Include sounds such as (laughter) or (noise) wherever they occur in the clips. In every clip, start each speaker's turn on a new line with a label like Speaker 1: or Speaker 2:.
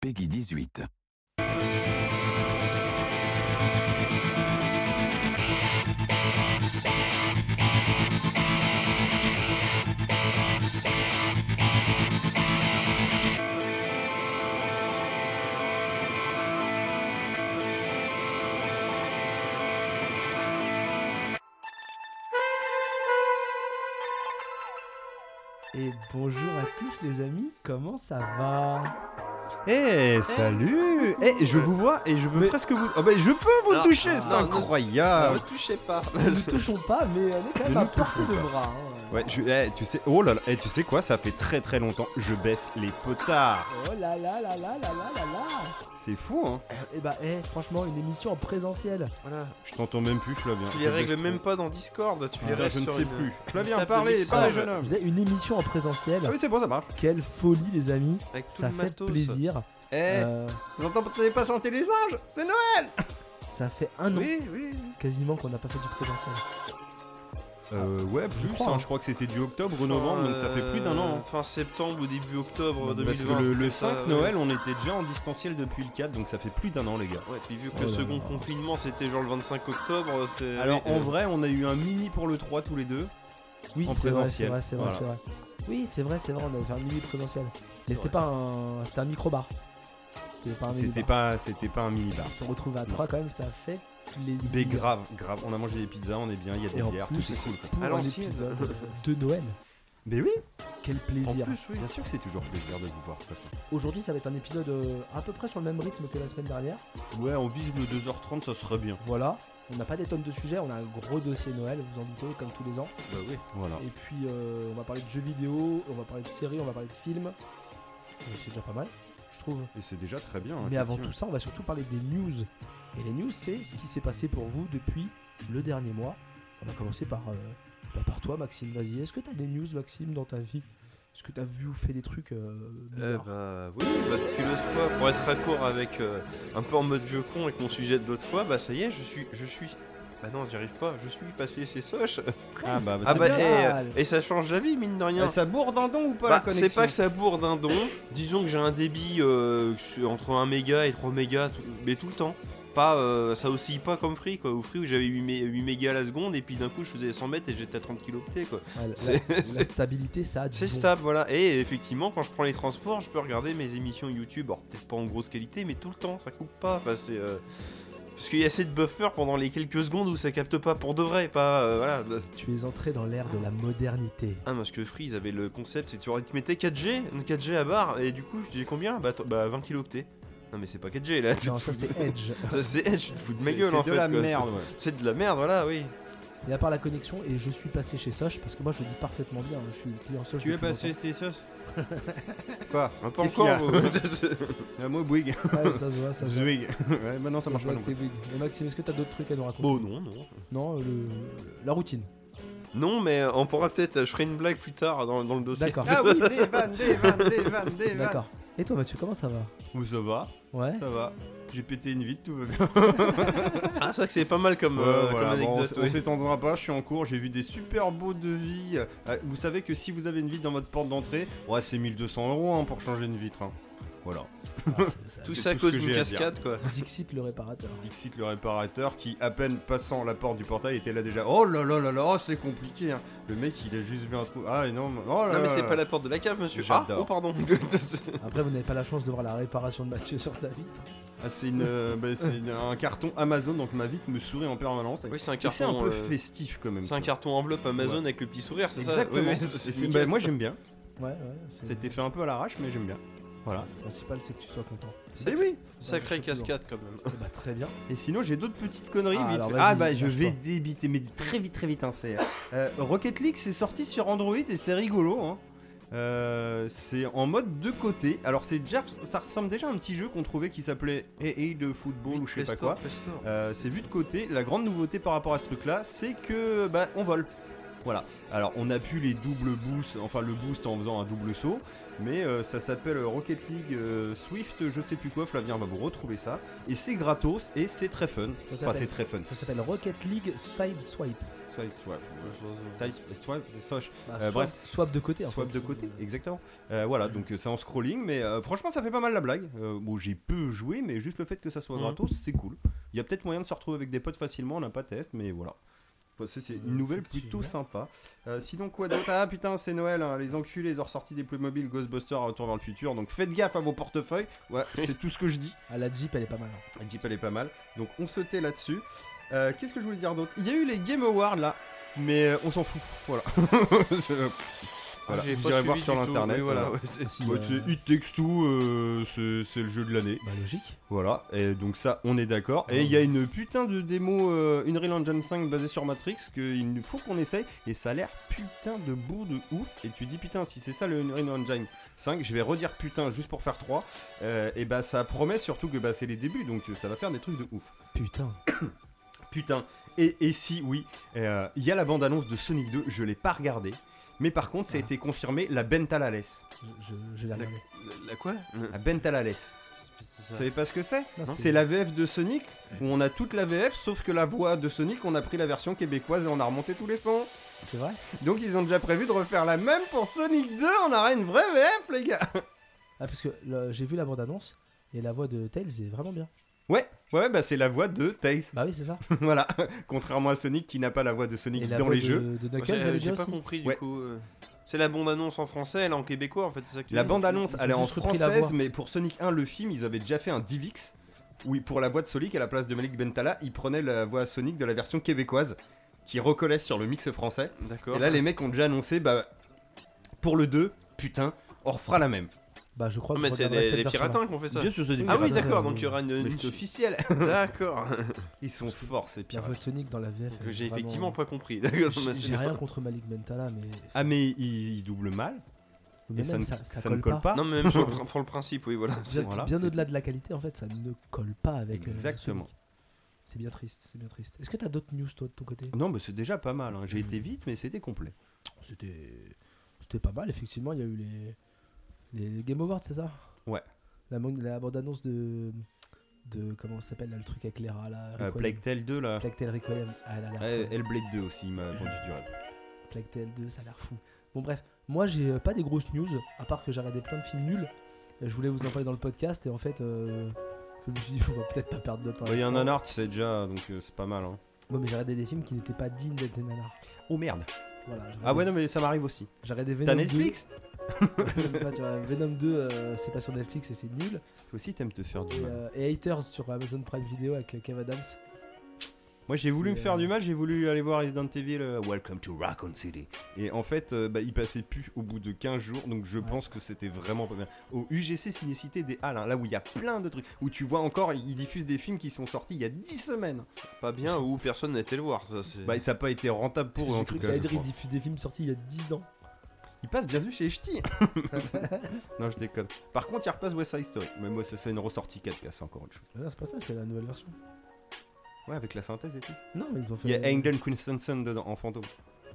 Speaker 1: Peggy 18.
Speaker 2: Et bonjour à tous les amis, comment ça va
Speaker 3: (laughs) Eh salut Eh je vous vois et je peux presque vous... Ah bah, je peux vous
Speaker 4: Non,
Speaker 3: toucher,
Speaker 4: non,
Speaker 3: c'est
Speaker 4: non.
Speaker 3: incroyable
Speaker 4: Ne touchez pas.
Speaker 2: Nous ne touchons pas, mais on est quand même
Speaker 3: Nous
Speaker 2: à
Speaker 3: ne
Speaker 2: portée
Speaker 3: touchons
Speaker 2: de
Speaker 3: pas.
Speaker 2: bras. hein.
Speaker 3: Ouais, je- eh, tu sais, oh là là, eh, tu sais quoi, ça fait très très longtemps, je baisse les potards.
Speaker 2: Oh là là là là là là là là
Speaker 3: C'est fou, hein
Speaker 2: Et bah, eh, franchement, une émission en présentiel.
Speaker 3: Ah
Speaker 4: Voilà.
Speaker 3: Je t'entends même plus, Flavien.
Speaker 4: Tu
Speaker 3: Je
Speaker 4: les règles
Speaker 3: baisse
Speaker 4: même
Speaker 3: trop.
Speaker 4: pas dans Discord, tu les
Speaker 3: Ah,
Speaker 4: règles
Speaker 3: je ne
Speaker 4: sur
Speaker 3: sais
Speaker 4: une-
Speaker 3: plus.
Speaker 4: table
Speaker 3: Flavien,
Speaker 4: de
Speaker 3: parlez,
Speaker 4: mixage.
Speaker 3: parlez, jeune
Speaker 2: Je
Speaker 3: homme.
Speaker 2: disais, une émission en présentiel.
Speaker 3: Ah oui, c'est bon, ça marche.
Speaker 2: Quelle folie, les amis.
Speaker 4: Avec tout
Speaker 2: Ça
Speaker 4: le
Speaker 2: fait
Speaker 4: matos.
Speaker 2: plaisir.
Speaker 3: Eh,
Speaker 2: Euh,
Speaker 3: vous entendez pas chanter les anges C'est Noël
Speaker 2: ça fait un an
Speaker 4: Oui, oui.
Speaker 2: quasiment qu'on n'a pas fait du présentiel.
Speaker 3: Euh, ouais, plus,
Speaker 2: crois,
Speaker 3: hein,
Speaker 2: hein.
Speaker 3: je crois que c'était du octobre ou novembre, donc ça fait plus d'un an. hein.
Speaker 4: Fin septembre ou début octobre
Speaker 3: Parce
Speaker 4: 2020.
Speaker 3: que le, le 5
Speaker 4: Ça, ouais.
Speaker 3: Noël, on était déjà en distanciel depuis le 4, donc ça fait plus d'un an, les gars.
Speaker 4: Ouais, puis vu que
Speaker 2: Oh
Speaker 4: le
Speaker 2: là
Speaker 4: second
Speaker 2: là.
Speaker 4: confinement c'était genre le 25 octobre, c'est.
Speaker 3: Alors
Speaker 4: Oui,
Speaker 3: en
Speaker 4: euh,
Speaker 3: vrai, on a eu un mini pour le 3 tous les deux.
Speaker 2: Oui,
Speaker 3: En
Speaker 2: c'est vrai, c'est
Speaker 3: présentiel,
Speaker 2: vrai, c'est vrai,
Speaker 3: voilà.
Speaker 2: c'est vrai. Oui, c'est vrai, c'est vrai, on avait fait un mini présentiel. Mais c'était
Speaker 4: vrai.
Speaker 2: pas un. C'était un micro-bar. C'était
Speaker 3: Ah,
Speaker 2: pas un mini
Speaker 3: C'était pas, c'était pas un mini bar.
Speaker 2: On se retrouve à
Speaker 3: Non.
Speaker 2: trois quand même, ça fait plaisir.
Speaker 3: Des graves, graves. On a mangé des pizzas, on est bien, il y a
Speaker 2: Et
Speaker 3: des
Speaker 2: en
Speaker 3: bières,
Speaker 2: plus,
Speaker 3: tout c'est cool. quoi.
Speaker 2: pour
Speaker 4: À
Speaker 2: un
Speaker 4: l'ancienne.
Speaker 2: épisode (laughs) de Noël.
Speaker 3: Mais oui,
Speaker 2: Quel
Speaker 3: en
Speaker 2: plaisir.
Speaker 3: plus, oui. Bien sûr que c'est toujours plaisir de vous voir passer.
Speaker 2: Aujourd'hui, ça va être un épisode euh, à peu près sur le même rythme que la semaine dernière.
Speaker 3: Ouais, on vise le 2h30, ça serait bien.
Speaker 2: Voilà. On n'a pas des tonnes de sujets, on a un gros dossier Noël, vous en doutez, comme tous les ans.
Speaker 4: Bah oui.
Speaker 3: Voilà.
Speaker 2: Et puis, euh, on va parler de jeux vidéo, on va parler de séries, on va parler de films. Et c'est déjà pas mal, je trouve.
Speaker 3: Et c'est déjà très bien.
Speaker 2: Mais avant tout
Speaker 3: Ah, effectivement.
Speaker 2: ça, on va surtout parler des news. Et les news, c'est ce qui s'est passé pour vous depuis le dernier mois. On va commencer par, euh, bah, par toi, Maxime. Vas-y, est-ce que t'as des news, Maxime, dans ta vie Est-ce que t'as vu ou fait des trucs euh,
Speaker 4: Euh,
Speaker 2: bizarres
Speaker 4: bah oui, bah, depuis l'autre fois, pour être à court avec euh, un peu en mode vieux con avec mon sujet de l'autre fois, bah ça y est, je suis, je suis. Bah non, j'y arrive pas. Je suis passé chez Soch.
Speaker 3: Ah bah,
Speaker 4: Ah
Speaker 3: c'est
Speaker 4: bah
Speaker 3: bien.
Speaker 4: et,
Speaker 2: mal.
Speaker 4: euh, et ça change la vie mine de rien.
Speaker 3: Eh, Ça bourre d'un don ou pas
Speaker 4: Bah,
Speaker 3: la connexion
Speaker 4: c'est pas que ça bourde un don. Disons que j'ai un débit euh, entre 1 méga et 3 mégas, tout- mais tout le temps. Pas, euh, ça oscille pas comme Free quoi. Au Free où j'avais 8, mé- 8 mégas la seconde et puis d'un coup je faisais 100 mètres et j'étais à 30 kiloctets quoi.
Speaker 2: Ouais, la-
Speaker 4: c'est-
Speaker 2: la,
Speaker 4: c'est-
Speaker 2: stabilité, ça a du
Speaker 4: C'est
Speaker 2: bon.
Speaker 4: stable voilà. Et effectivement quand je prends les transports je peux regarder mes émissions YouTube. Alors peut-être pas en grosse qualité mais tout le temps ça coupe pas. Enfin c'est euh, Parce qu'il y a assez de buffer pendant les quelques secondes où ça capte pas pour de vrai, pas euh, voilà.
Speaker 2: Tu es entré dans l'ère de la
Speaker 3: (laughs)
Speaker 2: modernité.
Speaker 4: Ah parce que Free ils avaient le concept c'est tu tu mettais 4G, une 4G à barre et du coup je disais combien bah, attends, bah 20 kilooctets. Non mais c'est pas 4G là. tu
Speaker 2: Non,
Speaker 4: te (laughs)
Speaker 2: ça
Speaker 4: fous de-
Speaker 2: c'est Edge.
Speaker 4: ça c'est Edge, tu te fous de ma
Speaker 3: C'est-
Speaker 4: gueule
Speaker 3: c'est
Speaker 4: en
Speaker 3: de
Speaker 4: fait,
Speaker 3: la
Speaker 4: quoi.
Speaker 3: merde, ouais.
Speaker 4: C'est de la merde voilà oui.
Speaker 2: Et à part la connexion, et je suis passé chez Soch, parce que moi je le dis parfaitement bien, je suis client Soch. depuis
Speaker 3: c'est ça Quoi
Speaker 4: Ah, pas
Speaker 3: Qu'est-ce qu'il y
Speaker 4: encore.
Speaker 3: a (laughs)
Speaker 4: vous- c'est-
Speaker 3: Ah, Moi, Bouygues.
Speaker 2: longtemps. Ouais, ça se voit, ça se voit.
Speaker 3: Bouygues. (laughs) Ouais, bah non, ça marche
Speaker 2: Je
Speaker 3: pas
Speaker 2: vois
Speaker 3: non
Speaker 2: que t'es
Speaker 3: plus.
Speaker 2: big. Et Maxime, est-ce que t'as d'autres trucs à nous raconter
Speaker 4: bon non non.
Speaker 2: Non, euh, le- la routine.
Speaker 4: Non mais euh, on pourra peut-être je ferai une blague plus tard dans, dans le dossier.
Speaker 2: D'accord.
Speaker 3: Ah oui, des vannes, des vannes, des vannes, des vannes.
Speaker 2: D'accord. Et toi Mathieu, comment ça va
Speaker 3: Où ça va
Speaker 2: Ouais.
Speaker 3: Ça va. J'ai pété une vite, tout va bien.
Speaker 4: (laughs) Ah c'est vrai que c'est pas mal comme,
Speaker 3: Ouais,
Speaker 4: euh,
Speaker 3: voilà,
Speaker 4: comme
Speaker 3: bon, on s-
Speaker 4: anecdote.
Speaker 3: on
Speaker 4: oui.
Speaker 3: s'étendra pas, je suis en cours, j'ai vu des super beaux devis. Euh, vous savez que si vous avez une vitre dans votre porte d'entrée, ouais, c'est 1200 euros hein, pour changer une vitre. hein. Voilà.
Speaker 2: Ah, c'est- ça-
Speaker 4: Tout
Speaker 3: c'est
Speaker 4: ça à
Speaker 3: tout ce
Speaker 4: cause
Speaker 3: que
Speaker 4: d'une
Speaker 3: j'ai à
Speaker 4: cascade quoi.
Speaker 2: Dixit le réparateur.
Speaker 3: Dixit le réparateur qui, à peine passant la porte du portail, était là déjà. Oh là là là là, oh, c'est compliqué. hein. Le mec, il a juste vu un trou. Ah, énorme. Oh là
Speaker 4: Non
Speaker 3: là
Speaker 4: mais c'est
Speaker 3: là.
Speaker 4: pas la porte de la cave monsieur. Ah
Speaker 3: J'adore.
Speaker 4: oh pardon. (laughs)
Speaker 2: Après, vous n'avez pas la chance de voir la réparation de Mathieu sur sa vitre.
Speaker 3: Ah, c'est une,
Speaker 4: (laughs)
Speaker 3: euh, bah, c'est une- un carton Amazon, donc ma vitre me sourit en permanence.
Speaker 4: oui c'est un
Speaker 3: Et c'est un
Speaker 4: carton.
Speaker 3: peu
Speaker 4: euh,
Speaker 3: festif quand même.
Speaker 4: C'est un carton enveloppe Amazon avec le petit sourire c'est ça.
Speaker 3: Exactement.
Speaker 4: Oui, (laughs) oui,
Speaker 3: Et
Speaker 4: c'est-
Speaker 3: c'est-
Speaker 4: c'est
Speaker 3: bah,
Speaker 4: nickel.
Speaker 3: moi, j'aime bien.
Speaker 2: Ouais, ouais. c'est-
Speaker 3: C'était fait un peu à l'arrache, mais j'aime bien. Voilà.
Speaker 2: Le principal, c'est que tu sois content.
Speaker 4: Eh
Speaker 3: Mais oui.
Speaker 4: Sacrée
Speaker 2: Ouais, je sais plus,
Speaker 4: cascade quand même.
Speaker 2: Eh bah, très bien.
Speaker 3: Et sinon, j'ai d'autres petites conneries.
Speaker 2: Ah,
Speaker 3: vite
Speaker 2: alors
Speaker 3: fait.
Speaker 2: vas-y,
Speaker 3: ah bah, je
Speaker 2: lâche-toi.
Speaker 3: vais débiter, mais très vite, très vite. Hein, c'est, euh, Rocket League, c'est sorti sur Android et c'est rigolo. hein. Euh, c'est en mode deux côtés. Alors, c'est déjà, ça ressemble déjà à un petit jeu qu'on trouvait qui s'appelait Hey de football ou je sais pas quoi. Euh, c'est vu de côté. La grande nouveauté par rapport à ce truc-là, c'est que bah, on vole. Voilà. Alors on a pu les doubles boosts, enfin le boost en faisant un double saut, mais euh, ça s'appelle Rocket League euh, Swift, je sais plus quoi, Flavien va vous retrouver ça. Et c'est gratos et c'est très fun.
Speaker 2: Ça
Speaker 3: enfin
Speaker 2: s'appelle-
Speaker 3: c'est très fun.
Speaker 2: Ça s'appelle Rocket League Sideswipe.
Speaker 3: Swipe, swipe, swipe, swipe, swipe.
Speaker 2: Bah,
Speaker 3: Euh,
Speaker 2: swap,
Speaker 3: bref.
Speaker 2: swap de côté. en
Speaker 3: Swap
Speaker 2: fait.
Speaker 3: de côté, exactement. Euh, voilà, donc euh, c'est en scrolling, mais euh, franchement, ça fait pas mal la blague. Euh, bon, j'ai peu joué, mais juste le fait que ça soit
Speaker 4: Mhm.
Speaker 3: gratos, c'est cool. Il y a peut-être moyen de se retrouver avec des potes facilement, on n'a pas de test, mais voilà. Enfin, c'est c'est une nouvelle plutôt sympa. Euh, sinon, quoi d'autre Ah putain, c'est Noël, hein, les enculés, les ressorties des Playmobil, Ghostbusters, Retour vers le futur, donc faites gaffe à vos portefeuilles. Ouais, c'est tout ce que je dis.
Speaker 2: Ah, la Jeep, elle est pas mal. hein.
Speaker 3: La Jeep elle est pas mal, donc on se tait là-dessus. Euh, Qu'est-ce que je voulais dire d'autre Il y a eu les Game Awards là, mais euh, on s'en fout, voilà. (laughs) Je- voilà.
Speaker 4: Ah, J'ai
Speaker 3: Vous
Speaker 4: pas
Speaker 3: irez
Speaker 4: suivi
Speaker 3: voir
Speaker 4: du
Speaker 3: sur
Speaker 4: tout,
Speaker 3: l'internet.
Speaker 4: mais voilà.
Speaker 3: voilà.
Speaker 4: c'est-
Speaker 2: Si,
Speaker 3: Bah,
Speaker 2: euh,
Speaker 3: tu sais, It Takes Two, euh, c'est c'est le jeu de l'année,
Speaker 2: bah, logique.
Speaker 3: voilà, et donc ça on est d'accord. Et il y a une putain de démo euh, Unreal Engine 5 basée sur Matrix qu'il nous faut qu'on essaye, et ça a l'air putain de beau de ouf. Et tu dis putain, si c'est ça le Unreal Engine 5, je vais redire putain juste pour faire 3, et bah ça promet surtout que bah, c'est les débuts, donc euh, ça va faire des trucs de ouf.
Speaker 2: Putain.
Speaker 3: Putain. Et, et si, oui, euh, il y a la bande-annonce de Sonic 2, je l'ai pas regardée. Mais par contre, ça a
Speaker 2: Ah.
Speaker 3: été confirmé, la Bentalales.
Speaker 2: Je, je, je vais regarder.
Speaker 4: La quoi Ah,
Speaker 3: La Bentalales. Vous savez pas ce que c'est
Speaker 2: Non,
Speaker 3: C'est la VF de Sonic, où on a toute la VF, sauf que la voix de Sonic, on a pris la version québécoise et on a remonté tous les sons.
Speaker 2: C'est vrai
Speaker 3: Donc ils ont déjà prévu de refaire la même pour Sonic 2, on aura une vraie VF, les gars
Speaker 2: Ah, parce que là, j'ai vu la bande-annonce et la voix de Tails est vraiment bien.
Speaker 3: Ouais, ouais, bah c'est la voix de Tails.
Speaker 2: Bah oui, c'est ça.
Speaker 3: (laughs) voilà, contrairement à Sonic qui n'a pas la voix de
Speaker 2: Et
Speaker 3: Sonic
Speaker 2: la
Speaker 3: dans
Speaker 2: voix
Speaker 3: les
Speaker 2: de,
Speaker 3: jeux.
Speaker 2: de
Speaker 4: Moi,
Speaker 2: Knuckles, elle est
Speaker 4: J'ai j'ai
Speaker 2: bien
Speaker 4: pas
Speaker 2: aussi.
Speaker 4: compris
Speaker 3: Ouais.
Speaker 4: du coup. euh, C'est la bande-annonce en français, elle est en québécois en fait, c'est ça que tu
Speaker 3: La
Speaker 4: dis
Speaker 3: bande-annonce,
Speaker 2: ils ont
Speaker 3: elle est en
Speaker 2: juste repris la
Speaker 3: française,
Speaker 2: voix.
Speaker 3: mais pour Sonic 1, le film, ils avaient déjà fait un Divix. Oui, pour la voix de Sonic, à la place de Malik Bentala, ils prenaient la voix Sonic de la version québécoise, qui recollait sur le mix français.
Speaker 4: D'accord.
Speaker 3: Et là, les mecs ont déjà annoncé, bah, pour le 2, putain, on refera la même.
Speaker 2: Bah, je crois
Speaker 4: Non,
Speaker 2: que
Speaker 4: Ah, mais
Speaker 2: je
Speaker 4: c'est
Speaker 2: regarderai
Speaker 4: des,
Speaker 2: cette
Speaker 4: des
Speaker 2: version-là.
Speaker 4: piratins qui ont fait ça.
Speaker 3: Bien sûr, c'est des
Speaker 4: Ah oui,
Speaker 2: piratins,
Speaker 4: d'accord,
Speaker 2: euh,
Speaker 4: donc il y aura une.
Speaker 3: Mais
Speaker 4: une-
Speaker 3: c'est (laughs) officiel.
Speaker 4: D'accord.
Speaker 3: Ils sont forts, ces
Speaker 2: La voix
Speaker 3: pirates.
Speaker 2: de Sonic dans la VF. elle
Speaker 4: (laughs) Que
Speaker 2: est
Speaker 4: euh, j'ai
Speaker 2: vraiment- euh,
Speaker 4: effectivement pas compris. (laughs) D'accord,
Speaker 2: J'ai-
Speaker 4: bah, c'est
Speaker 2: J'ai rien
Speaker 4: bien.
Speaker 2: contre Malik Bentala, mais.
Speaker 3: Ah, mais ils, ils doublent mal,
Speaker 2: mais
Speaker 3: et ça,
Speaker 2: même
Speaker 3: ne,
Speaker 2: ça, ça
Speaker 3: ça ne colle pas.
Speaker 4: Non,
Speaker 2: (laughs)
Speaker 4: mais même sur le, pour le principe, oui, voilà.
Speaker 2: Bien,
Speaker 3: Voilà,
Speaker 2: bien
Speaker 3: c'est
Speaker 2: au-delà de la qualité, en fait, ça ne colle pas avec. euh,
Speaker 3: Exactement.
Speaker 2: Sonic. c'est bien triste, c'est bien triste. Est-ce que t'as d'autres news, toi, de ton côté
Speaker 3: Non, mais c'est déjà pas mal. hein. J'ai
Speaker 2: Mmh.
Speaker 3: été vite, mais c'était complet.
Speaker 2: C'était. C'était pas mal, effectivement. Il y a eu les. Les, les Game Awards, c'est ça
Speaker 3: Ouais.
Speaker 2: La, man- la bande-annonce de. De. Comment ça s'appelle, là, le truc avec Lera, là
Speaker 3: Euh,
Speaker 2: Requiem.
Speaker 3: Plague Tale 2, là.
Speaker 2: Ah, Plague Tale Requiem. Ah, elle a l'air
Speaker 3: Euh,
Speaker 2: folle.
Speaker 3: Hellblade 2 aussi, il m'a vendu du rêve.
Speaker 2: Plague Tale 2, ça a l'air fou. Bon, bref, moi j'ai euh, pas des grosses news, à part que j'ai regardé plein de films nuls. Euh, Je voulais vous en parler dans le podcast, et en fait, euh, je me suis dit, (laughs) on va peut-être pas perdre notre temps.
Speaker 3: Bah, Il y a un
Speaker 2: avec ça.
Speaker 3: nanart, c'est déjà, donc euh, c'est pas mal. Hein.
Speaker 2: Ouais, mais j'ai regardé des films qui n'étaient pas dignes d'être des nanars.
Speaker 3: Oh merde.
Speaker 2: Voilà, j'ai
Speaker 3: Ah ouais,
Speaker 2: regardé-
Speaker 3: non, mais ça m'arrive aussi.
Speaker 2: J'ai regardé Venom
Speaker 3: T'as
Speaker 2: 2. (laughs)
Speaker 3: Netflix
Speaker 2: Ouais, tu vois, Venom 2, euh, c'est pas sur Netflix et c'est nul.
Speaker 3: Toi aussi, t'aimes te faire
Speaker 2: Et,
Speaker 3: du mal.
Speaker 2: euh, et Haters sur Amazon Prime Video avec euh, Kev Adams.
Speaker 3: Moi, j'ai voulu
Speaker 2: c'est,
Speaker 3: me faire
Speaker 2: euh,
Speaker 3: du mal, j'ai voulu aller voir Resident Evil euh, Welcome to Raccoon City. Et en fait, euh, bah, il passait plus au bout de 15 jours, donc je
Speaker 2: Ouais.
Speaker 3: pense que c'était vraiment pas bien. Au UGC Cinécité des Halles, hein, là où il y a plein de trucs, où tu vois encore, ils diffusent des films qui sont sortis il y a 10 semaines.
Speaker 4: Pas bien ou personne n'a été le voir, ça c'est.
Speaker 3: Bah, ça n'a pas été rentable pour eux en
Speaker 2: J'ai
Speaker 3: tout
Speaker 2: cru
Speaker 3: cas.
Speaker 2: que
Speaker 3: je
Speaker 2: Adri
Speaker 3: crois.
Speaker 2: diffuse des films sortis il y a 10 ans.
Speaker 3: Ils passent bien vu chez les ch'tis. (laughs) non, je déconne. Par contre, ils repassent West Side Story. Mais moi, ça, c'est une ressortie 4K, c'est encore autre chose.
Speaker 2: Ah non, c'est pas ça, c'est la nouvelle version.
Speaker 3: Ouais, avec la synthèse et tout.
Speaker 2: Non, ils ont fait.
Speaker 3: Il y a Hayden Christensen dedans, en fantôme.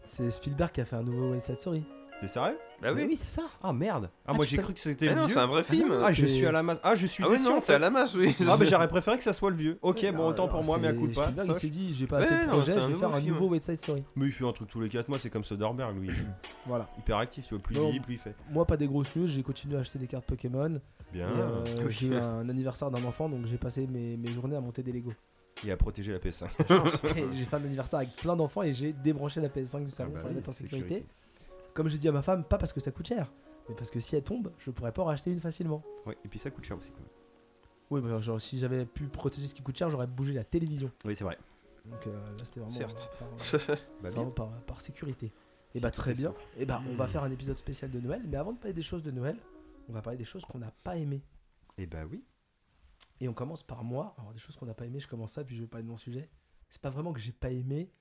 Speaker 2: C'est Spielberg qui a fait un nouveau West Side Story.
Speaker 3: T'es sérieux
Speaker 4: Bah
Speaker 2: Mais
Speaker 4: oui.
Speaker 2: oui, c'est ça.
Speaker 3: Ah merde Ah,
Speaker 2: Ah,
Speaker 3: moi
Speaker 2: tu
Speaker 3: j'ai
Speaker 2: sais-
Speaker 3: cru que c'était
Speaker 4: Mais
Speaker 3: le
Speaker 4: non,
Speaker 3: vieux.
Speaker 4: c'est un vrai film.
Speaker 2: non,
Speaker 4: Ah,
Speaker 3: Ah je
Speaker 2: c'est-
Speaker 3: suis à la masse. Ah je suis
Speaker 4: ah oui,
Speaker 3: déçu en
Speaker 4: non, t'es à
Speaker 3: fait.
Speaker 4: la masse, oui.
Speaker 3: Ah bah j'aurais préféré que ça soit le vieux. Ok
Speaker 2: Ouais,
Speaker 3: bon
Speaker 2: alors,
Speaker 3: autant pour moi mais à
Speaker 2: c'est-
Speaker 3: coup de pas.
Speaker 2: Spielberg, il s'est dit, j'ai pas
Speaker 4: Ouais,
Speaker 2: assez de
Speaker 4: non,
Speaker 2: projet,
Speaker 4: c'est
Speaker 2: je
Speaker 4: un
Speaker 2: vais faire un
Speaker 4: nouveau
Speaker 2: nouveau West Side Story.
Speaker 3: Mais il fait un truc tous les 4 mois c'est comme Soderbergh (laughs) lui.
Speaker 2: Voilà.
Speaker 3: Hyper actif tu vois plus
Speaker 2: Non.
Speaker 3: il vieillit, plus il fait.
Speaker 2: Moi, pas des grosses news, j'ai continué à acheter des cartes Pokémon.
Speaker 3: Bien.
Speaker 2: Et, euh,
Speaker 3: Ah
Speaker 4: oui.
Speaker 2: J'ai eu
Speaker 3: (laughs)
Speaker 2: un anniversaire d'un enfant, donc j'ai passé mes, mes journées à monter des Lego.
Speaker 3: Il a protégé la PS5.
Speaker 2: (laughs) Et j'ai fait un anniversaire avec plein d'enfants et j'ai débranché la PS5 du
Speaker 3: Ah
Speaker 2: salon
Speaker 3: bah
Speaker 2: pour la
Speaker 3: oui,
Speaker 2: mettre en sécurité.
Speaker 3: sécurité.
Speaker 2: Comme j'ai dit à ma femme, pas parce que ça coûte cher, mais parce que si elle tombe, je pourrais pas en racheter une facilement.
Speaker 3: Ouais, et puis ça coûte cher aussi quand même.
Speaker 2: Oui, bah, genre si j'avais pu protéger ce qui coûte cher, j'aurais bougé la télévision.
Speaker 3: Oui c'est vrai.
Speaker 2: Donc euh, là, c'était vraiment,
Speaker 4: Certes.
Speaker 2: euh, par, euh,
Speaker 3: Bah,
Speaker 2: vraiment
Speaker 3: bien.
Speaker 2: par, par sécurité. Et bah très bien. Et bah
Speaker 3: Hmm.
Speaker 2: on va faire un épisode spécial de Noël, mais avant de parler des choses de Noël, on va parler des choses qu'on n'a pas aimées.
Speaker 3: Et bah oui.
Speaker 2: Et on commence par moi. Alors, des choses qu'on n'a pas aimées, je commence ça, puis je vais parler de mon sujet. C'est pas vraiment que j'ai pas aimé,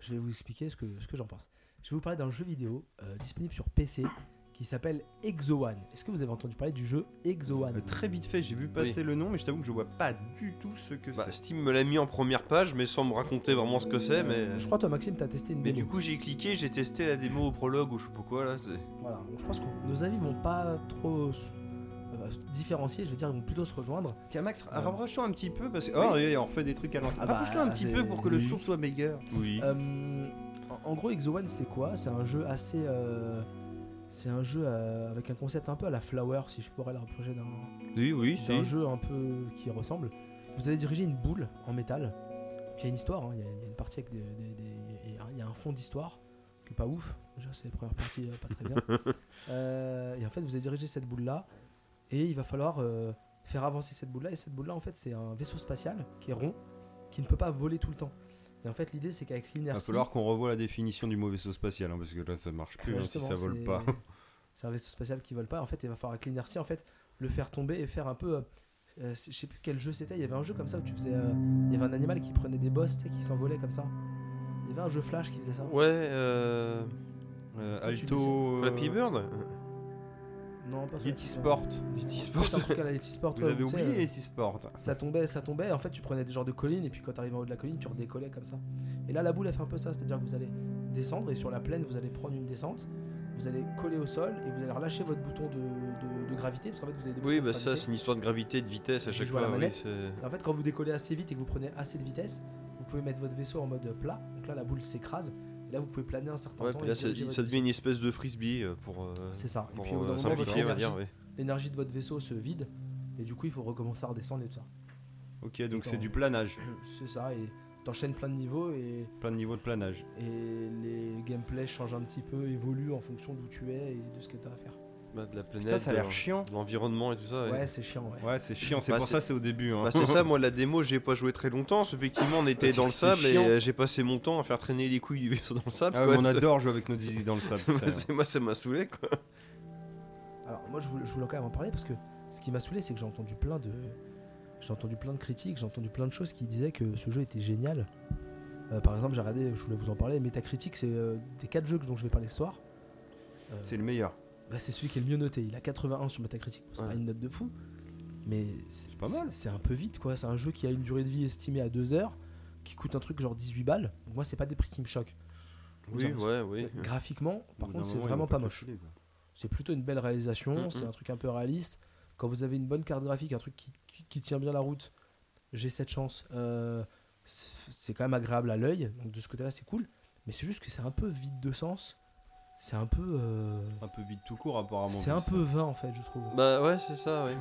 Speaker 2: je vais vous expliquer ce que, ce que j'en pense. Je vais vous parler d'un jeu vidéo euh, disponible sur PC qui s'appelle Exo One. Est-ce que vous avez entendu parler du jeu Exo One
Speaker 3: Euh, très vite fait, j'ai vu passer le nom, mais je t'avoue que je vois pas du tout ce que
Speaker 4: Bah,
Speaker 3: c'est.
Speaker 4: Steam me l'a mis en première page, mais sans me raconter vraiment ce que c'est. Mais
Speaker 2: Je crois toi Maxime t'as testé une
Speaker 4: Mais
Speaker 2: démo.
Speaker 4: du coup, j'ai cliqué, j'ai testé la démo au prologue ou je sais pas quoi là. c'est-
Speaker 2: Voilà, donc je pense que nos avis vont pas trop se euh, se différencier, je veux dire, ils vont plutôt se rejoindre.
Speaker 3: Tiens, Max,
Speaker 2: Euh,
Speaker 3: rapproche-toi un petit peu parce que. Ah. Oh, oui, on fait des trucs à l'ancienne.
Speaker 2: Ah bah,
Speaker 3: rapproche-toi un petit
Speaker 2: c'est-
Speaker 3: peu pour que le
Speaker 2: oui.
Speaker 3: son soit meilleur.
Speaker 4: Oui.
Speaker 2: Euh, en en gros, Exo One c'est quoi C'est un jeu assez. euh, c'est un jeu euh, avec un concept un peu à la Flower, si je pourrais le rapprocher d'un,
Speaker 4: Oui, oui,
Speaker 2: C'est un jeu un peu qui ressemble. Vous allez diriger une boule en métal. Il y a une histoire, hein, il y, a- il y a une partie avec des. des- des- il y a- il y a un fond d'histoire qui est pas ouf. Déjà, c'est la première partie, euh, pas très
Speaker 3: (laughs)
Speaker 2: bien. Euh, et en fait, vous allez diriger cette boule-là. Et il va falloir euh, faire avancer cette boule-là. Et cette boule-là, en fait, c'est un vaisseau spatial qui est rond, qui ne peut pas voler tout le temps. Et en fait, l'idée, c'est qu'avec
Speaker 3: Il va
Speaker 2: l'inertie.
Speaker 3: falloir qu'on revoie la définition du mauvais vaisseau spatial, hein, parce que là ça marche plus
Speaker 2: Ouais,
Speaker 3: hein, si
Speaker 2: justement,
Speaker 3: ça vole
Speaker 2: c'est-
Speaker 3: pas. (laughs)
Speaker 2: C'est un vaisseau spatial qui vole pas. En fait, il va falloir avec l'inertie, en fait, le faire tomber et faire un peu. euh, euh, c'est- je sais plus quel jeu c'était. Il y avait un jeu comme ça où tu faisais. euh, il y avait un animal qui prenait des bosses, tu sais, qui s'envolait comme ça. Il y avait un jeu Flash qui faisait ça.
Speaker 4: Ouais, euh.
Speaker 3: Euh,
Speaker 2: Tu- tu
Speaker 3: Alto.
Speaker 4: Flappy Bird
Speaker 2: Non, pas
Speaker 3: Yeti
Speaker 2: Flash,
Speaker 3: Sport.
Speaker 4: Yeti
Speaker 2: ouais.
Speaker 4: Sport.
Speaker 2: C'est un
Speaker 3: (laughs)
Speaker 2: truc à la Yeti Sport.
Speaker 3: Vous
Speaker 2: ouais,
Speaker 3: avez
Speaker 2: où, tu sais,
Speaker 3: oublié
Speaker 2: euh,
Speaker 3: Yeti Sport.
Speaker 2: ça tombait, ça tombait. Et en fait, tu prenais des genres de collines et puis quand t'arrivais en haut de la colline, tu redécollais comme ça. Et là, la boule, elle fait un peu ça. C'est-à-dire que vous allez descendre et sur la plaine, vous allez prendre une descente. Vous allez coller au sol et vous allez relâcher votre bouton de, de- de gravité parce qu'en fait, vous avez des
Speaker 4: Oui,
Speaker 2: boutons de
Speaker 4: bah ça,
Speaker 2: gravité.
Speaker 4: c'est une histoire de gravité, de vitesse à
Speaker 2: Je
Speaker 4: chaque
Speaker 2: joue à
Speaker 4: fois.
Speaker 2: la
Speaker 4: oui,
Speaker 2: manette.
Speaker 4: c'est-
Speaker 2: Et En fait, quand vous décollez assez vite et que vous prenez assez de vitesse, vous pouvez mettre votre vaisseau en mode plat. Donc là, la boule s'écrase. Et là, vous pouvez planer un certain
Speaker 4: Ouais,
Speaker 2: temps.
Speaker 4: puis
Speaker 2: et
Speaker 4: là, ça,
Speaker 2: diriger votre
Speaker 4: ça devient
Speaker 2: vaisseau.
Speaker 4: une espèce de frisbee euh, pour, euh,
Speaker 2: C'est ça. Et
Speaker 4: pour
Speaker 2: puis, au bout
Speaker 4: euh,
Speaker 2: d'un moment, votre
Speaker 4: simplifier, on va
Speaker 2: énergie,
Speaker 4: dire. oui.
Speaker 2: l'énergie de votre vaisseau se vide. Et du coup, il faut recommencer à redescendre et tout ça. (clears throat)
Speaker 3: Ok, donc
Speaker 2: D'accord.
Speaker 3: c'est du planage.
Speaker 2: C'est ça. Et t'enchaînes plein de niveaux. Et,
Speaker 3: Plein de niveaux de planage.
Speaker 2: et les gameplays changent un petit peu, évoluent en fonction d'où tu es et de ce que t'as à faire.
Speaker 4: Bah, de la planète.
Speaker 3: Putain, ça a
Speaker 4: euh,
Speaker 3: l'air chiant.
Speaker 4: de L'environnement et tout ça.
Speaker 2: Ouais,
Speaker 4: ouais.
Speaker 2: c'est chiant. Ouais.
Speaker 3: Ouais, c'est chiant, c'est
Speaker 4: Bah,
Speaker 3: pour
Speaker 4: c'est-
Speaker 3: ça c'est au début. hein.
Speaker 4: Bah c'est
Speaker 3: (laughs)
Speaker 4: ça, moi la démo j'ai pas joué très longtemps, parce effectivement on était
Speaker 3: Parce que
Speaker 4: dans le
Speaker 3: c'était
Speaker 4: sable et
Speaker 3: chiant.
Speaker 4: euh, j'ai passé mon temps à faire traîner les couilles (laughs) du vaisseau dans le sable.
Speaker 3: Ah ouais,
Speaker 4: quoi,
Speaker 3: mais on
Speaker 4: c'est-
Speaker 3: adore jouer avec nos zizi dans le (laughs) sable.
Speaker 4: (laughs) Bah,
Speaker 3: ça.
Speaker 4: c'est- moi ça m'a saoulé quoi.
Speaker 2: Alors moi je voulais, je voulais quand même en parler parce que ce qui m'a saoulé c'est que j'ai entendu plein de j'ai entendu plein de critiques, j'ai entendu plein de choses qui disaient que ce jeu était génial. Euh, par exemple, j'ai regardé, je voulais vous en parler, Metacritic, c'est euh, des 4 jeux dont je vais parler ce soir. Euh,
Speaker 3: C'est le meilleur.
Speaker 2: bah, c'est celui qui est le mieux noté, il a 81 sur Metacritic, c'est
Speaker 4: Ouais.
Speaker 2: pas une note de fou, mais c'est
Speaker 3: pas mal.
Speaker 2: C'est c'est un peu vite quoi, c'est un jeu qui a une durée de vie estimée à 2 heures, qui coûte un truc genre 18 balles. Donc, moi, c'est pas des prix qui me choquent. Euh,
Speaker 4: Oui, ouais, oui.
Speaker 2: Graphiquement,
Speaker 3: Au
Speaker 2: par
Speaker 3: bout
Speaker 2: contre,
Speaker 3: d'un
Speaker 2: c'est
Speaker 3: moment, ils
Speaker 2: vraiment
Speaker 3: vont
Speaker 2: pas
Speaker 3: te
Speaker 2: moche.
Speaker 3: filer, quoi.
Speaker 2: C'est plutôt une belle réalisation,
Speaker 4: Mhm.
Speaker 2: c'est un truc un peu réaliste. Quand vous avez une bonne carte graphique, un truc qui, qui- qui tient bien la route, j'ai cette chance. euh, c'est c'est quand même agréable à l'œil, donc de ce côté-là, c'est cool. Mais c'est juste que c'est un peu vide de sens. C'est un peu. euh,
Speaker 3: Un peu vite tout court apparemment.
Speaker 2: c'est un peu vain en fait, je trouve.
Speaker 4: Bah ouais c'est ça, ouais.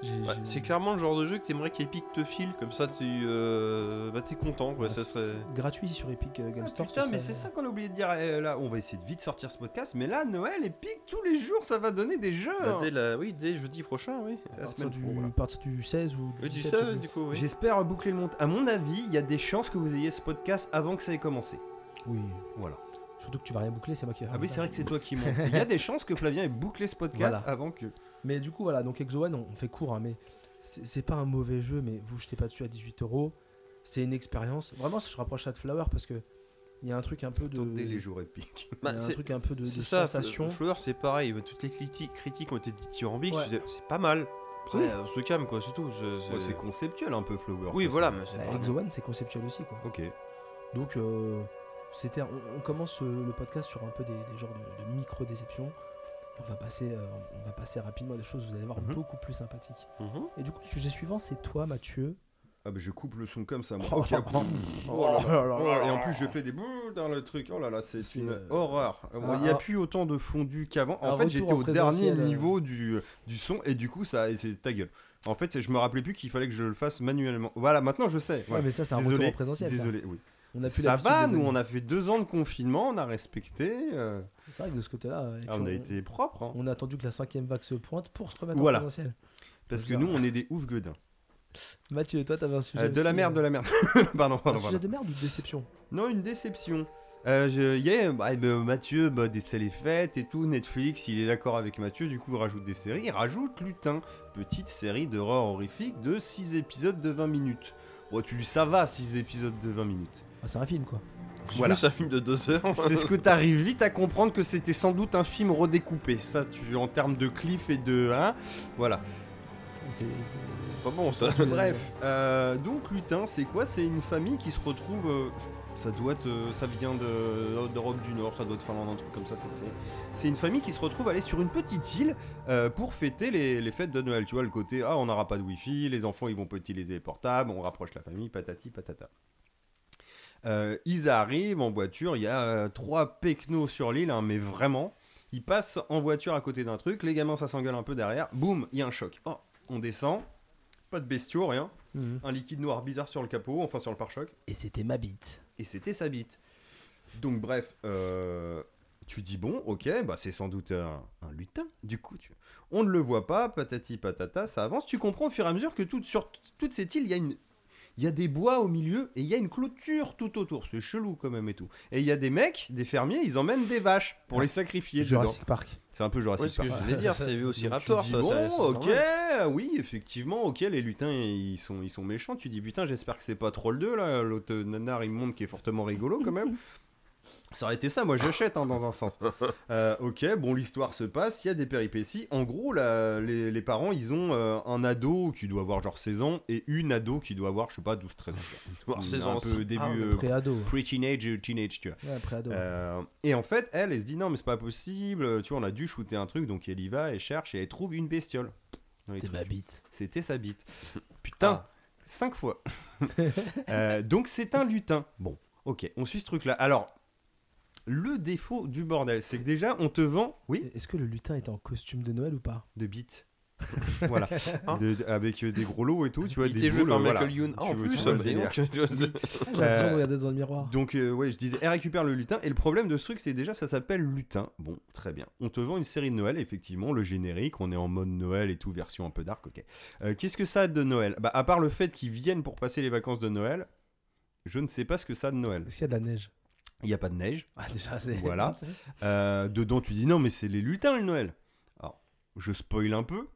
Speaker 2: J'ai-
Speaker 4: Ouais,
Speaker 2: j'ai-
Speaker 4: c'est clairement le genre de jeu que t'aimerais qu'Epic te file, comme ça tu euh, bah, t'es content quoi,
Speaker 2: Bah,
Speaker 4: ça serait...
Speaker 2: c'est Gratuit sur Epic euh, Game
Speaker 3: Ah,
Speaker 2: Store.
Speaker 3: putain,
Speaker 2: ce
Speaker 3: mais
Speaker 2: serait-
Speaker 3: c'est ça qu'on a oublié de dire euh, là. On va essayer de vite sortir ce podcast, mais là, Noël et Pic, tous les jours, ça va donner des jeux.
Speaker 4: Bah,
Speaker 3: hein.
Speaker 4: dès la... Oui, dès jeudi prochain, oui.
Speaker 2: À
Speaker 3: C'est la
Speaker 2: partir
Speaker 3: semaine
Speaker 2: du,
Speaker 3: pro, là.
Speaker 2: à partir du 16 ou du
Speaker 4: Oui, tu
Speaker 2: 17, je sais
Speaker 4: sais,
Speaker 2: plus.
Speaker 4: du coup, oui.
Speaker 3: J'espère boucler le montage. À mon avis, il y a des chances que vous ayez ce podcast avant que ça ait commencé.
Speaker 2: Oui.
Speaker 3: Voilà.
Speaker 2: Surtout que tu vas rien boucler, c'est moi qui vais
Speaker 3: Ah
Speaker 2: faire le
Speaker 3: oui,
Speaker 2: montage.
Speaker 3: c'est vrai que c'est toi
Speaker 2: (laughs)
Speaker 3: qui montes. Il y a des chances que Flavien ait bouclé ce podcast
Speaker 2: Voilà.
Speaker 3: avant que.
Speaker 2: Mais du coup, voilà, donc Exo One, on on fait court, hein, mais c'est c'est pas un mauvais jeu, mais vous jetez pas dessus à 18 euros. C'est une expérience. Vraiment, je rapproche ça de Flower parce que il y a un truc un peu de.
Speaker 3: Attendez les jours épiques.
Speaker 2: il y a
Speaker 4: Bah,
Speaker 2: un
Speaker 4: c'est-
Speaker 2: truc un peu de, de
Speaker 4: c'est ça,
Speaker 2: sensation.
Speaker 4: le Flower c'est pareil, bah, toutes les criti- critiques ont été dithyrambiques,
Speaker 2: Ouais.
Speaker 4: c'est- c'est pas mal. Après, euh,
Speaker 2: Oui.
Speaker 4: on se calme quoi, c'est tout. c'est-
Speaker 3: Ouais, c'est conceptuel un peu Flower.
Speaker 4: Oui,
Speaker 3: tout
Speaker 4: voilà,
Speaker 3: ça.
Speaker 4: mais c'est
Speaker 2: Bah,
Speaker 4: pas-
Speaker 2: Exo One, c'est conceptuel aussi, quoi.
Speaker 3: Ok.
Speaker 2: Donc, euh, c'était. On, on commence euh, le podcast sur un peu des, des genres de, de micro-déceptions. On va, passer, euh, on va passer rapidement à des choses, vous allez voir,
Speaker 3: Mhm.
Speaker 2: beaucoup plus sympathiques.
Speaker 4: Mhm.
Speaker 2: Et du coup, le sujet suivant, c'est toi, Mathieu.
Speaker 3: Ah bah je coupe le son comme
Speaker 2: (laughs)
Speaker 3: ça. Moi.
Speaker 2: Oh,
Speaker 3: Ok, boum.
Speaker 2: Oh là là là
Speaker 3: Oh,
Speaker 2: là.
Speaker 3: et en plus je fais des bouh dans le truc. Oh là là, c'est
Speaker 2: C'est,
Speaker 3: une
Speaker 2: euh,
Speaker 3: horreur. Il
Speaker 2: un-
Speaker 3: n'y a
Speaker 2: un-
Speaker 3: plus autant de fondu qu'avant.
Speaker 2: un
Speaker 3: En fait,
Speaker 2: retour
Speaker 3: j'étais
Speaker 2: en
Speaker 3: au dernier
Speaker 2: présentiel, euh.
Speaker 3: niveau du, du son et du coup ça et c'est ta gueule. En fait, c'est- je me rappelais plus qu'il fallait que je le fasse manuellement. Voilà, maintenant je sais.
Speaker 2: Ouais,
Speaker 3: Voilà.
Speaker 2: mais ça, c'est un
Speaker 3: Désolé,
Speaker 2: retour en présentiel. ça.
Speaker 3: Désolé, oui.
Speaker 2: On a plus
Speaker 3: Ça
Speaker 2: l'habitude
Speaker 3: va,
Speaker 2: des
Speaker 3: nous
Speaker 2: amis.
Speaker 3: on a fait deux ans de confinement, on a respecté, euh,
Speaker 2: C'est vrai que de ce côté-là, euh, et
Speaker 3: ah,
Speaker 2: puis
Speaker 3: on a été propre. hein.
Speaker 2: on a attendu que la cinquième vague se pointe pour se remettre
Speaker 3: Voilà.
Speaker 2: en présentiel.
Speaker 3: Parce que
Speaker 2: ça-
Speaker 3: nous on est des ouf gueudins.
Speaker 2: Mathieu, et toi, t'avais un sujet.
Speaker 3: Euh, de la
Speaker 2: aussi,
Speaker 3: merde,
Speaker 2: euh,
Speaker 3: de la merde. (laughs) pardon,
Speaker 2: Un
Speaker 3: pardon,
Speaker 2: sujet
Speaker 3: pardon.
Speaker 2: de merde ou de déception
Speaker 3: Non, une déception. Euh, je- il y a- bah, eh ben, Mathieu, bah, des c'est les fêtes et tout. Netflix, il est d'accord avec Mathieu, du coup, il rajoute des séries. Il rajoute Lutin, petite série d'horreur horrifique de 6 épisodes de 20 minutes. Bon, tu ça va, 6 épisodes de 20 minutes.
Speaker 2: Ah, C'est un film, quoi.
Speaker 3: Voilà.
Speaker 4: C'est un film de deux heures.
Speaker 3: C'est ce que t'arrives vite à comprendre que c'était sans doute un film redécoupé. Ça, tu en termes de cliff et de hein, voilà.
Speaker 2: C'est c'est-
Speaker 4: Pas bon, ça.
Speaker 3: (laughs)
Speaker 2: c'est-
Speaker 3: Bref, euh, donc lutin, c'est quoi C'est une famille qui se retrouve. euh, ça doit être, euh, ça vient de- d'Europe du Nord, ça doit être Finlande, un truc comme ça. cette série. C'est une famille qui se retrouve aller sur une petite île euh, pour fêter les, les fêtes de Noël. Tu vois le côté ah on n'aura pas de wifi, les enfants ils vont pas utiliser les portables, on rapproche la famille, patati patata. Euh, ils arrivent en voiture, il y a euh, trois pecnos sur l'île, hein, mais vraiment, ils passent en voiture à côté d'un truc, les gamins ça s'engueule un peu derrière, boum, il y a un choc. Oh, on descend, pas de bestiaux, rien,
Speaker 2: Mhm.
Speaker 3: un liquide noir bizarre sur le capot, enfin sur le pare-choc,
Speaker 2: Et c'était ma bite.
Speaker 3: et c'était sa bite. Donc bref, euh, tu dis bon, ok, bah c'est sans doute un, un lutin. Du coup, tu- on ne le voit pas, patati patata, ça avance. Tu comprends au fur et à mesure que tout, sur t- toute cette île, il y a une, il y a des bois au milieu et il y a une clôture tout autour. C'est chelou quand même et tout. Et il y a des mecs, des fermiers, ils emmènent des vaches pour les sacrifier dedans.
Speaker 2: Jurassic Park.
Speaker 3: C'est un peu
Speaker 4: Oui,
Speaker 3: Jurassic
Speaker 4: ce que
Speaker 3: Park.
Speaker 4: je voulais dire, c'est vu aussi
Speaker 3: Donc,
Speaker 4: Raptor,
Speaker 3: tu
Speaker 4: ça.
Speaker 3: dis,
Speaker 4: ça-
Speaker 3: bon, ok,
Speaker 4: ça-
Speaker 3: oui, effectivement, ok, les lutins, ils sont, ils sont méchants. Tu dis, putain, j'espère que c'est pas Troll 2, là. L'autre nanar, il me montre qui est fortement rigolo, quand (laughs) même. Ça aurait été ça, moi j'achète hein, dans un sens. (laughs) Euh, ok, bon, l'histoire se passe, il y a des péripéties. En gros, là, les, les parents, ils ont euh, un ado qui doit avoir genre 16 ans et une ado qui doit avoir, je sais pas, 12-13 ans. (laughs)
Speaker 4: Voir ses
Speaker 3: un
Speaker 4: ans.
Speaker 3: peu début
Speaker 2: Ah,
Speaker 3: euh,
Speaker 2: Pré-ado.
Speaker 3: pre-teenage, euh, teenage, tu vois.
Speaker 2: Ouais, pré-ado.
Speaker 3: Euh, et en fait, elle, elle se dit non, mais c'est pas possible. euh, Tu vois, on a dû shooter un truc, donc elle y va, elle cherche et elle trouve une bestiole. dans les
Speaker 2: C'était
Speaker 3: trucs.
Speaker 2: ma bite.
Speaker 3: C'était sa bite. Putain, cinq (laughs) fois. Euh, donc c'est un lutin. Bon, ok, on suit ce truc-là. Alors, le défaut du bordel, c'est que déjà, on te vend, oui,
Speaker 2: Est-ce que le lutin était en costume de Noël ou pas
Speaker 3: de bites. voilà, (laughs)
Speaker 4: Hein
Speaker 3: De- avec euh, des gros lots et tout, tu vois,
Speaker 4: Il
Speaker 3: des
Speaker 4: était joué
Speaker 3: boules, euh,
Speaker 4: par
Speaker 3: voilà.
Speaker 4: Michael Youn. Ah, en
Speaker 3: Tu veux- tu
Speaker 4: plus,
Speaker 3: vois le
Speaker 4: mais
Speaker 3: délire.
Speaker 4: donc, je- je-
Speaker 2: J'ai l'impression de regarder dans le miroir.
Speaker 3: Euh, Donc, euh, ouais, je disais, elle récupère le lutin. Et le problème de ce truc, c'est déjà, ça s'appelle lutin. Bon, très bien. On te vend une série de Noël, effectivement, le générique. On est en mode Noël et tout, version un peu dark, ok. Euh, Qu'est-ce que ça a de Noël Bah, à part le fait qu'ils viennent pour passer les vacances de Noël, je ne sais pas ce que ça a de Noël.
Speaker 2: Est-ce qu'il y a de la neige
Speaker 3: Il n'y a pas de neige.
Speaker 2: Ah, déjà, c'est. (laughs)
Speaker 3: Voilà. Euh, dedans, tu dis non, mais c'est les lutins le Noël. Alors, je spoil un peu.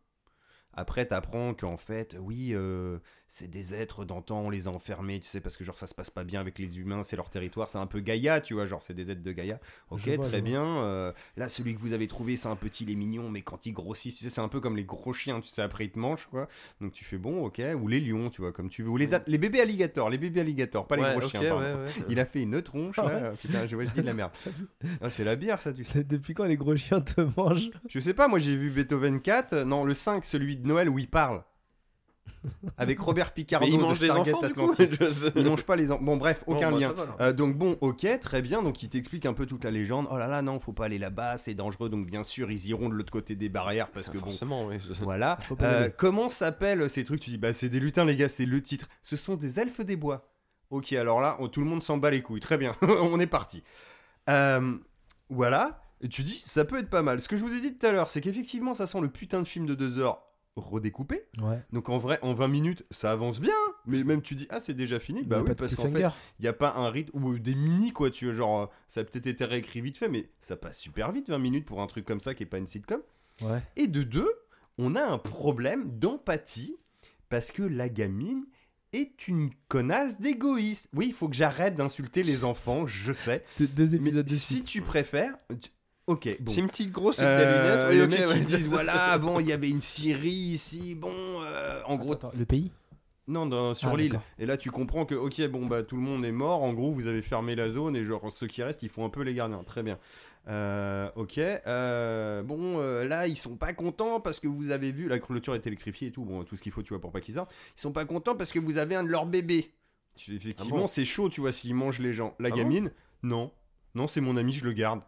Speaker 3: Après, t'apprends qu'en fait, oui, euh, c'est des êtres d'antan, on les a enfermés, tu sais, parce que genre ça se passe pas bien avec les humains, c'est leur territoire, c'est un peu Gaïa, tu vois, genre c'est des êtres de Gaïa. Ok,
Speaker 2: Je vois, je vois.
Speaker 3: très bien. euh, là, celui que vous avez trouvé, c'est un petit, il est mignon, mais quand il grossit, tu sais, c'est un peu comme les gros chiens, tu sais, après ils te mangent, quoi. Donc tu fais bon, ok, ou les lions, tu vois, comme tu veux, ou les, a- les bébés alligators, les bébés alligators, pas les
Speaker 4: Ouais,
Speaker 3: gros
Speaker 4: ok,
Speaker 3: chiens, pardon.
Speaker 4: ouais, ouais.
Speaker 3: Il a fait une tronche,
Speaker 2: Ah
Speaker 3: là, putain, je, ouais, je dis de la merde. Ah, c'est la bière, ça, tu sais.
Speaker 2: Depuis quand les gros chiens te mangent
Speaker 3: Je sais pas, moi j'ai vu Beethoven 4, euh, non, le 5, celui de Noël où il parle. Avec Robert Picardo
Speaker 4: Mais il
Speaker 3: de
Speaker 4: mange des
Speaker 3: Stargate
Speaker 4: enfants, du coup.
Speaker 3: Atlantis.
Speaker 4: je-
Speaker 3: Il mange pas les enfants. Bon, bref,
Speaker 4: Bon,
Speaker 3: aucun
Speaker 4: bah, ça
Speaker 3: lien.
Speaker 4: va, alors.
Speaker 3: Euh, donc bon, ok, très bien. Donc il t'explique un peu toute la légende. Oh là là, non, faut pas aller là-bas, c'est dangereux. Donc bien sûr, ils iront de l'autre côté des barrières parce
Speaker 4: Ah,
Speaker 3: que bon,
Speaker 4: Forcément, oui.
Speaker 2: (laughs)
Speaker 4: je-
Speaker 3: voilà.
Speaker 2: Faut pas y
Speaker 3: Euh,
Speaker 2: aller.
Speaker 3: comment s'appellent ces trucs Tu dis, bah c'est des lutins, les gars, c'est le titre. Ce sont des elfes des bois. Ok, alors là, on- tout le monde s'en bat les couilles. Très bien, (laughs) on est parti. Euh, voilà. Et tu dis, ça peut être pas mal. Ce que je vous ai dit tout à l'heure, c'est qu'effectivement, ça sent le putain de film de deux heures redécoupé.
Speaker 2: Ouais.
Speaker 3: Donc en vrai, en 20 minutes, ça avance bien. Mais même tu dis, ah, c'est déjà fini.
Speaker 2: Il
Speaker 3: Bah
Speaker 2: y a
Speaker 3: oui,
Speaker 2: pas de
Speaker 3: parce qu'en fait,
Speaker 2: cliffhanger.
Speaker 3: il n'y a pas un rythme ou euh, des mini quoi tu vois genre euh, ça a peut-être été réécrit vite fait mais ça passe super vite 20 minutes pour un truc comme ça qui est pas une sitcom
Speaker 2: Ouais.
Speaker 3: et de deux on a un problème d'empathie parce que la gamine est une connasse d'égoïste oui il faut que j'arrête d'insulter les enfants je sais
Speaker 4: (laughs)
Speaker 2: Deux, deux
Speaker 3: mais
Speaker 2: épisodes de
Speaker 3: si
Speaker 2: suite.
Speaker 3: tu préfères tu- ok bon
Speaker 4: C'est une petite grosse avec des
Speaker 3: Euh,
Speaker 4: lunettes.
Speaker 3: les
Speaker 4: oui, ok,
Speaker 3: mecs
Speaker 4: ouais,
Speaker 3: ils
Speaker 4: (laughs)
Speaker 3: disent
Speaker 4: ça, ça-
Speaker 3: voilà avant il y avait une Syrie ici bon euh, en gros
Speaker 2: Attends, attends, le pays
Speaker 3: non, dans- sur
Speaker 2: Ah,
Speaker 3: l'île.
Speaker 2: d'accord.
Speaker 3: Et là, tu comprends que, ok, bon, bah, tout le monde est mort. En gros, vous avez fermé la zone et, genre, ceux qui restent, ils font un peu les gardiens. Très bien. Euh, ok. Euh, bon, euh, là, ils sont pas contents parce que vous avez vu, la clôture est électrifiée et tout. Bon, tout ce qu'il faut, tu vois, pour pas qu'ils sortent. Ils sont pas contents parce que vous avez un de leurs bébés. Tu- Effectivement,
Speaker 4: Ah bon
Speaker 3: c'est chaud, tu vois, s'ils mangent les gens. La
Speaker 4: Ah bon
Speaker 3: gamine, non. Non, c'est mon ami, je le garde.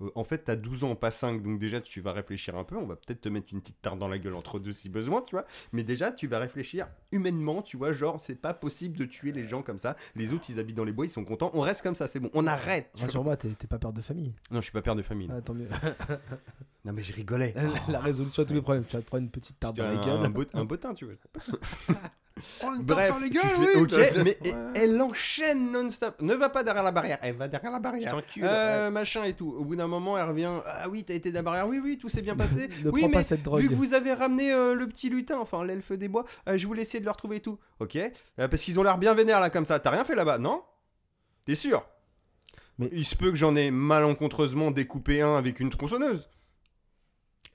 Speaker 3: Euh, en fait, t'as 12 ans, pas 5, donc déjà tu vas réfléchir un peu. On va peut-être te mettre une petite tarte dans la gueule entre deux si besoin, tu vois. Mais déjà, tu vas réfléchir humainement, tu vois. Genre, c'est pas possible de tuer les gens comme ça. Les autres, ils habitent dans les bois, ils sont contents. On reste comme ça, c'est bon, on arrête. tu vois.
Speaker 2: Rassure-moi, t'es t'es pas père de famille.
Speaker 3: Non, je suis pas père de famille.
Speaker 2: Ah, tant mieux.
Speaker 3: Non, mais je rigolais.
Speaker 2: la résolution à tous les problèmes. Tu vas te prendre une petite tarte dans la gueule.
Speaker 3: un, beau, un botin, tu vois.
Speaker 4: Bref,
Speaker 3: tu fais, ok, mais
Speaker 4: Ouais.
Speaker 3: elle enchaîne non-stop. Ne va pas derrière la barrière, elle va derrière la
Speaker 4: Je (laughs)
Speaker 3: barrière.
Speaker 4: t'encule.
Speaker 3: Euh, machin et tout. Au bout d'un moment, elle revient. Ah oui, t'as été derrière la barrière. Oui, oui,
Speaker 2: (laughs)
Speaker 3: tout s'est bien passé.
Speaker 2: ne
Speaker 3: oui,
Speaker 2: prends
Speaker 3: mais
Speaker 2: pas cette drogue.
Speaker 3: Vu que vous avez ramené euh, le petit lutin, enfin l'elfe des bois, euh, je voulais essayer de le retrouver et tout. Ok Euh, Parce qu'ils ont l'air bien vénères là comme ça. T'as rien fait là-bas, non T'es sûr
Speaker 2: Mais-
Speaker 3: Il se peut que j'en ai malencontreusement découpé un avec une tronçonneuse.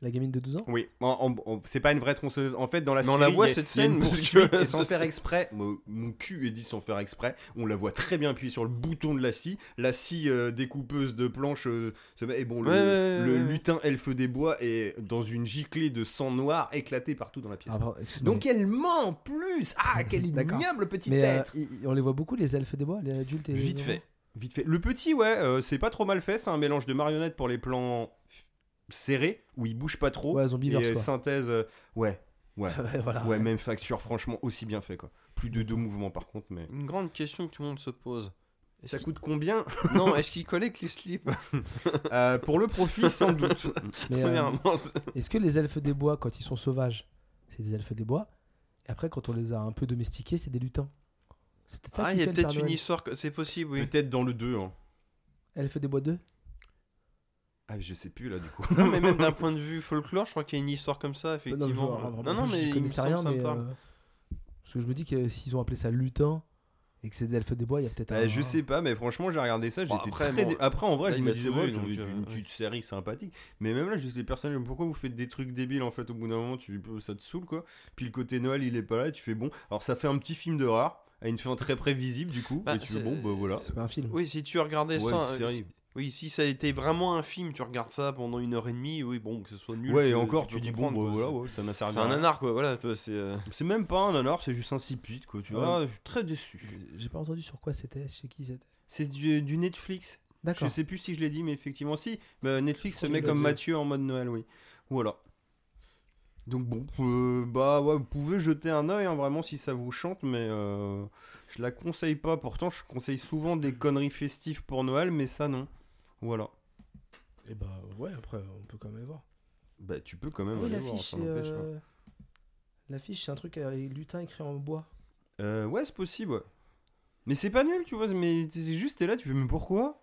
Speaker 2: La gamine de 2 ans
Speaker 3: Oui, en- en- en- c'est pas une vraie tronçonneuse. En fait, dans la
Speaker 4: Mais on
Speaker 3: série,
Speaker 4: la voit,
Speaker 3: il y a-
Speaker 4: cette
Speaker 3: il y a une
Speaker 4: scène, parce
Speaker 3: poursuite,
Speaker 4: (laughs) que-
Speaker 3: et sans
Speaker 4: ça,
Speaker 3: faire
Speaker 4: c'est-
Speaker 3: exprès, mon, mon cul est dit sans faire exprès. On la voit très bien appuyée sur le bouton de la scie. La scie euh, découpeuse de planche euh, se met- Et bon, le,
Speaker 4: Ouais, ouais, ouais,
Speaker 3: le
Speaker 4: ouais.
Speaker 3: lutin elfe des bois est dans une giclée de sang noir éclaté partout dans la pièce.
Speaker 2: Ah, pardon, excuse-moi,
Speaker 3: Donc elle ment en plus Ah, quel
Speaker 2: D'accord.
Speaker 3: ignoble petit
Speaker 2: mais, mais, euh,
Speaker 3: être
Speaker 2: i- i- on les voit beaucoup, les elfes des bois, les adultes et les
Speaker 4: Vite
Speaker 2: enfants
Speaker 4: fait.
Speaker 3: Vite fait. Le petit, ouais, euh, c'est pas trop mal fait. C'est un mélange de marionnettes pour les plans serrés, où ils bougent pas trop.
Speaker 2: Ouais, Zombieverse,
Speaker 3: et euh,
Speaker 2: quoi.
Speaker 3: synthèse, euh, ouais, ouais.
Speaker 2: (laughs) Ouais,
Speaker 4: Ah
Speaker 2: voilà.
Speaker 3: Ouais, même facture, franchement, aussi bien fait, quoi. Plus de deux mouvements, par contre, mais...
Speaker 4: Une grande question que tout le monde se pose. (laughs) Est-ce
Speaker 3: Ça
Speaker 4: qu'il-
Speaker 3: coûte combien
Speaker 4: Non, est-ce qu'il collecte les slips (laughs)
Speaker 3: Euh, Pour le profit, sans doute.
Speaker 2: Mais, euh,
Speaker 4: Premièrement,
Speaker 2: est-ce que les elfes des bois, quand ils sont sauvages, c'est des elfes des bois Et après, quand on les a un peu domestiqués, c'est des lutins C'est peut-être ça
Speaker 4: Ah,
Speaker 2: qui
Speaker 4: il y
Speaker 2: fait
Speaker 4: a
Speaker 2: le Père
Speaker 4: peut-être une
Speaker 2: Noël.
Speaker 4: histoire, que- c'est possible, (laughs) oui.
Speaker 3: Peut-être dans le 2, hein.
Speaker 2: Elfes des bois 2
Speaker 3: Ah, je sais plus, là, du coup.
Speaker 4: (laughs) Non, mais même d'un point de vue folklore, je crois qu'il y a une histoire comme ça, effectivement.
Speaker 2: hein,
Speaker 4: non, non,
Speaker 2: je
Speaker 4: mais il me
Speaker 2: connaissais
Speaker 4: semble
Speaker 2: rien,
Speaker 4: que ça me
Speaker 2: mais.
Speaker 4: parle.
Speaker 2: euh, Parce que je me dis que euh, s'ils ont appelé ça lutin et que c'est des elfes des bois, il y a peut-être
Speaker 3: Bah,
Speaker 2: un.
Speaker 3: je sais pas, mais franchement, j'ai regardé ça,
Speaker 4: Bon,
Speaker 3: j'étais
Speaker 4: Bah, après,
Speaker 3: très.
Speaker 4: bon,
Speaker 3: dé- Après, en vrai,
Speaker 4: là,
Speaker 3: je
Speaker 4: il
Speaker 3: me
Speaker 4: a
Speaker 3: disais,
Speaker 4: tout
Speaker 3: ouais,
Speaker 4: vu,
Speaker 3: c'est
Speaker 4: donc,
Speaker 3: une, une
Speaker 4: euh,
Speaker 3: petite série sympathique. Mais même là, je sais, personne, pourquoi vous faites des trucs débiles en fait Au bout d'un moment, tu, ça te saoule quoi. Puis le côté Noël, il est pas là, et tu fais bon. Alors, ça fait un petit film d'horreur, à une fin très prévisible du coup,
Speaker 4: Bah,
Speaker 3: et tu fais
Speaker 4: c'est-
Speaker 3: bon, bah voilà.
Speaker 2: C'est pas un film.
Speaker 4: Oui, si tu regardais
Speaker 3: Ouais,
Speaker 4: ça.
Speaker 3: une
Speaker 4: euh,
Speaker 3: série.
Speaker 4: si- Oui, si ça a été vraiment un film, tu regardes ça pendant une heure et demie, oui, bon, que ce soit nul.
Speaker 3: Ouais, et
Speaker 4: peux-
Speaker 3: encore,
Speaker 4: peux
Speaker 3: tu dis bon,
Speaker 4: comprendre,
Speaker 3: bah
Speaker 4: quoi,
Speaker 3: voilà, ouais, ça n'a
Speaker 4: c'est-
Speaker 3: servi
Speaker 4: C'est
Speaker 3: à
Speaker 4: un
Speaker 3: rien.
Speaker 4: nanar, quoi, voilà, toi, c'est. euh,
Speaker 3: C'est même pas un nanar, c'est juste insipide quoi, tu
Speaker 2: Ouais.
Speaker 3: vois. Je suis très déçu.
Speaker 2: J'ai pas entendu sur quoi c'était, chez qui c'était.
Speaker 3: C'est du, du Netflix. Je
Speaker 2: D'accord.
Speaker 3: sais plus si je l'ai dit, mais effectivement, si. Bah, Netflix
Speaker 2: Je
Speaker 3: se
Speaker 2: crois que
Speaker 3: met
Speaker 2: tu l'as
Speaker 3: comme
Speaker 2: dit.
Speaker 3: Mathieu en mode Noël, oui. Voilà. Donc bon, euh, bah ouais, vous pouvez jeter un oeil, hein, vraiment, si ça vous chante, mais euh, je la conseille pas. Pourtant, je conseille souvent des conneries festives pour Noël, mais ça, non. Voilà.
Speaker 2: Et bah ouais, après, on peut quand même voir.
Speaker 3: Bah, tu peux quand même
Speaker 2: Oui,
Speaker 3: aller voir,
Speaker 2: l'affiche,
Speaker 3: ça
Speaker 2: c'est,
Speaker 3: n'empêche hein. pas.
Speaker 2: euh, l'affiche, c'est un truc euh, avec lutin écrit en bois.
Speaker 3: Euh, ouais, c'est possible, ouais. Mais c'est pas nul, tu vois, mais c'est juste, t'es là, tu fais, mais pourquoi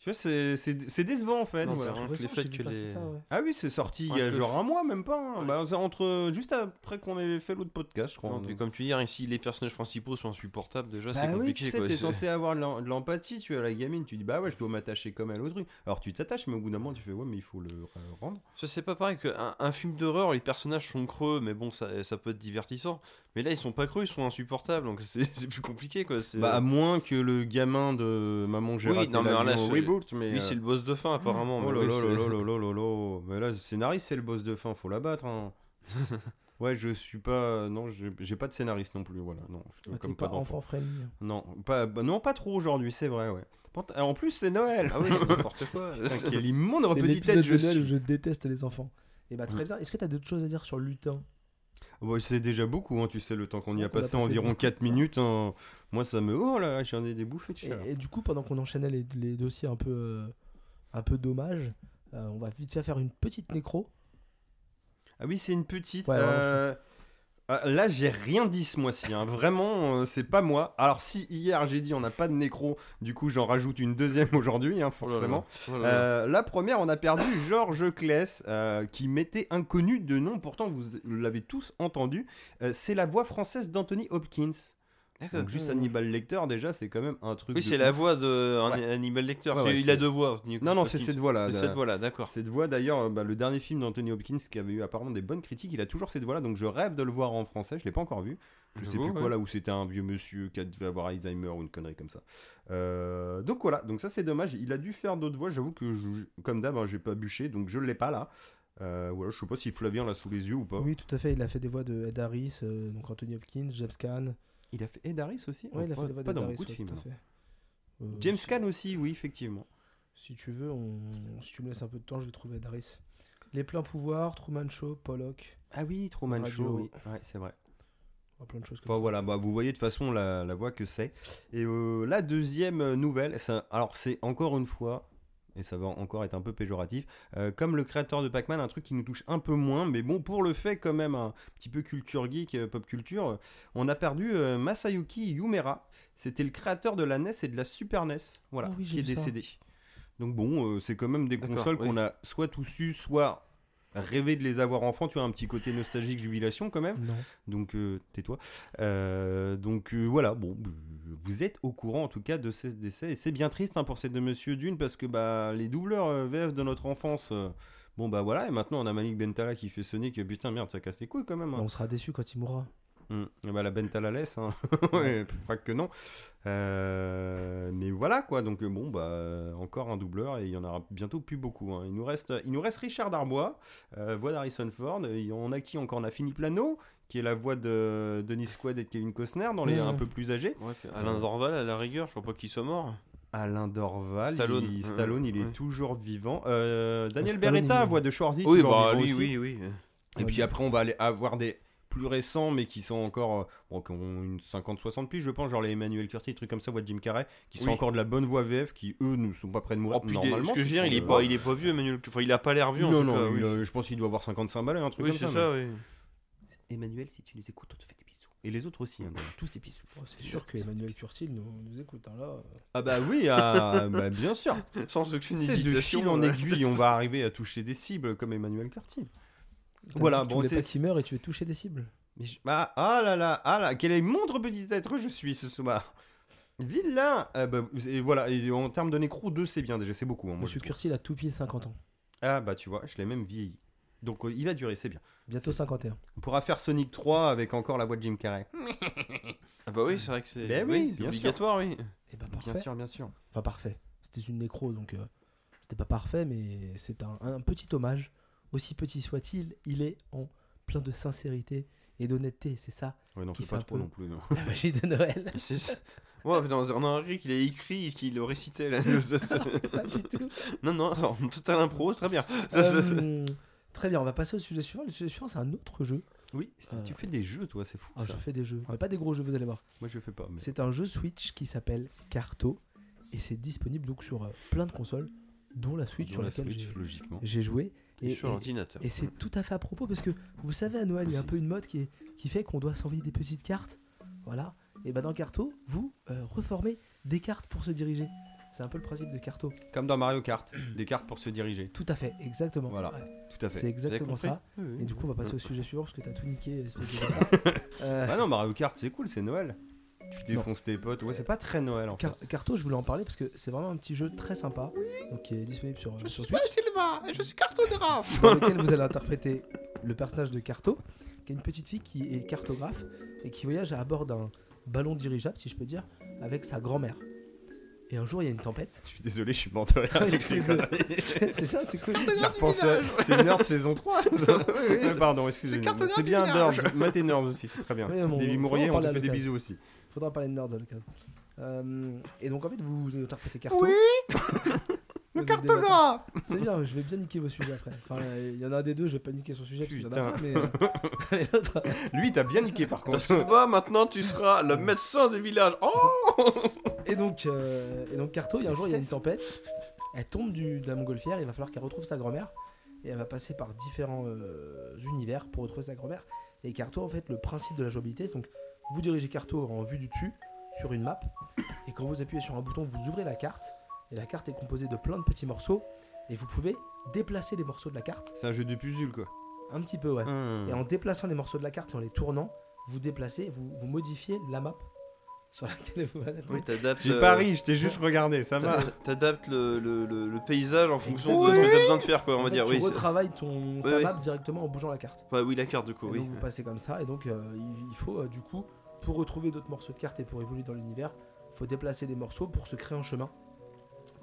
Speaker 3: Tu vois, c'est c'est- c'est décevant, en fait.
Speaker 4: Non,
Speaker 2: Ouais,
Speaker 4: c'est
Speaker 2: c'est
Speaker 4: rien
Speaker 2: tout
Speaker 4: que le
Speaker 2: récent,
Speaker 4: fait
Speaker 2: j'ai
Speaker 4: que
Speaker 2: vu passer
Speaker 4: les-
Speaker 2: ça, ouais.
Speaker 3: Ah oui, c'est sorti il y
Speaker 4: Ouais,
Speaker 3: a
Speaker 4: que-
Speaker 3: genre un mois, même pas. hein. Bah, c'est entre juste après qu'on avait fait l'autre podcast, je crois.
Speaker 4: non, puis comme tu dis, hein, si les personnages principaux sont insupportables, déjà,
Speaker 3: bah
Speaker 4: c'est
Speaker 3: oui,
Speaker 4: compliqué,
Speaker 3: tu sais,
Speaker 4: quoi.
Speaker 3: t'es
Speaker 4: c'est-
Speaker 3: censé avoir de l'em- de l'empathie, tu as la gamine, tu dis bah ouais, je dois m'attacher comme elle au truc. Alors tu t'attaches, mais au bout d'un moment, tu fais ouais, mais il faut le euh, rendre.
Speaker 4: Ça, c'est pas pareil qu'un un film d'horreur, les personnages sont creux, mais bon, ça, ça peut être divertissant. Mais là, ils sont pas creux, ils sont insupportables, donc c'est c'est plus compliqué, quoi. c'est- euh,
Speaker 3: Bah, à moins que le gamin de maman, j'ai
Speaker 4: Oui,
Speaker 3: raté
Speaker 4: non, mais
Speaker 3: l'avion
Speaker 4: là, c'est-
Speaker 3: reboot, mais.
Speaker 4: Lui,
Speaker 3: euh,
Speaker 4: c'est le boss de fin, apparemment.
Speaker 3: Oh
Speaker 4: mais
Speaker 3: là
Speaker 4: oui,
Speaker 3: là
Speaker 4: c'est-
Speaker 3: là là là là là. Mais là, le scénariste, c'est le boss de fin, faut l'abattre.
Speaker 4: (laughs)
Speaker 3: hein. ouais, je suis pas. Non, j'ai j'ai pas de scénariste non plus, voilà. Non, je suis
Speaker 2: Ah, t'es
Speaker 3: comme
Speaker 2: pas
Speaker 3: pas d'enfant.
Speaker 2: enfant friendly. hein.
Speaker 3: Non, pas, bah non, pas trop aujourd'hui, c'est vrai, ouais. Pourtant- En plus, c'est Noël.
Speaker 4: (laughs) Ah oui,
Speaker 3: (laughs)
Speaker 4: c'est n'importe quoi.
Speaker 3: Putain,
Speaker 4: (laughs)
Speaker 3: quelle immonde
Speaker 2: C'est
Speaker 3: petite
Speaker 2: l'épisode
Speaker 3: tête je
Speaker 2: de Noël où
Speaker 3: suis.
Speaker 2: je déteste les enfants. Et bah très bien. Est-ce que t'as d'autres choses à dire sur lutin
Speaker 3: Ouais, c'est déjà beaucoup, hein, tu sais, le temps qu'on
Speaker 2: C'est
Speaker 3: y
Speaker 2: vrai
Speaker 3: a
Speaker 2: qu'on a
Speaker 3: passé,
Speaker 2: passé
Speaker 3: environ
Speaker 2: beaucoup de
Speaker 3: 4
Speaker 2: temps.
Speaker 3: minutes. hein. Moi, ça me. Oh là là, j'en ai des bouffées de
Speaker 2: Et,
Speaker 3: chaleur.
Speaker 2: et du coup, pendant qu'on enchaînait les, les dossiers un peu, euh, un peu dommages, euh, on va vite fait faire une petite nécro.
Speaker 3: Ah oui, c'est une petite.
Speaker 2: Ouais,
Speaker 3: euh, ah, Là, j'ai rien dit ce mois-ci. hein. Vraiment, euh, c'est pas moi. Alors, si hier j'ai dit on n'a pas de nécro, du coup, j'en rajoute une deuxième (laughs) aujourd'hui, hein,
Speaker 4: Oh là là.
Speaker 3: forcément.
Speaker 4: Oh là là.
Speaker 3: Euh, la première, on a perdu (coughs) Georges Kless, euh, qui m'était inconnu de nom, pourtant vous l'avez tous entendu. Euh, c'est la voix française d'Anthony Hopkins.
Speaker 4: D'accord. (laughs)
Speaker 3: Donc juste
Speaker 4: Ouais, ouais.
Speaker 3: Hannibal Lecter, déjà, c'est quand même un truc.
Speaker 4: Oui,
Speaker 3: de
Speaker 4: c'est
Speaker 3: ouf.
Speaker 4: la voix de un-
Speaker 3: Ouais.
Speaker 4: Hannibal Lecter.
Speaker 3: Ouais, ouais,
Speaker 4: il
Speaker 3: c'est-
Speaker 4: a deux voix. Nicolas
Speaker 3: Non, non, c'est
Speaker 4: Hopkins.
Speaker 3: cette voix-là.
Speaker 4: C'est
Speaker 3: Ah, la-
Speaker 4: cette voix-là, d'accord.
Speaker 3: Cette voix, d'ailleurs, euh, bah, le dernier film d'Anthony Hopkins qui avait eu apparemment des bonnes critiques, il a toujours cette voix-là, donc je rêve de le voir en français. Je l'ai pas encore vu. Je sais
Speaker 4: J'avoue,
Speaker 3: plus quoi
Speaker 4: ouais.
Speaker 3: là où c'était un vieux monsieur qui devait avoir Alzheimer ou une connerie comme ça. Euh, donc voilà, donc ça c'est dommage. Il a dû faire d'autres voix. J'avoue que je- je- comme d'hab, hein, j'ai pas bûché, donc je l'ai pas là. Euh, voilà, je sais pas si Flavien l'a sous les yeux ou pas.
Speaker 2: Oui, tout à fait. Il a fait des voix de Ed Harris, euh, donc Anthony Hopkins, James Caan.
Speaker 3: Il a fait Ed Harris aussi.
Speaker 2: Ouais, il a
Speaker 3: Pas-
Speaker 2: fait des voix
Speaker 3: pas
Speaker 2: d'Ed
Speaker 3: dans
Speaker 2: Harris,
Speaker 3: beaucoup de
Speaker 2: ouais,
Speaker 3: films.
Speaker 2: tout à
Speaker 3: hein.
Speaker 2: fait. Euh,
Speaker 3: James
Speaker 2: si-
Speaker 3: Caan aussi, oui effectivement.
Speaker 2: Si tu veux, on- si tu me laisses un peu de temps, je vais trouver Ed Harris. Les pleins pouvoirs, Truman Show, Pollock,
Speaker 3: Ah oui, Truman
Speaker 2: Radio,
Speaker 3: Show. Oui. Ouais, c'est vrai.
Speaker 2: oh, plein de choses comme
Speaker 3: Enfin
Speaker 2: ça.
Speaker 3: voilà, bah, vous voyez de toute façon la, la voix que c'est. Et euh, la deuxième euh, nouvelle, ça- alors c'est encore une fois, et ça va encore être un peu péjoratif, euh, comme le créateur de Pac-Man, un truc qui nous touche un peu moins, mais bon, pour le fait quand même, un petit peu culture geek, euh, pop culture, euh, on a perdu euh, Masayuki Yumera. C'était le créateur de la NES et de la Super NES, voilà,
Speaker 2: Ah oui, j'ai
Speaker 3: qui est
Speaker 2: vu ça.
Speaker 3: décédé. Donc bon, euh, c'est quand même des
Speaker 4: D'accord,
Speaker 3: consoles
Speaker 4: oui.
Speaker 3: qu'on a soit tous eu, soit rêvé de les avoir enfants, tu as un petit côté nostalgique, jubilation quand même.
Speaker 2: Non.
Speaker 3: Donc euh, tais-toi. Euh, donc euh, voilà, bon, euh, vous êtes au courant en tout cas de ces décès. Et c'est bien triste hein, pour ces deux monsieur d'une parce que bah, les doubleurs euh, VF de notre enfance, euh, bon bah voilà, et maintenant on a Malik Bentala qui fait sonner que putain merde, ça casse les couilles quand même. hein.
Speaker 2: Bah, On sera déçu quand il mourra.
Speaker 3: Hmm. Eh ben, la Bentala laisse, hein. (laughs) Ouais, plus frac que non. Euh, mais voilà quoi, donc euh, bon, bah euh, encore un doubleur et il y en aura bientôt plus beaucoup. hein. Il, nous reste, il nous reste Richard Darbois, euh, voix d'Harrison Ford. Et on a qui encore On a Philippe Plano, qui est la voix de Denis Squad et de Kevin Costner, dans les
Speaker 2: Ouais,
Speaker 3: un
Speaker 2: ouais.
Speaker 3: peu plus âgés.
Speaker 4: Ouais, puis Alain Dorval, à la rigueur, je crois pas qu'il soit mort.
Speaker 3: Alain Dorval,
Speaker 4: Stallone.
Speaker 3: il,
Speaker 4: Euh,
Speaker 3: Stallone, il est
Speaker 4: ouais.
Speaker 3: toujours vivant. Euh, Daniel
Speaker 2: Stallone,
Speaker 3: Beretta,
Speaker 2: il-
Speaker 3: voix de Schwarzy,
Speaker 4: Oui,
Speaker 3: toujours
Speaker 4: bah
Speaker 3: vivant
Speaker 4: lui,
Speaker 3: aussi.
Speaker 4: oui, oui.
Speaker 3: Et puis après, on va aller avoir des plus récents, mais qui sont encore. euh, Bon, qui ont une 50-60 piges, je pense, genre les Emmanuel Curtis, trucs comme ça, voix de Jim Carrey, qui sont
Speaker 4: Oui.
Speaker 3: encore de la bonne voix VF, qui eux ne sont pas près de mourir.
Speaker 4: Oh, puis des-
Speaker 3: normalement.
Speaker 4: ce que je veux dire, il est,
Speaker 3: Euh,
Speaker 4: pas, il est pas vieux, Emmanuel. Enfin, il a pas l'air vieux en
Speaker 3: non,
Speaker 4: tout
Speaker 3: non,
Speaker 4: cas.
Speaker 3: il
Speaker 4: oui,
Speaker 3: a- je pense qu'il doit avoir 55 balles, un truc
Speaker 4: Oui,
Speaker 3: comme
Speaker 4: c'est
Speaker 3: ça.
Speaker 4: ça,
Speaker 3: mais-
Speaker 4: oui.
Speaker 3: Emmanuel, si tu nous écoutes, on te fait des bisous. Et les autres aussi, hein, d'ailleurs, (laughs) tous des bisous.
Speaker 2: Oh, c'est sûr que Emmanuel Curtil nous, nous écoute. hein, là, euh.
Speaker 3: Ah bah oui, ah, bah, bien
Speaker 4: (laughs)
Speaker 3: sûr. (laughs)
Speaker 4: Sans aucune
Speaker 3: C'est de
Speaker 4: hésitation.
Speaker 3: fil en
Speaker 4: ouais. (laughs)
Speaker 3: aiguille, on va arriver à toucher des cibles comme Emmanuel Curtis.
Speaker 2: T'as
Speaker 3: Voilà,
Speaker 2: dit que tu
Speaker 3: bon,
Speaker 2: voulais
Speaker 3: c'est-
Speaker 2: pas qu'il meure et tu veux toucher des cibles.
Speaker 3: Mais je- Ah, ah là là, ah là, quel est montre petit être je suis ce soir. Vilain Ah bah, Et voilà, et en termes de nécro, 2 c'est bien déjà, c'est beaucoup. hein, moi,
Speaker 2: Monsieur
Speaker 3: je trouve.
Speaker 2: Curtil a tout pied 50 ans.
Speaker 3: Ah bah tu vois, je l'ai même vieilli. Donc euh, il va durer, c'est bien.
Speaker 2: Bientôt 51.
Speaker 3: On pourra faire Sonic 3 avec encore la voix de Jim Carrey.
Speaker 4: Ah bah oui, c'est vrai que c'est
Speaker 3: Ben oui,
Speaker 4: oui,
Speaker 3: bien sûr.
Speaker 4: obligatoire, oui.
Speaker 2: Et bah parfait.
Speaker 3: bien sûr.
Speaker 2: Enfin parfait. C'était une nécro donc euh, c'était pas parfait mais c'est un, un petit hommage. Aussi petit soit-il, il est en plein de sincérité et d'honnêteté. C'est ça
Speaker 3: Ouais, non,
Speaker 2: Qui
Speaker 3: faut
Speaker 2: fait
Speaker 3: pas
Speaker 2: un
Speaker 3: trop
Speaker 2: peu-
Speaker 3: non plus. non.
Speaker 2: la magie de
Speaker 4: (laughs)
Speaker 2: Noël.
Speaker 4: (laughs) C'est ça. Ouais, mais dans, on a un rire qu'il a écrit et qu'il le
Speaker 3: (laughs)
Speaker 4: récitait là. Ça, ça-
Speaker 2: pas du tout.
Speaker 4: non, non, alors, tout à l'impro, c'est très bien. Ça, ça- ça-
Speaker 2: (laughs) Euh, Très bien, on va passer au sujet suivant. Le sujet suivant, c'est un autre jeu.
Speaker 3: Oui,
Speaker 2: Euh.
Speaker 3: tu fais des jeux toi, c'est fou.
Speaker 2: Ah, je
Speaker 3: ça.
Speaker 2: fais des jeux, mais pas des gros jeux, vous allez voir.
Speaker 3: Moi je fais pas. mais-
Speaker 2: C'est un jeu Switch qui s'appelle Carto et c'est disponible donc sur euh, plein de consoles, dont la Switch
Speaker 3: Dans
Speaker 2: sur
Speaker 3: la
Speaker 2: laquelle
Speaker 3: Switch,
Speaker 2: j'ai-
Speaker 3: logiquement.
Speaker 2: j'ai joué. Et,
Speaker 4: sur
Speaker 2: et-
Speaker 4: l'ordinateur.
Speaker 2: et c'est tout à fait à propos parce que vous savez, à Noël, il y a un peu une mode qui, est- qui fait qu'on doit s'envoyer des petites cartes. Voilà. Et ben dans Carto, vous euh, reformez des cartes pour se diriger. C'est un peu le principe de Carto.
Speaker 3: Comme dans Mario Kart, des cartes pour se diriger.
Speaker 2: Tout à fait, exactement.
Speaker 3: Voilà.
Speaker 2: Ouais,
Speaker 3: Tout à fait.
Speaker 2: c'est exactement
Speaker 4: compris
Speaker 2: ça.
Speaker 4: Oui, oui.
Speaker 2: Et du coup, on va passer au sujet suivant parce que t'as tout niqué,
Speaker 3: (laughs)
Speaker 2: l'espèce de. bâtard. Euh,
Speaker 3: Ah non, Mario Kart, c'est cool, c'est Noël. Tu défonces tes potes. Ouais, c'est pas très Noël en fait.
Speaker 2: Car- Carto, je voulais en parler parce que c'est vraiment un petit jeu très sympa, donc qui est disponible sur, sur Switch,
Speaker 4: Sylvain, je suis cartographe.
Speaker 2: dans lequel vous allez interpréter le personnage de Carto, qui est une petite fille qui est cartographe et qui voyage à bord d'un ballon dirigeable, si je peux dire, avec sa grand-mère. Et un jour, il y a une
Speaker 4: (laughs)
Speaker 2: tempête.
Speaker 3: Je suis désolé, (laughs) je suis mort
Speaker 2: (laughs)
Speaker 3: de rire avec ces conneries.
Speaker 2: c'est bien, c'est cool.
Speaker 3: J'y repense à- C'est Nerd saison 3. ça. Ouais, Pardon, excusez-moi.
Speaker 4: cartographe
Speaker 3: C'est
Speaker 4: du
Speaker 3: bien
Speaker 4: village.
Speaker 3: Nerd. Matez Nerd aussi, c'est très bien.
Speaker 2: Oui, mais on-
Speaker 3: David
Speaker 2: faut en
Speaker 3: Mourier, on
Speaker 2: parler
Speaker 3: te
Speaker 2: à
Speaker 3: fait des
Speaker 2: l'occasion.
Speaker 3: bisous aussi.
Speaker 2: Faudra parler de nerds à l'occasion. Euh, et donc en fait, vous interprétez Carto. (laughs)
Speaker 4: Oui,
Speaker 2: le
Speaker 4: Cartographe.
Speaker 2: C'est bien, je vais bien niquer vos sujets après. Enfin, euh, il y en a un des deux, je vais pas niquer son sujet, parce qu'il y en
Speaker 3: Putain.
Speaker 2: a pas, mais euh, (laughs) et l'autre.
Speaker 3: Lui, t'as bien niqué par contre.
Speaker 4: Sylvain, maintenant tu seras le médecin des villages. Oh
Speaker 2: Et donc, euh, et donc Carto, il y a un
Speaker 3: Mais
Speaker 2: jour, il y a une
Speaker 3: c'est-
Speaker 2: tempête. Elle tombe du- de la montgolfière. Il va falloir qu'elle retrouve sa grand-mère. Et elle va passer par différents euh, univers pour retrouver sa grand-mère. Et Carto, en fait, le principe de la jouabilité, c'est donc vous dirigez Carto en vue du dessus sur une map. Et quand vous appuyez sur un bouton, vous ouvrez la carte. Et la carte est composée de plein de petits morceaux. Et vous pouvez déplacer les morceaux de la carte
Speaker 3: C'est un jeu de puzzle quoi.
Speaker 2: un petit peu, ouais.
Speaker 3: Hum.
Speaker 2: Et en déplaçant les morceaux de la carte et en les tournant, vous déplacez, vous, vous modifiez la map sur laquelle vous allez
Speaker 4: Oui, t'adaptes.
Speaker 3: J'ai
Speaker 4: euh,
Speaker 3: pas ri, je t'ai juste regardé, ça va.
Speaker 4: t'a- T'adaptes le, le- le- le paysage en fonction de
Speaker 2: Exactement.
Speaker 4: ce que t'as besoin de faire, quoi, on va
Speaker 2: En fait,
Speaker 4: dire.
Speaker 2: Tu
Speaker 4: Oui, c'est-
Speaker 2: retravailles ton, ta
Speaker 4: Oui, oui.
Speaker 2: map directement en bougeant la carte.
Speaker 4: Ouais, oui, la carte, du coup,
Speaker 2: Et
Speaker 4: oui.
Speaker 2: donc bah, vous passez comme ça, et donc euh, il, il faut euh, du coup, pour retrouver d'autres morceaux de carte et pour évoluer dans l'univers, il faut déplacer des morceaux pour se créer un chemin.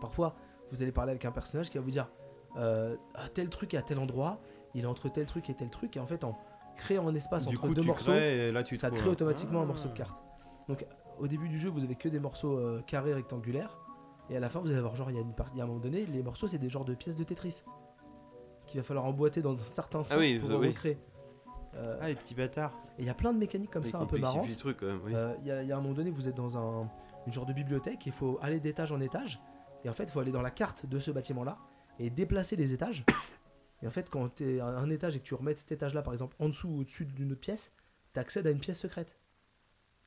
Speaker 2: Parfois, vous allez parler avec un personnage qui va vous dire euh, Ah, tel truc est à tel endroit, il est entre tel truc et tel truc, et en fait en créant un espace
Speaker 3: Du
Speaker 2: entre
Speaker 3: coup,
Speaker 2: deux
Speaker 3: tu
Speaker 2: morceaux,
Speaker 3: crées et là tu
Speaker 2: ça
Speaker 3: trouves.
Speaker 2: crée automatiquement un morceau de carte. Donc au début du jeu, vous avez que des morceaux euh, carrés rectangulaires, et à la fin, vous allez avoir genre, il y a une partie, à un moment donné, les morceaux, c'est des genres de pièces de Tetris qu'il va falloir emboîter dans un certain sens
Speaker 4: oui,
Speaker 2: pour
Speaker 4: euh, oui.
Speaker 2: recréer. Euh,
Speaker 3: Ah, les petits bâtards.
Speaker 2: et il y a plein de mécaniques comme ça un peu
Speaker 4: marrant.
Speaker 2: marrantes.
Speaker 4: Du truc, quand même, oui.
Speaker 2: Euh, Il y, a- il y a un moment donné, vous êtes dans un, une genre de bibliothèque, il faut aller d'étage en étage, et en fait, il faut aller dans la carte de ce bâtiment-là et déplacer les
Speaker 3: (coughs)
Speaker 2: étages. Et en fait, quand tu es à un étage et que tu remets cet étage-là, par exemple, en dessous ou au-dessus d'une autre pièce, tu accèdes à une pièce secrète.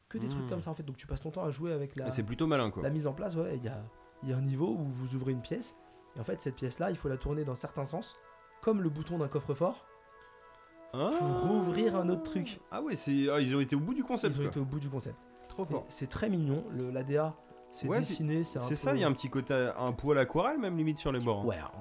Speaker 2: Que des
Speaker 4: Mm.
Speaker 2: trucs comme ça, en fait. Donc tu passes ton temps à jouer avec la,
Speaker 3: Ah, Hmm. C'est plutôt malin quoi.
Speaker 2: la mise en place. ouais. Il y, a, il y a un niveau où vous ouvrez une pièce, et en fait, cette pièce-là, il faut la tourner dans certains sens comme le bouton d'un coffre-fort
Speaker 3: Ah.
Speaker 2: pour ouvrir un autre truc.
Speaker 3: Ah ouais, c'est ah, ils ont été au bout du concept.
Speaker 2: Ils ont
Speaker 3: quoi.
Speaker 2: été au bout du concept.
Speaker 3: Trop
Speaker 2: Et
Speaker 3: fort.
Speaker 2: C'est très mignon, le, la DA, c'est
Speaker 3: Ouais,
Speaker 2: dessiné, c'est un
Speaker 3: C'est
Speaker 2: peu-
Speaker 3: ça, il y a un petit côté un poil aquarelle même limite sur les bords. hein.
Speaker 2: Ouais, alors,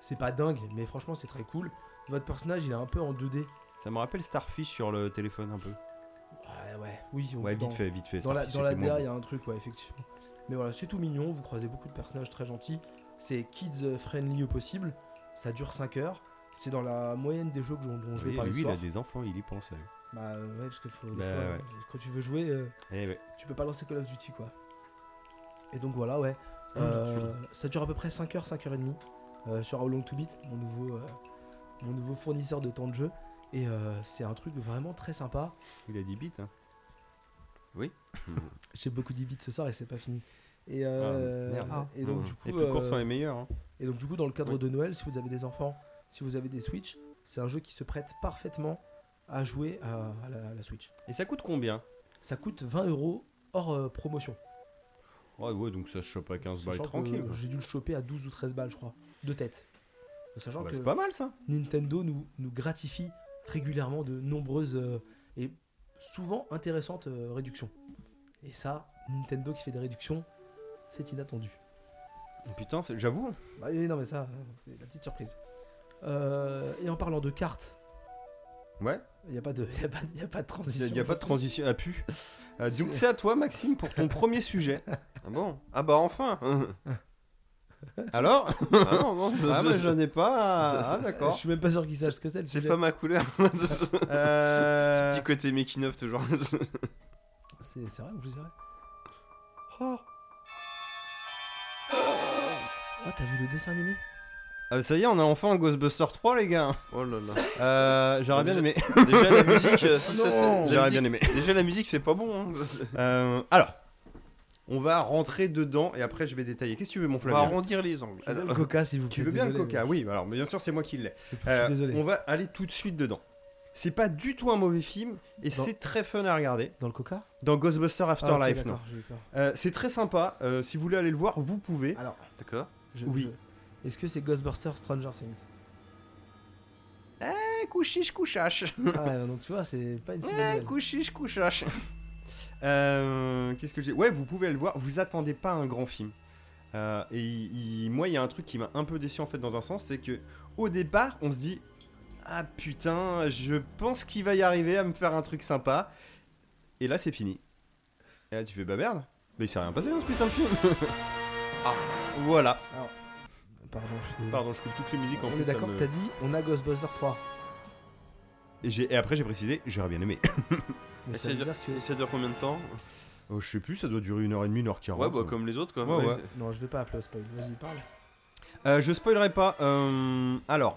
Speaker 2: c'est pas dingue, mais franchement c'est très cool. Votre personnage il est un peu en 2D.
Speaker 3: Ça me rappelle Starfish sur le téléphone un peu.
Speaker 2: Ouais, ouais, oui. on-
Speaker 3: Ouais,
Speaker 2: dans-
Speaker 3: vite fait, vite fait.
Speaker 2: Dans la,
Speaker 3: Starfish,
Speaker 2: dans la
Speaker 3: c'était moins
Speaker 2: DA, il
Speaker 3: bon.
Speaker 2: y a un truc, ouais, effectivement. Mais voilà, c'est tout mignon, vous croisez beaucoup de personnages très gentils. C'est kids friendly au possible, ça dure 5 heures. C'est dans la moyenne des jeux que- dont je vais
Speaker 3: Oui,
Speaker 2: parler
Speaker 3: lui,
Speaker 2: ce
Speaker 3: il a
Speaker 2: soir.
Speaker 3: des enfants, il y pense.
Speaker 2: Bah euh, ouais, parce que faut, des
Speaker 3: Bah,
Speaker 2: fois,
Speaker 3: ouais.
Speaker 2: quand tu veux jouer, euh,
Speaker 3: Eh ouais.
Speaker 2: tu peux pas lancer Call of Duty quoi. Et donc voilà, ouais.
Speaker 3: Ah, bien
Speaker 2: Euh, ça dure à peu près 5 heures, 5 heures et demie euh, sur How Long to Beat, mon nouveau, euh, mon nouveau fournisseur de temps de jeu. Et euh, c'est un truc vraiment très sympa.
Speaker 3: Il a 10 bits. hein.
Speaker 2: J'ai beaucoup d'ibits ce soir et c'est pas fini. Et, euh,
Speaker 3: merde.
Speaker 1: Ah.
Speaker 2: et donc
Speaker 4: Mmh.
Speaker 2: du
Speaker 3: Les
Speaker 2: coup,
Speaker 3: plus
Speaker 2: euh,
Speaker 3: courts sont les meilleurs. hein.
Speaker 2: et donc du coup, dans le cadre
Speaker 3: Oui.
Speaker 2: de Noël, si vous avez des enfants, si vous avez des Switch, c'est un jeu qui se prête parfaitement à jouer à, à la, à la Switch.
Speaker 3: Et ça coûte combien
Speaker 2: Ça coûte 20 euros hors euh, promotion.
Speaker 3: Ouais, ouais, donc ça se chope à 15 balles
Speaker 2: Sachant que
Speaker 3: tranquille. quoi.
Speaker 2: J'ai dû le choper à 12 ou 13 balles, je crois, de tête. Sachant
Speaker 3: Bah,
Speaker 2: que
Speaker 3: C'est pas mal ça.
Speaker 2: Nintendo nous, nous gratifie régulièrement de nombreuses euh, et souvent intéressantes euh, réductions. Et ça, Nintendo qui fait des réductions, c'est inattendu.
Speaker 3: Putain, c'est- j'avoue. hein,
Speaker 2: Bah oui, non mais ça, euh, c'est la petite surprise. Euh, et en parlant de cartes,
Speaker 3: Ouais.
Speaker 2: il n'y a, pas de- (laughs) y a, pas- y a pas de
Speaker 3: Il
Speaker 2: transition.
Speaker 3: n'y a, pas de transition à pu. Euh, donc
Speaker 2: C'est-
Speaker 3: c'est à toi Maxime pour ton premier sujet.
Speaker 4: Ah bon Ah
Speaker 2: (laughs)
Speaker 4: bah enfin
Speaker 3: Alors
Speaker 4: Ah non, (laughs) non,
Speaker 3: Ah bah j'en ai
Speaker 4: Ça,
Speaker 3: pas.
Speaker 4: ça-
Speaker 3: Ah
Speaker 2: Je
Speaker 3: d'accord.
Speaker 2: suis même pas sûr qu'ils sachent ce que c'est. le
Speaker 4: C'est
Speaker 2: sujet.
Speaker 4: pas ma couleur. (laughs) Petit
Speaker 3: Euh,
Speaker 4: côté making of
Speaker 2: (laughs)
Speaker 4: toujours.
Speaker 2: C'est c'est vrai ou plus c'est vrai Oh, t'as vu le dessin animé
Speaker 3: ah, ça y est, on a enfin un Ghostbuster 3 les gars.
Speaker 4: Oh là là.
Speaker 3: Euh, J'aurais bien
Speaker 4: (laughs)
Speaker 3: aimé.
Speaker 4: Déjà la musique, euh, si
Speaker 3: Non,
Speaker 4: ça, c'est- la
Speaker 3: J'aurais
Speaker 4: musique-
Speaker 3: bien aimé.
Speaker 4: Déjà la musique c'est pas bon. hein.
Speaker 3: Euh, alors, on va rentrer dedans et après je vais détailler. Qu'est-ce que tu veux mon
Speaker 4: On va
Speaker 3: Flavien
Speaker 4: arrondir les angles. Ah,
Speaker 2: Tu veux le coca, s'il vous plaît.
Speaker 3: Tu veux bien le
Speaker 2: désolé,
Speaker 3: coca Oui, alors mais bien sûr c'est moi qui l'ai.
Speaker 2: mais- Je suis
Speaker 3: Euh,
Speaker 2: désolé.
Speaker 3: On va aller tout de suite dedans. C'est pas du tout un mauvais film et
Speaker 2: Dans-
Speaker 3: c'est très fun à regarder.
Speaker 2: Dans le coca
Speaker 3: Dans Ghostbuster
Speaker 2: Ah, ok,
Speaker 3: Afterlife, non.
Speaker 2: d'accord, j'ai eu peur.
Speaker 3: Euh, c'est très sympa. euh, si vous voulez aller le voir, vous pouvez.
Speaker 2: Alors,
Speaker 4: ah, D'accord.
Speaker 2: je-
Speaker 3: Oui.
Speaker 2: je- Est-ce que c'est Ghostbusters Stranger
Speaker 3: (laughs)
Speaker 2: Things
Speaker 3: Eh, couchiche, couchache.
Speaker 2: Ah, ouais, donc tu vois, c'est pas une si bonne
Speaker 3: Eh,
Speaker 2: nouvelle.
Speaker 3: couchiche, couchache. Euh, Qu'est-ce que j'ai Ouais, vous pouvez aller le voir. Vous attendez pas un grand film. Euh, et il- il- moi, il y a un truc qui m'a un peu déçu en fait dans un sens, c'est que au départ, on se dit ah putain, je pense qu'il va y arriver à me faire un truc sympa. Et là, c'est fini. Et là, tu fais bah merde. Mais il s'est rien passé dans ce putain
Speaker 4: (laughs)
Speaker 3: de film. ah, voilà.
Speaker 2: Pardon, je suis désolé.
Speaker 3: Pardon, je coupe toutes les musiques en
Speaker 2: On
Speaker 3: plus.
Speaker 2: est
Speaker 3: ça
Speaker 2: d'accord,
Speaker 3: me-
Speaker 2: t'as dit, on a Ghostbusters 3.
Speaker 3: Et, j'ai- et après, j'ai précisé, j'aurais bien aimé.
Speaker 2: Mais ça
Speaker 4: Et
Speaker 2: veut
Speaker 4: ça dure,
Speaker 2: dire que.
Speaker 4: et ça dure combien de temps
Speaker 3: Oh, je sais plus, ça doit durer une heure et demie, une heure quarante. euh.
Speaker 4: Ouais, bah comme les autres quoi.
Speaker 3: Ouais, ouais.
Speaker 2: Non, je vais pas appeler au spoil, vas-y, parle.
Speaker 3: Euh, je spoilerai pas. euh, alors,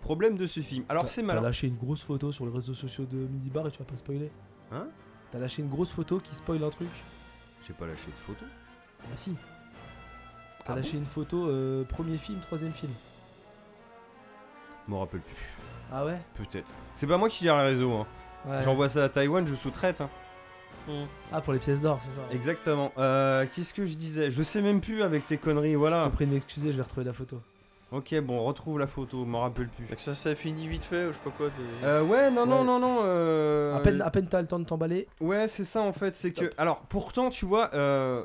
Speaker 3: problème de ce film. Alors,
Speaker 2: T'as-
Speaker 3: c'est
Speaker 2: T'as
Speaker 3: malin.
Speaker 2: lâché une grosse photo sur les réseaux sociaux de Minibar et tu vas pas spoiler
Speaker 3: Hein
Speaker 2: T'as lâché une grosse photo qui spoil un truc
Speaker 3: J'ai pas lâché de photo.
Speaker 2: Bah si. T'as
Speaker 3: Ah
Speaker 2: lâché une photo euh, premier film, troisième film.
Speaker 3: M'en rappelle plus.
Speaker 2: Ah ouais
Speaker 3: Peut-être. C'est pas moi qui gère les réseaux. Hein.
Speaker 2: Ouais.
Speaker 3: J'envoie ça à Taïwan, je sous-traite. hein.
Speaker 2: Ah, pour les pièces d'or, c'est ça.
Speaker 3: Exactement. Euh, Qu'est-ce que je disais Je sais même plus avec tes conneries.
Speaker 2: Je
Speaker 3: Voilà.
Speaker 2: te prie de m'excuser, je vais retrouver la photo.
Speaker 3: Ok, bon, retrouve la photo. M'en rappelle plus.
Speaker 4: Fait que ça, ça finit vite fait ou je sais pas quoi. mais-
Speaker 3: Euh, ouais, non, non,
Speaker 2: Ouais.
Speaker 3: non, non. euh,
Speaker 2: À peine, à peine t'as le temps de t'emballer.
Speaker 3: Ouais, c'est ça en fait, c'est que. Alors, pourtant, tu vois, euh,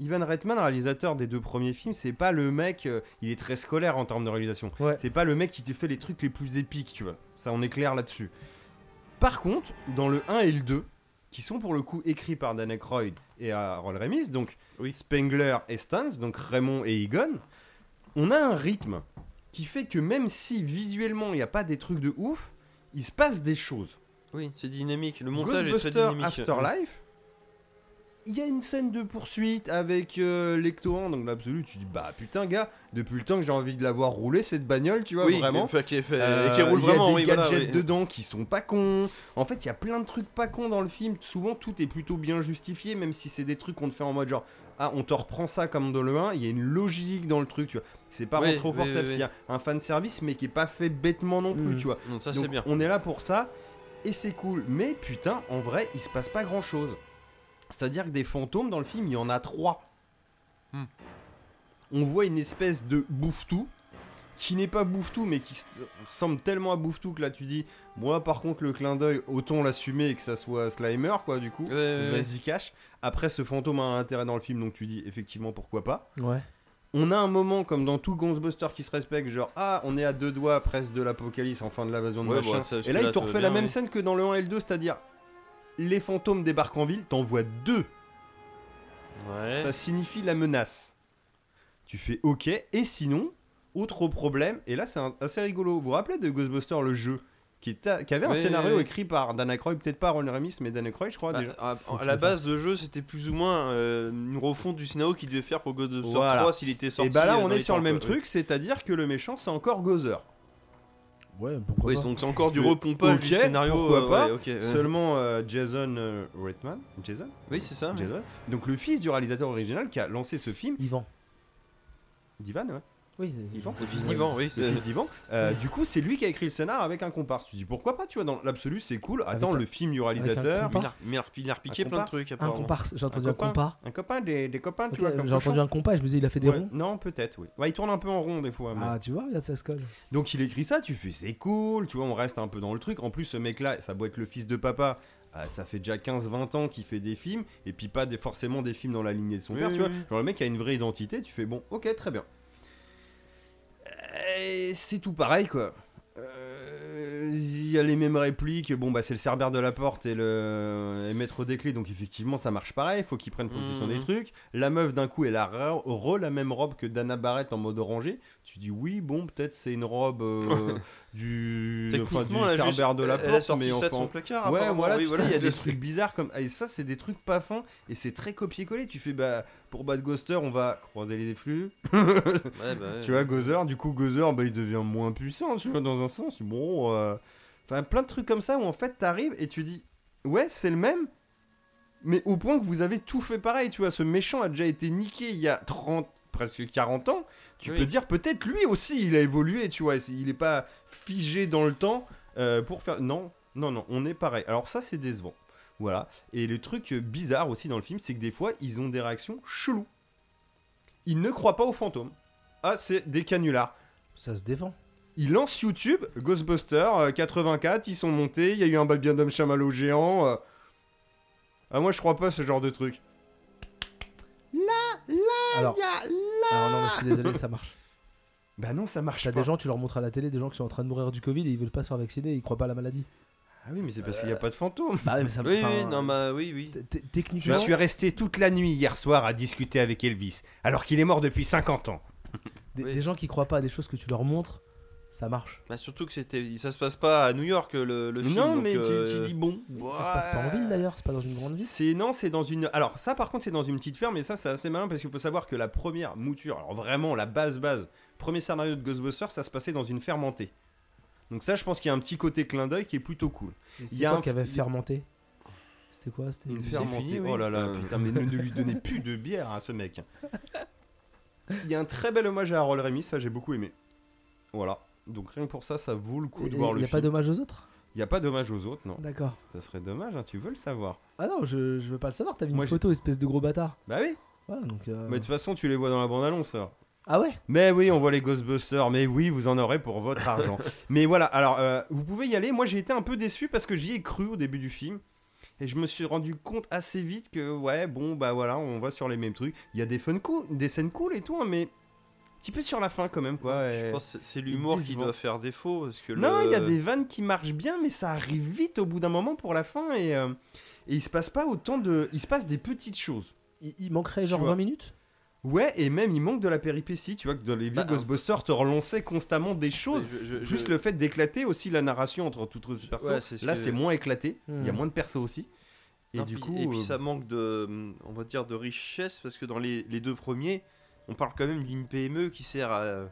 Speaker 3: Ivan Reitman, réalisateur des deux premiers films, c'est pas le mec. euh, il est très scolaire en termes de réalisation.
Speaker 2: Ouais.
Speaker 3: C'est pas le mec qui te fait les trucs les plus épiques, tu vois. Ça, on est clair là-dessus. Par contre, dans le 1 et le 2, qui sont pour le coup écrits par Dan Aykroyd et Harold Remis, donc
Speaker 4: Oui.
Speaker 3: Spengler et Stans, donc Raymond et Egon, on a un rythme qui fait que même si visuellement il n'y a pas des trucs de ouf, il se passe des choses.
Speaker 4: Oui, c'est dynamique. Le montage est très
Speaker 3: Ghostbuster
Speaker 4: dynamique.
Speaker 3: Afterlife. Il y a une scène de poursuite avec euh, l'Ectoan, donc l'absolu. Tu dis, bah putain, gars, depuis le temps que j'ai envie de la voir rouler cette bagnole, tu vois,
Speaker 4: oui,
Speaker 3: vraiment.
Speaker 4: enfin, qui est fait-
Speaker 3: Euh,
Speaker 4: et qui roule
Speaker 3: il y a
Speaker 4: vraiment.
Speaker 3: des
Speaker 4: oui, voilà,
Speaker 3: gadgets
Speaker 4: oui.
Speaker 3: dedans qui sont pas cons. En fait, il y a plein de trucs pas cons dans le film. Souvent, tout est plutôt bien justifié, même si c'est des trucs qu'on te fait en mode genre ah, on te reprend ça comme dans le 1. Il y a une logique dans le truc, tu vois. C'est pas
Speaker 4: Oui,
Speaker 3: rentré au
Speaker 4: oui,
Speaker 3: forceps.
Speaker 4: oui, oui.
Speaker 3: Il y a un fan service, mais qui est pas fait bêtement non plus,
Speaker 2: Mhm.
Speaker 3: tu vois.
Speaker 4: Non, ça
Speaker 3: Donc,
Speaker 4: c'est bien.
Speaker 3: On est là pour ça et c'est cool. Mais putain, en vrai, il se passe pas grand chose. C'est-à-dire que des fantômes dans le film, il y en a trois.
Speaker 4: Hmm.
Speaker 3: On voit une espèce de bouffe-tout qui n'est pas Bouffe-Tout, mais qui s- ressemble tellement à Bouffe-Tout que là tu dis, moi par contre le clin d'œil, autant l'assumer et que ça soit Slimer, quoi, du coup. Vas-y, cache. Après, ce fantôme a un intérêt dans le film, donc tu dis effectivement pourquoi pas.
Speaker 2: Ouais.
Speaker 3: On a un moment comme dans tout Ghostbuster qui se respecte, genre ah on est à deux doigts presque de l'apocalypse en fin de l'invasion de
Speaker 4: Ouais,
Speaker 3: machin.
Speaker 4: bon, ça,
Speaker 3: et là
Speaker 4: celui-là,
Speaker 3: il te
Speaker 4: tout va
Speaker 3: refait
Speaker 4: bien, hein.
Speaker 3: la même
Speaker 4: ouais.
Speaker 3: scène que dans le 1 et le 2, c'est-à-dire les fantômes débarquent en ville, t'en vois deux,
Speaker 4: Ouais.
Speaker 3: ça signifie la menace. Tu fais ok, et sinon, autre problème, et là c'est un- assez rigolo, vous vous rappelez de Ghostbuster le jeu qui, est à- qui avait un
Speaker 4: Ouais,
Speaker 3: scénario
Speaker 4: ouais, ouais.
Speaker 3: écrit par Dan Aykroyd, peut-être pas Ron Remis, mais Dan Aykroyd je crois
Speaker 4: Ah,
Speaker 3: déjà.
Speaker 4: à,
Speaker 2: Faut que
Speaker 4: à
Speaker 2: je
Speaker 4: la
Speaker 2: le
Speaker 4: base de jeu, c'était plus ou moins euh, une refonte du scénario qu'il devait faire pour God of War
Speaker 3: Voilà.
Speaker 4: 3 s'il était sorti.
Speaker 3: et bah là
Speaker 4: euh,
Speaker 3: on
Speaker 4: dans
Speaker 3: est
Speaker 4: les
Speaker 3: sur le
Speaker 4: temps,
Speaker 3: même
Speaker 4: quoi.
Speaker 3: truc, c'est-à-dire que le méchant c'est encore Gozer.
Speaker 2: Ouais, pourquoi
Speaker 4: Oui,
Speaker 2: pas.
Speaker 4: donc c'est encore du
Speaker 3: Ok,
Speaker 4: repompage du scénario.
Speaker 3: pourquoi
Speaker 4: euh,
Speaker 3: pas.
Speaker 4: ouais, ok, ouais.
Speaker 3: Seulement euh, Jason euh, Reitman, Jason
Speaker 4: Oui, c'est ça. Ah ouais.
Speaker 3: Jason. Donc le fils du réalisateur original qui a lancé ce film,
Speaker 2: Yvan.
Speaker 3: Divan, ouais.
Speaker 2: Oui,
Speaker 3: Yvan.
Speaker 4: Le fils
Speaker 3: Ouais.
Speaker 4: d'Ivan, oui.
Speaker 3: Le
Speaker 4: c'est-
Speaker 3: fils d'Ivan. Euh, du coup, c'est lui qui a écrit le scénar avec un comparse. Tu dis pourquoi pas, tu vois, dans l'absolu, c'est cool. Attends,
Speaker 2: Avec un-
Speaker 3: le film du
Speaker 2: avec un
Speaker 3: réalisateur,
Speaker 2: compas.
Speaker 4: Il a- Il a il a repiqué
Speaker 3: Un
Speaker 4: plein
Speaker 3: compas.
Speaker 4: de trucs,
Speaker 2: Un
Speaker 4: apparemment.
Speaker 2: comparse, j'ai entendu
Speaker 3: Un
Speaker 2: un compas.
Speaker 3: un copain des, des copains,
Speaker 2: Ok,
Speaker 3: tu vois, comme
Speaker 2: J'ai entendu
Speaker 3: Chouchou.
Speaker 2: un compas et je me disais, il a fait des
Speaker 3: Ouais.
Speaker 2: ronds.
Speaker 3: Non, peut-être, oui. Ouais, il tourne un peu en rond des fois. mais-
Speaker 2: Ah, tu vois, regarde, ça se colle.
Speaker 3: Donc il écrit ça, tu fais c'est cool, tu vois, on reste un peu dans le truc. En plus, ce mec-là, ça doit être le fils de papa. euh, ça fait déjà 15-20 ans qu'il fait des films, et puis pas des, forcément des films dans la lignée de son
Speaker 4: Oui,
Speaker 3: père,
Speaker 4: oui,
Speaker 3: tu vois.
Speaker 4: oui.
Speaker 3: Genre le mec a une vraie identité, tu fais bon, ok, très bien. Euh, c'est tout pareil, quoi. Euh, Il y a les mêmes répliques, bon, bah c'est le cerbère de la porte et le et maître des clés, donc effectivement ça marche pareil, faut qu'il prenne possession
Speaker 4: Mhm.
Speaker 3: des trucs. La meuf, d'un coup, elle a ra- re la même robe que Dana Barrett en mode orangé. Tu dis oui, bon, peut-être c'est une robe euh,
Speaker 4: (laughs)
Speaker 3: du, enfin, du
Speaker 4: Techniquement, elle a juste-
Speaker 3: Cerbère de la
Speaker 4: Elle a
Speaker 3: porte,
Speaker 4: sorti
Speaker 3: mais
Speaker 4: ça de
Speaker 3: enfin.
Speaker 4: son placard.
Speaker 3: Ouais,
Speaker 4: apparemment,
Speaker 3: voilà,
Speaker 4: oui,
Speaker 3: tu sais, il y a des
Speaker 4: c'est-
Speaker 3: trucs bizarres comme. Et ça, c'est des trucs pas fins et c'est très copier-coller. Tu fais, bah, pour Bad Ghoster, on va croiser les flux.
Speaker 4: Ouais, bah, ouais.
Speaker 3: Tu vois, Gozer, du coup, Gozer, bah, il devient moins puissant, tu vois, dans un sens. Bon, euh, enfin, plein de trucs comme ça où en fait, t'arrives et tu dis, ouais, c'est le même, mais au point que vous avez tout fait pareil, tu vois. Ce méchant a déjà été niqué il y a 30, presque 40 ans. Tu
Speaker 4: Oui.
Speaker 3: peux dire, peut-être lui aussi, il a évolué, tu vois. et c'est- Il est pas figé dans le temps euh, pour faire. Non, non, non, on est pareil. Alors, ça, c'est décevant. Voilà. Et le truc euh, bizarre aussi dans le film, c'est que des fois, ils ont des réactions cheloues. Ils ne croient pas aux fantômes. Ah, c'est des canulars.
Speaker 2: Ça se défend.
Speaker 3: Ils lancent YouTube, Ghostbusters euh, 84, ils sont montés, il y a eu un Babiadum Chamallow géant. euh. Ah, moi, je crois pas à ce genre de truc.
Speaker 2: Alors, alors non, mais je suis désolé, ça marche.
Speaker 3: Bah non, ça marche
Speaker 2: T'as
Speaker 3: pas.
Speaker 2: des gens, tu leur montres à la télé des gens qui sont en train de mourir du Covid et ils veulent pas se faire vacciner, ils croient pas à la maladie.
Speaker 3: Ah oui, mais c'est parce qu'il n'y a pas de fantômes. Bah
Speaker 2: Bah ouais, mais ça
Speaker 4: Oui,
Speaker 2: enfin,
Speaker 4: oui, non, bah oui, oui.
Speaker 2: t- t-
Speaker 3: Je
Speaker 2: Techniquement,
Speaker 3: suis resté toute la nuit hier soir à discuter avec Elvis, alors qu'il est mort depuis 50 ans.
Speaker 2: des,
Speaker 4: Oui.
Speaker 2: des gens qui croient pas à des choses que tu leur montres, ça marche.
Speaker 4: Bah, surtout que c'était, ça se passe pas à New York le, le film.
Speaker 3: non,
Speaker 4: donc,
Speaker 3: mais tu-
Speaker 4: euh,
Speaker 3: tu, dis bon.
Speaker 2: Ça se passe pas en ville d'ailleurs, c'est pas dans une grande ville.
Speaker 3: C'est non, c'est dans une. Alors ça, par contre, c'est dans une petite ferme, et ça, c'est assez malin parce qu'il faut savoir que la première mouture, alors vraiment la base base, premier scénario de Ghostbusters, ça se passait dans une ferme hantée. Donc ça, je pense qu'il y a un petit côté clin d'œil qui est plutôt cool.
Speaker 2: C'est
Speaker 3: y a
Speaker 2: quoi
Speaker 3: un-
Speaker 2: qui avait fermenté C'était quoi C'était
Speaker 3: Une
Speaker 2: une-
Speaker 3: ferme
Speaker 4: fini,
Speaker 3: hantée.
Speaker 4: oui.
Speaker 3: Oh là là,
Speaker 4: Euh.
Speaker 3: putain, mais ne, ne lui donnez plus de bière à ce mec. Il y a un très bel hommage à Harold Ramis, ça j'ai beaucoup aimé. Voilà. Donc rien que pour ça, ça vaut le coup
Speaker 2: Et-
Speaker 3: de voir
Speaker 2: et
Speaker 3: le
Speaker 2: y a
Speaker 3: film.
Speaker 2: pas dommage aux autres
Speaker 3: Il n'y a pas d'hommage aux autres, non.
Speaker 2: D'accord.
Speaker 3: Ça serait dommage, hein, tu veux le savoir.
Speaker 2: Ah non, je, je veux pas le savoir, t'as mis
Speaker 3: Moi,
Speaker 2: une
Speaker 3: j'ai-
Speaker 2: photo, espèce de gros bâtard.
Speaker 3: Bah oui,
Speaker 2: Voilà, donc. euh,
Speaker 3: mais de toute façon, tu les vois dans la bande-annonce. alors.
Speaker 2: Ah ouais
Speaker 3: Mais oui, on voit les Ghostbusters, mais oui, vous en aurez pour votre argent. mais voilà, alors euh, vous pouvez y aller. Moi j'ai été un peu déçu parce que j'y ai cru au début du film. Et je me suis rendu compte assez vite que, ouais, bon, bah voilà, on va sur les mêmes trucs. Il y a des, fun cou- des scènes cool et tout, hein, mais un petit peu sur la fin quand même, quoi.
Speaker 4: Je
Speaker 3: et-
Speaker 4: pense que c'est- c'est l'humour qui
Speaker 3: décevant.
Speaker 4: doit faire défaut. Parce que
Speaker 3: Non,
Speaker 4: le-
Speaker 3: il y a des vannes qui marchent bien, mais ça arrive vite au bout d'un moment pour la fin et, euh, et il se passe pas autant de. Il se passe des petites choses.
Speaker 2: il, il manquerait genre
Speaker 3: vois.
Speaker 2: 20 minutes
Speaker 3: Ouais, et même il manque de la péripétie, tu vois, que dans les vieux
Speaker 4: Bah, un-
Speaker 3: Ghostbusters te relançaient constamment des
Speaker 4: Ouais,
Speaker 3: choses.
Speaker 4: je- je-
Speaker 3: Plus
Speaker 4: je-
Speaker 3: le fait d'éclater aussi la narration entre toutes les persos.
Speaker 4: Ouais, c'est ce
Speaker 3: Là,
Speaker 4: que-
Speaker 3: c'est moins éclaté. Il y a
Speaker 2: Hmm.
Speaker 3: moins de persos aussi. Et
Speaker 4: Non,
Speaker 3: du
Speaker 4: puis-
Speaker 3: coup,
Speaker 4: et puis
Speaker 3: euh,
Speaker 4: ça manque de, on va dire, de richesse parce que dans les, les deux premiers, on parle quand même d'une PME qui sert à,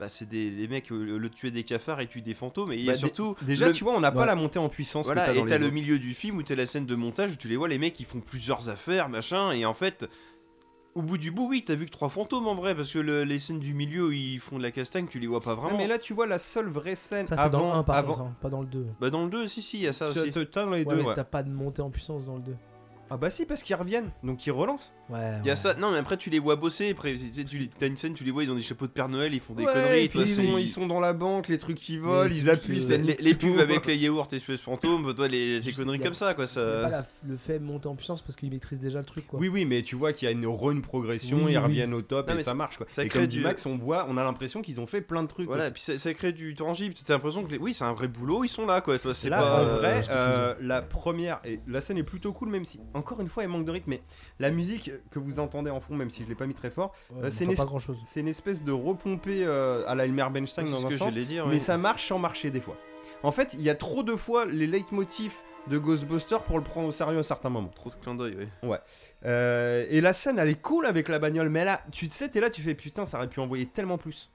Speaker 4: bah, c'est des les mecs euh, le tuer des cafards et tuer des fantômes et,
Speaker 3: bah, dé-
Speaker 4: surtout
Speaker 3: déjà,
Speaker 4: le-
Speaker 3: tu vois, on n'a
Speaker 2: Ouais.
Speaker 3: pas la montée en puissance. que
Speaker 4: voilà,
Speaker 3: t'as dans
Speaker 4: et
Speaker 3: les
Speaker 4: t'as le
Speaker 3: autres.
Speaker 4: milieu du film où t'as la scène de montage où tu les vois, les mecs, ils font plusieurs affaires, machin, et en fait, au bout du bout, oui, t'as vu que trois fantômes en vrai, parce que le- les scènes du milieu où ils font de la castagne, tu les vois pas
Speaker 3: Ouais,
Speaker 4: vraiment.
Speaker 3: Ah, mais là, tu vois, la seule vraie scène
Speaker 2: Ça, Ah, c'est
Speaker 3: avant,
Speaker 2: dans le 1 par
Speaker 3: avant...
Speaker 2: contre, hein, pas dans le 2.
Speaker 4: Bah, dans le 2, si, si, il y a ça
Speaker 3: Tu-
Speaker 4: aussi.
Speaker 3: t'as- t'as dans les
Speaker 2: Ouais,
Speaker 3: deux.
Speaker 2: mais
Speaker 3: ouais.
Speaker 2: t'as pas de montée en puissance dans le 2.
Speaker 3: Ah bah si, parce qu'ils reviennent, donc ils relancent.
Speaker 2: Ouais.
Speaker 4: Il y a ça. Non, mais après, tu les vois bosser. Après, tu sais, tu les- t'as une scène, tu les vois, ils ont des chapeaux de Père Noël, ils font des
Speaker 3: Ouais,
Speaker 4: conneries.
Speaker 3: et
Speaker 4: tu
Speaker 3: puis
Speaker 4: vois,
Speaker 3: ils,
Speaker 4: c'est-
Speaker 3: sont, ils sont dans la banque, les trucs qui volent,
Speaker 2: Mais
Speaker 3: ils
Speaker 2: c'est- euh,
Speaker 3: appuient.
Speaker 2: c'est-
Speaker 3: ça-
Speaker 4: les, les pubs avec les yaourts, espèce fantôme, toi, les, ces
Speaker 2: Juste,
Speaker 4: conneries
Speaker 2: y a-
Speaker 4: comme ça, quoi.
Speaker 2: Mais
Speaker 4: Ça...
Speaker 2: pas la f- le fait monter en puissance parce qu'il maîtrise déjà le truc quoi.
Speaker 3: euh, Oui, oui, mais tu vois qu'il y a une, re- une progression,
Speaker 2: Oui, oui.
Speaker 3: ils reviennent au top
Speaker 4: Non,
Speaker 3: et
Speaker 4: mais
Speaker 3: ça
Speaker 4: ça-
Speaker 3: marche quoi.
Speaker 4: ça
Speaker 3: et
Speaker 4: crée
Speaker 3: comme dit
Speaker 4: du-
Speaker 3: Max, on voit, on a l'impression qu'ils ont fait plein de trucs.
Speaker 4: Voilà,
Speaker 3: aussi.
Speaker 4: et puis ça, ça crée du tangible. T'as l'impression que les... oui, c'est un vrai boulot, ils sont là, quoi. Toi, c'est
Speaker 3: Là,
Speaker 4: pas.
Speaker 3: en
Speaker 4: euh,
Speaker 3: vrai,
Speaker 2: ce que tu veux
Speaker 3: euh, la première, et la scène est plutôt cool, même si, encore une fois, elle manque de rythme, mais la musique que vous entendez en fond, même si je l'ai pas mis très fort,
Speaker 2: Ouais,
Speaker 3: euh, c'est
Speaker 2: on entend
Speaker 3: une
Speaker 2: pas
Speaker 3: es-
Speaker 2: grand chose.
Speaker 3: c'est une espèce de repompée euh, à la Elmer
Speaker 4: c'est
Speaker 3: Bernstein
Speaker 4: ce
Speaker 3: dans un
Speaker 4: que
Speaker 3: sens,
Speaker 4: j'allais dire.
Speaker 3: mais
Speaker 4: oui.
Speaker 3: ça marche sans marcher des fois. En fait, il y a trop de fois les leitmotifs de Ghostbusters pour le prendre au sérieux à certains moments.
Speaker 4: Trop de clin d'œil, oui.
Speaker 3: Euh, et la scène, elle est cool avec la bagnole, mais là, tu sais, t'es là, tu fais putain, ça aurait pu envoyer tellement plus.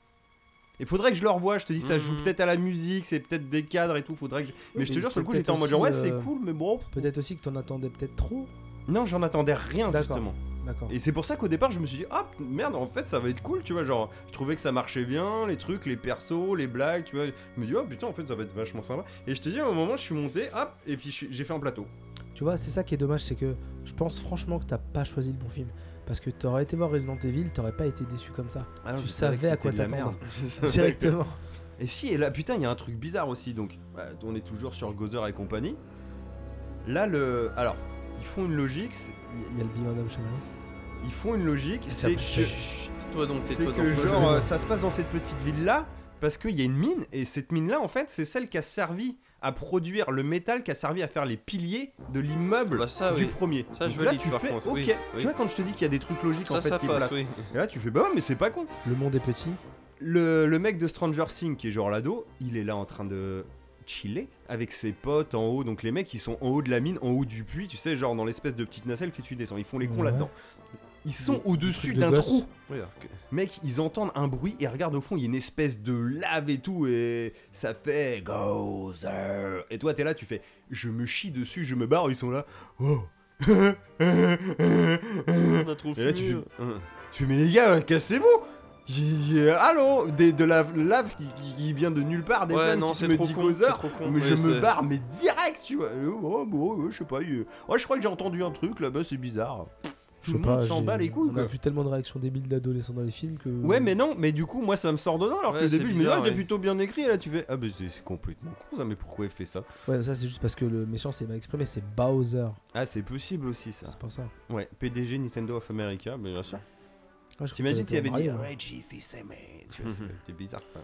Speaker 3: Il faudrait que je le revoie, je te dis, ça joue
Speaker 4: Mhm.
Speaker 3: peut-être à la musique, c'est peut-être des cadres et tout, faudrait que je... Mais
Speaker 2: Oui,
Speaker 3: je te
Speaker 2: mais
Speaker 3: jure,
Speaker 2: c'est
Speaker 3: sur le coup, j'étais en mode
Speaker 2: peut-être
Speaker 3: genre, ouais,
Speaker 2: aussi,
Speaker 3: c'est
Speaker 2: euh,
Speaker 3: cool, mais bon.
Speaker 2: Peut-être aussi que t'en attendais peut-être trop.
Speaker 3: Non, j'en attendais rien,
Speaker 2: D'accord.
Speaker 3: justement.
Speaker 2: D'accord.
Speaker 3: Et c'est pour ça qu'au départ, je me suis dit, ah merde, en fait, ça va être cool, tu vois. Genre, je trouvais que ça marchait bien, les trucs, les persos, les blagues, tu vois. Je me dis, oh putain, en fait, ça va être vachement sympa. Et je te dis, au moment, je suis monté, hop, et puis je suis- j'ai fait un plateau.
Speaker 2: Tu vois, c'est ça qui est dommage, c'est que je pense franchement que t'as pas choisi le bon film. Parce que t'aurais été voir Resident Evil, t'aurais pas été déçu comme
Speaker 3: (laughs)
Speaker 2: ça. tu Ah, savais à quoi t'attendre. Directement.
Speaker 3: Et si, et là, putain, il y a un truc bizarre aussi, donc bah, on est toujours sur Gozer et compagnie. Là, le. Alors, ils font une logique, c'est-
Speaker 2: Il y a le bimodum chez moi.
Speaker 3: ils font une logique, c'est que.
Speaker 4: Toi donc,
Speaker 3: C'est
Speaker 4: tais-toi
Speaker 3: que
Speaker 4: donc.
Speaker 3: genre
Speaker 4: (laughs)
Speaker 3: euh, ça se passe dans cette petite ville là parce qu'il y a une mine et cette mine là en fait c'est celle qui a servi à produire le métal qui a servi à faire les piliers de l'immeuble
Speaker 4: Bah, ça,
Speaker 3: du
Speaker 4: oui.
Speaker 3: premier.
Speaker 4: Ça, je
Speaker 3: Donc là
Speaker 4: valide,
Speaker 3: tu
Speaker 4: par
Speaker 3: fais
Speaker 4: contre,
Speaker 3: ok.
Speaker 4: oui,
Speaker 3: Tu
Speaker 4: oui.
Speaker 3: vois quand je te dis qu'il y a des trucs logiques en
Speaker 4: Ça,
Speaker 3: fait
Speaker 4: ça
Speaker 3: qui
Speaker 4: passe,
Speaker 3: placent.
Speaker 4: oui.
Speaker 3: Et là tu fais bah ouais mais c'est pas con.
Speaker 2: Le monde est petit.
Speaker 3: Le, le mec de Stranger Things qui est genre l'ado, il est là en train de chiller avec ses potes en haut. Donc les mecs ils sont en haut de la mine, en haut du puits, tu sais genre dans l'espèce de petite nacelle que tu descends. Ils font les cons
Speaker 2: Ouais.
Speaker 3: là-dedans. Ils sont
Speaker 2: Des-
Speaker 3: au-dessus
Speaker 2: des trucs de
Speaker 3: d'un
Speaker 2: gosses.
Speaker 3: trou.
Speaker 4: Oui, alors que-
Speaker 3: Mec, ils entendent un bruit et regardent au fond, il y a une espèce de lave et tout, et ça fait Gozer. Et toi, t'es là, tu fais Je me chie dessus, je me barre, ils sont là. Oh (laughs)
Speaker 4: On a trop
Speaker 3: Et là, tu
Speaker 4: fumé.
Speaker 3: Tu fais, mais les gars, euh, cassez-vous Il- il- Allô Des- De la lave qui, qui- qui vient de nulle part, des
Speaker 4: Ouais,
Speaker 3: plaines
Speaker 4: non,
Speaker 3: qui
Speaker 4: c'est
Speaker 3: me
Speaker 4: trop
Speaker 3: dit
Speaker 4: con, c'est
Speaker 3: Gozer.
Speaker 4: trop con.
Speaker 3: Mais
Speaker 4: Oui,
Speaker 3: je me
Speaker 4: c'est-
Speaker 3: barre, mais direct, tu vois. Euh, Oh, bon, euh, je sais pas. euh, Oh, je crois que j'ai entendu un truc là-bas, c'est bizarre.
Speaker 2: Je
Speaker 3: Tout
Speaker 2: sais
Speaker 3: le monde
Speaker 2: pas,
Speaker 3: s'en
Speaker 2: j'ai-
Speaker 3: bat les couilles,
Speaker 2: On
Speaker 3: quoi.
Speaker 2: a vu tellement de réactions débiles d'adolescents dans les films que.
Speaker 3: Ouais, mais non, mais du coup, moi ça me sort dedans. Alors
Speaker 4: Ouais,
Speaker 3: que au
Speaker 4: c'est
Speaker 3: début, je me
Speaker 4: bizarre,
Speaker 3: dis, ah, t'es
Speaker 4: ouais.
Speaker 3: plutôt bien écrit. Et là, tu fais, ah, bah c'est c'est complètement con ça, mais pourquoi il fait ça
Speaker 2: Ouais, ça c'est juste parce que le méchant c'est mal exprimé, c'est Bowser.
Speaker 3: Ah, c'est possible aussi ça.
Speaker 2: C'est pour ça.
Speaker 3: Ouais, PDG Nintendo of America, mais bien sûr.
Speaker 2: Ah, je
Speaker 3: T'imagines s'il
Speaker 2: crois
Speaker 3: avait
Speaker 2: que
Speaker 3: dit euh, (laughs)
Speaker 2: Mario, hein.
Speaker 3: Reggie fils aimé Tu vois,
Speaker 4: Mhm.
Speaker 3: c'était bizarre
Speaker 4: (laughs)
Speaker 3: quoi.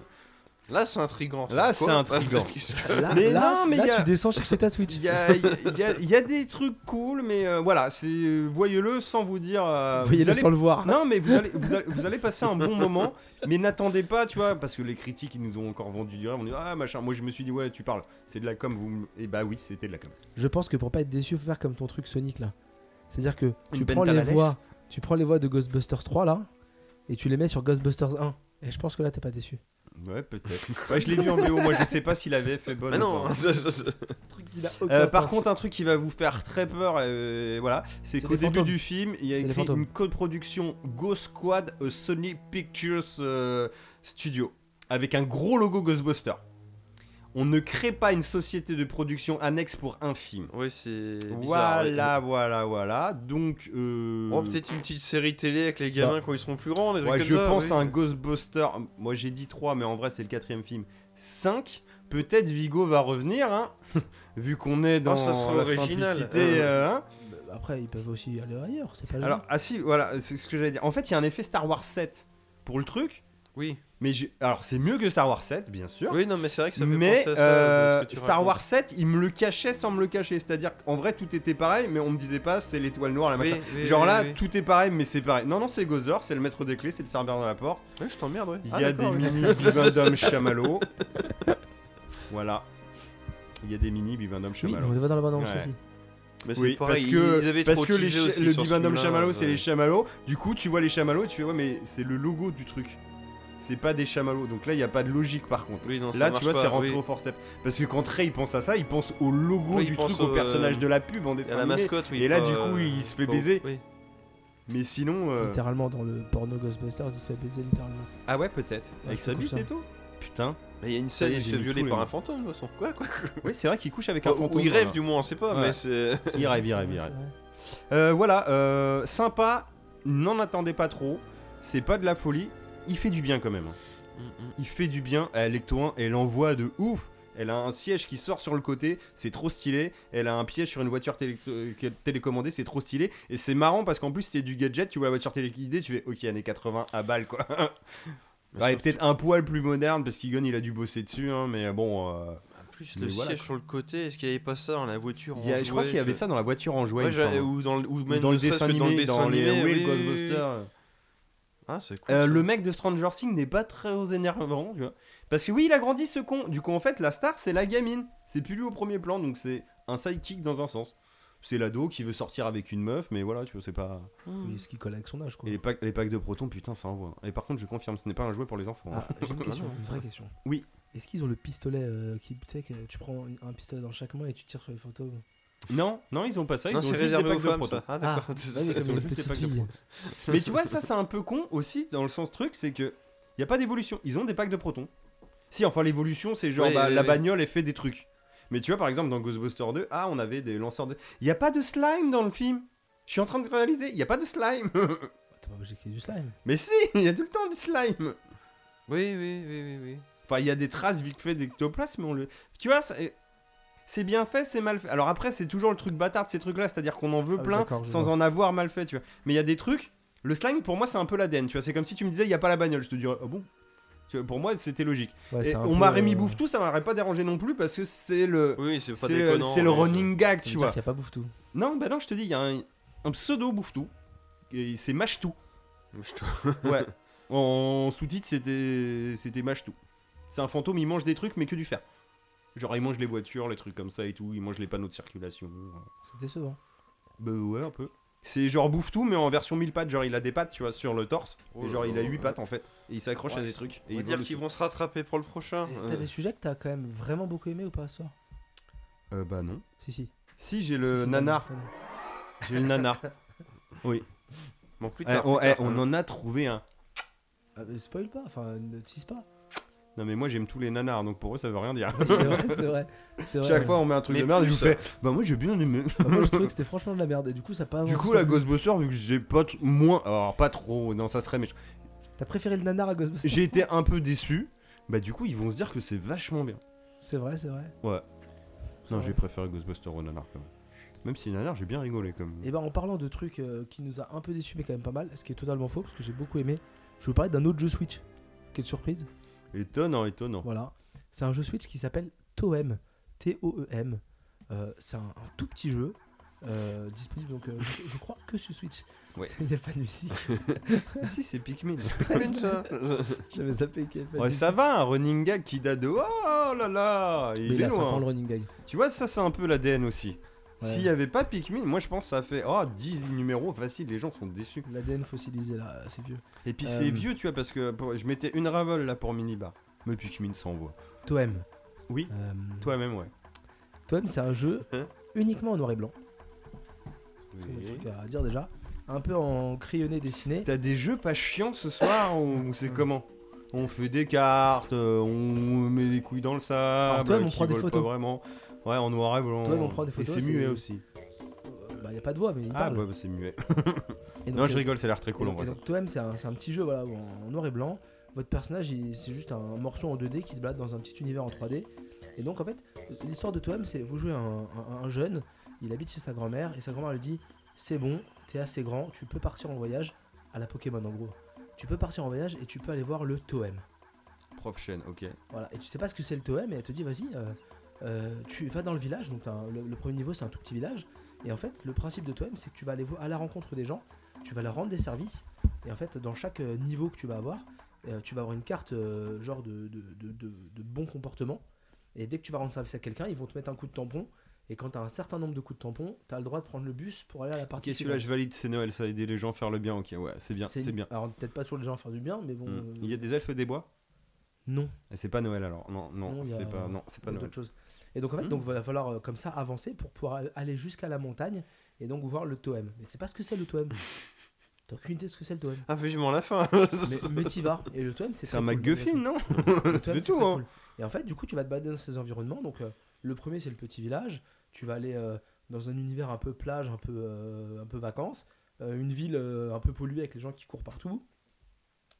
Speaker 4: Là, c'est intriguant.
Speaker 3: Là,
Speaker 4: Quoi
Speaker 3: c'est intriguant.
Speaker 4: Qu'est-ce que-
Speaker 2: Là,
Speaker 3: Mais
Speaker 2: là-
Speaker 3: non, mais
Speaker 2: là,
Speaker 3: y a-
Speaker 2: tu descends chercher ta Switch.
Speaker 3: (laughs) Il y a, il y a- il y a des trucs cool, mais euh, voilà, c'est euh, voyez-le sans vous dire. euh, vous
Speaker 2: Voyez-le
Speaker 3: allez-
Speaker 2: sans le voir.
Speaker 3: Non, mais vous allez, vous, allez, vous allez passer un bon moment, mais n'attendez pas, tu vois, parce que les critiques ils nous ont encore vendu du rêve, on dit ah machin. Moi je me suis dit ouais, tu parles, c'est de la com, vous. Et bah oui, c'était de la com.
Speaker 2: Je pense que pour pas être déçu, faut faire comme ton truc Sonic là. C'est-à-dire que tu
Speaker 3: Une
Speaker 2: prends les
Speaker 3: Pentalales.
Speaker 2: voix, tu prends les voix de Ghostbusters 3 là et tu les mets sur Ghostbusters 1 et je pense que là t'es pas déçu. (laughs)
Speaker 3: Ouais, peut-être. Ouais, je l'ai vu en BO, moi je sais pas s'il avait fait bonne.
Speaker 4: Ah
Speaker 3: ou
Speaker 4: non, (laughs)
Speaker 3: pas. Euh, par contre, un truc qui va vous faire très peur, euh, voilà, c'est
Speaker 2: C'est
Speaker 3: qu'au
Speaker 2: les
Speaker 3: début
Speaker 2: fantômes.
Speaker 3: du film, il y a
Speaker 2: C'est les
Speaker 3: écrit
Speaker 2: fantômes.
Speaker 3: une coproduction Go Squad euh, Sony Pictures euh, Studio avec un gros logo Ghostbuster. On ne crée pas une société de production annexe pour un film.
Speaker 4: Oui, c'est bizarre. ouais.
Speaker 3: Voilà, voilà, voilà. Donc, euh,
Speaker 4: Oh, peut-être une petite série télé avec les gamins quand ils seront plus grands, des trucs
Speaker 3: Ouais,
Speaker 4: comme
Speaker 3: je
Speaker 4: ça,
Speaker 3: pense
Speaker 4: oui.
Speaker 3: à un Ghostbuster. Moi j'ai dit 3, mais en vrai c'est le quatrième film. 5. Peut-être Vigo va revenir, hein, (laughs) vu qu'on est dans
Speaker 4: Ah, ça serait
Speaker 3: la
Speaker 4: original.
Speaker 3: simplicité.
Speaker 4: Euh,
Speaker 3: euh, hein.
Speaker 2: Bah, Après, ils peuvent aussi aller ailleurs, c'est pas gênant.
Speaker 3: Alors, ah si, voilà, c'est ce que j'allais dire. En fait, il y a un effet Star Wars 7 pour le truc.
Speaker 4: Oui.
Speaker 3: Mais j'ai- alors, c'est mieux que Star Wars 7, bien sûr.
Speaker 4: Oui, non, mais c'est vrai que ça fait
Speaker 3: mais
Speaker 4: penser à ça,
Speaker 3: euh,
Speaker 4: de ce que tu
Speaker 3: Star
Speaker 4: racontes.
Speaker 3: Wars 7, il me le cachait sans me le cacher. C'est-à-dire qu'en vrai, tout était pareil, mais on me disait pas c'est l'étoile noire, la
Speaker 4: Oui,
Speaker 3: machin.
Speaker 4: oui,
Speaker 3: Genre
Speaker 4: oui,
Speaker 3: là,
Speaker 4: oui.
Speaker 3: tout est pareil, mais c'est pareil. Non, non, c'est Gozer, c'est le maître des clés, c'est le serveur dans la porte.
Speaker 4: Ouais, je t'emmerde, ouais.
Speaker 3: Il
Speaker 4: Ah,
Speaker 3: y a des
Speaker 4: d'accord, oui.
Speaker 3: mini
Speaker 4: (laughs)
Speaker 3: Bivendum Chamallow. voilà. Il y a des mini Bivendum
Speaker 2: oui, mais
Speaker 3: Chamallow.
Speaker 2: on les voit dans la bande-annonce
Speaker 3: Ouais.
Speaker 2: aussi.
Speaker 4: Mais c'est
Speaker 3: Oui,
Speaker 4: pareil,
Speaker 3: parce que,
Speaker 4: ils avaient
Speaker 3: parce
Speaker 4: trop
Speaker 3: que les
Speaker 4: teasé
Speaker 3: cha-
Speaker 4: aussi
Speaker 3: le
Speaker 4: sur ce
Speaker 3: Bivendum
Speaker 4: film-là,
Speaker 3: chamallow,
Speaker 4: ouais.
Speaker 3: c'est les chamallows. Du coup, tu vois les chamallows, tu fais ouais, mais c'est le logo du truc. C'est pas des chamallows. Donc là, il n'y a pas de logique par contre.
Speaker 4: Oui, non, ça
Speaker 3: Là, tu
Speaker 4: marche
Speaker 3: vois,
Speaker 4: pas,
Speaker 3: c'est rentré
Speaker 4: oui.
Speaker 3: au forceps. Parce que quand Ray il pense à ça, il pense au logo
Speaker 4: Oui, il
Speaker 3: du
Speaker 4: pense
Speaker 3: truc, au
Speaker 4: au, euh,
Speaker 3: personnage de la pub en
Speaker 4: Et à
Speaker 3: dessin
Speaker 4: la
Speaker 3: animé.
Speaker 4: mascotte, oui.
Speaker 3: Et là,
Speaker 4: pas,
Speaker 3: du coup,
Speaker 4: euh,
Speaker 3: il se fait
Speaker 4: pas-
Speaker 3: baiser.
Speaker 4: oui.
Speaker 3: Mais sinon. euh,
Speaker 2: Littéralement, dans le porno Ghostbusters, il se fait baiser littéralement.
Speaker 3: Ah ouais, peut-être. Avec
Speaker 2: je
Speaker 3: sa
Speaker 2: trouve
Speaker 3: bite
Speaker 2: ça.
Speaker 3: et tout
Speaker 4: (laughs)
Speaker 3: Putain.
Speaker 4: Mais il y a une
Speaker 3: Ça y
Speaker 4: scène
Speaker 3: est,
Speaker 4: où il se
Speaker 3: j'ai
Speaker 4: fait
Speaker 3: mis
Speaker 4: violer
Speaker 3: tous les
Speaker 4: par
Speaker 3: noms.
Speaker 4: un fantôme, de toute façon. Quoi, quoi, quoi.
Speaker 3: Oui, c'est vrai qu'il couche avec un
Speaker 4: Ou
Speaker 3: fantôme.
Speaker 4: il rêve,
Speaker 3: voilà.
Speaker 4: du moins, on sait pas,
Speaker 3: Ouais.
Speaker 4: mais c'est.
Speaker 3: Il rêve, il rêve, il
Speaker 2: C'est
Speaker 3: rêve.
Speaker 2: vrai.
Speaker 3: Euh, voilà, euh, sympa, n'en attendez pas trop, c'est pas de la folie, il fait du bien quand même. Il fait du bien à Electo 1, elle envoie de ouf elle a un siège qui sort sur le côté, c'est trop stylé. Elle a un piège sur une voiture télé- euh, télécommandée, c'est trop stylé. Et c'est marrant parce qu'en plus, c'est du gadget. Tu vois la voiture téléguidée, tu fais OK, années 80 à balle
Speaker 4: (laughs)
Speaker 3: quoi.
Speaker 4: Mais
Speaker 3: Ouais,
Speaker 4: surtout-
Speaker 3: peut-être un poil plus moderne parce qu'Igon il a dû bosser dessus, hein, mais bon. euh,
Speaker 4: En plus,
Speaker 3: Mais
Speaker 4: le
Speaker 3: voilà,
Speaker 4: siège sur le côté, est-ce qu'il n'y avait pas ça dans la voiture
Speaker 3: il y a- je crois qu'il y avait ça dans la voiture en jouet, il me semble.
Speaker 4: ou dans le, ou
Speaker 3: Ou
Speaker 4: même
Speaker 3: dans le
Speaker 4: ne serait-ce
Speaker 3: dessin
Speaker 4: que
Speaker 3: animé,
Speaker 4: dans le dessin animé,
Speaker 3: les Real
Speaker 4: oui, oui, oui, oui.
Speaker 3: Ghostbusters.
Speaker 4: Ah, c'est cool.
Speaker 3: Euh,
Speaker 4: ça.
Speaker 3: le mec de Stranger Things n'est pas très énervant, tu vois. Parce que oui, il a grandi ce con. Du coup, en fait, la star, c'est la gamine. C'est plus lui au premier plan, donc c'est un sidekick dans un sens. C'est l'ado qui veut sortir avec une meuf, mais voilà, tu vois, c'est pas.
Speaker 4: Hmm.
Speaker 2: Oui, ce qui colle avec son âge, quoi.
Speaker 3: Et les packs, les packs de protons, putain, ça envoie. Et par contre, je confirme, ce n'est pas un jouet pour les enfants. hein.
Speaker 2: Ah, j'ai une question,
Speaker 4: Ah non.
Speaker 2: une
Speaker 3: (laughs)
Speaker 2: vraie question.
Speaker 3: Oui.
Speaker 2: Est-ce qu'ils ont le pistolet euh, qui, tu sais, que tu prends une- un pistolet dans chaque main et tu tires sur les fantômes
Speaker 3: Non, non, ils ont pas ça. Ils
Speaker 4: Non,
Speaker 3: ont
Speaker 4: c'est
Speaker 3: juste des
Speaker 4: réservé
Speaker 3: packs
Speaker 4: aux
Speaker 3: de
Speaker 4: femmes,
Speaker 3: protons.
Speaker 4: ça. Ah, d'accord.
Speaker 2: Ah oui, comme
Speaker 4: C'est-
Speaker 3: fait
Speaker 2: une
Speaker 3: juste les
Speaker 2: petite
Speaker 3: packs de
Speaker 2: fille.
Speaker 3: Mais tu vois, ça, c'est un peu con aussi, dans le sens truc, c'est que y a pas d'évolution. Ils ont des packs de protons. Si, enfin, l'évolution, c'est genre
Speaker 4: Oui,
Speaker 3: bah,
Speaker 4: oui,
Speaker 3: la
Speaker 4: oui.
Speaker 3: bagnole, elle fait des trucs. Mais tu vois, par exemple, dans Ghostbusters 2, ah, on avait des lanceurs de. Y a pas de slime dans le film. Je suis en train de réaliser, y a pas de slime. (laughs)
Speaker 2: T'es pas obligé qu'il y ait du slime.
Speaker 3: Mais si, y a tout le temps du slime.
Speaker 4: Oui, oui, oui, oui, oui.
Speaker 3: Enfin, il y a des traces vite fait d'ectoplasme, mais on le. Tu vois, ça- c'est bien fait, c'est mal fait. Alors après, c'est toujours le truc bâtard de ces trucs-là, c'est-à-dire qu'on en veut
Speaker 2: Ah,
Speaker 3: plein
Speaker 2: d'accord, je
Speaker 3: sans
Speaker 2: vois.
Speaker 3: en avoir mal fait, tu vois. Mais il y a des trucs. Le slime, pour moi, c'est un peu l'ADN, tu vois. C'est comme si tu me disais, il n'y a pas la bagnole, je te dirais, ah bon Tu vois, Pour moi, c'était logique.
Speaker 2: Ouais,
Speaker 3: Et
Speaker 2: c'est un
Speaker 3: on
Speaker 2: peu,
Speaker 3: m'aurait mis
Speaker 2: euh,
Speaker 3: bouffe tout, ça m'aurait pas dérangé non plus parce que c'est le.
Speaker 4: Oui, oui, c'est pas
Speaker 3: C'est le,
Speaker 4: déconnant,
Speaker 3: c'est le
Speaker 4: mais-
Speaker 3: running
Speaker 2: ça
Speaker 3: gag,
Speaker 2: veut
Speaker 3: tu
Speaker 2: dire
Speaker 3: vois.
Speaker 2: qu'il y a pas bouffe tout.
Speaker 3: Non, bah non, je te dis, il y a un, un pseudo bouffe tout. Et c'est mâche tout.
Speaker 4: Je te-
Speaker 3: Ouais. (laughs) en sous-titre, c'était c'était mâche tout. C'est un fantôme, il mange des trucs, mais que du fer. Genre, il mange les voitures, les trucs comme ça et tout. Il mange les panneaux de circulation.
Speaker 2: C'est décevant.
Speaker 3: Bah ouais, un peu. C'est genre bouffe tout, mais en version 1000 pattes. Genre, il a des pattes, tu vois, sur le torse.
Speaker 4: Oh
Speaker 3: et
Speaker 4: là
Speaker 3: genre, il a
Speaker 4: là.
Speaker 3: 8 pattes en fait. Et il s'accroche
Speaker 4: Ouais,
Speaker 3: à des
Speaker 4: c'est-
Speaker 3: trucs. Et
Speaker 4: On va
Speaker 3: il
Speaker 4: dire
Speaker 3: vole
Speaker 4: qu'ils
Speaker 3: aussi.
Speaker 4: vont se rattraper pour le prochain.
Speaker 2: T'as
Speaker 4: euh.
Speaker 2: des sujets que t'as quand même vraiment beaucoup aimé ou pas, ça
Speaker 3: Euh, bah non.
Speaker 2: Si, si.
Speaker 3: Si, j'ai
Speaker 2: Si,
Speaker 3: le
Speaker 2: si, t'en-
Speaker 3: nanar.
Speaker 2: t'en as.
Speaker 3: (laughs) J'ai le
Speaker 4: (laughs)
Speaker 3: nanar.
Speaker 4: Bon, plus
Speaker 3: Eh,
Speaker 4: tard,
Speaker 3: on,
Speaker 4: plus tard,
Speaker 3: eh, on
Speaker 4: hein.
Speaker 3: en a trouvé un.
Speaker 2: Ah, mais spoil pas, enfin, ne tease
Speaker 3: (laughs)
Speaker 2: pas.
Speaker 3: Non, mais moi, j'aime tous les nanars, donc pour eux, ça veut rien dire.
Speaker 2: Oui,
Speaker 3: (laughs)
Speaker 2: c'est vrai, c'est vrai. C'est vrai.
Speaker 3: Chaque fois, on met un truc
Speaker 4: Mais
Speaker 3: de merde, je
Speaker 4: plus,
Speaker 3: vous fais. Bah, moi, j'ai bien aimé.
Speaker 2: Ah,
Speaker 3: (laughs)
Speaker 2: moi, je trouvais que c'était franchement de la merde. Et du coup, ça a pas
Speaker 3: Du
Speaker 2: avancé
Speaker 3: coup,
Speaker 2: non
Speaker 3: la
Speaker 2: plus.
Speaker 3: Ghostbuster, vu que j'ai pas t- moins. Alors, pas trop, non, ça serait. Mais
Speaker 2: T'as préféré le nanar à Ghostbusters
Speaker 3: j'ai été un peu déçu. Bah, du coup, ils vont se dire que c'est vachement bien.
Speaker 2: C'est vrai, c'est vrai.
Speaker 3: Non,
Speaker 2: Ouais.
Speaker 3: j'ai préféré Ghostbuster au nanar quand même. Même si nanar, j'ai bien rigolé quand même.
Speaker 2: Et ben en parlant de trucs euh, qui nous a un peu déçus mais quand même pas mal, ce qui est totalement faux parce que j'ai beaucoup aimé, je vais vous parler d'un autre jeu Switch. Quelle surprise
Speaker 3: Étonnant, étonnant.
Speaker 2: Voilà. C'est un jeu Switch qui s'appelle Toem. T-O-E-M. E Euh, c'est un, un tout petit jeu. euh, disponible donc euh, je, je crois que sur Switch.
Speaker 3: Ouais.
Speaker 2: (laughs) Il n'y a pas de musique.
Speaker 3: (laughs) si,
Speaker 2: (laughs)
Speaker 3: c'est Pikmin.
Speaker 4: ça.
Speaker 2: J'avais zappé qu'il y avait pas de
Speaker 3: Ouais,
Speaker 2: musique.
Speaker 3: ça va, un running gag qui date de. Oh là là Il
Speaker 2: Mais
Speaker 3: est
Speaker 2: là, ça
Speaker 3: loin. hein.
Speaker 2: prend le running gag.
Speaker 3: Tu vois, ça, c'est un peu l'ADN aussi.
Speaker 2: Ouais.
Speaker 3: S'il n'y avait pas Pikmin, moi je pense que ça fait oh, 10 numéros facile, les gens sont déçus.
Speaker 2: L'ADN fossilisé là, c'est vieux.
Speaker 3: Et puis
Speaker 2: Euh.
Speaker 3: c'est vieux, tu vois, parce que pour- je mettais une Ravel là pour Minibar. Mais Pikmin s'envoie.
Speaker 2: Toem.
Speaker 3: Oui.
Speaker 2: Euh,
Speaker 3: Toi-même, ouais.
Speaker 2: Toem, c'est un jeu
Speaker 4: Hein
Speaker 2: uniquement en noir et blanc. Comme truc à dire déjà. Un peu en crayonné dessiné.
Speaker 3: T'as des jeux pas chiants ce soir
Speaker 2: (laughs)
Speaker 3: ou c'est comment On fait des cartes, euh, on met des couilles dans le sable,
Speaker 2: Alors, toi, on
Speaker 3: qui
Speaker 2: prend des
Speaker 3: volent
Speaker 2: photos.
Speaker 3: pas vraiment. Ouais, en noir et blanc.
Speaker 2: Toi, on prend des photos,
Speaker 3: Et c'est
Speaker 2: c'est-
Speaker 3: muet aussi.
Speaker 2: Bah, il n'y a pas de voix, mais il
Speaker 3: Ah,
Speaker 2: parle.
Speaker 3: bah, bah,
Speaker 2: (laughs)
Speaker 3: c'est muet.
Speaker 2: Et donc,
Speaker 3: non, je
Speaker 2: euh,
Speaker 3: rigole, ça a l'air très cool
Speaker 2: et
Speaker 3: en
Speaker 2: donc-
Speaker 3: vrai.
Speaker 2: et
Speaker 3: ça.
Speaker 2: donc, Toem, c'est un, c'est un petit jeu voilà, en en noir et blanc. Votre personnage, il- c'est juste un morceau en 2D qui se balade dans un petit univers en 3D. Et donc, en fait, l'histoire de Toem, c'est vous jouez un, un- un jeune, il habite chez sa grand-mère, et sa grand-mère lui dit C'est bon, t'es assez grand, tu peux partir en voyage à la Pokémon en gros. Tu peux partir en voyage et tu peux aller voir le Toem.
Speaker 3: Prof chaîne, ok.
Speaker 2: Voilà, et tu sais pas ce que c'est le Toem, et elle te dit vas-y, euh, euh, tu vas dans le village, donc t'as un- le, le premier niveau c'est un tout petit village, et en fait le principe de Toem c'est que tu vas aller vo- à la rencontre des gens, tu vas leur rendre des services, et en fait dans chaque euh, niveau que tu vas avoir, euh, tu vas avoir une carte euh, genre de, de, de- de- de bon comportement, et dès que tu vas rendre service à quelqu'un, ils vont te mettre un coup de tampon, et quand t'as un certain nombre de coups de tampon, t'as le droit de prendre le bus pour aller à la
Speaker 3: Ok,
Speaker 2: partie
Speaker 3: celui-là,
Speaker 2: suivante.
Speaker 3: je valide, c'est Noël, ça a aidé les gens à faire le bien, ok, ouais, c'est bien, c'est
Speaker 2: une-
Speaker 3: bien.
Speaker 2: Alors peut-être pas toujours les gens à faire du bien, mais bon,
Speaker 3: Hmm.
Speaker 2: euh,
Speaker 3: Il y a des elfes des bois
Speaker 2: non.
Speaker 3: Et c'est pas Noël alors. Non, non,
Speaker 2: Non, il y a-
Speaker 3: c'est pas, non, c'est pas
Speaker 2: ou
Speaker 3: Noël.
Speaker 2: d'autres choses. Et donc en fait,
Speaker 3: Hmm.
Speaker 2: donc va falloir euh, comme ça avancer pour pouvoir aller jusqu'à la montagne et donc voir le toem. Mais c'est pas ce que c'est le
Speaker 3: (laughs)
Speaker 2: toem. T'as aucune idée de ce que c'est le toem.
Speaker 4: Ah, vivement la fin.
Speaker 2: Mais, mais t'y vas. Et le toem, c'est
Speaker 3: C'est
Speaker 2: très
Speaker 3: un
Speaker 2: cool,
Speaker 3: MacGuffin,
Speaker 2: malgré
Speaker 3: non
Speaker 4: (laughs)
Speaker 2: tout. Le Toem,
Speaker 3: C'est
Speaker 2: c'est
Speaker 3: tout,
Speaker 2: très
Speaker 3: hein.
Speaker 2: cool. Et en fait, du coup, tu vas te balader dans ces environnements. Donc euh, le premier, c'est le petit village. Tu vas aller euh, dans un univers un peu plage, un peu, euh, un peu vacances, euh, une ville euh, un peu polluée avec les gens qui courent partout,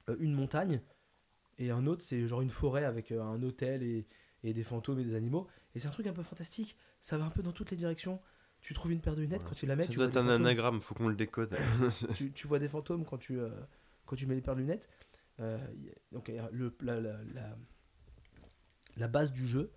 Speaker 2: euh, une montagne, et un autre, c'est genre une forêt avec euh, un hôtel et, et des fantômes et des animaux. Et c'est un truc un peu fantastique, ça va un peu dans toutes les directions. Tu trouves une paire de lunettes,
Speaker 4: Ouais.
Speaker 2: quand tu la mets,
Speaker 4: Ça
Speaker 2: tu vois,
Speaker 4: doit être
Speaker 2: des
Speaker 4: un
Speaker 2: fantômes.
Speaker 4: anagramme, faut qu'on le décode.
Speaker 2: tu, tu vois des fantômes quand tu, euh, quand tu mets les paires de lunettes. Euh, y a- donc, euh, le, la, la, la- la base du jeu.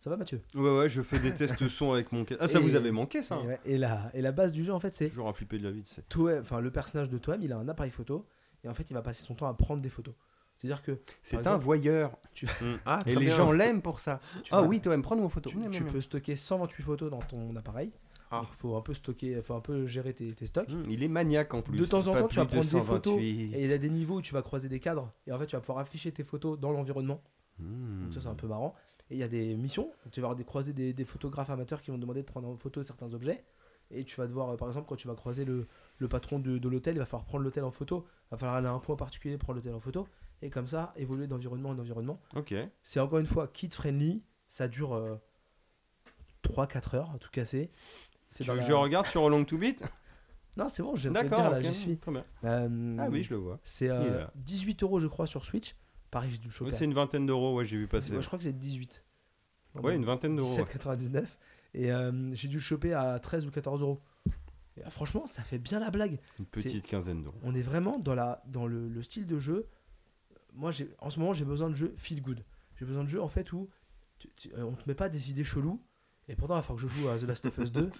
Speaker 2: Ça va, Mathieu
Speaker 3: Ouais, ouais, je fais des
Speaker 2: (laughs)
Speaker 3: tests son avec mon casque. Ah, ça
Speaker 2: Et-
Speaker 3: vous avait manqué ça
Speaker 2: et, ouais, et la, et la base du jeu, en fait, c'est
Speaker 3: Toujours à flipper de la vie, tu sais.
Speaker 2: Toem- enfin le personnage de Toem, il a un appareil photo et en fait, il va passer son temps à prendre des photos. C'est-à-dire que
Speaker 3: C'est un
Speaker 2: exemple,
Speaker 3: voyeur.
Speaker 4: Mm. Ah,
Speaker 3: Et
Speaker 4: très
Speaker 3: les
Speaker 4: bien.
Speaker 3: gens l'aiment pour ça.
Speaker 2: tu,
Speaker 3: Ah
Speaker 2: vas-
Speaker 3: oui, toi, prends-nous en photo.
Speaker 2: tu, tu peux stocker 128 photos dans ton appareil.
Speaker 4: Ah.
Speaker 2: Donc, faut un peu stocker, faut un peu gérer tes, tes stocks.
Speaker 3: Mmh, Il est maniaque en plus.
Speaker 2: De temps en
Speaker 3: Pas
Speaker 2: temps, tu vas
Speaker 3: plus de
Speaker 2: prendre des photos
Speaker 3: 128.
Speaker 2: Et il y a des niveaux où tu vas croiser des cadres et en fait, tu vas pouvoir afficher tes photos dans l'environnement.
Speaker 3: Mmh.
Speaker 2: Donc ça c'est un peu marrant. Et il y a des missions, tu vas avoir des, croiser des, des photographes amateurs qui vont te demander de prendre en photo certains objets. Et tu vas devoir, euh, par exemple, quand tu vas croiser le, le patron de, de l'hôtel, il va falloir prendre l'hôtel en photo. Il va falloir aller à un point particulier, prendre l'hôtel en photo. Et comme ça, évoluer d'environnement en environnement.
Speaker 3: Ok.
Speaker 2: C'est encore une fois kid friendly, ça dure 3-4 heures, tout cassé. C'est
Speaker 3: Tu
Speaker 2: dans
Speaker 3: veux que
Speaker 2: la-
Speaker 3: je regarde sur Long to Beat
Speaker 2: Non, c'est bon, j'aime bien dire,
Speaker 3: D'accord,
Speaker 2: là,
Speaker 3: ok,
Speaker 2: j'y suis.
Speaker 3: très bien.
Speaker 2: Euh,
Speaker 3: Ah oui, je le vois.
Speaker 2: C'est
Speaker 3: Il est
Speaker 2: euh,
Speaker 3: là.
Speaker 2: 18 euros, je crois, sur Switch. Pareil, j'ai dû le
Speaker 3: Ouais,
Speaker 2: choper.
Speaker 3: c'est une vingtaine d'euros, ouais, j'ai vu passer.
Speaker 2: Moi, je crois que c'est 18.
Speaker 3: Ouais, une vingtaine d'euros. ouais.
Speaker 2: 17,99 et euh, j'ai dû le choper à 13 ou 14 euros. Et, ah, franchement, ça fait bien la blague.
Speaker 3: Une petite quinzaine d'euros.
Speaker 2: On est vraiment dans, la, dans le, le style de jeu. Moi, j'ai- en ce moment, j'ai besoin de jeux feel good. J'ai besoin de jeux en fait où tu- tu- euh, on te met pas des idées cheloues. Et pourtant, il va falloir que je joue à The Last of Us
Speaker 3: (laughs)
Speaker 2: 2.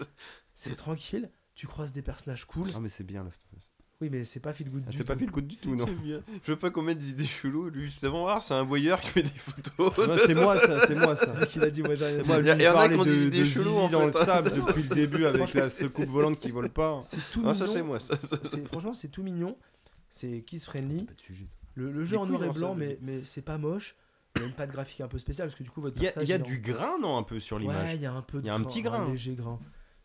Speaker 2: c'est tranquille. Tu croises des personnages cool.
Speaker 3: Ah, mais c'est bien Last of Us.
Speaker 2: Oui, mais c'est pas feel good.
Speaker 3: Ah,
Speaker 2: du
Speaker 3: c'est pas
Speaker 2: tout.
Speaker 3: fait le coup
Speaker 2: (laughs)
Speaker 3: du tout, non.
Speaker 4: J'aime bien. Je veux pas qu'on mette des idées cheloues, lui. C'est vraiment rare, c'est un voyeur qui fait des photos.
Speaker 3: (laughs) Non, c'est moi ça, c'est moi ça.
Speaker 2: (laughs) C'est lui qui l'a dit. Moi, j'ai rien
Speaker 3: C'est
Speaker 2: dit.
Speaker 3: moi,
Speaker 4: Il y a-
Speaker 3: lui,
Speaker 4: il y en a
Speaker 3: parlait
Speaker 4: qui ont des
Speaker 3: de-
Speaker 4: idées
Speaker 3: de
Speaker 4: cheloues,
Speaker 3: zizi
Speaker 4: en
Speaker 3: dans
Speaker 4: fait.
Speaker 3: le sable
Speaker 4: Ça, ça,
Speaker 3: depuis
Speaker 4: ça,
Speaker 3: le début avec la secoupe volante qui vole pas.
Speaker 2: C'est tout
Speaker 4: Ah,
Speaker 2: mignon.
Speaker 4: ça, c'est moi, ça. ça.
Speaker 2: C'est- Franchement, c'est tout mignon. C'est kids friendly.
Speaker 3: Pas de sujet.
Speaker 2: Le, le jeu en
Speaker 4: couilles
Speaker 2: noir et
Speaker 4: dans
Speaker 2: blanc,
Speaker 4: ça,
Speaker 2: mais, mais c'est pas moche. Il y a une patte graphique un peu spéciale parce que du coup, votre
Speaker 3: Il y a,
Speaker 2: personnage,
Speaker 3: il y a
Speaker 2: il est en-
Speaker 3: du grain, non, un peu sur l'image.
Speaker 2: Ouais, il y a un peu de
Speaker 3: Il y a un petit grain.
Speaker 2: un léger grain.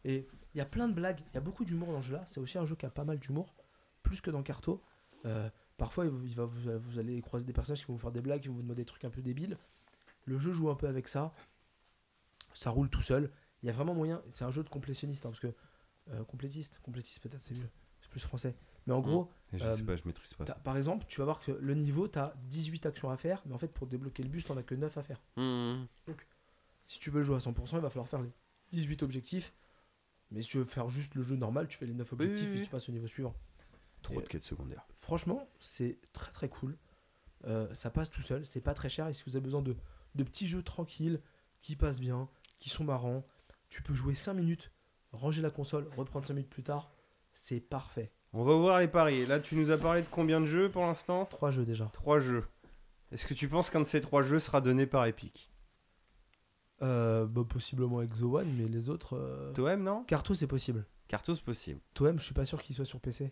Speaker 2: Et il y a plein de blagues. Il y a beaucoup d'humour dans ce jeu-là. C'est aussi un jeu qui a pas mal d'humour, plus que dans Carto. Euh, parfois, il va, vous, vous allez croiser des personnages qui vont vous faire des blagues, qui vont vous demander des trucs un peu débiles. Le jeu joue un peu avec ça. Ça roule tout seul. Il y a vraiment moyen. C'est un jeu de complétionniste, hein, parce que euh, complétiste, complétiste peut-être, c'est mieux, c'est plus français. Mais
Speaker 3: Mm.
Speaker 2: en gros,
Speaker 3: Et Je
Speaker 2: Euh,
Speaker 3: sais pas, je maîtrise pas
Speaker 2: T'as-
Speaker 3: ça.
Speaker 2: par exemple, tu vas voir que le niveau, tu as 18 actions à faire, mais en fait, pour débloquer le bus, t'en as que 9 à faire.
Speaker 4: Mm.
Speaker 2: Si tu veux le jouer à 100%, il va falloir faire les 18 objectifs. Mais si tu veux faire juste le jeu normal, tu fais les 9 objectifs
Speaker 4: oui,
Speaker 2: et
Speaker 4: oui.
Speaker 2: tu passes au niveau suivant.
Speaker 3: Trop de quêtes secondaires.
Speaker 2: Franchement, c'est très très cool. Euh, ça passe tout seul, c'est pas très cher. Et si vous avez besoin de, de petits jeux tranquilles, qui passent bien, qui sont marrants, tu peux jouer 5 minutes, ranger la console, reprendre 5 minutes plus tard. C'est parfait.
Speaker 3: On va voir les paris. Là, tu nous as parlé de combien de jeux pour l'instant
Speaker 2: Trois jeux déjà.
Speaker 3: Trois jeux. Est-ce que tu penses qu'un de ces trois jeux sera donné par Epic
Speaker 2: Euh, bah, possiblement Exo One, mais les autres. euh,
Speaker 3: Toem, non
Speaker 2: Carto, c'est possible.
Speaker 3: Cartos possible.
Speaker 2: Toem, je suis pas sûr qu'il soit sur PC.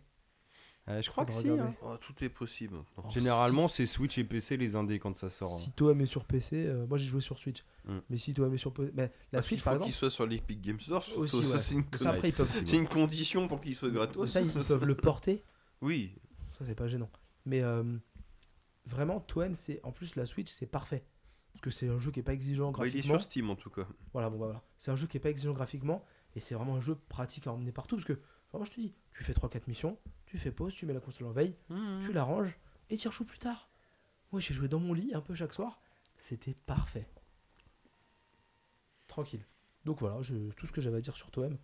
Speaker 3: Euh, je crois que
Speaker 2: Faudra
Speaker 3: si.
Speaker 2: regarder.
Speaker 3: hein.
Speaker 4: Oh, tout est possible. maintenant.
Speaker 2: Oh,
Speaker 3: Généralement, c'est Switch et PC les indés quand ça sort. hein.
Speaker 2: Si Toem est sur PC, euh, moi j'ai joué sur Switch.
Speaker 3: Mm.
Speaker 2: Mais si Toem est sur PC, mais la
Speaker 4: Parce qu'il
Speaker 2: Switch par
Speaker 4: faut qu'il
Speaker 2: exemple,
Speaker 4: soit sur l'Epic Games Store. surtout,
Speaker 2: Aussi,
Speaker 4: ça,
Speaker 2: ouais.
Speaker 4: c'est une...
Speaker 2: ça après ils peuvent,
Speaker 4: (laughs) c'est une condition pour qu'il soit gratos.
Speaker 2: ça ils peuvent le porter.
Speaker 4: (laughs) Oui.
Speaker 2: Ça c'est pas gênant. Mais euh, vraiment Toem c'est en plus la Switch c'est parfait parce que c'est un jeu qui est pas exigeant
Speaker 4: Bah, il est
Speaker 2: graphiquement.
Speaker 4: sur Steam en tout cas.
Speaker 2: voilà bon bah voilà, c'est un jeu qui est pas exigeant graphiquement et c'est vraiment un jeu pratique à emmener partout parce que vraiment je te dis, tu fais 3-4 missions, tu fais pause, tu mets la console en veille,
Speaker 4: Hmm.
Speaker 2: tu la ranges et tu y rejoues plus tard. Moi j'ai joué dans mon lit un peu chaque soir, c'était parfait. Tranquille. Donc voilà, je- tout ce que j'avais à dire sur Toem.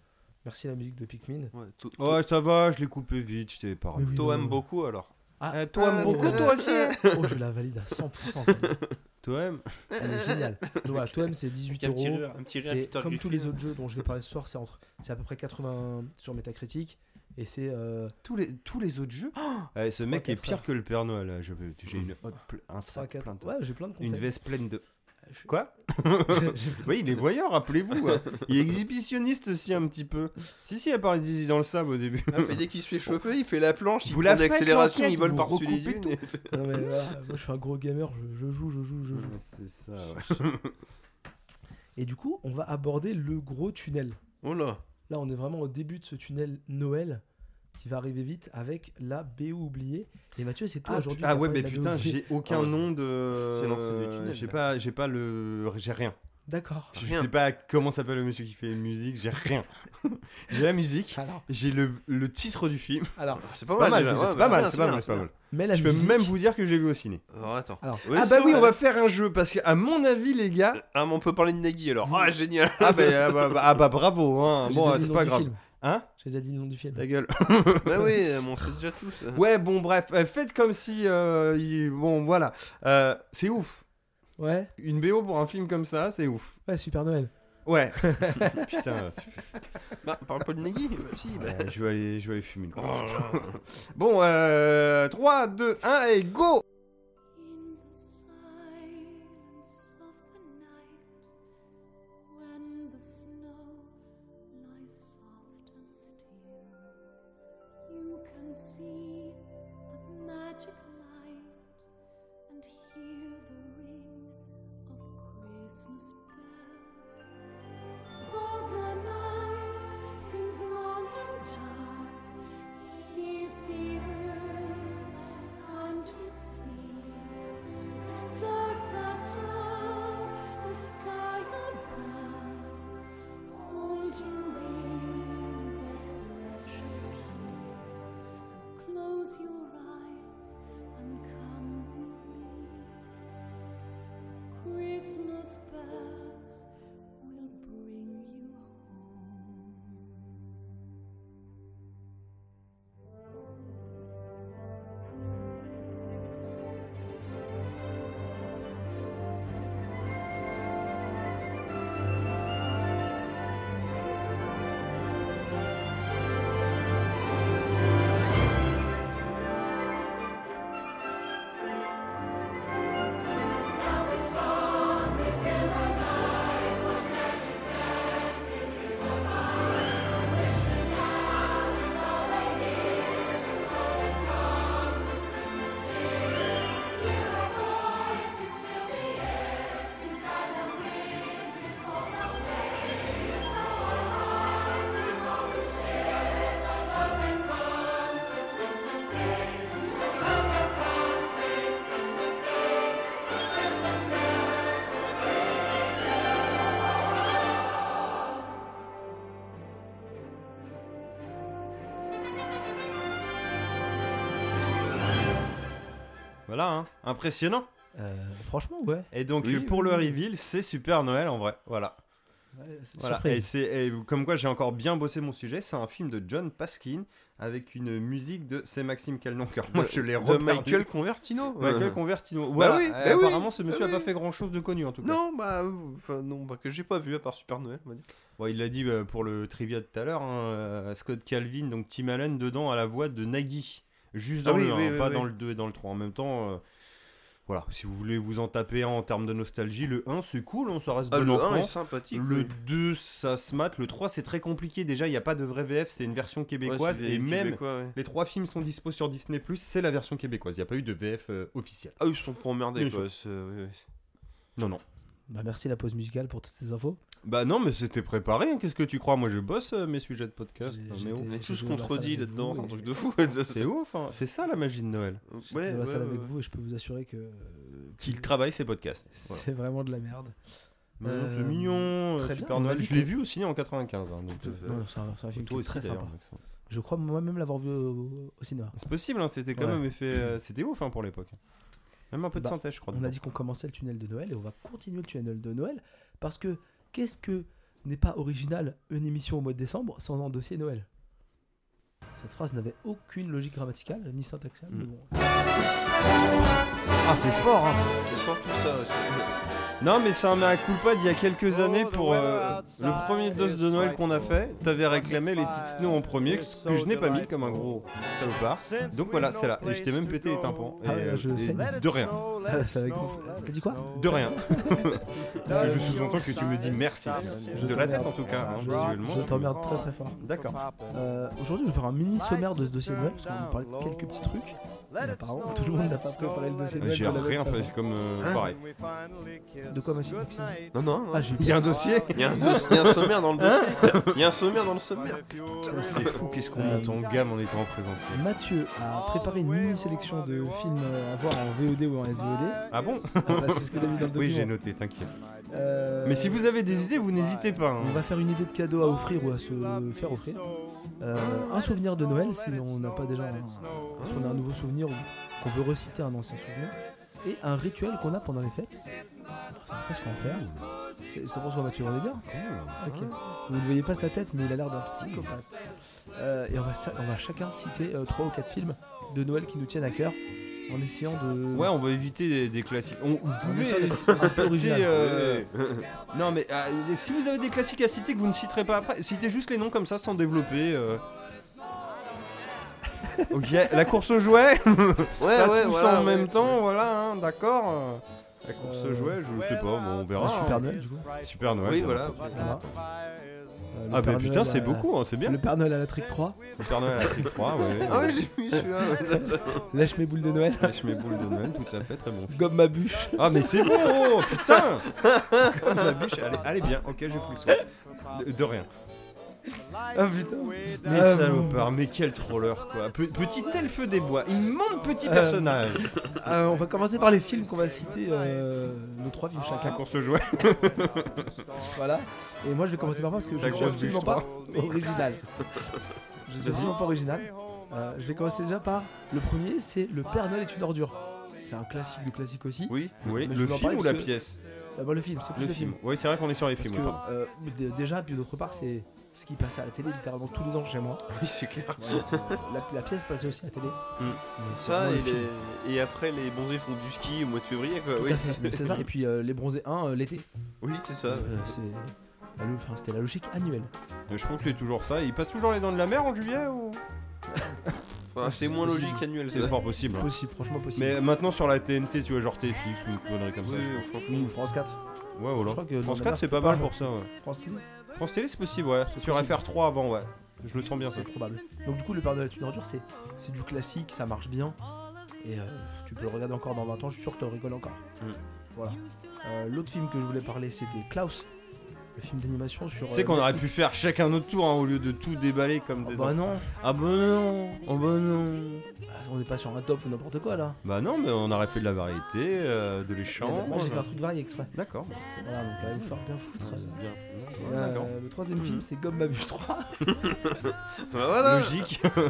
Speaker 2: Merci à la musique de Pikmin.
Speaker 4: Ouais, to- to-
Speaker 3: hein. Ouais, ça va, je l'ai coupé vite, je t'ai parlé.
Speaker 2: Mais oui,
Speaker 4: Oh, Toem
Speaker 2: non.
Speaker 4: beaucoup alors.
Speaker 2: Ah,
Speaker 3: Euh, Toem
Speaker 2: ah,
Speaker 3: beaucoup,
Speaker 2: euh,
Speaker 3: toi aussi hein.
Speaker 2: (laughs) Oh, je la valide à 100%. celle-là.
Speaker 3: Toem
Speaker 2: Elle
Speaker 3: (laughs)
Speaker 2: est géniale. Donc voilà, Toem, c'est 18
Speaker 4: Avec un petit
Speaker 2: euros.
Speaker 4: rire- un petit rire à
Speaker 2: C'est
Speaker 4: Peter
Speaker 2: comme tous
Speaker 4: Griffin.
Speaker 2: les autres jeux dont je vais parler ce soir, c'est entre, c'est à peu près 80 sur Metacritic et c'est euh, Ah,
Speaker 3: tous les, tous les autres jeux Eh, Ce mec est
Speaker 2: quatre
Speaker 3: pire
Speaker 2: heures. Mmh.
Speaker 3: que le Père Noël. là. Je veux- J'ai une hotte ple- un
Speaker 2: 3
Speaker 3: sac
Speaker 2: 4.
Speaker 3: Ah, plein de...
Speaker 2: Ouais, j'ai plein de
Speaker 3: Une
Speaker 2: conseils.
Speaker 3: veste pleine de...
Speaker 2: Euh, Je- (laughs)
Speaker 3: Quoi
Speaker 2: j'ai- j'ai-
Speaker 3: (laughs) Oui, il est voyeur, rappelez-vous. hein. Il est exhibitionniste aussi un petit peu. Si, si, elle parlait de Zizi dans le sable au début.
Speaker 4: Ah, mais dès qu'il se fait choper, il fait la planche, il
Speaker 3: Vous
Speaker 4: prend
Speaker 3: la
Speaker 4: de
Speaker 3: faites,
Speaker 4: l'accélération,
Speaker 3: l'enquête,
Speaker 4: il vole
Speaker 3: vous
Speaker 4: par-dessus les
Speaker 3: recoupez
Speaker 4: lignes.
Speaker 2: Non, mais voilà, moi je suis un gros gamer, je, je joue, je joue, je joue.
Speaker 3: C'est ça, ouais.
Speaker 2: Et du coup, on va aborder le gros tunnel.
Speaker 4: Oh là.
Speaker 2: Là, on est vraiment au début de ce tunnel Noël qui va arriver vite avec la BO oubliée. Et Mathieu, c'est toi
Speaker 3: Ah,
Speaker 2: aujourd'hui. qui
Speaker 3: pu- ah
Speaker 2: as
Speaker 3: ouais,
Speaker 2: parlé
Speaker 3: mais
Speaker 2: de la BO
Speaker 3: putain,
Speaker 2: oubliée.
Speaker 3: j'ai aucun
Speaker 4: Ah ouais.
Speaker 3: nom de.
Speaker 4: C'est l'entrée du tunnel,
Speaker 3: J'ai
Speaker 4: là.
Speaker 3: pas, j'ai pas le. J'ai rien.
Speaker 2: D'accord.
Speaker 3: Je
Speaker 4: Rien.
Speaker 3: sais pas comment s'appelle le monsieur qui fait la musique, j'ai rien. j'ai la musique,
Speaker 2: Alors,
Speaker 3: j'ai le, le titre du film.
Speaker 2: alors,
Speaker 3: C'est
Speaker 4: C'est
Speaker 3: pas mal,
Speaker 4: déjà,
Speaker 3: déjà,
Speaker 4: ouais,
Speaker 3: c'est pas
Speaker 4: bah,
Speaker 3: mal,
Speaker 4: bien,
Speaker 3: c'est pas mal,
Speaker 4: bien,
Speaker 3: c'est pas mal.
Speaker 2: mais la
Speaker 3: Je peux
Speaker 2: musique-
Speaker 3: même vous dire que j'ai vu au ciné.
Speaker 4: Alors attends. euh,
Speaker 2: Alors,
Speaker 3: ah bah
Speaker 4: ça,
Speaker 3: oui,
Speaker 4: ouais.
Speaker 3: on va faire un jeu parce que à mon avis les gars,
Speaker 4: Ah, mais on peut parler de Nagui alors. Ah, génial.
Speaker 3: ah
Speaker 4: (laughs)
Speaker 3: bah, ah bah, ah bah bravo hein.
Speaker 2: j'ai
Speaker 3: Bon,
Speaker 2: déjà dit
Speaker 3: c'est
Speaker 2: le
Speaker 3: pas
Speaker 2: nom du
Speaker 3: grave.
Speaker 2: film.
Speaker 3: Hein
Speaker 2: J'ai déjà dit le nom du film.
Speaker 3: Ta gueule.
Speaker 4: bah oui, euh, bon, on sait déjà tous.
Speaker 3: Ouais, bon bref, euh, faites comme si euh, il- bon voilà. Euh, c'est ouf.
Speaker 2: Ouais,
Speaker 3: Une BO pour un film comme ça, c'est ouf.
Speaker 2: ouais, Super Noël.
Speaker 3: Ouais. Putain, super.
Speaker 4: Bah, parle pas de Nagui. Bah, si, bah.
Speaker 3: Ouais, je vais aller je vais aller fumer une
Speaker 4: Oh
Speaker 3: clope.
Speaker 4: là là. (laughs)
Speaker 3: Bon euh, 3 2 1 et go.
Speaker 1: In the silence of the night, when the snow lies soft and still, you can see a magic light and hear the ring of Christmas bells. For the night seems long and dark, hears the earth sound to sleep. Stars that cloud the sky above, hold you in their precious key. So close your eyes and come with me. The Christmas bells will bring you home.
Speaker 3: Voilà hein. Impressionnant.
Speaker 2: Euh, franchement, ouais.
Speaker 3: Et donc
Speaker 4: Oui,
Speaker 3: euh, pour
Speaker 4: oui,
Speaker 3: le
Speaker 4: oui.
Speaker 3: reveal, c'est super Noël en vrai. Voilà. Voilà, et
Speaker 2: Surprise.
Speaker 3: c'est et comme quoi j'ai encore bien bossé mon sujet. C'est un film de John Pasquin avec une musique de c'est Maxime Calnon car (laughs) moi
Speaker 4: De-
Speaker 3: je l'ai
Speaker 4: De
Speaker 3: reperdu.
Speaker 4: Michael Convertino. euh.
Speaker 3: Michael Convertino. Voilà.
Speaker 4: oui,
Speaker 3: Euh,
Speaker 4: bah oui,
Speaker 3: apparemment ce monsieur
Speaker 4: bah
Speaker 3: a
Speaker 4: oui.
Speaker 3: pas fait grand chose de connu en tout cas.
Speaker 4: Non, bah, euh, enfin, non, bah, que j'ai pas vu à part Super Noël, on va dire.
Speaker 3: Bon, il l'a dit euh, pour le trivia de tout à l'heure. hein, euh, Scott Calvin donc Tim Allen dedans à la voix de Nagui. Juste
Speaker 4: Ah
Speaker 3: dans
Speaker 4: oui,
Speaker 3: le 1,
Speaker 4: oui, oui,
Speaker 3: pas
Speaker 4: oui.
Speaker 3: dans le 2 et dans le 3. En même temps, euh, voilà, si vous voulez vous en taper un en termes de nostalgie, le 1 c'est cool, on ça reste
Speaker 4: Ah,
Speaker 3: bon
Speaker 4: le
Speaker 3: enfant.
Speaker 4: 1 est sympathique.
Speaker 3: Le
Speaker 4: oui.
Speaker 3: 2, ça se mate. Le 3, c'est très compliqué. Déjà, il n'y a pas de vrai VF, c'est une version
Speaker 4: Ouais,
Speaker 3: québécoise.
Speaker 4: c'est des
Speaker 3: et même,
Speaker 4: Québécois, ouais.
Speaker 3: les trois films sont dispo sur Disney, c'est la version québécoise. Il n'y a pas eu de VF euh, officielle.
Speaker 4: Ah, ils se sont pas emmerdés,
Speaker 3: Ils
Speaker 4: quoi. euh, c'est- oui, oui.
Speaker 3: Non, non.
Speaker 2: Bah, merci la pause musicale pour toutes ces infos.
Speaker 3: Bah non, mais c'était préparé. hein. Qu'est-ce que tu crois Moi, je bosse euh, mes sujets de podcast.
Speaker 2: J'ai-
Speaker 3: Non,
Speaker 2: j'ai
Speaker 3: mais
Speaker 2: été-
Speaker 3: oh.
Speaker 4: On est
Speaker 2: Je
Speaker 4: tous
Speaker 2: vais voir ça
Speaker 4: contredits
Speaker 2: avec
Speaker 4: là-dedans,
Speaker 2: vous,
Speaker 4: un
Speaker 2: et-
Speaker 4: truc de fou.
Speaker 3: C'est ouf, hein. c'est ça la magie de Noël.
Speaker 2: J'étais
Speaker 4: Ouais,
Speaker 2: dans la salle
Speaker 4: ouais,
Speaker 2: avec
Speaker 4: ouais.
Speaker 2: vous et je peux vous assurer que euh,
Speaker 3: Qu'il travaille ses podcasts. Voilà.
Speaker 2: c'est vraiment de la merde.
Speaker 3: Mais non,
Speaker 2: Euh,
Speaker 3: c'est mignon,
Speaker 2: très
Speaker 3: euh,
Speaker 2: bien,
Speaker 3: Super
Speaker 2: on m'a
Speaker 3: Noël.
Speaker 2: dit
Speaker 3: Je l'ai
Speaker 2: que-
Speaker 3: vu au ciné en 95. hein, donc,
Speaker 4: Tout à
Speaker 3: euh,
Speaker 4: fait.
Speaker 2: Non, c'est un, c'est un film qui
Speaker 3: toi
Speaker 2: est
Speaker 3: aussi,
Speaker 2: très
Speaker 3: d'ailleurs,
Speaker 2: sympa.
Speaker 3: Maxence.
Speaker 2: Je crois moi-même l'avoir vu au, au cinéma.
Speaker 3: C'est possible, hein, c'était quand
Speaker 2: Ouais.
Speaker 3: même effet. euh, c'était ouf hein, pour l'époque. Même un peu de
Speaker 2: Bah,
Speaker 3: synthèse, je crois.
Speaker 2: On a
Speaker 3: dedans.
Speaker 2: dit qu'on commençait le tunnel de Noël et on va continuer le tunnel de Noël parce que qu'est-ce que n'est pas original une émission au mois de décembre sans un dossier Noël Cette phrase n'avait aucune logique grammaticale ni syntaxiale.
Speaker 3: Mm.
Speaker 2: mais bon.
Speaker 3: Ah, c'est fort, hein.
Speaker 4: Et sans tout ça, c'est-
Speaker 3: Non, mais c'est un mea culpa d'il y a quelques
Speaker 5: Oh,
Speaker 3: années
Speaker 5: the
Speaker 3: pour
Speaker 5: weather
Speaker 3: euh,
Speaker 5: outside
Speaker 3: le premier dos
Speaker 5: is
Speaker 3: de Noël qu'on a
Speaker 5: frightful.
Speaker 3: fait. T'avais réclamé les petites snow en premier, ce que je n'ai pas mis comme un gros salopard. (laughs) Donc voilà, c'est là. Et je t'ai même pété les tympans. Et,
Speaker 2: Ah ouais,
Speaker 3: euh,
Speaker 2: je
Speaker 3: et
Speaker 2: sais.
Speaker 3: de rien.
Speaker 2: Ah, ça va être gonflé. T'as dit quoi
Speaker 3: De rien. Parce que je sous-entends que tu me dis merci.
Speaker 5: Je
Speaker 3: De la tête en tout cas, hein,
Speaker 2: Je-
Speaker 3: visuellement.
Speaker 2: je t'emmerde très très fort.
Speaker 3: D'accord.
Speaker 2: Euh, Aujourd'hui, je vais faire un mini mini sommaire de ce dossier de Noël, parce qu'on va parler de quelques petits trucs. Et apparemment, (laughs) tout le monde n'a pas préparé le dossier de Noël.
Speaker 3: J'ai
Speaker 2: de la même
Speaker 3: rien
Speaker 2: façon.
Speaker 3: fait, c'est comme euh,
Speaker 6: Hein
Speaker 3: pareil.
Speaker 2: De quoi, Maxime, Maxime
Speaker 4: Non, non, non.
Speaker 2: Ah, j'ai
Speaker 3: Il y a un dossier
Speaker 4: Il y, a un dos- il y a un sommaire dans le dossier.
Speaker 2: (laughs)
Speaker 4: Il y a un sommaire dans le sommaire.
Speaker 3: Putain, C'est fou, qu'est-ce qu'on
Speaker 2: Euh,
Speaker 3: monte en gamme en étant en présentiel.
Speaker 2: Mathieu a préparé une mini sélection de films euh, à voir en VOD ou en SVOD.
Speaker 3: Ah bon
Speaker 2: Ah bah, c'est ce que t'as mis dans le
Speaker 3: Oui,
Speaker 2: document.
Speaker 3: j'ai noté, t'inquiète.
Speaker 2: Euh,
Speaker 3: Mais si vous avez des idées, vous n'hésitez pas. hein.
Speaker 2: On va faire une idée de cadeau à offrir ou à se faire offrir. Euh, un souvenir de Noël, si on n'a pas déjà un, si on a un nouveau souvenir ou qu'on veut reciter un ancien souvenir. Et un rituel qu'on a pendant les fêtes. On va ce qu'on va faire. Je te pense qu'on va tuer, on est bien. Ok. Vous ne voyez pas sa tête, mais il a l'air d'un psychopathe. Euh, et on va, sa- on va chacun citer 3 ou 4 films de Noël qui nous tiennent à cœur en essayant de.
Speaker 3: Ouais, on va éviter des, des classiques. On, vous
Speaker 2: (laughs)
Speaker 3: pouvez
Speaker 2: essaie d'être
Speaker 3: citer,
Speaker 2: un peu original.
Speaker 3: euh, (laughs) Non, mais ah, si vous avez des classiques à citer que vous ne citerez pas après, citez juste les noms comme ça sans développer. euh. ok, la course aux jouets,
Speaker 4: Ouais,
Speaker 3: pas
Speaker 4: ouais,
Speaker 3: Bah, tous
Speaker 4: voilà,
Speaker 3: en
Speaker 4: ouais.
Speaker 3: même temps, voilà, hein, d'accord. euh. La course
Speaker 2: Euh,
Speaker 3: aux jouets, je sais pas, bon, on verra.
Speaker 2: Un
Speaker 3: hein.
Speaker 2: Super Noël, du coup.
Speaker 3: Super Noël.
Speaker 4: Oui,
Speaker 3: bon.
Speaker 4: voilà.
Speaker 2: Voilà. Euh, le
Speaker 3: Ah,
Speaker 2: Père
Speaker 3: bah putain,
Speaker 2: Noël
Speaker 3: c'est
Speaker 2: à-
Speaker 3: beaucoup, hein, c'est bien.
Speaker 2: Le Père Noël à la trick 3.
Speaker 3: Le Père Noël a pris 3, ouais.
Speaker 4: Ah ouais, j'ai vu celui-là. ouais.
Speaker 2: Lâche mes boules de Noël.
Speaker 3: Lâche mes boules de Noël, tout à fait, très bon.
Speaker 2: Gomme ma bûche.
Speaker 3: Ah mais c'est bon, oh, putain Comme la biche, elle est, elle est bien, ok j'ai pris le soin. De, de rien. Ah putain Mais
Speaker 2: Euh,
Speaker 3: salopard, mais quel troller quoi Pe- Petit elfe des bois, immonde petit personnage
Speaker 2: Euh, on va commencer par les films qu'on va citer, euh, nos trois films chacun.
Speaker 3: Course au jouet
Speaker 2: Voilà. Et moi je vais commencer par moi parce que je
Speaker 3: La
Speaker 2: suis
Speaker 3: grosse
Speaker 2: absolument
Speaker 3: bûche,
Speaker 2: pas
Speaker 3: (laughs)
Speaker 2: original. Je suis absolument pas original. Euh, je vais commencer déjà par le premier, c'est Le Père Noël est une ordure. C'est un classique du classique aussi.
Speaker 4: Oui.
Speaker 3: Oui,
Speaker 2: Mais je
Speaker 3: le
Speaker 2: vous en
Speaker 3: film
Speaker 2: parle
Speaker 3: ou la
Speaker 2: parce que-
Speaker 3: pièce
Speaker 2: Ah bah, le film, c'est plus
Speaker 3: Le film. Oui c'est vrai qu'on est sur les
Speaker 2: Parce
Speaker 3: films. hein.
Speaker 2: que
Speaker 3: pardon.
Speaker 2: euh, d- déjà, puis d'autre part, c'est ce qui passe à la télé littéralement tous les ans chez
Speaker 3: (laughs)
Speaker 2: moi.
Speaker 4: Oui, c'est clair.
Speaker 2: La, la pièce passait aussi à la télé.
Speaker 3: Mm.
Speaker 2: Mais c'est
Speaker 4: Ça,
Speaker 2: vraiment
Speaker 4: et,
Speaker 2: le film.
Speaker 4: les- et après, les bronzés font du ski au mois de février, quoi.
Speaker 2: Tout
Speaker 4: euh, Oui, Ah
Speaker 2: à fait, mais c'est ça. Et puis euh, Les Bronzés 1 euh, l'été.
Speaker 4: (laughs) oui c'est ça.
Speaker 2: Euh, c'est la lo- enfin, c'était la logique annuelle.
Speaker 3: Mais Je trouve que c'est toujours ça, il passe toujours les dents de la mer en juillet ou
Speaker 4: Enfin, c'est moins logique annuel, ça.
Speaker 3: C'est fort possible. hein.
Speaker 2: Possible, franchement possible.
Speaker 3: Mais maintenant sur la TNT tu vois genre TFX ou une connerie comme ça.
Speaker 4: Oui,
Speaker 3: je
Speaker 4: on s'en fout.
Speaker 2: Ou France 4.
Speaker 3: trouve. Ouais voilà.
Speaker 2: Je crois que
Speaker 3: euh, France
Speaker 2: dans la
Speaker 3: 4 c'est
Speaker 2: mer,
Speaker 3: pas mal
Speaker 2: c'était
Speaker 3: pour ça ouais.
Speaker 2: France Télé,
Speaker 3: France Télé c'est possible ouais,
Speaker 2: C'est
Speaker 3: sur
Speaker 2: possible.
Speaker 3: FR3 avant ouais. Je le sens bien ça.
Speaker 2: c'est probable. Donc du coup, le Père Noël est une ordure, c'est c'est du classique, ça marche bien. Et euh, tu peux le regarder encore dans 20 ans, je suis sûr que tu rigoles encore.
Speaker 3: Mm.
Speaker 2: Voilà. Euh, L'autre film que je voulais parler, c'était Klaus, le film d'animation sur.
Speaker 3: Tu sais
Speaker 2: euh,
Speaker 3: qu'on aurait pu
Speaker 2: Netflix.
Speaker 3: faire chacun notre tour hein, au lieu de tout déballer comme
Speaker 2: Oh,
Speaker 3: des.
Speaker 2: bah
Speaker 3: enfants.
Speaker 2: non,
Speaker 3: Ah bah non Oh bah non
Speaker 2: Ah, on n'est pas sur un top ou n'importe quoi là.
Speaker 3: Bah non, mais on aurait fait de la variété, euh, de l'échange.
Speaker 2: Moi j'ai fait un truc varié exprès.
Speaker 3: D'accord.
Speaker 2: Voilà, donc allez vous faire bien foutre.
Speaker 3: Bien.
Speaker 2: Et, euh,
Speaker 3: D'accord.
Speaker 2: le troisième
Speaker 3: Mhm.
Speaker 2: film, c'est Gomme ma bûche 3.
Speaker 4: Bah,
Speaker 2: (laughs)
Speaker 4: voilà.
Speaker 3: Logique.
Speaker 2: Non,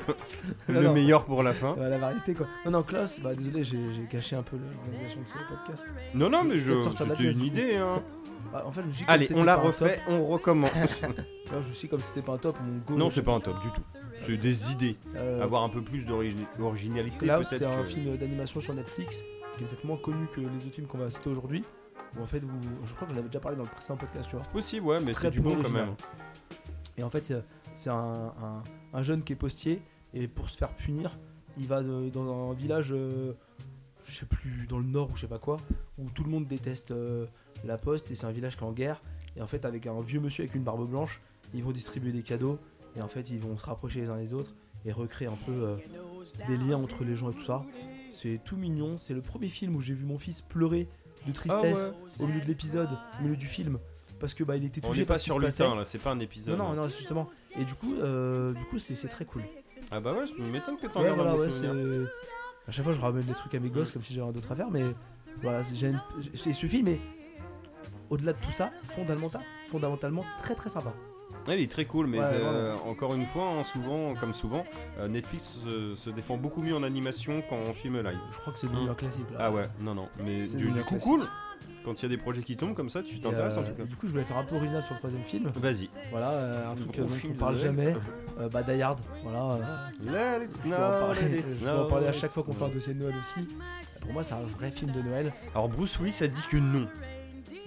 Speaker 3: (laughs) le
Speaker 2: non.
Speaker 3: meilleur pour la fin.
Speaker 2: (laughs) Ouais, la variété quoi. Non, non, Klaus, bah désolé, j'ai j'ai gâché un peu l'organisation de ce podcast.
Speaker 3: Non, non, mais
Speaker 2: Je peux
Speaker 3: je.
Speaker 2: te sortir de la
Speaker 3: C'était
Speaker 2: pièce,
Speaker 3: une
Speaker 2: du coup.
Speaker 3: idée, hein.
Speaker 2: Bah, en fait, je me suis dit, comme
Speaker 3: Allez,
Speaker 2: c'était
Speaker 3: on la
Speaker 2: pas un
Speaker 3: refait, on recommence.
Speaker 2: (laughs) top- non, je me suis dit, comme c'était pas un top, mon go.
Speaker 3: non, c'est pas Ah, un top du tout. C'est des idées.
Speaker 2: Euh,
Speaker 3: Avoir un peu plus d'originalité,
Speaker 2: Klaus,
Speaker 3: peut-être.
Speaker 2: c'est un
Speaker 3: que-
Speaker 2: film d'animation sur Netflix qui est peut-être moins connu que les autres films qu'on va citer aujourd'hui. Où en fait, vous, je crois que j'en avais déjà parlé dans le précédent podcast, tu vois.
Speaker 3: C'est possible, ouais, mais
Speaker 2: Très
Speaker 3: c'est du bon
Speaker 2: peu
Speaker 3: quand même.
Speaker 2: Et en fait, euh, c'est un, un- un jeune qui est postier et pour se faire punir, il va euh, dans un village, euh, je sais plus, dans le nord ou je sais pas quoi, où tout le monde déteste euh, la poste et c'est un village qui est en guerre. Et en fait, avec un vieux monsieur avec une barbe blanche, ils vont distribuer des cadeaux et en fait, ils vont se rapprocher les uns des autres et recréer un peu euh, des liens entre les gens et tout ça. C'est tout mignon. C'est le premier film où j'ai vu mon fils pleurer de tristesse au milieu de l'épisode, au milieu du film, parce que bah il était
Speaker 3: On
Speaker 2: touché
Speaker 3: n'est
Speaker 2: par
Speaker 3: pas
Speaker 2: ce qui se
Speaker 3: sur
Speaker 2: passait.
Speaker 3: lutin là, c'est pas un
Speaker 2: Non,
Speaker 3: épisode. hein.
Speaker 2: non, non, justement. Et du coup, euh, du coup, c'est c'est très cool.
Speaker 3: Ah bah ouais, je m'étonne que t'en aies
Speaker 2: Ouais, voilà,
Speaker 3: un bon
Speaker 2: ouais, c'est.
Speaker 3: souvenir.
Speaker 2: À chaque fois, je ramène des trucs à mes
Speaker 3: Mm.
Speaker 2: gosses comme si j'avais un d'autre à faire, mais voilà, c'est- j'ai une- c'est ce film est au-delà de tout ça, fondamentalement, fondamentalement très très sympa.
Speaker 3: Ouais, il est très cool, mais
Speaker 2: Ouais,
Speaker 3: euh, encore une fois, hein, souvent, comme souvent, euh, Netflix euh, se défend beaucoup mieux en animation qu'en film live.
Speaker 2: Je crois que c'est devenu
Speaker 4: Mm.
Speaker 2: un classique. Là.
Speaker 3: Ah ouais, non, non, mais
Speaker 2: C'est
Speaker 3: du,
Speaker 2: devenu
Speaker 3: du
Speaker 2: un
Speaker 3: coup,
Speaker 2: classique.
Speaker 3: cool Quand il y a des projets qui tombent comme ça, tu
Speaker 2: Et,
Speaker 3: t'intéresses en
Speaker 2: euh,
Speaker 3: tout cas.
Speaker 2: Du coup, je voulais faire un peu original sur le troisième film.
Speaker 3: Vas-y.
Speaker 2: Voilà, euh, un
Speaker 4: Le
Speaker 2: truc
Speaker 4: gros
Speaker 2: euh, dont
Speaker 4: film
Speaker 2: on
Speaker 4: de
Speaker 2: parle
Speaker 3: (laughs)
Speaker 4: Noël.
Speaker 2: jamais. Euh, bah, Die Hard, voilà. euh,
Speaker 3: Let it
Speaker 2: je dois en
Speaker 3: snow, let
Speaker 2: parler, (laughs)
Speaker 3: it
Speaker 2: je dois en
Speaker 3: snow,
Speaker 2: parler à
Speaker 3: let
Speaker 2: chaque
Speaker 3: it
Speaker 2: fois qu'on fait un
Speaker 3: snow.
Speaker 2: dossier de Noël aussi. Pour moi, c'est un vrai film de Noël.
Speaker 3: Alors Bruce Willis a dit que non.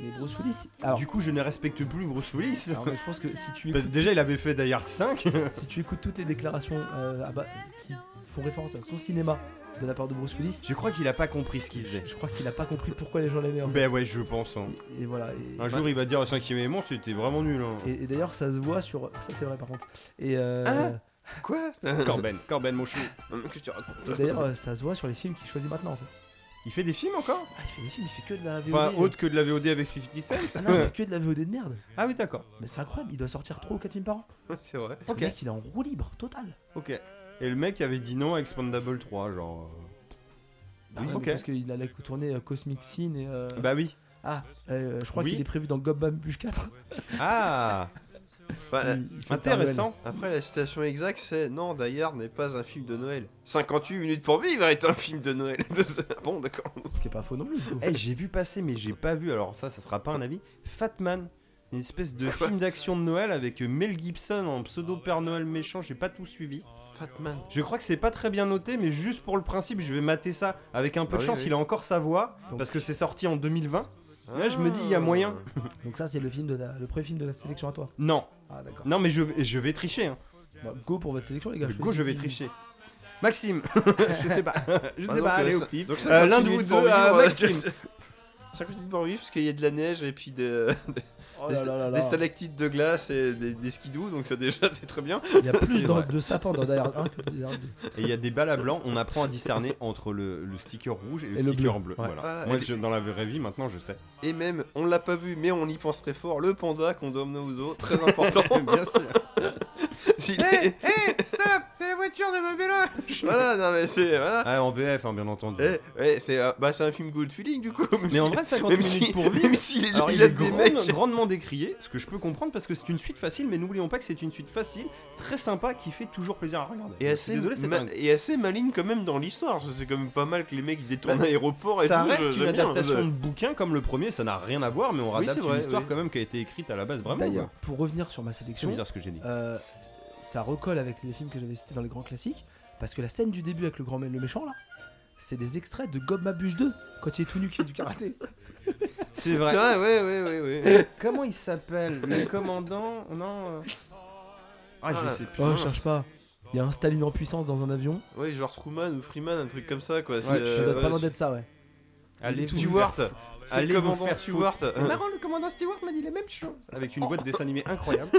Speaker 2: Mais Bruce Willis. Alors,
Speaker 3: du coup, je ne respecte plus Bruce Willis.
Speaker 2: alors, mais je pense que si tu
Speaker 3: (laughs) Parce que déjà, il avait fait Die Hard 5.
Speaker 2: si tu écoutes toutes les déclarations euh, à bas- qui font référence à son cinéma de la part de Bruce Willis,
Speaker 3: (laughs) je crois qu'il a pas compris ce qu'il
Speaker 2: je,
Speaker 3: faisait.
Speaker 2: je crois qu'il a pas compris pourquoi les gens l'aimaient. en fait.
Speaker 3: Ben ouais, je pense. hein.
Speaker 2: Et, et voilà. et-
Speaker 3: Un jour, il va dire au cinquième élément, c'était vraiment nul. hein.
Speaker 2: Et, et d'ailleurs, ça se voit sur. Ça, c'est vrai, par contre. Et euh,
Speaker 3: Hein
Speaker 4: Quoi
Speaker 3: Corben, Corben mon chou.
Speaker 4: Qu'est-ce que tu racontes
Speaker 2: Et D'ailleurs, euh, ça se voit sur les films qu'il choisit maintenant en fait.
Speaker 3: Il fait des films encore
Speaker 2: Ah, il fait des films, il fait que de la VOD.
Speaker 3: Enfin,
Speaker 2: euh.
Speaker 3: autre que de la VOD avec 50
Speaker 2: Ah
Speaker 3: Cent
Speaker 2: non, il fait que de la VOD de merde.
Speaker 3: (laughs) Ah oui, d'accord.
Speaker 2: Mais c'est incroyable, il doit sortir 3 ou 4 films par an.
Speaker 4: (laughs) C'est vrai.
Speaker 3: Ok.
Speaker 2: Le mec, il est en roue libre, total.
Speaker 3: Ok. Et le mec avait dit non à Expandable 3, genre.
Speaker 2: Bah
Speaker 3: Oui,
Speaker 2: ouais, mais
Speaker 3: ok.
Speaker 2: Parce qu'il a la tournée euh, Cosmic Scene et. euh,
Speaker 3: euh, Bah oui.
Speaker 2: Ah, euh, je crois
Speaker 3: oui.
Speaker 2: qu'il est prévu dans Gobbamush 4.
Speaker 3: (laughs) Ah
Speaker 4: Enfin, la-
Speaker 2: Il- il fait
Speaker 3: Intéressant.
Speaker 4: Après, la citation exacte, c'est Non, d'ailleurs, n'est pas un film de Noël. 58 minutes pour vivre est un film de Noël. (laughs) bon, d'accord.
Speaker 2: Tarzan, Ce qui est pas faux non plus. du coup.
Speaker 3: Eh, j'ai vu passer, mais j'ai pas vu, alors ça, ça sera pas un avis. Fatman. Une espèce de
Speaker 4: Quoi
Speaker 3: film d'action de Noël avec Mel Gibson en pseudo Père Noël méchant, j'ai pas tout suivi.
Speaker 4: Fatman.
Speaker 3: Je crois que c'est pas très bien noté, mais juste pour le principe, je vais mater ça. Avec un peu
Speaker 4: Bah
Speaker 3: de
Speaker 4: oui,
Speaker 3: chance,
Speaker 4: oui.
Speaker 3: il a encore sa voix,
Speaker 2: Donc-
Speaker 3: parce que c'est sorti en 2020. Là, je me dis, il y a moyen.
Speaker 2: Donc, ça, c'est le, film de ta- le premier film de la sélection à toi.
Speaker 3: Non,
Speaker 2: Ah, d'accord.
Speaker 3: non, mais je, je vais tricher. Hein.
Speaker 2: Bah, go pour votre sélection, les gars.
Speaker 3: Du coup,
Speaker 2: choisissez
Speaker 3: je vais
Speaker 2: qui-
Speaker 3: tricher. Maxime, (laughs) je sais pas, je
Speaker 4: Bah
Speaker 3: sais pas, allez au pif.
Speaker 4: Donc,
Speaker 3: Ah, Euh, l'un de
Speaker 4: 58
Speaker 3: vous
Speaker 4: pour
Speaker 3: deux, euh,
Speaker 4: vivre,
Speaker 3: Maxime.
Speaker 4: (laughs) c'est- 58 minutes pour vivre parce qu'il y a de la neige et puis de-
Speaker 2: Oh
Speaker 4: des,
Speaker 2: là là là
Speaker 4: des
Speaker 2: là.
Speaker 4: stalactites de glace et des, des skidoo, donc ça (laughs) déjà c'est très bien.
Speaker 2: Il y a plus
Speaker 4: C'est
Speaker 2: dans-
Speaker 4: vrai.
Speaker 2: de sapins dans Die Hard 1 que dans Die Hard 2.
Speaker 3: Et il y a des balles à blanc, on apprend à discerner entre le, le sticker rouge et le
Speaker 2: Et le
Speaker 3: sticker
Speaker 2: bleu,
Speaker 3: bleu.
Speaker 2: ouais.
Speaker 3: Voilà.
Speaker 4: Voilà,
Speaker 3: Moi,
Speaker 4: et-
Speaker 3: je- dans la vraie vie, maintenant, je sais.
Speaker 4: Et même, on l'a pas vu, mais on y pense très fort, le panda qu'on donne aux zoo, très
Speaker 3: (laughs)
Speaker 4: important.
Speaker 3: Bien sûr.
Speaker 4: S'il
Speaker 3: Hé,
Speaker 4: est-
Speaker 3: hé, stop, c'est la voiture de mon vélo.
Speaker 4: Voilà, non mais c'est. Voilà.
Speaker 3: Ah, en VF, hein, bien entendu.
Speaker 4: Eh, ouais, c'est euh, bah, c'est un film good feeling du coup. (laughs) même
Speaker 3: Mais en
Speaker 4: si-
Speaker 3: vrai, 50
Speaker 4: même
Speaker 3: minutes
Speaker 4: si,
Speaker 3: pour vivre.
Speaker 4: même s'il est-
Speaker 3: Alors, il,
Speaker 4: il a
Speaker 3: est
Speaker 4: des
Speaker 3: grande-
Speaker 4: mecs.
Speaker 3: grandement décrié, ce que je peux comprendre parce que c'est une suite facile, mais n'oublions pas que c'est une suite facile, très sympa, qui fait toujours plaisir à regarder.
Speaker 4: Et
Speaker 3: Je
Speaker 4: assez,
Speaker 3: suis désolé, c'est
Speaker 4: ma-
Speaker 3: dingue.
Speaker 4: et assez maligne quand même dans l'histoire. parce que C'est quand même pas mal que les mecs ils détournent
Speaker 3: Bah,
Speaker 4: l'aéroport et
Speaker 3: Ça
Speaker 4: tout.
Speaker 3: reste
Speaker 4: je-
Speaker 3: une
Speaker 4: j'aime bien,
Speaker 3: adaptation
Speaker 4: ça.
Speaker 3: de bouquin comme le premier, ça n'a rien à voir, mais on
Speaker 4: Oui,
Speaker 3: adapte
Speaker 4: c'est vrai,
Speaker 3: une histoire
Speaker 4: oui.
Speaker 3: quand même qui a été écrite à la base, vraiment.
Speaker 2: D'ailleurs,
Speaker 3: quoi.
Speaker 2: pour revenir sur ma
Speaker 3: c'est
Speaker 2: sélection,
Speaker 3: bizarre ce que j'ai dit.
Speaker 2: euh, ça recolle avec les films que j'avais cités dans les grands classiques, parce que la scène du début avec le grand le méchant là, c'est des extraits de Gob Mabuche 2 quand il est tout nu qui fait du karaté.
Speaker 3: C'est
Speaker 4: C'est
Speaker 3: vrai.
Speaker 4: vrai, ouais, ouais, ouais, ouais.
Speaker 3: Comment il s'appelle Le commandant Non. euh. Ah, je
Speaker 4: Ah.
Speaker 3: sais plus.
Speaker 2: oh, je
Speaker 4: mince.
Speaker 2: cherche pas. Il y a un Staline en puissance dans un avion.
Speaker 4: ouais, genre Truman ou Freeman, un truc comme ça quoi. euh,
Speaker 2: Ça doit être pas loin d'être ça, ouais.
Speaker 3: Allez, vous
Speaker 4: Stewart.
Speaker 3: faire-
Speaker 4: C'est
Speaker 3: Allez,
Speaker 4: le
Speaker 3: vous
Speaker 4: commandant
Speaker 3: faire
Speaker 4: Stewart.
Speaker 3: foutre. C'est marrant, le commandant Stewart m'a dit les mêmes choses. Avec une voix de dessin animé incroyable.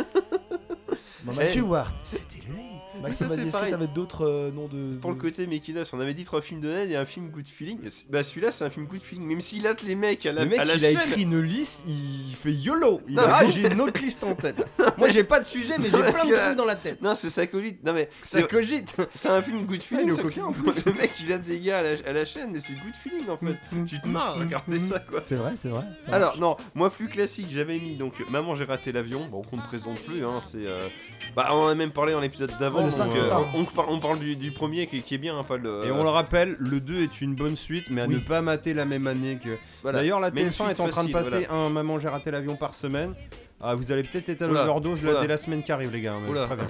Speaker 4: C'est-
Speaker 2: Stewart, c'était lui. Maxime,
Speaker 4: Mais ça, c'est
Speaker 2: vas-y, est-ce que
Speaker 4: pareil.
Speaker 2: t'avais d'autres euh, noms de.
Speaker 4: Pour le
Speaker 2: de-
Speaker 4: côté Mekinos, on avait dit trois films de Noël et un film good feeling. C'est- Bah celui-là c'est un film good feeling, même s'il hâte les mecs à la,
Speaker 3: le mec,
Speaker 4: à la
Speaker 3: il a
Speaker 4: chaîne.
Speaker 3: écrit une liste, il fait YOLO. Il
Speaker 4: Non,
Speaker 3: a- ah,
Speaker 4: mais-
Speaker 3: j'ai une autre liste
Speaker 2: hein.
Speaker 3: en tête. Moi, j'ai pas de sujet, mais j'ai plein
Speaker 4: Parce que
Speaker 3: de
Speaker 4: là-
Speaker 3: trucs dans la tête.
Speaker 4: Non, ce sacolyte. Non mais
Speaker 3: Ça
Speaker 4: c'est
Speaker 3: cogite.
Speaker 4: c'est un film good
Speaker 3: il
Speaker 4: feeling.
Speaker 3: est au
Speaker 4: ça,
Speaker 3: coquin, en
Speaker 4: le mec il hâte des gars à la, à la chaîne, mais c'est good feeling en fait.
Speaker 3: Mm,
Speaker 4: tu te marres, à regarder ça quoi.
Speaker 2: C'est vrai, c'est vrai. ça
Speaker 4: Alors Ah, non, moi plus classique, j'avais mis donc Maman j'ai raté l'avion, bon qu'on ne présente plus, hein, c'est... euh, Bah on en a même parlé dans l'épisode d'avant,
Speaker 2: Ouais, le
Speaker 4: donc, euh,
Speaker 2: cinq, c'est ça.
Speaker 4: on, par- on parle du, du premier qui, qui est bien, hein, pas le...
Speaker 3: Et on le rappelle, le 2 est une bonne suite, mais à
Speaker 2: Oui.
Speaker 3: ne pas mater la même année que.
Speaker 4: voilà.
Speaker 3: D'ailleurs, la
Speaker 4: Mais une
Speaker 3: TF1 est
Speaker 4: suite
Speaker 3: en train de
Speaker 4: facile,
Speaker 3: passer un Maman, j'ai raté l'avion par semaine. Ah, vous allez peut-être être à
Speaker 4: Oula,
Speaker 3: l'overdose là,
Speaker 4: oula.
Speaker 3: dès la semaine qui arrive, les gars. hein, mais
Speaker 4: Oula.
Speaker 3: je
Speaker 4: (laughs)
Speaker 3: préviens.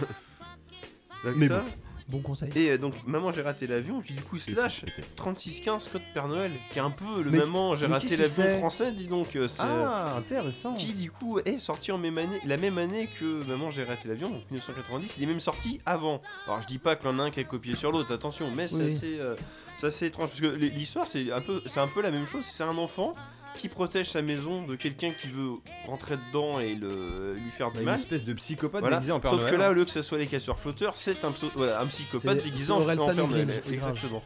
Speaker 4: Donc
Speaker 3: mais
Speaker 4: ça.
Speaker 2: marche. Bon conseil.
Speaker 4: Et euh, donc Maman j'ai raté l'avion, puis du coup slash 3615 Code Père Noël, qui est un peu le
Speaker 3: Mais-
Speaker 4: Maman j'ai
Speaker 3: mais
Speaker 4: raté
Speaker 3: qui se
Speaker 4: l'avion
Speaker 3: sait
Speaker 4: français, dis donc, euh, c'est...
Speaker 3: Ah, intéressant.
Speaker 4: Qui du coup est sorti en même année, la même année que Maman j'ai raté l'avion, donc 1990, il est même sorti avant. Alors je dis pas que l'un a un qui a copié sur l'autre, attention, mais c'est
Speaker 2: Oui.
Speaker 4: assez, euh, c'est assez étrange parce que l- l'histoire c'est un peu, c'est un peu la même chose. C'est un enfant qui protège sa maison de quelqu'un qui veut rentrer dedans et le, lui faire du
Speaker 3: Une
Speaker 4: mal.
Speaker 3: espèce de psychopathe
Speaker 4: Voilà.
Speaker 3: déguisé en Père
Speaker 4: Sauf
Speaker 3: Noël. hein.
Speaker 4: que là, au lieu que ce soit les casseurs flotteurs, c'est un, pso- voilà, un psychopathe
Speaker 2: C'est-
Speaker 4: déguisé
Speaker 2: c'est
Speaker 4: en, en
Speaker 2: Orelsan
Speaker 4: Père
Speaker 2: ou
Speaker 4: Noël.
Speaker 2: Grinch, c'est grave.
Speaker 4: Exactement.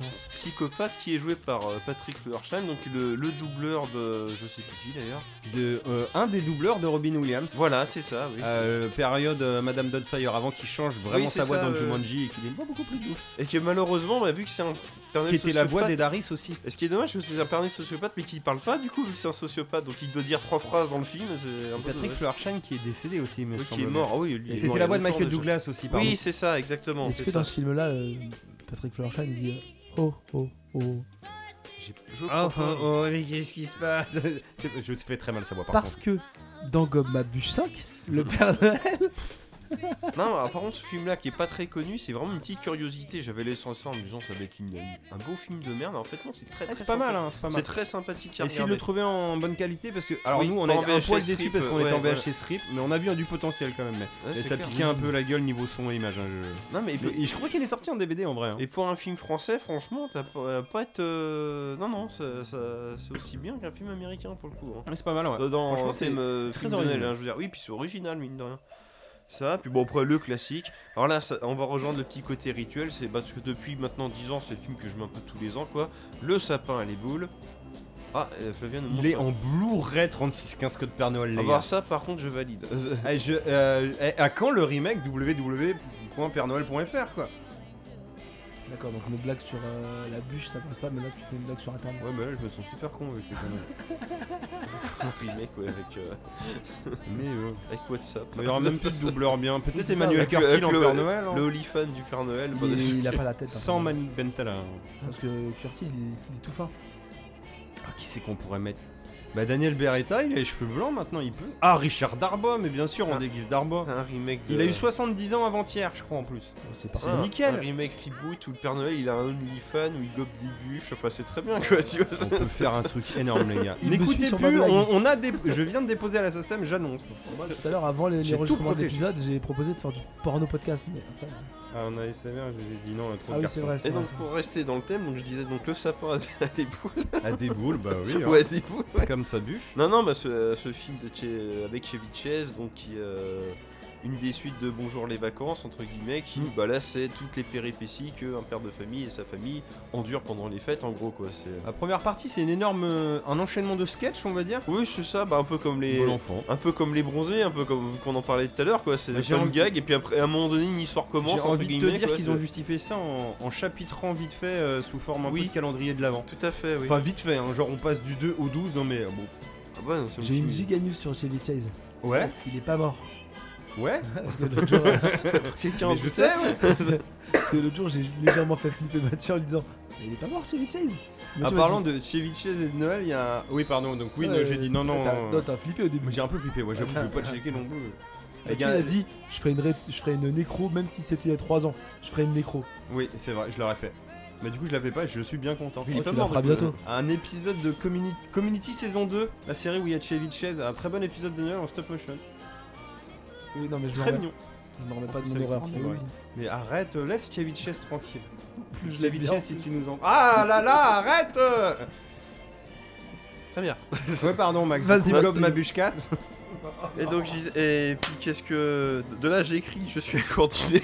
Speaker 2: Non.
Speaker 4: Psychopathe qui est joué par euh, Patrick Floersheim, donc le, le doubleur de je sais plus qui d'ailleurs.
Speaker 3: de, euh, un des doubleurs de Robin Williams.
Speaker 4: Voilà, c'est ça. Oui.
Speaker 3: Euh, période euh, Madame Doubtfire avant qu'il change vraiment
Speaker 4: Oui, c'est
Speaker 3: sa voix
Speaker 4: ça,
Speaker 3: dans
Speaker 4: euh,
Speaker 3: Jumanji et qu'il ait une voix beaucoup plus douce.
Speaker 4: Et que malheureusement, bah, vu que c'est un Père Noël
Speaker 3: Qui était la voix
Speaker 4: sociopathe-
Speaker 3: des Daris aussi.
Speaker 4: Et ce qui est dommage, c'est que c'est un Père Noël sociopathe, mais qui parle pas du coup, vu que c'est un sociopathe, donc il doit dire trois phrases dans le film. C'est un peu
Speaker 3: Patrick Floersheim qui est décédé aussi, me
Speaker 4: dommage. Oui, qui est
Speaker 3: semble.
Speaker 4: mort, Ah oui. lui, il
Speaker 3: Et
Speaker 4: est
Speaker 3: c'était
Speaker 4: mort
Speaker 3: la
Speaker 4: il y a
Speaker 3: voix de
Speaker 4: longtemps,
Speaker 3: Michael
Speaker 4: déjà.
Speaker 3: Douglas aussi, pardon.
Speaker 4: Oui, c'est ça, exactement.
Speaker 2: Est-ce
Speaker 4: c'est
Speaker 2: que
Speaker 4: ça.
Speaker 2: dans ce film-là, euh, Patrick Floreshan dit euh, Oh, oh, oh
Speaker 4: J'ai- je
Speaker 3: Oh,
Speaker 4: crois
Speaker 3: oh,
Speaker 4: pas.
Speaker 3: oh, mais qu'est-ce qui se passe (laughs) C'est- Je te fais très mal sa voix, par
Speaker 2: Parce que dans Gob Mabuche 5, le Père Noël.
Speaker 4: Non, alors, par contre, ce film-là qui est pas très connu, c'est vraiment une petite curiosité. J'avais laissé ça en me disant ça va être une- un beau film de merde. En fait, non, c'est très,
Speaker 3: contre.
Speaker 4: très
Speaker 3: Ah, C'est pas
Speaker 4: sympa.
Speaker 3: mal, hein, c'est pas
Speaker 4: C'est
Speaker 3: mal.
Speaker 4: très sympathique à
Speaker 3: Essayez de
Speaker 4: regarder.
Speaker 3: le trouver en bonne qualité parce que. Alors,
Speaker 4: Oui,
Speaker 3: nous, on
Speaker 4: pas
Speaker 3: a
Speaker 4: en
Speaker 3: été un
Speaker 4: VHS
Speaker 3: poil déçus
Speaker 4: strip,
Speaker 3: parce qu'on
Speaker 4: ouais,
Speaker 3: était en
Speaker 4: voilà.
Speaker 3: VHS strip, mais on a vu un du potentiel quand même. mais-
Speaker 4: Ouais,
Speaker 3: Et
Speaker 4: c'est
Speaker 3: ça
Speaker 4: clair.
Speaker 3: piquait un peu la gueule niveau son et image. hein, je-
Speaker 4: Non, mais,
Speaker 3: Et je crois qu'il est sorti en DVD en vrai. hein.
Speaker 4: Et pour un film français, franchement, t'as pas euh, pas être. euh, Non, non, ça- ça- c'est aussi bien qu'un film américain pour le coup. hein.
Speaker 3: Ah, C'est pas mal, ouais.
Speaker 4: Dans- Dans
Speaker 3: Franchement,
Speaker 4: c'est
Speaker 3: c'est
Speaker 4: euh,
Speaker 3: très
Speaker 4: film de Noël,
Speaker 3: original.
Speaker 4: hein, je veux dire. Oui, puis c'est original, mine de rien. Ça, puis bon, après le classique. Alors là, ça- on va rejoindre le petit côté rituel, c'est parce que depuis maintenant 10 ans, c'est le film que je mets un peu tous les ans, quoi. Le sapin à les boules. Ah, euh, Flavien nous montre.
Speaker 3: Il est en Blu-ray 3615 Code Père Noël, les
Speaker 4: Ah,
Speaker 3: gars.
Speaker 4: bah, ça, par contre, je valide.
Speaker 3: Eh, je- euh, eh, à quand le remake www.pernel.fr quoi
Speaker 2: D'accord, donc nos blagues sur euh, la bûche, ça passe pas, mais là tu fais une blague sur internet.
Speaker 3: Ouais, bah là, je me sens super con avec les conneries.
Speaker 4: (laughs) remake, ouais, avec, euh,
Speaker 3: Mais euh,
Speaker 4: avec WhatsApp.
Speaker 3: il y aura même plus de doubleur bien.
Speaker 2: Oui,
Speaker 3: Peut-être
Speaker 2: c'est ça,
Speaker 3: Emmanuel
Speaker 4: avec le-
Speaker 3: Curtil
Speaker 4: avec
Speaker 3: en
Speaker 4: le-
Speaker 3: Père Noël. (laughs) hein.
Speaker 4: Le Olifan du Père Noël.
Speaker 2: Il-
Speaker 4: bah,
Speaker 2: Il, a pas la tête. hein.
Speaker 3: Sans Manu Bentala. hein.
Speaker 2: Parce que Curtis, il, est- il est tout fin.
Speaker 3: Ah, qui c'est qu'on pourrait mettre Bah Daniel Beretta, il a les cheveux blancs maintenant, il peut. Ah, Richard Darbois, mais bien sûr, on
Speaker 4: Ah. Euh.
Speaker 3: déguise Darbois.
Speaker 4: Un remake. de-
Speaker 3: Il a eu 70 ans avant-hier, je crois en plus.
Speaker 2: Bon, c'est
Speaker 4: C'est
Speaker 2: parfait.
Speaker 3: Ah.
Speaker 4: nickel.
Speaker 3: nickel.
Speaker 4: Un remake reboot où le Père Noël il a un OnlyFans où il gobe des bûches. Enfin, c'est très bien quoi, tu vois.
Speaker 3: On peut faire un truc énorme, les gars.
Speaker 2: Il me suit
Speaker 3: N'écoutez
Speaker 2: sur
Speaker 3: plus,
Speaker 2: ma blague.
Speaker 3: on, on a des... je viens de déposer à la SACEM, j'annonce.
Speaker 2: Moi, tout à l'heure, avant les, les
Speaker 3: J'ai tout
Speaker 2: enregistrements de
Speaker 3: protégé.
Speaker 2: l'épisode, j'ai proposé de faire du porno podcast. mais après-
Speaker 3: Ah, on a SMR, je vous ai dit non, trop
Speaker 2: Ah oui, c'est vrai. c'est
Speaker 4: Et
Speaker 2: vrai,
Speaker 4: donc,
Speaker 2: c'est vrai.
Speaker 4: pour rester dans le thème, donc je disais donc le (laughs) sapin à des boules.
Speaker 3: À des boules, bah
Speaker 4: (laughs)
Speaker 3: oui. hein.
Speaker 4: Ouais, des boules.
Speaker 3: Comme ça bûche.
Speaker 4: Non, non, bah, ce, ce film de Che- euh, avec Chevichez, donc qui euh, une des suites de Bonjour les vacances, entre guillemets, qui,
Speaker 3: Mm.
Speaker 4: bah là, c'est toutes les péripéties qu'un père de famille et sa famille endurent pendant les fêtes, en gros, quoi. C'est... euh.
Speaker 3: La première partie, c'est une énorme. euh, un enchaînement de sketchs, on va dire.
Speaker 4: Oui, c'est ça, bah, un peu comme les.
Speaker 3: enfant.
Speaker 4: Un peu comme les bronzés, un peu comme qu'on en parlait tout à l'heure, quoi. C'est
Speaker 3: Bah, j'ai
Speaker 4: une
Speaker 3: envie-
Speaker 4: gag, et puis après, à un moment donné, une histoire commence.
Speaker 3: J'ai
Speaker 4: entre
Speaker 3: envie de te
Speaker 4: guillemets,
Speaker 3: dire
Speaker 4: quoi,
Speaker 3: qu'ils ont
Speaker 4: c'est-
Speaker 3: justifié ça en, en chapitrant vite fait euh, sous forme un
Speaker 4: Oui.
Speaker 3: peu de calendrier de l'avant.
Speaker 4: Tout à fait, oui.
Speaker 3: Enfin, vite fait, hein, genre on passe du 2 au 12, non mais euh, bon.
Speaker 4: Ah bah, non, c'est le
Speaker 2: J'ai une
Speaker 4: film.
Speaker 2: giga news sur Chevy Chase.
Speaker 3: Ouais,
Speaker 2: Il est pas mort.
Speaker 3: ouais,
Speaker 2: Parce que l'autre jour,
Speaker 4: Quelqu'un
Speaker 3: mais
Speaker 4: en
Speaker 3: je
Speaker 4: plus-
Speaker 2: (laughs)
Speaker 3: sais, ouais.
Speaker 2: parce que- parce que l'autre jour, j'ai légèrement fait flipper Mathieu en lui disant Mais Il est pas mort, Chevy Chase
Speaker 3: En Ah, parlant de Chevichez et de Noël, il y a. un- Oui, pardon, donc oui, j'ai dit non, non. euh,
Speaker 2: Non, t'as flippé au début.
Speaker 3: moi, J'ai un peu flippé, moi, j'avoue, je vais pas checker non plus.
Speaker 2: Et
Speaker 3: Les
Speaker 2: Ah, tu
Speaker 3: gars,
Speaker 2: a dit je ferai, une ré- je ferai une nécro, même si c'était il y a 3 ans. Je ferai une nécro.
Speaker 3: Oui, c'est vrai, je l'aurais fait. Mais du coup, je l'avais pas, je suis bien content.
Speaker 4: Il est
Speaker 2: Oh,
Speaker 4: pas
Speaker 2: tu la
Speaker 4: mort,
Speaker 2: feras
Speaker 4: du coup.
Speaker 2: bientôt.
Speaker 3: un épisode de Communi- Community saison 2, la série où il y a Chevichez, un très bon épisode de Noël en stop motion.
Speaker 2: Oui, non, mais je m'en
Speaker 3: Très
Speaker 2: remets,
Speaker 3: mignon.
Speaker 2: je m'en remets pas de
Speaker 3: C'est
Speaker 2: mon horaire.
Speaker 3: vrai.
Speaker 2: Mais oui.
Speaker 3: Mais arrête, euh, laisse Chevichez tranquille.
Speaker 2: Plus je l'aime bien,
Speaker 3: Chevichez si
Speaker 2: plus-
Speaker 3: tu nous en... Ah là là, arrête euh
Speaker 4: Très bien.
Speaker 3: Ouais pardon Max,
Speaker 2: Vas-y,
Speaker 3: vas-y gobe
Speaker 2: vas-y.
Speaker 3: ma bûche 4.
Speaker 4: Et donc, j'y- et puis qu'est-ce que. De là, j'ai écrit, je suis (laughs) accourdiné.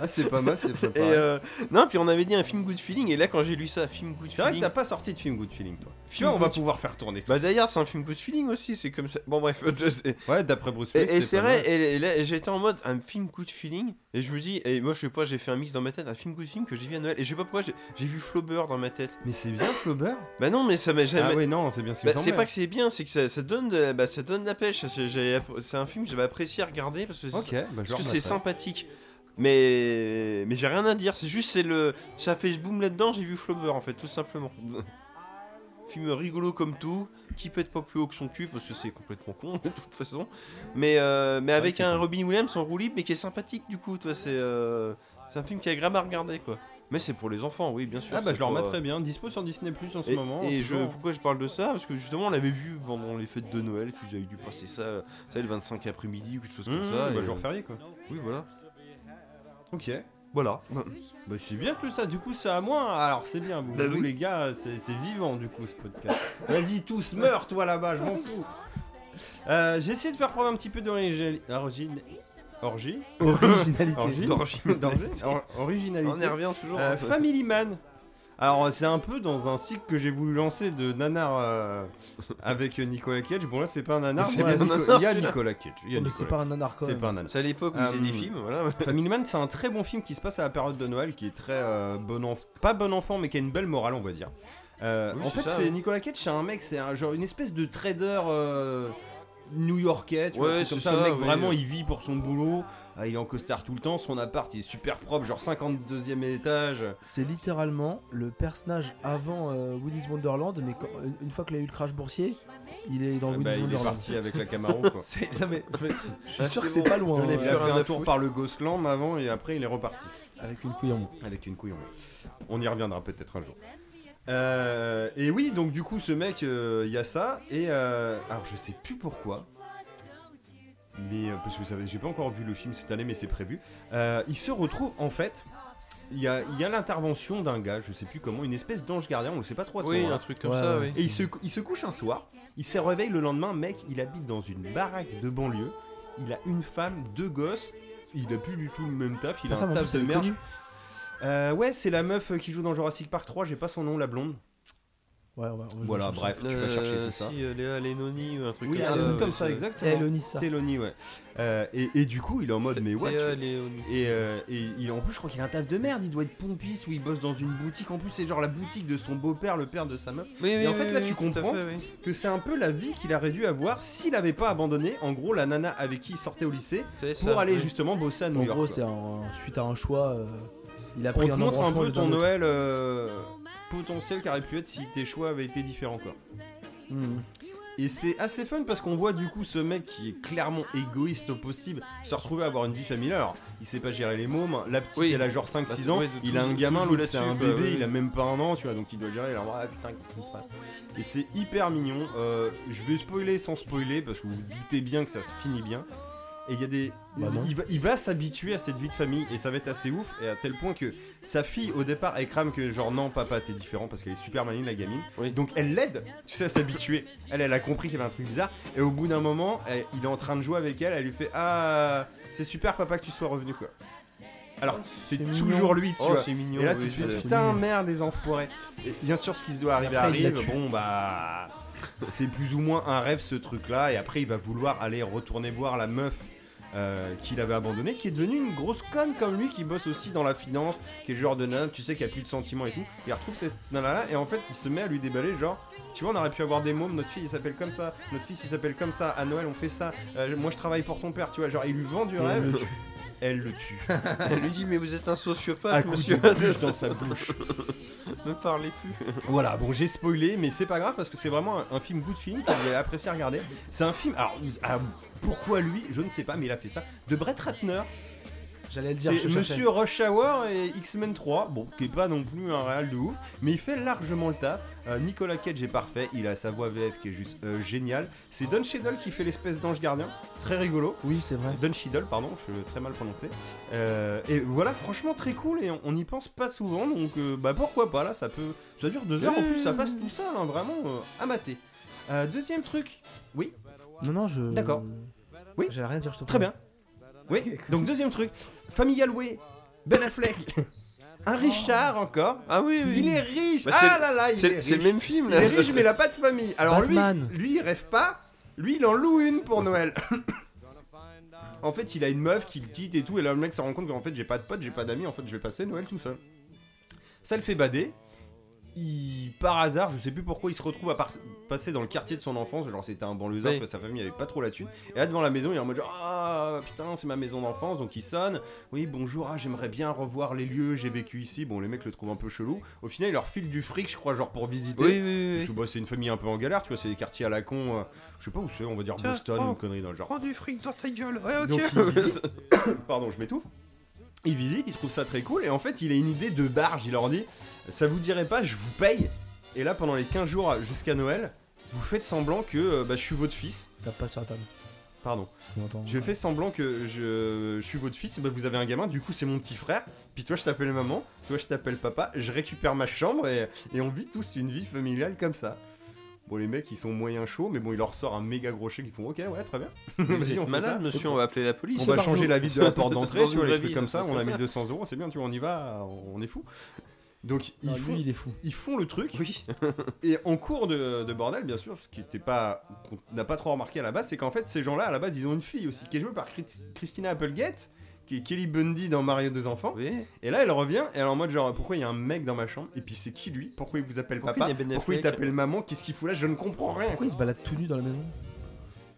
Speaker 3: Ah c'est pas mal, c'est pas
Speaker 4: Et euh, non, puis on avait dit un film good feeling, et là, quand j'ai lu ça, film good
Speaker 3: C'est vrai que
Speaker 4: feeling.
Speaker 3: t'as pas sorti de film Good Feeling toi. Tu
Speaker 4: Film
Speaker 3: vois, on va
Speaker 4: Good-
Speaker 3: pouvoir faire tourner.
Speaker 4: Bah d'ailleurs, c'est un film good feeling aussi, c'est comme ça. Bon, bref, (laughs) je sais.
Speaker 3: Ouais, d'après Bruce
Speaker 4: Et,
Speaker 3: Willis,
Speaker 4: et c'est
Speaker 3: pas
Speaker 4: vrai,
Speaker 3: mal.
Speaker 4: et, et là, j'étais en mode un film good feeling, et je me dis, et moi, je sais pas, j'ai fait un mix dans ma tête, un film good feeling que j'ai vu à Noël, et je sais pas pourquoi, j'ai j'ai vu Flaubert dans ma tête.
Speaker 3: Mais c'est bien Flaubert
Speaker 4: Bah non, mais ça m'a jamais.
Speaker 3: Ah ouais, non, c'est bien ce qui me
Speaker 4: Bah, c'est
Speaker 3: semblait.
Speaker 4: pas que c'est bien, c'est que ça, ça donne de la, bah, ça donne de la pêche. ça, c'est j'ai appré- c'est un film que j'avais apprécié à regarder parce que c'est-
Speaker 3: Ok, bah je
Speaker 4: parce que
Speaker 3: le
Speaker 4: c'est
Speaker 3: remettrai.
Speaker 4: sympathique. Mais mais j'ai rien à dire. C'est juste c'est le ça fait ce boom là-dedans. J'ai vu Flaubert en fait tout simplement. (laughs) Film rigolo comme tout, qui pète pas plus haut que son cul parce que c'est complètement con (laughs) de toute façon. Mais euh,
Speaker 3: vrai
Speaker 4: mais
Speaker 3: que
Speaker 4: avec
Speaker 3: c'est
Speaker 4: un
Speaker 3: con.
Speaker 4: Robin Williams en roue libre mais qui est sympathique du coup. Toi c'est euh, c'est un film qui est agréable à regarder quoi. Mais c'est pour les enfants oui bien sûr.
Speaker 3: Ah bah
Speaker 4: c'est
Speaker 3: je le
Speaker 4: pas-
Speaker 3: remettrai bien, dispo sur Disney Plus en ce
Speaker 4: et,
Speaker 3: moment. euh,
Speaker 4: et je,
Speaker 3: toujours.
Speaker 4: pourquoi je parle de ça Parce que justement, on l'avait vu pendant les fêtes de Noël, tu avais dû passer ça, euh, ça, le 25 après-midi ou quelque chose comme
Speaker 3: Mmh,
Speaker 4: ça.
Speaker 3: bah
Speaker 4: et,
Speaker 3: jour férié quoi.
Speaker 4: euh, Oui, voilà.
Speaker 3: Ok.
Speaker 4: Voilà.
Speaker 3: Bah c'est bien tout ça, du coup c'est à moi. Alors c'est bien, vous,
Speaker 4: Bah
Speaker 3: vous,
Speaker 4: oui.
Speaker 3: les gars, c'est c'est vivant du coup ce podcast. Vas-y tous, meurs toi là-bas, je m'en fous. Euh, J'ai essayé de faire preuve un petit peu d'origine... origine- Orgie
Speaker 2: Originalité.
Speaker 3: (laughs) Orgie
Speaker 4: (laughs)
Speaker 3: D'orgie Or- Originalité.
Speaker 4: on y revient toujours.
Speaker 3: Euh,
Speaker 4: hein.
Speaker 3: Family Man. Alors euh, c'est un peu dans un cycle que j'ai voulu lancer de nanar euh, avec Nicolas Cage. Bon là c'est pas un nanar,
Speaker 4: Mais c'est
Speaker 3: bon, là,
Speaker 4: bien
Speaker 3: Nico-
Speaker 4: un nanar,
Speaker 3: il y a
Speaker 4: celui-là.
Speaker 3: Nicolas Cage. il y a
Speaker 2: Mais c'est
Speaker 3: Nicolas
Speaker 2: pas un hein. nanar
Speaker 3: Cage.
Speaker 2: quand
Speaker 3: C'est
Speaker 2: même.
Speaker 3: pas un nanar.
Speaker 4: C'est à l'époque où
Speaker 3: Euh,
Speaker 4: ils faisaient des films, voilà.
Speaker 3: Family Man, c'est un très bon film qui se passe à la période de Noël, qui est très euh, bon enfant, pas bon enfant, mais qui a une belle morale, on va dire. Euh,
Speaker 4: Oui,
Speaker 3: en
Speaker 4: c'est
Speaker 3: fait,
Speaker 4: ça,
Speaker 3: c'est
Speaker 4: ouais.
Speaker 3: Nicolas Cage, c'est un mec, c'est un genre une espèce de trader euh, new-yorkais, tu vois,
Speaker 4: Ouais,
Speaker 3: un truc comme
Speaker 4: c'est
Speaker 3: ça. Le
Speaker 4: ça,
Speaker 3: mec
Speaker 4: oui.
Speaker 3: vraiment, il vit pour son boulot. Ah, il est en costard tout le temps, son appart il est super propre, genre 52e étage.
Speaker 2: C'est littéralement le personnage avant euh, Willy's Wonderland, mais quand- euh, une fois qu'il a eu le crash boursier, il est dans
Speaker 3: Ah, bah,
Speaker 2: Willy's
Speaker 3: il est
Speaker 2: Wonderland.
Speaker 3: parti avec la Camaro
Speaker 4: (laughs)
Speaker 3: quoi.
Speaker 2: C'est- non, mais, je suis
Speaker 4: Ah,
Speaker 2: sûr
Speaker 4: c'est
Speaker 2: que c'est
Speaker 4: bon.
Speaker 2: pas loin.
Speaker 4: On
Speaker 2: hein,
Speaker 3: Il
Speaker 4: est
Speaker 3: a
Speaker 4: Faire
Speaker 3: fait
Speaker 4: un
Speaker 3: un
Speaker 4: neuf
Speaker 3: tour
Speaker 4: foot.
Speaker 3: par le Gosland avant et après il est reparti.
Speaker 2: Avec une couille en moins.
Speaker 3: Avec une couille en moins. On y reviendra peut-être un jour. Euh, et oui, donc du coup, ce mec, euh, il y a ça. Et euh, alors, je sais plus pourquoi. Mais euh, parce que vous savez, j'ai pas encore vu le film cette année, mais c'est prévu. Euh, il se retrouve en fait. Il y a, il y a l'intervention d'un gars, je sais plus comment, une espèce d'ange gardien, on le sait pas trop à ce
Speaker 4: Oui,
Speaker 3: moment-là.
Speaker 4: un truc comme
Speaker 2: Ouais,
Speaker 4: ça,
Speaker 2: ouais.
Speaker 4: oui.
Speaker 3: Et il se, il se couche un soir, il se réveille le lendemain, mec, il habite dans une baraque de banlieue, il a une femme, deux gosses. Il a plus du tout le même taf, il
Speaker 2: Sa
Speaker 3: a
Speaker 2: femme,
Speaker 3: un
Speaker 2: en
Speaker 3: taf
Speaker 2: plus, elle
Speaker 3: de
Speaker 2: est
Speaker 3: merde.
Speaker 2: connue.
Speaker 3: Euh, ouais, c'est la meuf qui joue dans Jurassic Park 3, j'ai pas son nom, la blonde.
Speaker 2: Ouais, on va- on va-
Speaker 3: Voilà,
Speaker 2: je- je-
Speaker 3: bref, tu peux chercher tout ça.
Speaker 4: Si, euh, Léa Lenoni ou un truc
Speaker 3: Oui,
Speaker 4: comme
Speaker 3: un
Speaker 4: ça,
Speaker 3: truc comme
Speaker 4: ouais, c'est-
Speaker 2: euh,
Speaker 3: ça, exactement.
Speaker 2: Elle, Onissa.
Speaker 3: Theloni, ouais. Euh, et, et du coup, il est en mode, mais ouais.
Speaker 4: Léa
Speaker 3: tu-
Speaker 4: Léoni.
Speaker 3: Et, euh, et il, en plus, je crois qu'il a un taf de merde. Il doit être pompiste ou il bosse dans une boutique. En plus, c'est genre la boutique de son beau-père, le père de sa meuf.
Speaker 4: Oui,
Speaker 3: Et
Speaker 4: oui,
Speaker 3: en fait,
Speaker 4: oui,
Speaker 3: là,
Speaker 4: oui,
Speaker 3: tu
Speaker 4: tout à
Speaker 3: comprends
Speaker 4: fait, oui.
Speaker 3: Que c'est un peu la vie qu'il aurait dû avoir s'il avait pas abandonné, en gros, la nana avec qui il sortait au lycée
Speaker 4: C'est
Speaker 3: pour
Speaker 4: ça,
Speaker 3: aller
Speaker 4: oui.
Speaker 3: justement bosser à New
Speaker 2: En
Speaker 3: York.
Speaker 2: gros,
Speaker 3: quoi.
Speaker 2: c'est un- suite à un choix. euh, il a
Speaker 3: On
Speaker 2: pris
Speaker 3: te
Speaker 2: un
Speaker 3: montre un
Speaker 2: embranchement
Speaker 3: peu
Speaker 2: de
Speaker 3: ton
Speaker 2: d'un autre.
Speaker 3: Noël euh, potentiel qui aurait pu être si tes choix avaient été différents, quoi.
Speaker 4: Hmm.
Speaker 2: Mhm.
Speaker 3: Et c'est assez fun parce qu'on voit du coup ce mec qui est clairement égoïste au possible se retrouver à avoir une vie familiale. Alors, il sait pas gérer les mômes, la petite
Speaker 4: Oui.
Speaker 3: elle a genre 5-6 ans,
Speaker 4: Bah, ouais,
Speaker 3: il a
Speaker 4: tout-
Speaker 3: un gamin,
Speaker 4: tout
Speaker 3: l'autre
Speaker 4: joue
Speaker 3: c'est un
Speaker 4: là-dessus,
Speaker 3: bébé,
Speaker 4: bah, ouais.
Speaker 3: il a même pas un an, tu vois, donc il doit gérer, alors ah putain, qu'est-ce qui se passe Et c'est hyper mignon, euh, je vais spoiler sans spoiler parce que vous, vous doutez bien que ça se finit bien. Et il y a des.
Speaker 2: Bah non.
Speaker 3: il va, il va s'habituer à cette vie de famille et ça va être assez ouf, et à tel point que sa fille au départ elle crame que genre non, papa t'es différent parce qu'elle est super maligne la gamine.
Speaker 4: Oui.
Speaker 3: Donc elle l'aide, tu sais, à s'habituer. Elle, elle a compris qu'il y avait un truc bizarre. Et au bout d'un moment, elle- il est en train de jouer avec elle. Elle lui fait Ah, c'est super, papa, que tu sois revenu, quoi. Alors, c'est
Speaker 2: Oh, mignon.
Speaker 3: toujours lui, tu
Speaker 4: Oh,
Speaker 3: vois.
Speaker 4: c'est mignon.
Speaker 3: Et là,
Speaker 4: oui,
Speaker 3: tu te
Speaker 4: c'est-
Speaker 3: fais
Speaker 2: c'est
Speaker 3: Putain,
Speaker 2: mignon.
Speaker 3: merde, les enfoirés. Et bien sûr, ce qui se doit arriver
Speaker 2: après, il la
Speaker 3: arrive.
Speaker 2: tue.
Speaker 3: Bon, bah. C'est plus ou moins un rêve, ce truc-là. Et après, il va vouloir aller retourner voir la meuf. euh, qu'il avait abandonnée, qui est devenue une grosse conne comme lui, qui bosse aussi dans la finance, qui est le genre de nana, tu sais, qui a plus de sentiments et tout. Il retrouve cette nana-là, et en fait, il se met à lui déballer, genre, tu vois, on aurait pu avoir des mômes, notre fille, il s'appelle comme ça, notre fils, il s'appelle comme ça, à Noël, on fait ça, euh, moi, je travaille pour ton père, tu vois, genre, il lui vend du
Speaker 2: Et elle
Speaker 3: rêve,
Speaker 2: Euh, le tue.
Speaker 3: elle le tue.
Speaker 4: Elle lui dit, mais vous êtes un
Speaker 3: à
Speaker 4: sociopathe,
Speaker 3: coup
Speaker 4: monsieur.
Speaker 3: de buse dans sa bouche.
Speaker 4: Ne parlez plus.
Speaker 3: Voilà, bon, j'ai spoilé, mais c'est pas grave, parce que c'est vraiment un, un film good film, que vous allez apprécier à regarder. C'est un film, alors, ah, pourquoi lui, je ne sais pas, mais il a fait ça, de Brett Ratner,
Speaker 2: (laughs) J'allais le dire, je
Speaker 3: C'est
Speaker 2: cherchais.
Speaker 3: Monsieur Rush Hour et X-Men 3, bon, qui est pas non plus un réal de ouf, mais il fait largement le taf. Euh, Nicolas Cage est parfait, il a sa voix VF qui est juste euh, géniale. C'est Don Cheadle qui fait l'espèce d'ange gardien, très rigolo.
Speaker 2: Oui, c'est vrai.
Speaker 3: Don Cheadle, pardon, je suis très mal prononcé. Euh, et voilà, franchement très cool et on on n'y pense pas souvent, donc euh, bah pourquoi pas là, ça peut, ça dure deux heures en plus, ça passe tout ça, vraiment euh, à mater. Euh, deuxième truc, oui,
Speaker 2: Non, non, je.
Speaker 3: D'accord. Oui.
Speaker 2: J'allais rien dire, je te
Speaker 3: Très
Speaker 2: promets.
Speaker 3: bien. Oui, donc deuxième truc. Familial Way, Ben Affleck, (laughs) un Richard encore.
Speaker 4: Ah oui, oui.
Speaker 3: Il est riche
Speaker 4: Bah, c'est-
Speaker 3: Ah là là, il est
Speaker 4: C'est c'est
Speaker 3: riche
Speaker 4: le même film,
Speaker 3: Il
Speaker 4: là.
Speaker 3: est riche mais il a pas de famille. Alors lui,
Speaker 2: Batman.
Speaker 3: lui, il rêve pas. Lui, il en loue une pour Noël. en fait, il a une meuf qui le quitte et tout. Et là, le mec se rend compte qu'en fait, j'ai pas de potes, j'ai pas d'amis. En fait, je vais passer Noël tout seul. Ça le fait bader. Il, par hasard, je sais plus pourquoi, il se retrouve à par- passer dans le quartier de son enfance. Genre, c'était un banlieusard,
Speaker 4: Oui.
Speaker 3: parce que sa famille avait pas trop la thune. Et là, devant la maison, il est en mode genre, Ah putain, c'est ma maison d'enfance. Donc il sonne. Oui, bonjour, ah, j'aimerais bien revoir les lieux, j'ai vécu ici. Bon, les mecs le trouvent un peu chelou. Au final, il leur file du fric, je crois, genre pour visiter.
Speaker 4: Oui, oui, oui,
Speaker 3: Parce
Speaker 4: oui.
Speaker 3: que, bah, c'est une famille un peu en galère, tu vois, c'est des quartiers à la con, euh, je sais pas où c'est, on va dire
Speaker 4: Tiens,
Speaker 3: Boston
Speaker 4: prends.
Speaker 3: ou connerie dans le genre.
Speaker 4: Prends du fric dans ta gueule. Ouais, oh, ok.
Speaker 3: Donc,
Speaker 4: (laughs)
Speaker 3: il dit- (coughs) Pardon, je m'étouffe. Il visite, il trouve ça très cool, et en fait, il a une idée de barge, il leur dit Ça vous dirait pas, je vous paye Et là, pendant les 15 jours jusqu'à Noël, vous faites semblant que euh, bah, je suis votre fils.
Speaker 2: Tape pas sur la table.
Speaker 3: Pardon.
Speaker 2: parce qu'on entend-
Speaker 3: Je fais semblant que je, je suis votre fils, et bah vous avez un gamin, du coup c'est mon petit frère, puis toi je t'appelle maman, toi je t'appelle papa, je récupère ma chambre et, et on vit tous une vie familiale comme ça. Bon les mecs ils sont moyens chauds, mais bon il leur sort un méga gros chèque, ils font ok ouais très bien.
Speaker 4: Vous
Speaker 3: (laughs) Vas-y,
Speaker 4: êtes
Speaker 3: fait ça.
Speaker 4: malade, monsieur, on va appeler la police.
Speaker 3: On va
Speaker 4: par
Speaker 3: changer
Speaker 4: jour.
Speaker 3: la vie de la porte
Speaker 4: (laughs) Dans
Speaker 3: d'entrée,
Speaker 4: une
Speaker 3: tu vois, les
Speaker 4: vraie
Speaker 3: trucs
Speaker 4: vie,
Speaker 3: comme
Speaker 4: ça
Speaker 3: ça,
Speaker 4: se
Speaker 3: on a
Speaker 4: passe comme ça.
Speaker 3: 1200 euros, c'est bien, tu vois, on y va, on est fou. Donc ils
Speaker 2: Non,
Speaker 3: font,
Speaker 2: Lui, il est fou.
Speaker 3: ils font le truc,
Speaker 4: Oui.
Speaker 3: et en cours de, de bordel, bien sûr, ce qui était pas, qu'on n'a pas trop remarqué à la base, c'est qu'en fait, ces gens-là, à la base, ils ont une fille aussi, qui est jouée par Chris- Christina Applegate, qui est Kelly Bundy dans Mario deux enfants.
Speaker 4: Oui.
Speaker 3: Et là, elle revient, et elle est en mode genre, pourquoi il y a un mec dans ma chambre Et puis c'est qui lui Pourquoi il vous appelle
Speaker 4: Pourquoi
Speaker 3: papa
Speaker 4: il y a Ben
Speaker 3: Pourquoi il
Speaker 4: Affleck
Speaker 3: t'appelle maman Qu'est-ce qu'il fout là Je ne comprends rien.
Speaker 2: Pourquoi il se balade tout nu dans la maison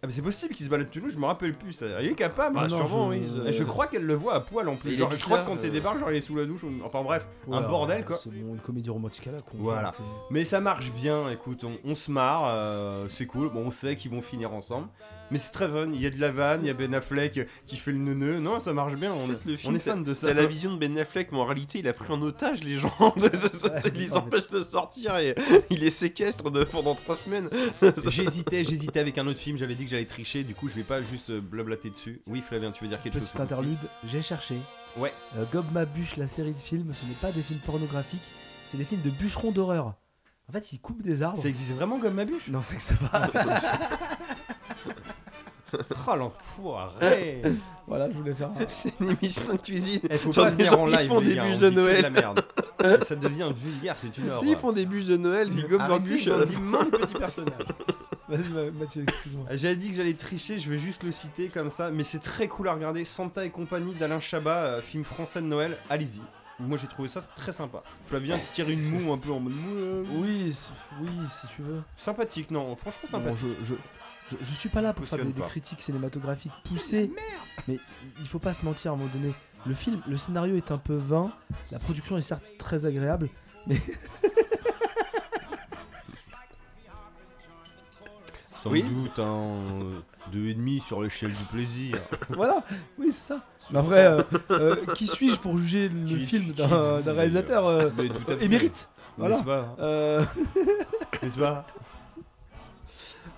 Speaker 3: Ah, mais c'est possible qu'il se balade tout nu, je me rappelle plus. Ça. Il est capable.
Speaker 4: Bah,
Speaker 3: hein.
Speaker 2: non,
Speaker 4: sûrement,
Speaker 2: je-
Speaker 4: oui.
Speaker 3: Et je crois qu'elle le voit à poil en plus.
Speaker 4: Il est
Speaker 3: Genre, je crois que
Speaker 4: bizarre,
Speaker 3: quand t'es
Speaker 4: euh.
Speaker 3: débarque, genre il est sous la douche. ou- Enfin bref, un
Speaker 2: Voilà,
Speaker 3: bordel quoi.
Speaker 2: C'est bon, une comédie romantique à la con. euh,
Speaker 3: Voilà.
Speaker 2: C'est-
Speaker 3: Mais ça marche bien, écoute, on, on se marre, euh, c'est cool, bon on sait qu'ils vont finir ensemble, mais c'est très fun, il y a de la vanne, il y a Ben Affleck qui fait le neuneu, non ça marche bien, on,
Speaker 4: Le
Speaker 3: on
Speaker 4: film,
Speaker 3: est fan de ça.
Speaker 4: T'as la vision de Ben Affleck, mais en réalité, il a pris en otage les gens. Ça, ça, ça,
Speaker 2: Ouais, c'est
Speaker 4: il les
Speaker 2: ça.
Speaker 4: empêche de sortir et il les séquestre de- pendant trois semaines.
Speaker 3: (laughs) J'hésitais, j'hésitais avec un autre film, j'avais dit que j'allais tricher, du coup je vais pas juste euh, blablater dessus. Oui Flavien, tu veux dire quelque chose
Speaker 2: Petite
Speaker 3: Francis
Speaker 2: interlude, j'ai cherché.
Speaker 3: Ouais.
Speaker 2: Euh, Gobe ma bûche, la série de films, ce n'est pas des films pornographiques, c'est des films de bûcherons d'horreur. En fait, ils coupent des arbres. (laughs)
Speaker 3: Ça existe vraiment comme ma bûche
Speaker 2: Non, c'est que ça va.
Speaker 3: Oh l'enfoiré
Speaker 2: Voilà, je voulais faire. un-
Speaker 4: C'est une émission de cuisine.
Speaker 3: Il faut
Speaker 4: Genre,
Speaker 3: pas
Speaker 4: les
Speaker 3: venir
Speaker 4: gens,
Speaker 3: en
Speaker 4: ils
Speaker 3: live,
Speaker 4: font
Speaker 3: les
Speaker 4: des
Speaker 3: gars, on
Speaker 4: bûches
Speaker 3: dit
Speaker 4: de
Speaker 3: que
Speaker 4: Noël.
Speaker 3: la
Speaker 4: (laughs)
Speaker 3: merde. Ça devient vulgaire, c'est une horreur.
Speaker 4: Si, ils font des bûches de Noël, ils gobent leurs
Speaker 3: Arrêtez
Speaker 4: bûches. à la
Speaker 3: dans
Speaker 4: fin.
Speaker 3: d'immondes petits personnages.
Speaker 2: Vas-y, Ma- Mathieu, excuse-moi.
Speaker 3: Euh, J'avais dit que j'allais tricher, je vais juste le citer comme ça, mais c'est très cool à regarder. Santa et compagnie d'Alain Chabat, euh, film français de Noël, allez-y. Moi j'ai trouvé ça très sympa. Flavien qui tire une moue un peu en mode moue, euh,
Speaker 2: Oui, c'est- oui, si tu veux.
Speaker 3: sympathique, non, franchement
Speaker 2: Bon,
Speaker 3: sympathique.
Speaker 2: je, je, je, je suis pas là pour faire des,
Speaker 3: Cautionne
Speaker 2: des
Speaker 3: pas.
Speaker 2: critiques cinématographiques poussées, mais il faut pas se mentir à un moment donné. Le film, le scénario est un peu vain, la production est certes très agréable,
Speaker 3: (laughs) Sans
Speaker 4: Oui.
Speaker 3: doute hein, euh, un 2,5 sur l'échelle du plaisir.
Speaker 2: voilà, oui, c'est ça. Mais après, euh, euh, qui suis-je pour juger le
Speaker 3: Qui-
Speaker 2: film
Speaker 3: qui-
Speaker 2: d'un
Speaker 3: qui-
Speaker 2: d'un réalisateur euh,
Speaker 3: Mais tout à fait.
Speaker 2: émérite Voilà.
Speaker 3: N'est-ce pas
Speaker 2: Euh,
Speaker 3: N'est-ce pas (laughs)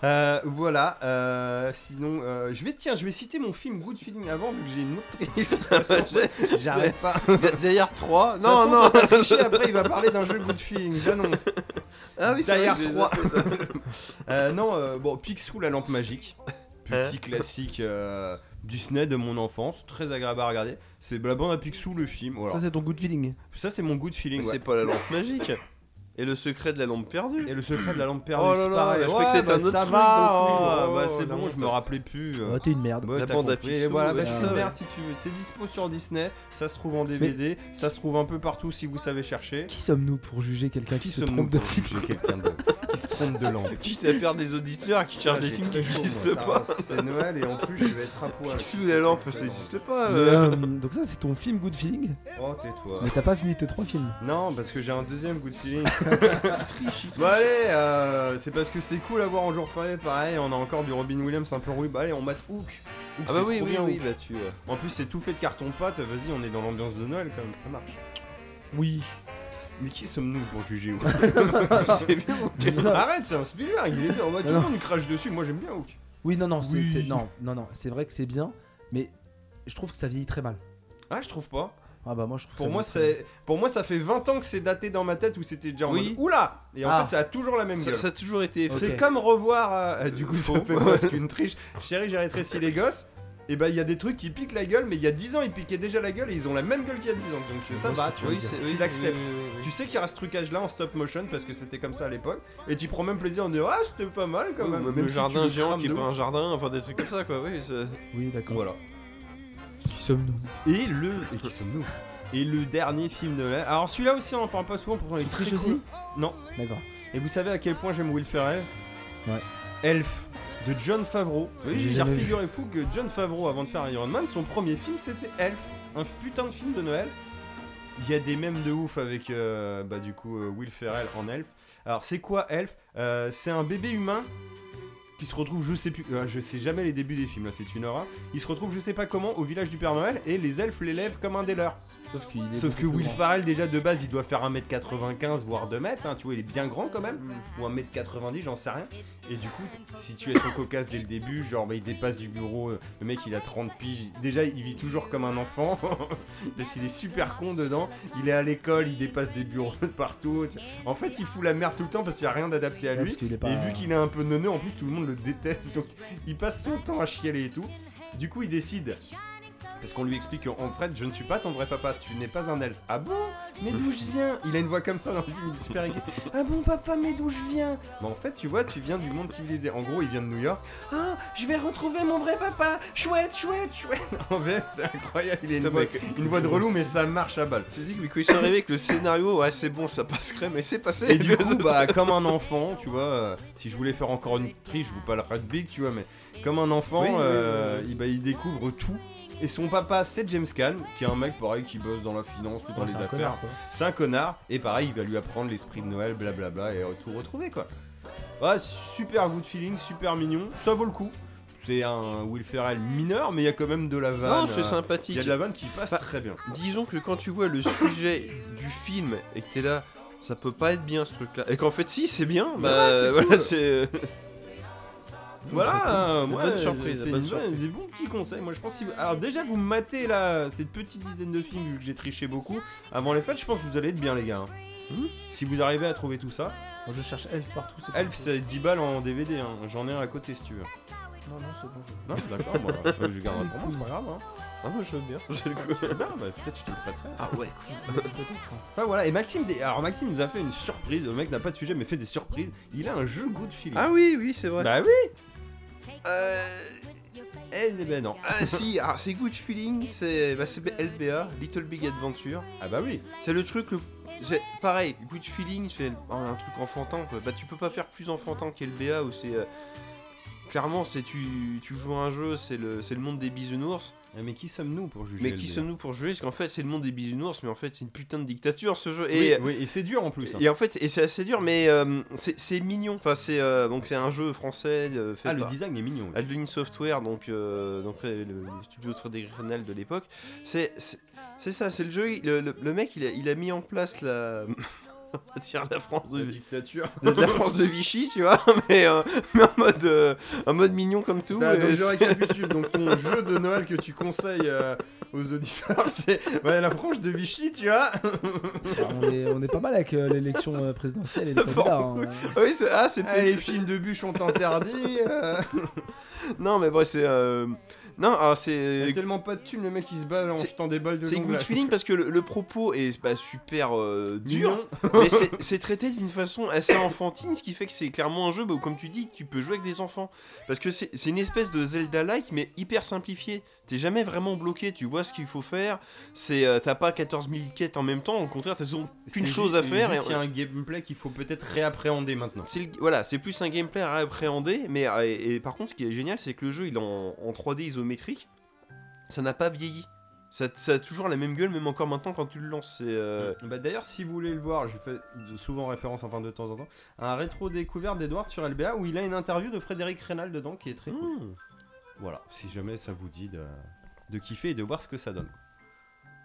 Speaker 3: Euh, voilà, euh, sinon, euh, je vais tiens, je vais citer mon film Good Feeling avant, vu que j'ai une autre
Speaker 4: (laughs)
Speaker 3: illustration. J'arrête pas.
Speaker 4: D'ailleurs, 3.
Speaker 3: De toute
Speaker 4: Non,
Speaker 3: façon, t'as
Speaker 4: non.
Speaker 3: pas triché, après, il va parler d'un
Speaker 4: (laughs)
Speaker 3: jeu Good Feeling, j'annonce.
Speaker 4: Ah oui, c'est
Speaker 3: D'ailleurs,
Speaker 4: vrai que j'ai
Speaker 3: trois.
Speaker 4: zappé ça.
Speaker 3: Euh, non, euh, bon, Picsou, la lampe magique.
Speaker 4: Hein
Speaker 3: Petit classique euh, Disney de mon enfance, très agréable à regarder. C'est la bande à Picsou, le film. voilà.
Speaker 2: Ça, c'est ton good feeling.
Speaker 3: Ça, c'est mon good feeling.
Speaker 4: Mais
Speaker 3: ouais.
Speaker 4: c'est pas la lampe magique. Et le secret de la lampe perdue.
Speaker 3: Et le secret de la lampe perdue,
Speaker 4: Oh là
Speaker 3: c'est
Speaker 4: là,
Speaker 3: pareil.
Speaker 4: je crois que
Speaker 3: Ouais,
Speaker 4: c'est
Speaker 3: bah,
Speaker 4: un autre
Speaker 3: ça
Speaker 4: truc,
Speaker 3: va,
Speaker 4: donc oui,
Speaker 3: ouais,
Speaker 4: oh,
Speaker 3: bah, c'est
Speaker 4: la
Speaker 3: bon, je
Speaker 4: honte.
Speaker 3: me rappelais plus. euh.
Speaker 2: Oh, t'es une merde.
Speaker 3: Ouais,
Speaker 4: La
Speaker 3: t'as
Speaker 4: bande à
Speaker 3: compris.
Speaker 4: Picsou,
Speaker 3: Et voilà, bah, je
Speaker 4: ouais,
Speaker 2: c'est
Speaker 3: suis
Speaker 2: ça,
Speaker 3: merde si tu veux. C'est dispo sur Disney, ça se trouve en DVD, ça se trouve un peu partout si vous savez chercher.
Speaker 2: Qui sommes-nous pour juger quelqu'un qui, se
Speaker 3: sommes-nous
Speaker 2: trompe de
Speaker 3: pour
Speaker 2: titre
Speaker 3: juger quelqu'un de- qui se trompe
Speaker 2: (laughs)
Speaker 3: de langue
Speaker 4: Quitte à perdre des auditeurs qui
Speaker 3: Ah,
Speaker 4: cherchent des films qui n'existent pas.
Speaker 3: C'est Noël et en plus je vais être à poil.
Speaker 4: Sous la lampe, ça n'existe pas.
Speaker 2: Mais,
Speaker 4: euh.
Speaker 3: (laughs)
Speaker 2: euh, Donc, ça, c'est ton film good feeling,
Speaker 3: Oh, tais-toi.
Speaker 4: (laughs)
Speaker 2: mais t'as pas fini tes trois films.
Speaker 3: Non, parce que j'ai un deuxième good feeling. Bon allez, euh, c'est parce que c'est cool à voir en jour férié, pareil, on a encore du Robin Williams un peu rouille, bah allez, on mate Hook. Hook,
Speaker 4: Ah bah
Speaker 3: c'est
Speaker 4: oui,
Speaker 3: trop
Speaker 4: oui,
Speaker 3: bien,
Speaker 4: oui,
Speaker 3: Hook.
Speaker 4: bah tu. euh,
Speaker 3: En plus c'est tout fait de carton pâte, vas-y, on est dans l'ambiance de Noël quand même, ça marche.
Speaker 2: (laughs) Oui.
Speaker 3: Mais qui sommes-nous pour juger
Speaker 4: (laughs)
Speaker 3: Hook
Speaker 4: C'est bien.
Speaker 3: Arrête, c'est un Spielberg, il est bien, on
Speaker 4: Ah
Speaker 3: va tout le
Speaker 2: Non.
Speaker 3: monde crache dessus, moi j'aime bien Hook.
Speaker 2: Oui, non, non, c'est-
Speaker 3: Oui.
Speaker 2: c'est- non, non, non, c'est vrai que c'est bien, mais je trouve que ça vieillit très mal.
Speaker 3: Ah, je trouve pas.
Speaker 2: Ah bah moi je trouve.
Speaker 3: Pour
Speaker 2: ça
Speaker 3: moi,
Speaker 2: vieillit très mal.
Speaker 3: c'est, pour moi, ça fait 20 ans que c'est daté dans ma tête où c'était déjà en
Speaker 4: Oui.
Speaker 3: mode oula Et en
Speaker 2: Ah.
Speaker 3: fait, ça a toujours la même
Speaker 4: Ça,
Speaker 3: gueule.
Speaker 4: ça a toujours été.
Speaker 2: Ok.
Speaker 4: fait.
Speaker 3: C'est comme revoir. euh, euh, du coup, ça
Speaker 4: Faux.
Speaker 3: fait presque une triche. Chérie, j'arrêterai si les gosses. Et bah, il y a des trucs qui piquent la gueule, mais il y a 10 ans, ils piquaient déjà la gueule et ils ont la même gueule qu'il y a 10 ans. Donc euh, ça
Speaker 2: Oui,
Speaker 3: va, tu, vois,
Speaker 4: Oui, c'est-
Speaker 3: tu
Speaker 4: oui,
Speaker 3: l'acceptes.
Speaker 4: oui, oui, oui.
Speaker 3: Tu sais qu'il y aura ce trucage là en stop motion parce que c'était comme ça à l'époque. Et tu prends même plaisir en disant Ah, c'était pas mal quand
Speaker 4: Ou
Speaker 3: même.
Speaker 4: même
Speaker 3: même
Speaker 4: le
Speaker 3: si
Speaker 4: jardin
Speaker 3: tu le
Speaker 4: géant
Speaker 3: crames
Speaker 4: qui est
Speaker 3: de
Speaker 4: pas
Speaker 3: ouf.
Speaker 4: un jardin, enfin des trucs comme ça quoi, oui. c'est-
Speaker 2: Oui d'accord.
Speaker 3: Voilà.
Speaker 2: Qui sommes-nous
Speaker 3: Et le. Et qui sommes-nous Et le dernier film de Noël. Alors celui-là aussi, on en parle pas souvent pourtant il est
Speaker 2: Tu
Speaker 3: très
Speaker 2: triches
Speaker 3: cool.
Speaker 2: aussi
Speaker 3: Non.
Speaker 2: D'accord.
Speaker 3: Et vous savez à quel point j'aime Will Ferrell
Speaker 2: Ouais.
Speaker 3: Elf de John Favreau.
Speaker 4: Oui,
Speaker 2: j'ai
Speaker 3: Car
Speaker 2: jamais vu.
Speaker 3: figurez-vous que John Favreau, avant de faire Iron Man, son premier film c'était Elf, un putain de film de Noël. Il y a des mèmes de ouf avec euh, bah, du coup euh, Will Ferrell en Elf. Alors c'est quoi Elf Euh, C'est un bébé humain qui se retrouve, je sais plus, euh, je sais jamais les débuts des films, là c'est une horreur. Il se retrouve, je sais pas comment, au village du Père Noël et les elfes l'élèvent comme un des leurs.
Speaker 2: Sauf qu'il. est
Speaker 3: Sauf que
Speaker 2: beaucoup plus
Speaker 3: Will
Speaker 2: grand.
Speaker 3: Farrell, déjà de base, il doit faire 1m95 voire 2m, hein, tu vois, il est bien grand quand même, ou 1m90, j'en sais rien. Et du coup, situation cocasse dès le début, genre bah, il dépasse du bureau, euh, le mec il a 30 piges, déjà il vit toujours comme un enfant, (laughs) parce qu'il est super con dedans, il est à l'école, il dépasse des bureaux de partout. tu- En fait, il fout la merde tout le temps parce qu'il n'y a rien d'adapté à
Speaker 2: Ouais,
Speaker 3: lui.
Speaker 2: parce qu'il est pas-
Speaker 3: Et vu qu'il est un peu neuneux, en plus tout le monde le déteste, donc il passe son temps à chialer et tout. Du coup, il décide. Parce qu'on lui explique qu'en fait, je ne suis pas ton vrai papa, tu n'es pas un elfe. Ah bon Mais d'où je viens Il a une voix comme ça dans le film, il
Speaker 2: (laughs)
Speaker 3: est super aigu. Ah bon, papa, mais d'où je viens Bah, en fait, tu vois, tu viens du monde civilisé. En gros, il vient de New York. Ah, je vais retrouver mon vrai papa Chouette, chouette, chouette (laughs) En vrai, c'est incroyable, il a une
Speaker 4: Putain,
Speaker 3: voix,
Speaker 4: mec,
Speaker 3: une voix de relou, mais ça marche à balle.
Speaker 4: Tu dis que mais quand ils sont arrivés avec le scénario, ouais c'est bon, ça passerait, mais c'est passé. (laughs)
Speaker 3: Et du coup, bah, comme un enfant, tu vois, euh, si je voulais faire encore une triche, je vous parle rugby, tu vois, mais comme un enfant,
Speaker 4: Oui, oui,
Speaker 3: euh,
Speaker 4: oui,
Speaker 3: Il, bah, il découvre tout. Et son papa, c'est James Caan, qui est un mec pareil qui bosse dans la finance ou dans
Speaker 2: Ouais, Ah,
Speaker 3: les
Speaker 2: c'est un
Speaker 3: affaires.
Speaker 2: connard, quoi.
Speaker 3: C'est un connard, et pareil, il va lui apprendre l'esprit de Noël, blablabla, et euh, tout retrouver, quoi. Ouais, super good feeling, super mignon, ça vaut le coup. C'est un Will Ferrell mineur, mais il y a quand même de la vanne.
Speaker 4: Non, c'est
Speaker 3: euh, Il
Speaker 4: sympathique.
Speaker 3: y a de la vanne qui passe
Speaker 4: Bah,
Speaker 3: très bien.
Speaker 4: Disons que quand tu vois le sujet du film et que t'es là, ça peut pas être bien ce truc là. Et qu'en fait, si, c'est bien, bah
Speaker 3: Ouais, c'est
Speaker 4: voilà,
Speaker 3: cool.
Speaker 4: c'est. euh,
Speaker 3: Voilà, euh,
Speaker 4: Bonne
Speaker 3: moi,
Speaker 4: surprise,
Speaker 3: c'est
Speaker 4: bonne
Speaker 3: une bonne-
Speaker 4: surprise.
Speaker 3: des bons petits conseils. Moi, je pense si vous- alors déjà vous matez là cette petite dizaine de films vu que j'ai triché beaucoup avant les fêtes, je pense que vous allez être bien les gars. hein.
Speaker 4: Hmm.
Speaker 3: Si vous arrivez à trouver tout ça,
Speaker 2: Moi, je cherche Elf partout. c'est
Speaker 3: Elf
Speaker 2: pas-
Speaker 3: c'est 10 balles en DVD, hein. j'en ai un à côté si tu veux. bah,
Speaker 2: Non, non, c'est bon.
Speaker 4: Non, d'accord, moi, (laughs) je garderai pour moi.
Speaker 3: c'est pas grave. Hein.
Speaker 4: Ah, moi, je veux bien.
Speaker 3: (laughs) C'est bien, bah, peut-être je te le prêterai.
Speaker 4: Ah ouais,
Speaker 3: (laughs)
Speaker 2: je- Peut-être. hein.
Speaker 3: Enfin, voilà, et Maxime, des- alors Maxime nous a fait une surprise. Le mec n'a pas de sujet, mais fait des surprises. Il a un jeu goût de feeling.
Speaker 4: Ah oui, oui, c'est vrai.
Speaker 3: Bah oui
Speaker 4: Euh,
Speaker 3: Eh ben non.
Speaker 4: ah si, ah, c'est Good Feeling, c'est bah, c'est LBA, Little Big Adventure.
Speaker 3: Ah bah oui
Speaker 4: C'est le truc le... c'est- Pareil, Good Feeling, c'est un un truc enfantin. Quoi. Bah tu peux pas faire plus enfantin qu'LBA où c'est... euh, Clairement, c'est tu, tu joues à un jeu, c'est le, c'est le monde des bisounours.
Speaker 3: Eh, Mais qui sommes-nous pour juger
Speaker 4: Mais
Speaker 3: le
Speaker 4: qui
Speaker 3: délire
Speaker 4: sommes-nous pour jouer Parce qu'en fait, c'est le monde des bisounours, mais en fait, c'est une putain de dictature ce jeu.
Speaker 3: Oui,
Speaker 4: Et,
Speaker 3: oui, et c'est dur en plus. hein.
Speaker 4: et en fait, et c'est assez dur, mais euh, c'est c'est mignon. Enfin, c'est euh, donc c'est un jeu français euh, fait
Speaker 3: Ah, le
Speaker 4: par-
Speaker 3: design est mignon. oui.
Speaker 4: Adeline Software, donc, euh, donc, euh, le, le studio de Frédéric Renal de l'époque, c'est c'est- c'est ça, c'est le jeu. il- Le, le- le mec, il a, il a mis en place la. (laughs) on va dire la France de, (laughs)
Speaker 3: dictature.
Speaker 4: de- la France de Vichy, tu vois, (laughs) mais, euh, mais en, mode, euh, en mode mignon comme tout.
Speaker 3: T'as-
Speaker 4: et
Speaker 3: donc je
Speaker 4: c'est-
Speaker 3: récapitule, donc
Speaker 4: (laughs)
Speaker 3: ton jeu de Noël que tu conseilles euh, aux auditeurs, (laughs) c'est ouais, la frange de Vichy, tu
Speaker 4: (laughs)
Speaker 3: vois
Speaker 2: on, est, on est pas mal avec euh, l'élection euh, présidentielle
Speaker 3: (laughs)
Speaker 2: et le candidat. hein.
Speaker 4: oui, c'est- ah, c'est
Speaker 3: Ah, les
Speaker 4: peut-être-
Speaker 3: films de bûche ont interdit. euh,
Speaker 4: Non, mais bref, c'est. euh, Non, alors
Speaker 3: il
Speaker 4: c'est.
Speaker 3: a tellement pas de thunes, le mec il se balle en
Speaker 4: C'est-
Speaker 3: jetant des balles de
Speaker 4: C'est
Speaker 3: jonglage.
Speaker 4: good feeling parce que le, le propos est pas super euh, dur,
Speaker 3: Mignon.
Speaker 4: Mais c'est- c'est traité d'une façon assez enfantine, ce qui fait que c'est clairement un jeu bah, où, comme tu dis, tu peux jouer avec des enfants. Parce que c'est c'est une espèce de Zelda-like, mais hyper simplifié. T'es jamais vraiment bloqué, tu vois ce qu'il faut faire. C'est euh, T'as pas 14 000 quêtes en même temps, au contraire, t'as souvent qu'une
Speaker 3: C'est
Speaker 4: chose
Speaker 3: ju-
Speaker 4: à faire. et-
Speaker 3: juste, Il y a un gameplay qu'il faut peut-être réappréhender maintenant.
Speaker 4: c'est le- voilà, c'est plus un gameplay à appréhender, mais euh, et, et par contre, ce qui est génial, c'est que le jeu, il est en, en 3D isométrique, ça n'a pas vieilli. Ça, ça a toujours la même gueule, même encore maintenant quand tu le lances. c'est, euh,
Speaker 3: Bah, D'ailleurs, si vous voulez le voir, je fais souvent référence, enfin de temps en temps, à un rétro découverte d'Edouard sur LBA où il a une interview de Frédéric Reynal dedans qui est très cool.
Speaker 4: hmm.
Speaker 3: Voilà, si jamais ça vous dit de, de kiffer et de voir ce que ça donne.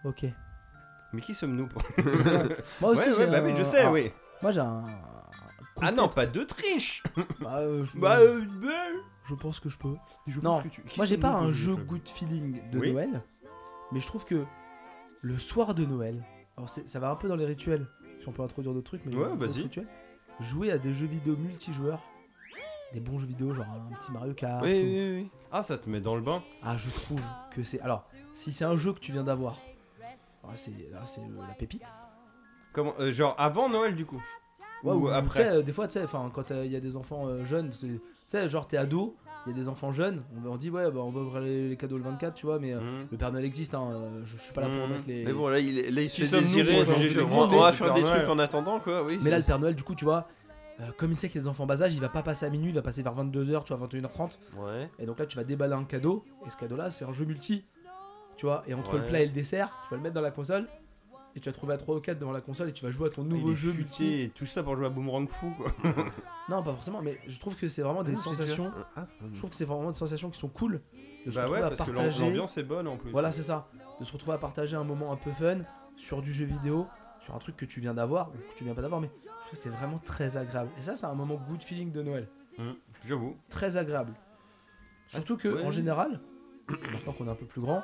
Speaker 2: Ok.
Speaker 3: Mais qui sommes-nous pour
Speaker 2: Moi aussi,
Speaker 3: Ouais,
Speaker 2: j'ai
Speaker 3: ouais, bah oui,
Speaker 2: un-
Speaker 3: je sais,
Speaker 2: ah,
Speaker 3: oui.
Speaker 2: Moi, j'ai un.
Speaker 3: Ah
Speaker 2: concept.
Speaker 3: non, pas de triche
Speaker 2: Bah, euh, je,
Speaker 3: Bah, euh, bah,
Speaker 2: je pense que je peux.
Speaker 3: je
Speaker 2: Non,
Speaker 3: pense que tu- qui
Speaker 2: Moi, j'ai pas
Speaker 3: sommes-nous
Speaker 2: un
Speaker 3: pour
Speaker 2: jeu
Speaker 3: juger
Speaker 2: good feeling de
Speaker 3: Oui.
Speaker 2: Noël, mais je trouve que le soir de Noël, alors c'est- ça va un peu dans les rituels, si on peut introduire d'autres trucs, mais
Speaker 3: Ouais,
Speaker 2: dans d'autres
Speaker 3: vas-y.
Speaker 2: rituels, jouer à des jeux vidéo multijoueurs, des bons jeux vidéo, genre un petit Mario Kart,
Speaker 4: Oui,
Speaker 2: ou-
Speaker 4: oui, oui.
Speaker 3: Ah, ça te met dans le bain
Speaker 2: ah, je trouve que c'est. Alors, si c'est un jeu que tu viens d'avoir, ah, c'est là, c'est euh, la pépite.
Speaker 3: Comment, euh, Genre avant Noël, du coup
Speaker 2: Ouais,
Speaker 3: Ou
Speaker 2: ou,
Speaker 3: après.
Speaker 2: tu sais, euh, des fois, tu sais, enfin, quand euh, il y a des enfants euh, jeunes, tu tu sais, genre t'es ado, il y a des enfants jeunes, on, on dit ouais, bah, on va ouvrir les, les cadeaux le 24, tu vois, mais euh,
Speaker 3: Hmm.
Speaker 2: le Père Noël existe, hein, euh, je, je suis pas là pour
Speaker 3: Mhm.
Speaker 2: mettre les.
Speaker 4: Mais bon, là, il, là, il se
Speaker 3: Qui
Speaker 4: fait
Speaker 3: sommes-nous
Speaker 4: désirer.
Speaker 3: pour
Speaker 4: donc
Speaker 3: juger
Speaker 4: je-
Speaker 3: l'existence
Speaker 4: on va
Speaker 3: du
Speaker 4: faire
Speaker 3: Père
Speaker 4: des
Speaker 3: Noël
Speaker 4: trucs en attendant, quoi. Oui,
Speaker 2: Mais là, le Père Noël, du coup, tu vois, euh, comme il sait qu'il y a des enfants bas âge, il va pas passer à minuit, il va passer vers 22h, tu vois, 21h30.
Speaker 4: Ouais.
Speaker 2: Et donc là, tu vas déballer un cadeau. Et ce cadeau-là, c'est un jeu multi. Tu vois, et entre
Speaker 4: Ouais.
Speaker 2: le plat et le dessert, tu vas le mettre dans la console. Et tu vas trouver à 3 ou 4 devant la console et tu vas jouer à ton nouveau
Speaker 3: Il est
Speaker 2: jeu
Speaker 3: futé
Speaker 2: multi.
Speaker 3: et tout ça pour jouer à Boomerang Fou, quoi.
Speaker 2: Non, pas forcément, mais je trouve que c'est
Speaker 3: Ah
Speaker 2: vraiment des sensations. Je trouve que c'est vraiment des sensations qui sont cool. De se
Speaker 3: bah ouais,
Speaker 2: retrouver à
Speaker 3: parce que l'am-
Speaker 2: partager.
Speaker 3: l'ambiance est bonne en plus.
Speaker 2: Voilà, c'est ça. De se retrouver à partager un moment un peu fun sur du jeu vidéo, sur un truc que tu viens d'avoir, ou que tu viens pas d'avoir, mais je trouve que c'est vraiment très agréable. Et ça, c'est un moment good feeling de Noël.
Speaker 3: Hmm, J'avoue.
Speaker 2: Très agréable. Surtout que,
Speaker 4: ouais.
Speaker 2: en général, (clears throat) maintenant qu'on est un peu plus grand,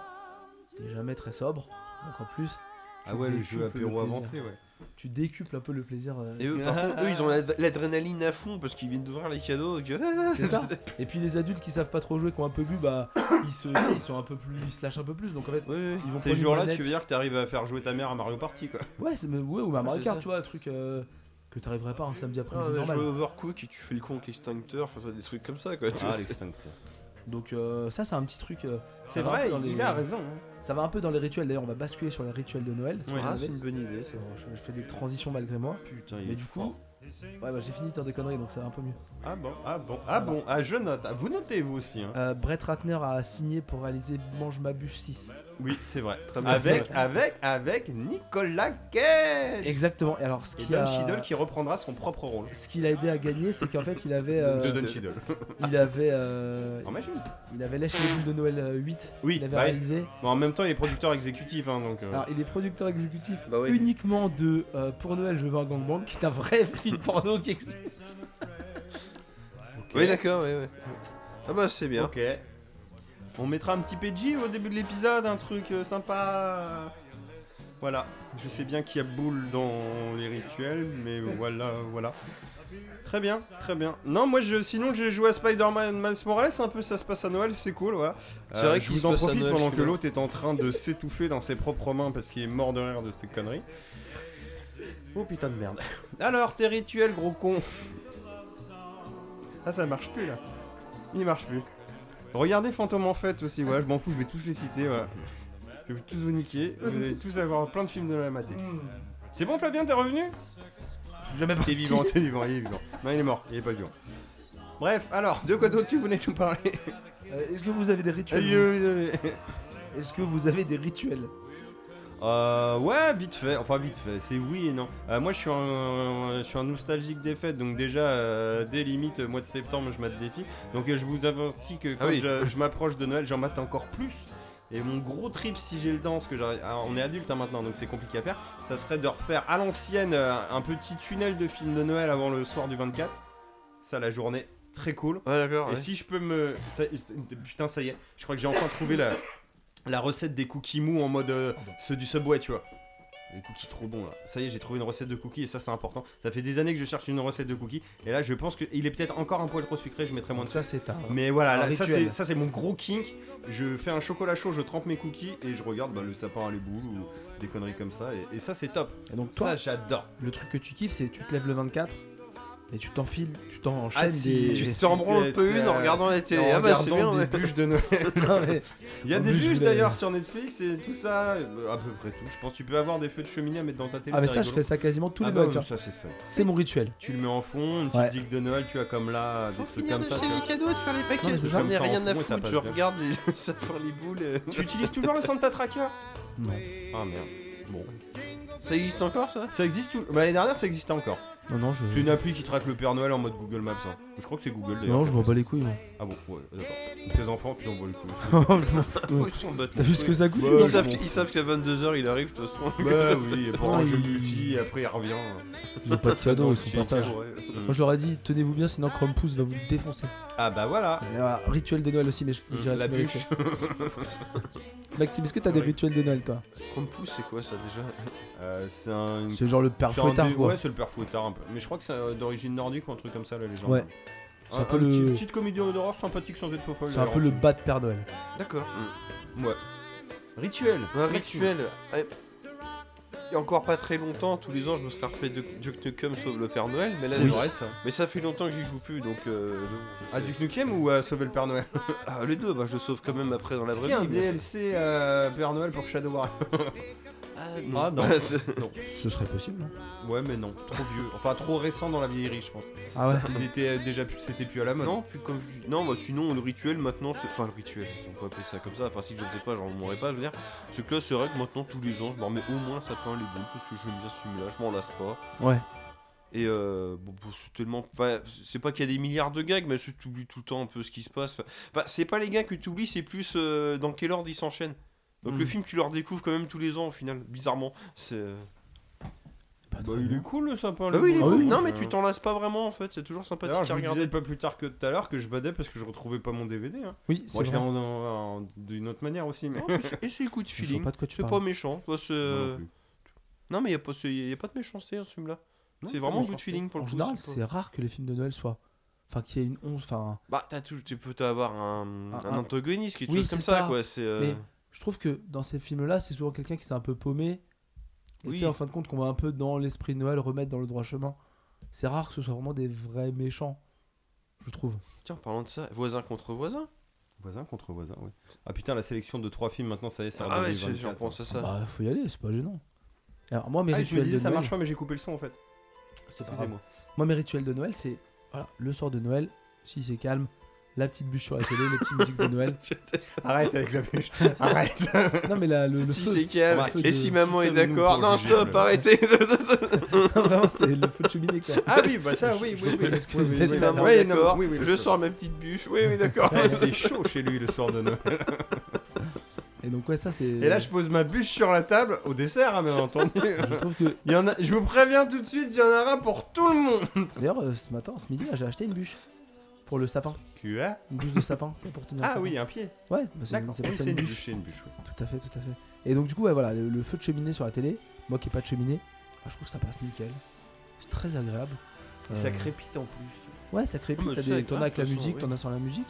Speaker 2: t'es jamais très sobre. Donc en plus,
Speaker 3: Ah ouais, le jeu
Speaker 2: décuples le
Speaker 3: apéro
Speaker 2: plaisir.
Speaker 3: avancé, ouais.
Speaker 2: tu décuples un peu le plaisir. euh.
Speaker 4: Et eux, par contre, eux, ils ont l'ad- l'adrénaline à fond parce qu'ils viennent d'ouvrir les cadeaux. donc, euh, (laughs)
Speaker 2: C'est ça. Et puis les adultes qui savent pas trop jouer, qui ont un peu bu, bah ils se, tu sais, ils sont un peu plus, ils se lâchent un peu plus. Donc en fait,
Speaker 4: Oui, oui.
Speaker 2: ils vont
Speaker 3: Ces
Speaker 2: prendre une
Speaker 3: jours-là,
Speaker 2: manette. Ah,
Speaker 3: tu veux dire que t'arrives à faire jouer ta mère à Mario Party, quoi.
Speaker 2: Ouais, c'est- mais- ouais, ou à Mario
Speaker 4: c'est
Speaker 2: Kart,
Speaker 4: ça.
Speaker 2: tu vois, un truc euh, que t'arriverais pas un samedi
Speaker 4: Ah,
Speaker 2: après-midi
Speaker 4: ouais,
Speaker 2: normal.
Speaker 4: jouer Overcook et tu fais le con avec l'extincteur, enfin, des trucs comme ça, quoi.
Speaker 3: Ah,
Speaker 4: tu vois, (laughs) c'est-
Speaker 2: Donc euh, ça c'est un petit truc. euh,
Speaker 3: C'est
Speaker 2: ça va un
Speaker 3: vrai,
Speaker 2: peu dans
Speaker 3: il
Speaker 2: les-
Speaker 3: a raison. hein.
Speaker 2: Ça va un peu dans les rituels. D'ailleurs, on va basculer sur les rituels de Noël. si
Speaker 3: Ouais.
Speaker 2: vous
Speaker 4: Ah,
Speaker 2: voulez.
Speaker 4: c'est une bonne idée, ça.
Speaker 2: Bon, je, je fais des transitions malgré moi.
Speaker 3: Putain, il
Speaker 2: Mais
Speaker 3: est
Speaker 2: du
Speaker 3: fort.
Speaker 2: coup, ouais, bah, j'ai fini de dire des conneries, donc ça va un peu mieux.
Speaker 3: Ah bon, ah bon, ah bon, ah je note. Ah, vous notez, vous aussi, hein.
Speaker 2: Euh, Brett Ratner a signé pour réaliser Mange ma bûche 6.
Speaker 3: Oui, c'est vrai.
Speaker 4: bien.
Speaker 3: Avec, avec, avec Nicolas Cage
Speaker 2: Exactement. Et alors, ce
Speaker 3: Et
Speaker 2: qui
Speaker 3: Don
Speaker 2: a,
Speaker 3: Cheadle qui reprendra son propre rôle.
Speaker 2: ce qui l'a aidé à gagner, c'est qu'en fait, il avait, euh,
Speaker 3: de Don Cheadle. (laughs)
Speaker 2: il avait, euh,
Speaker 3: En magie.
Speaker 2: il avait lèche les boules de Noël euh, 8.
Speaker 3: Oui,
Speaker 2: Il avait
Speaker 3: bah oui.
Speaker 2: réalisé.
Speaker 3: Bon, en même temps, il est producteur exécutif, hein, donc. euh,
Speaker 2: Alors, il est producteur exécutif
Speaker 4: Bah oui.
Speaker 2: uniquement de euh, Pour Noël, je veux un gangbang, qui est un vrai (laughs) film porno qui existe.
Speaker 4: Oui, d'accord, oui, oui. Ah, bah, c'est bien.
Speaker 3: Ok. On mettra un petit PG au début de l'épisode, un truc euh, sympa. Voilà, je sais bien qu'il y a boule dans les rituels, mais voilà, voilà. Très bien, très bien. Non, moi, je, sinon, j'ai joué à Spider-Man Miles Morales, un peu, ça se passe à Noël, c'est cool, voilà. Euh,
Speaker 4: C'est vrai
Speaker 3: je
Speaker 4: qu'il
Speaker 3: vous
Speaker 4: se
Speaker 3: en
Speaker 4: passe à
Speaker 3: profite
Speaker 4: Noël,
Speaker 3: pendant que
Speaker 4: celui-là.
Speaker 3: l'autre est en train de s'étouffer dans ses propres mains parce qu'il est mort de rire de ses conneries. Oh putain de merde. Alors, tes rituels, gros con. Ah, ça marche plus, là. Il marche plus. Regardez Fantôme en fête aussi, voilà, je m'en fous, je vais tous les citer, voilà. Je vais tous vous niquer, vous allez tous avoir plein de films de la mater. C'est bon Flavien, t'es revenu
Speaker 5: Je suis jamais
Speaker 3: T'es
Speaker 5: parti.
Speaker 3: vivant, t'es vivant, il est vivant. Non, il est mort, il est pas vivant. Bref, alors, de quoi d'autre tu voulais nous parler
Speaker 5: Euh, Est-ce que vous avez des rituels
Speaker 3: Aïe, aïe, aïe.
Speaker 5: vous Est-ce que vous avez des rituels
Speaker 3: Euh, ouais, vite fait, enfin vite fait, c'est oui et non. Euh, moi je suis, un, je suis un nostalgique des fêtes, donc déjà, euh, dès limite, euh, mois de septembre, je mate des filles. Donc euh, je vous avertis que quand
Speaker 4: oui.
Speaker 3: je, je m'approche de Noël, j'en mate encore plus. Et mon gros trip, si j'ai le temps, parce que j'arrive- alors, on est adulte hein, maintenant, donc c'est compliqué à faire, ça serait de refaire à l'ancienne euh, un petit tunnel de film de Noël avant le soir du 24. Ça, la journée, très cool.
Speaker 4: Ouais, d'accord.
Speaker 3: Et si je peux me. ça- putain, ça y est, je crois que j'ai enfin trouvé la, la recette des cookies mous en mode euh, ceux du Subway, tu vois. Les cookies trop bons là. Ça y est, j'ai trouvé une recette de cookies et ça c'est important. Ça fait des années que je cherche une recette de cookies et là je pense que il est peut-être encore un poil trop sucré, je mettrai moins de
Speaker 2: Ça, c'est tard.
Speaker 3: mais voilà,
Speaker 2: Un
Speaker 3: là, ça,
Speaker 2: rituel.
Speaker 3: c'est, ça c'est mon gros kink. Je fais un chocolat chaud, je trempe mes cookies et je regarde bah, le sapin à l'éboule ou des conneries comme ça. Et, et ça c'est top.
Speaker 2: Et donc toi,
Speaker 3: ça j'adore.
Speaker 2: le truc que tu kiffes, c'est tu te lèves le 24 et tu t'enfiles, tu t'enchaînes
Speaker 3: Ah, si,
Speaker 2: des.
Speaker 3: tu
Speaker 4: Tu t'en branles un peu
Speaker 3: C'est,
Speaker 4: une en
Speaker 3: euh,
Speaker 4: regardant la télé.
Speaker 3: En
Speaker 4: Ah bah c'est
Speaker 3: regardant
Speaker 4: bien,
Speaker 3: des
Speaker 4: ouais.
Speaker 3: bûches
Speaker 4: (laughs)
Speaker 3: de Noël.
Speaker 2: (laughs) Non, mais-
Speaker 3: Il y a
Speaker 2: En
Speaker 3: des
Speaker 2: plus, je
Speaker 3: bûches
Speaker 2: voulais-
Speaker 3: d'ailleurs sur Netflix et tout ça, euh, à peu près tout. Je pense que tu peux avoir des feux de cheminée à mettre dans ta télé.
Speaker 2: Ah mais
Speaker 3: c'est
Speaker 2: ça, je
Speaker 3: rigolo.
Speaker 2: fais ça quasiment tous
Speaker 3: Ah
Speaker 2: les
Speaker 3: bah
Speaker 2: Noëls.
Speaker 3: oui,
Speaker 2: tiens.
Speaker 3: ça c'est fait.
Speaker 2: C'est mon rituel.
Speaker 3: Tu le mets en fond, une petite
Speaker 2: Ouais.
Speaker 3: digue de Noël, tu as comme là, des trucs comme ça. tu vois.
Speaker 4: cadeaux, de faire les
Speaker 2: Non, mais
Speaker 4: paquets.
Speaker 2: c'est
Speaker 4: J'en
Speaker 3: ça.
Speaker 4: ai rien à
Speaker 3: Ouais, ça
Speaker 4: foutre.
Speaker 3: passe
Speaker 4: Je
Speaker 3: bien.
Speaker 4: regarde les- (laughs) ça prend les boules. euh.
Speaker 3: Tu utilises toujours le Santa Tracker
Speaker 2: Non.
Speaker 3: Ah merde. Bon.
Speaker 4: Ça existe encore ça
Speaker 3: Ça existe tout... bah, L'année dernière, ça existait encore.
Speaker 2: Non, non, je.
Speaker 3: C'est une appli qui traque le Père Noël en mode Google Maps. hein. Je crois que c'est Google d'ailleurs.
Speaker 2: Non, je m'en bats les couilles. hein. moi.
Speaker 3: Ah bon, ouais, d'accord. Tes enfants, puis on voit le coup.
Speaker 2: Ouais.
Speaker 4: Oh, Ils sont bêtes.
Speaker 2: T'as vu ce que ça coûte
Speaker 3: Ouais,
Speaker 4: Ils
Speaker 2: les
Speaker 4: savent
Speaker 2: gars
Speaker 4: qu'- ils savent qu'à 22h il arrive de toute façon.
Speaker 3: (laughs) bah oui, et pour
Speaker 2: Ah,
Speaker 3: un jeu
Speaker 2: il-
Speaker 3: multi, et après il revient.
Speaker 2: Ils ont pas de cadeau, ils
Speaker 3: Donc,
Speaker 2: sont
Speaker 3: tu-
Speaker 2: pas sages.
Speaker 3: ouais.
Speaker 2: Moi, je leur ai dit, tenez-vous bien, sinon Crumpus va vous défoncer.
Speaker 3: Ah bah voilà.
Speaker 2: Et voilà, rituel de Noël aussi, mais je vous
Speaker 3: Mm,
Speaker 2: dirai
Speaker 3: la
Speaker 2: tous mes
Speaker 3: bûche.
Speaker 2: rituels. Maxime, est-ce que t'as
Speaker 4: C'est
Speaker 2: des
Speaker 4: vrai.
Speaker 2: rituels de Noël, toi
Speaker 4: Comme pouce, c'est quoi ça déjà
Speaker 3: Euh, c'est un,
Speaker 2: C'est genre le père
Speaker 3: C'est un
Speaker 2: fouettard,
Speaker 3: des-
Speaker 2: quoi.
Speaker 3: Ouais, c'est le père fouettard un peu. Mais je crois que c'est euh, d'origine nordique ou un truc comme ça, la légende.
Speaker 2: Ouais. C'est un peu le-
Speaker 3: petit- petite comédie d'horreur sympathique sans être faux folle.
Speaker 2: C'est un peu le bas de Père Noël.
Speaker 4: D'accord. Hmm.
Speaker 3: rituel.
Speaker 4: Un rituel. Ouais. Il y a encore pas très longtemps, tous les ans je me serais refait Duke Duke Nukem sauve le Père Noël, mais là
Speaker 3: C'est
Speaker 4: je-
Speaker 3: vrai ça.
Speaker 4: Mais ça fait longtemps que j'y joue plus donc. Euh...
Speaker 3: À Duke Nukem ou à Sauver le Père Noël
Speaker 4: Ah, les deux, bah, je le sauve quand même après dans la
Speaker 3: Est-ce qu'il
Speaker 4: vraie
Speaker 3: y a un
Speaker 4: vie. bien sûr.
Speaker 3: DLC euh, Père Noël pour Shadow Warrior
Speaker 4: Ah
Speaker 3: Ah, non.
Speaker 4: Ouais, c'est-
Speaker 2: Ce serait possible, non
Speaker 3: Ouais, mais non, trop vieux. Enfin, trop récent dans la vieillerie, je pense.
Speaker 2: Ah ouais
Speaker 3: Ils étaient euh, déjà plus, c'était plus à la mode.
Speaker 4: non, puis comme je- non, bah, sinon le rituel maintenant, c'est... enfin le rituel, on peut appeler ça comme ça. Enfin si je ne sais pas, j'en mourrais pas, je veux dire. C'est que là, c'est vrai que maintenant tous les ans, je m'en remets au moins ça sapin les boules parce que j'aime bien ce film-là, je m'en lasse pas.
Speaker 2: Ouais.
Speaker 4: Et euh, bon, bon, c'est tellement. enfin, c'est pas qu'il y a des milliards de gags, mais tu oublies tout le temps un peu ce qui se passe. Enfin, enfin, c'est pas les gags que tu oublies, c'est plus euh, dans quel ordre ils s'enchaînent. Donc
Speaker 2: Mm.
Speaker 4: le film, tu le redécouvres quand même tous les ans au final, bizarrement. C'est. euh,
Speaker 2: Pas
Speaker 3: Bah,
Speaker 2: très
Speaker 3: il
Speaker 2: bien.
Speaker 3: est cool le sapin.
Speaker 4: Bah
Speaker 3: le
Speaker 4: oui, il est
Speaker 3: bon.
Speaker 4: cool.
Speaker 2: oui.
Speaker 4: Non, mais tu t'en lasses pas vraiment en fait, c'est toujours sympathique
Speaker 3: Euh. D'ailleurs,
Speaker 4: à
Speaker 3: je vous
Speaker 4: regarder.
Speaker 3: disais pas plus tard que tout à l'heure que je badais parce que je retrouvais pas mon DVD. Hein.
Speaker 2: Oui, c'est
Speaker 3: Moi, je l'ai
Speaker 2: vrai.
Speaker 3: en- en- en- d'une autre manière aussi, mais.
Speaker 4: Non, mais c'est- et c'est coup de
Speaker 2: Je vois
Speaker 4: feeling.
Speaker 2: pas de quoi tu
Speaker 4: C'est
Speaker 2: parles.
Speaker 4: pas méchant. Toi, c'est-
Speaker 3: Moi non plus.
Speaker 4: Non, mais il n'y a, pas ce- y a pas de méchanceté dans ce film-là.
Speaker 3: Non,
Speaker 4: c'est
Speaker 3: pas
Speaker 4: vraiment
Speaker 3: méchant.
Speaker 4: good feeling pour le
Speaker 2: En
Speaker 4: coup,
Speaker 2: général,
Speaker 4: c'est pas-
Speaker 2: c'est rare que les films de Noël soient. Enfin, qu'il y ait une honte. Enfin,
Speaker 4: Bah, t'as tout- tu peux avoir un,
Speaker 2: Un-
Speaker 4: un
Speaker 2: un-
Speaker 4: antagoniste, quelque
Speaker 2: Oui,
Speaker 4: chose comme
Speaker 2: c'est
Speaker 4: ça,
Speaker 2: ça.
Speaker 4: quoi. C'est. euh,
Speaker 2: Mais- je trouve que dans ces films-là, c'est souvent quelqu'un qui s'est un peu paumé. Et
Speaker 4: Oui.
Speaker 2: tu sais, en fin de compte, qu'on va un peu dans l'esprit de Noël remettre dans le droit chemin. C'est rare que ce soit vraiment des vrais méchants, je trouve.
Speaker 4: Tiens, parlant de ça, voisin contre voisin.
Speaker 3: Voisin contre voisin, oui. Ah putain, la sélection de trois films maintenant, ça y est, ça
Speaker 4: Ah, ouais, je- je pense à ça.
Speaker 2: Bah, faut y aller, c'est pas gênant. Alors, moi, mes
Speaker 3: Ah, tu hein. me
Speaker 2: rituels de
Speaker 3: disais ça
Speaker 2: Noël,
Speaker 3: marche pas, mais j'ai coupé le son en fait.
Speaker 2: c'est pas grave.
Speaker 3: Excusez-moi.
Speaker 2: Moi, mes rituels de Noël, c'est voilà, le soir de Noël, si c'est calme, la petite bûche sur la télé, les petites musiques de
Speaker 3: (laughs)
Speaker 2: Noël.
Speaker 3: Arrête avec la
Speaker 2: (laughs)
Speaker 3: bûche. Arrête.
Speaker 2: Non, mais la- le, le
Speaker 4: si
Speaker 2: feu.
Speaker 4: c'est calme,
Speaker 3: Remarque,
Speaker 4: et si
Speaker 2: de-
Speaker 4: maman
Speaker 3: si
Speaker 4: est
Speaker 3: ça nous
Speaker 4: d'accord,
Speaker 3: pour
Speaker 4: non,
Speaker 3: juger,
Speaker 4: stop,
Speaker 3: là.
Speaker 4: arrêtez.
Speaker 2: (laughs)
Speaker 4: (laughs)
Speaker 2: Vraiment, c'est le feu de cheminée, quoi.
Speaker 3: Ah oui, bah ça, oui, oui, oui.
Speaker 2: Parce que
Speaker 3: oui,
Speaker 2: vous
Speaker 3: oui,
Speaker 2: êtes
Speaker 4: si
Speaker 3: oui,
Speaker 2: là,
Speaker 4: maman
Speaker 3: oui,
Speaker 4: est
Speaker 3: non,
Speaker 4: d'accord,
Speaker 3: oui, oui,
Speaker 4: je
Speaker 3: oui.
Speaker 4: sors ma petite bûche, oui, oui,
Speaker 3: Ouais,
Speaker 4: d'accord. (laughs)
Speaker 3: c'est chaud chez lui le soir de Noël.
Speaker 2: Et donc, ouais, ça, c'est.
Speaker 3: Et là, je pose ma bûche sur la table au dessert, hein, bien entendu.
Speaker 2: (laughs) je trouve que
Speaker 3: Il y en a, je vous préviens tout de suite, il y en aura pour tout le monde.
Speaker 2: D'ailleurs, euh, ce matin, ce midi, là, j'ai acheté une bûche pour le sapin.
Speaker 3: QA
Speaker 2: Une bûche de sapin, c'est pour tenir le
Speaker 3: Ah
Speaker 2: sapin.
Speaker 3: oui, un pied.
Speaker 2: Ouais, bah, c'est
Speaker 3: D'accord.
Speaker 2: c'est
Speaker 3: Oui,
Speaker 2: pour ça
Speaker 3: C'est
Speaker 2: une
Speaker 3: une
Speaker 2: bûche.
Speaker 3: bûche, c'est une bûche. oui.
Speaker 2: Tout à fait, tout à fait. Et donc, du coup, ouais, voilà, le, le feu de cheminée sur la télé, moi qui n'ai pas de cheminée, ah, je trouve que ça passe nickel. C'est très agréable.
Speaker 3: Et Ça
Speaker 2: Euh,
Speaker 3: crépite en plus. tu vois.
Speaker 2: Ouais, ça crépite.
Speaker 4: Ah, mais
Speaker 2: t'as
Speaker 4: ça,
Speaker 2: des-
Speaker 4: avec
Speaker 2: T'en as
Speaker 4: grave,
Speaker 2: avec la
Speaker 4: de toute
Speaker 2: musique,
Speaker 4: façon,
Speaker 2: t'en as sans la musique.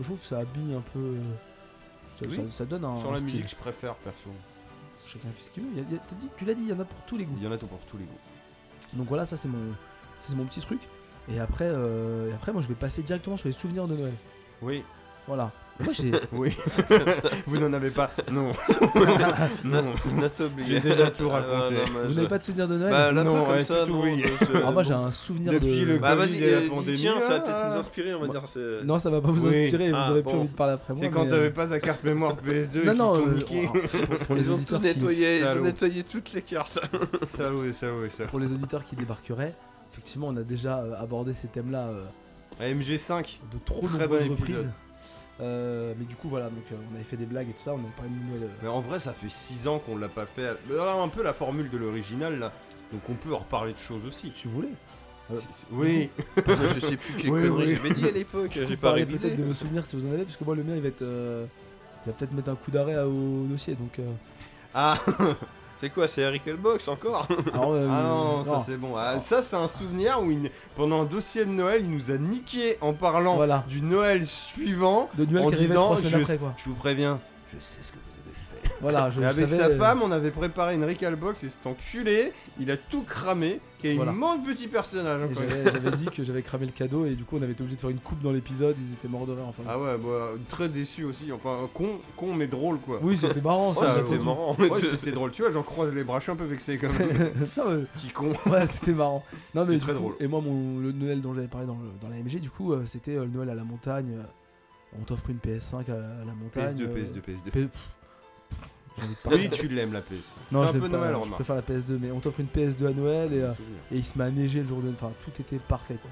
Speaker 2: Je trouve que ça habille un peu. euh, Ça,
Speaker 3: Oui.
Speaker 2: ça- ça donne un.
Speaker 3: Sur la
Speaker 2: un style.
Speaker 3: musique, je préfère perso.
Speaker 2: Chacun fait ce qu'il veut. Il y a- il y a- t'as dit- tu l'as dit, il y en a pour tous les goûts.
Speaker 3: Il y en a tout pour tous les goûts.
Speaker 2: Donc voilà, ça c'est mon, ça, c'est mon petit truc. Et après, euh, et après, moi je vais passer directement sur les souvenirs de Noël.
Speaker 3: Oui,
Speaker 2: Voilà. Moi
Speaker 3: (laughs)
Speaker 2: j'ai.
Speaker 3: oui. (laughs) Vous n'en avez pas. Non. non. J'ai déjà tout
Speaker 4: Ah,
Speaker 3: raconté.
Speaker 2: Vous n'avez pas de souvenirs de Noël
Speaker 4: Bah là,
Speaker 3: Non,
Speaker 4: pas comme
Speaker 3: ouais,
Speaker 4: ça,
Speaker 3: surtout,
Speaker 4: non.
Speaker 3: oui.
Speaker 4: je- je-
Speaker 2: Ah, moi j'ai un souvenir
Speaker 3: Depuis
Speaker 2: de.
Speaker 3: le-
Speaker 4: Bah
Speaker 3: Covid
Speaker 4: vas-y,
Speaker 3: et la
Speaker 4: euh, dis-
Speaker 3: pandémie,
Speaker 4: tiens, ça va peut-être
Speaker 3: ah.
Speaker 4: nous inspirer, on va dire. c'est-
Speaker 2: Non, ça va pas vous
Speaker 3: Oui.
Speaker 2: inspirer, vous
Speaker 4: Ah,
Speaker 2: aurez plus
Speaker 4: bon.
Speaker 2: envie de parler après moi.
Speaker 3: C'est quand
Speaker 2: mais,
Speaker 3: t'avais
Speaker 2: euh,
Speaker 3: pas ta carte mémoire PS2
Speaker 2: Non,
Speaker 3: et
Speaker 2: non,
Speaker 3: qu'ils t'ont
Speaker 2: euh,
Speaker 3: niqué.
Speaker 2: pour-
Speaker 3: (laughs)
Speaker 2: pour les
Speaker 4: Ils ont tout
Speaker 2: auditeurs qui-
Speaker 4: nettoyé, ils
Speaker 3: Salaud.
Speaker 4: ont nettoyé toutes les (laughs) cartes.
Speaker 3: Salaud et salaud et salaud.
Speaker 2: pour les auditeurs qui débarqueraient, effectivement, on a déjà euh, abordé ces thèmes-là euh,
Speaker 3: MG5.
Speaker 2: de trop
Speaker 3: Très bon
Speaker 2: nombreuses
Speaker 3: épisode.
Speaker 2: reprises. Euh, mais du coup, voilà, donc euh, on avait fait des blagues et tout ça, on avait parlé de Noël. euh,
Speaker 3: Mais en vrai, ça fait 6 ans qu'on l'a pas fait. Mais on a un peu la formule de l'original là. Donc on peut en reparler de choses aussi.
Speaker 2: si vous voulez. Euh, (laughs)
Speaker 3: Oui.
Speaker 4: je sais plus quelles
Speaker 3: Oui,
Speaker 4: conneries
Speaker 3: oui.
Speaker 4: j'avais dit à l'époque,
Speaker 2: Du coup,
Speaker 4: j'ai pas
Speaker 2: parlez
Speaker 4: révisé.
Speaker 2: peut-être de vos souvenirs si vous en avez, parce que moi le mien il va être. euh, il va peut-être mettre un coup d'arrêt à- au dossier donc.
Speaker 3: (laughs)
Speaker 2: euh,
Speaker 4: Ah C'est quoi, c'est Harry Box (laughs) encore
Speaker 2: alors, euh,
Speaker 3: Ah non, ça
Speaker 2: non.
Speaker 3: c'est bon. Ah, ça c'est un souvenir où il- pendant un dossier de Noël, il nous a niqué en parlant
Speaker 2: Voilà.
Speaker 3: du Noël suivant
Speaker 2: De Noël
Speaker 3: en
Speaker 2: qui arrivait
Speaker 3: disant
Speaker 2: trois semaines
Speaker 3: je,
Speaker 2: après quoi.
Speaker 3: je vous préviens, je sais ce que vous avez fait.
Speaker 2: Voilà, je
Speaker 3: (laughs) Et
Speaker 2: le
Speaker 3: avec
Speaker 2: savais,
Speaker 3: sa
Speaker 2: euh,
Speaker 3: femme, on avait préparé une recalbox et cet enculé, il a tout cramé. Quel
Speaker 2: Voilà.
Speaker 3: immense petit personnage
Speaker 2: et
Speaker 3: encore.
Speaker 2: euh, J'avais j'avais dit que j'avais cramé le cadeau et du coup on avait été obligé de faire une coupe dans l'épisode, ils étaient morts de rire enfin.
Speaker 3: Ah ouais, bah, très déçu aussi. Enfin, con, con mais drôle quoi.
Speaker 2: Oui, c'était marrant
Speaker 3: Oh, Ça,
Speaker 2: ça.
Speaker 3: c'était
Speaker 2: c'était-
Speaker 4: Oh, marrant.
Speaker 3: Ouais, c'était drôle, tu vois, j'en croise les bras, je suis un peu vexé quand même.
Speaker 2: Non, mais-
Speaker 3: Petit con.
Speaker 2: (laughs) Ouais, c'était marrant. Non, mais
Speaker 3: C'est
Speaker 2: du
Speaker 3: très
Speaker 2: coup-
Speaker 3: drôle.
Speaker 2: Et moi, mon, le Noël dont j'avais parlé dans, le- dans la MG, du coup, euh, c'était euh, le Noël à la montagne. euh, on t'offre une PS5 à, la- à la montagne.
Speaker 3: PS2,
Speaker 2: euh,
Speaker 3: PS2, PS2.
Speaker 2: P- pff, j'ai envie de parler.
Speaker 3: Oui, tu l'aimes la PS.
Speaker 2: Non,
Speaker 3: C'est
Speaker 2: je
Speaker 3: un
Speaker 2: l'aime
Speaker 3: peu
Speaker 2: pas,
Speaker 3: Noël,
Speaker 2: je
Speaker 3: remarque.
Speaker 2: préfère la PS2, mais on t'offre une PS2 à Noël et, euh,
Speaker 3: Souvenir.
Speaker 2: et il se met à neiger le jour de Noël. Enfin, tout était parfait, quoi.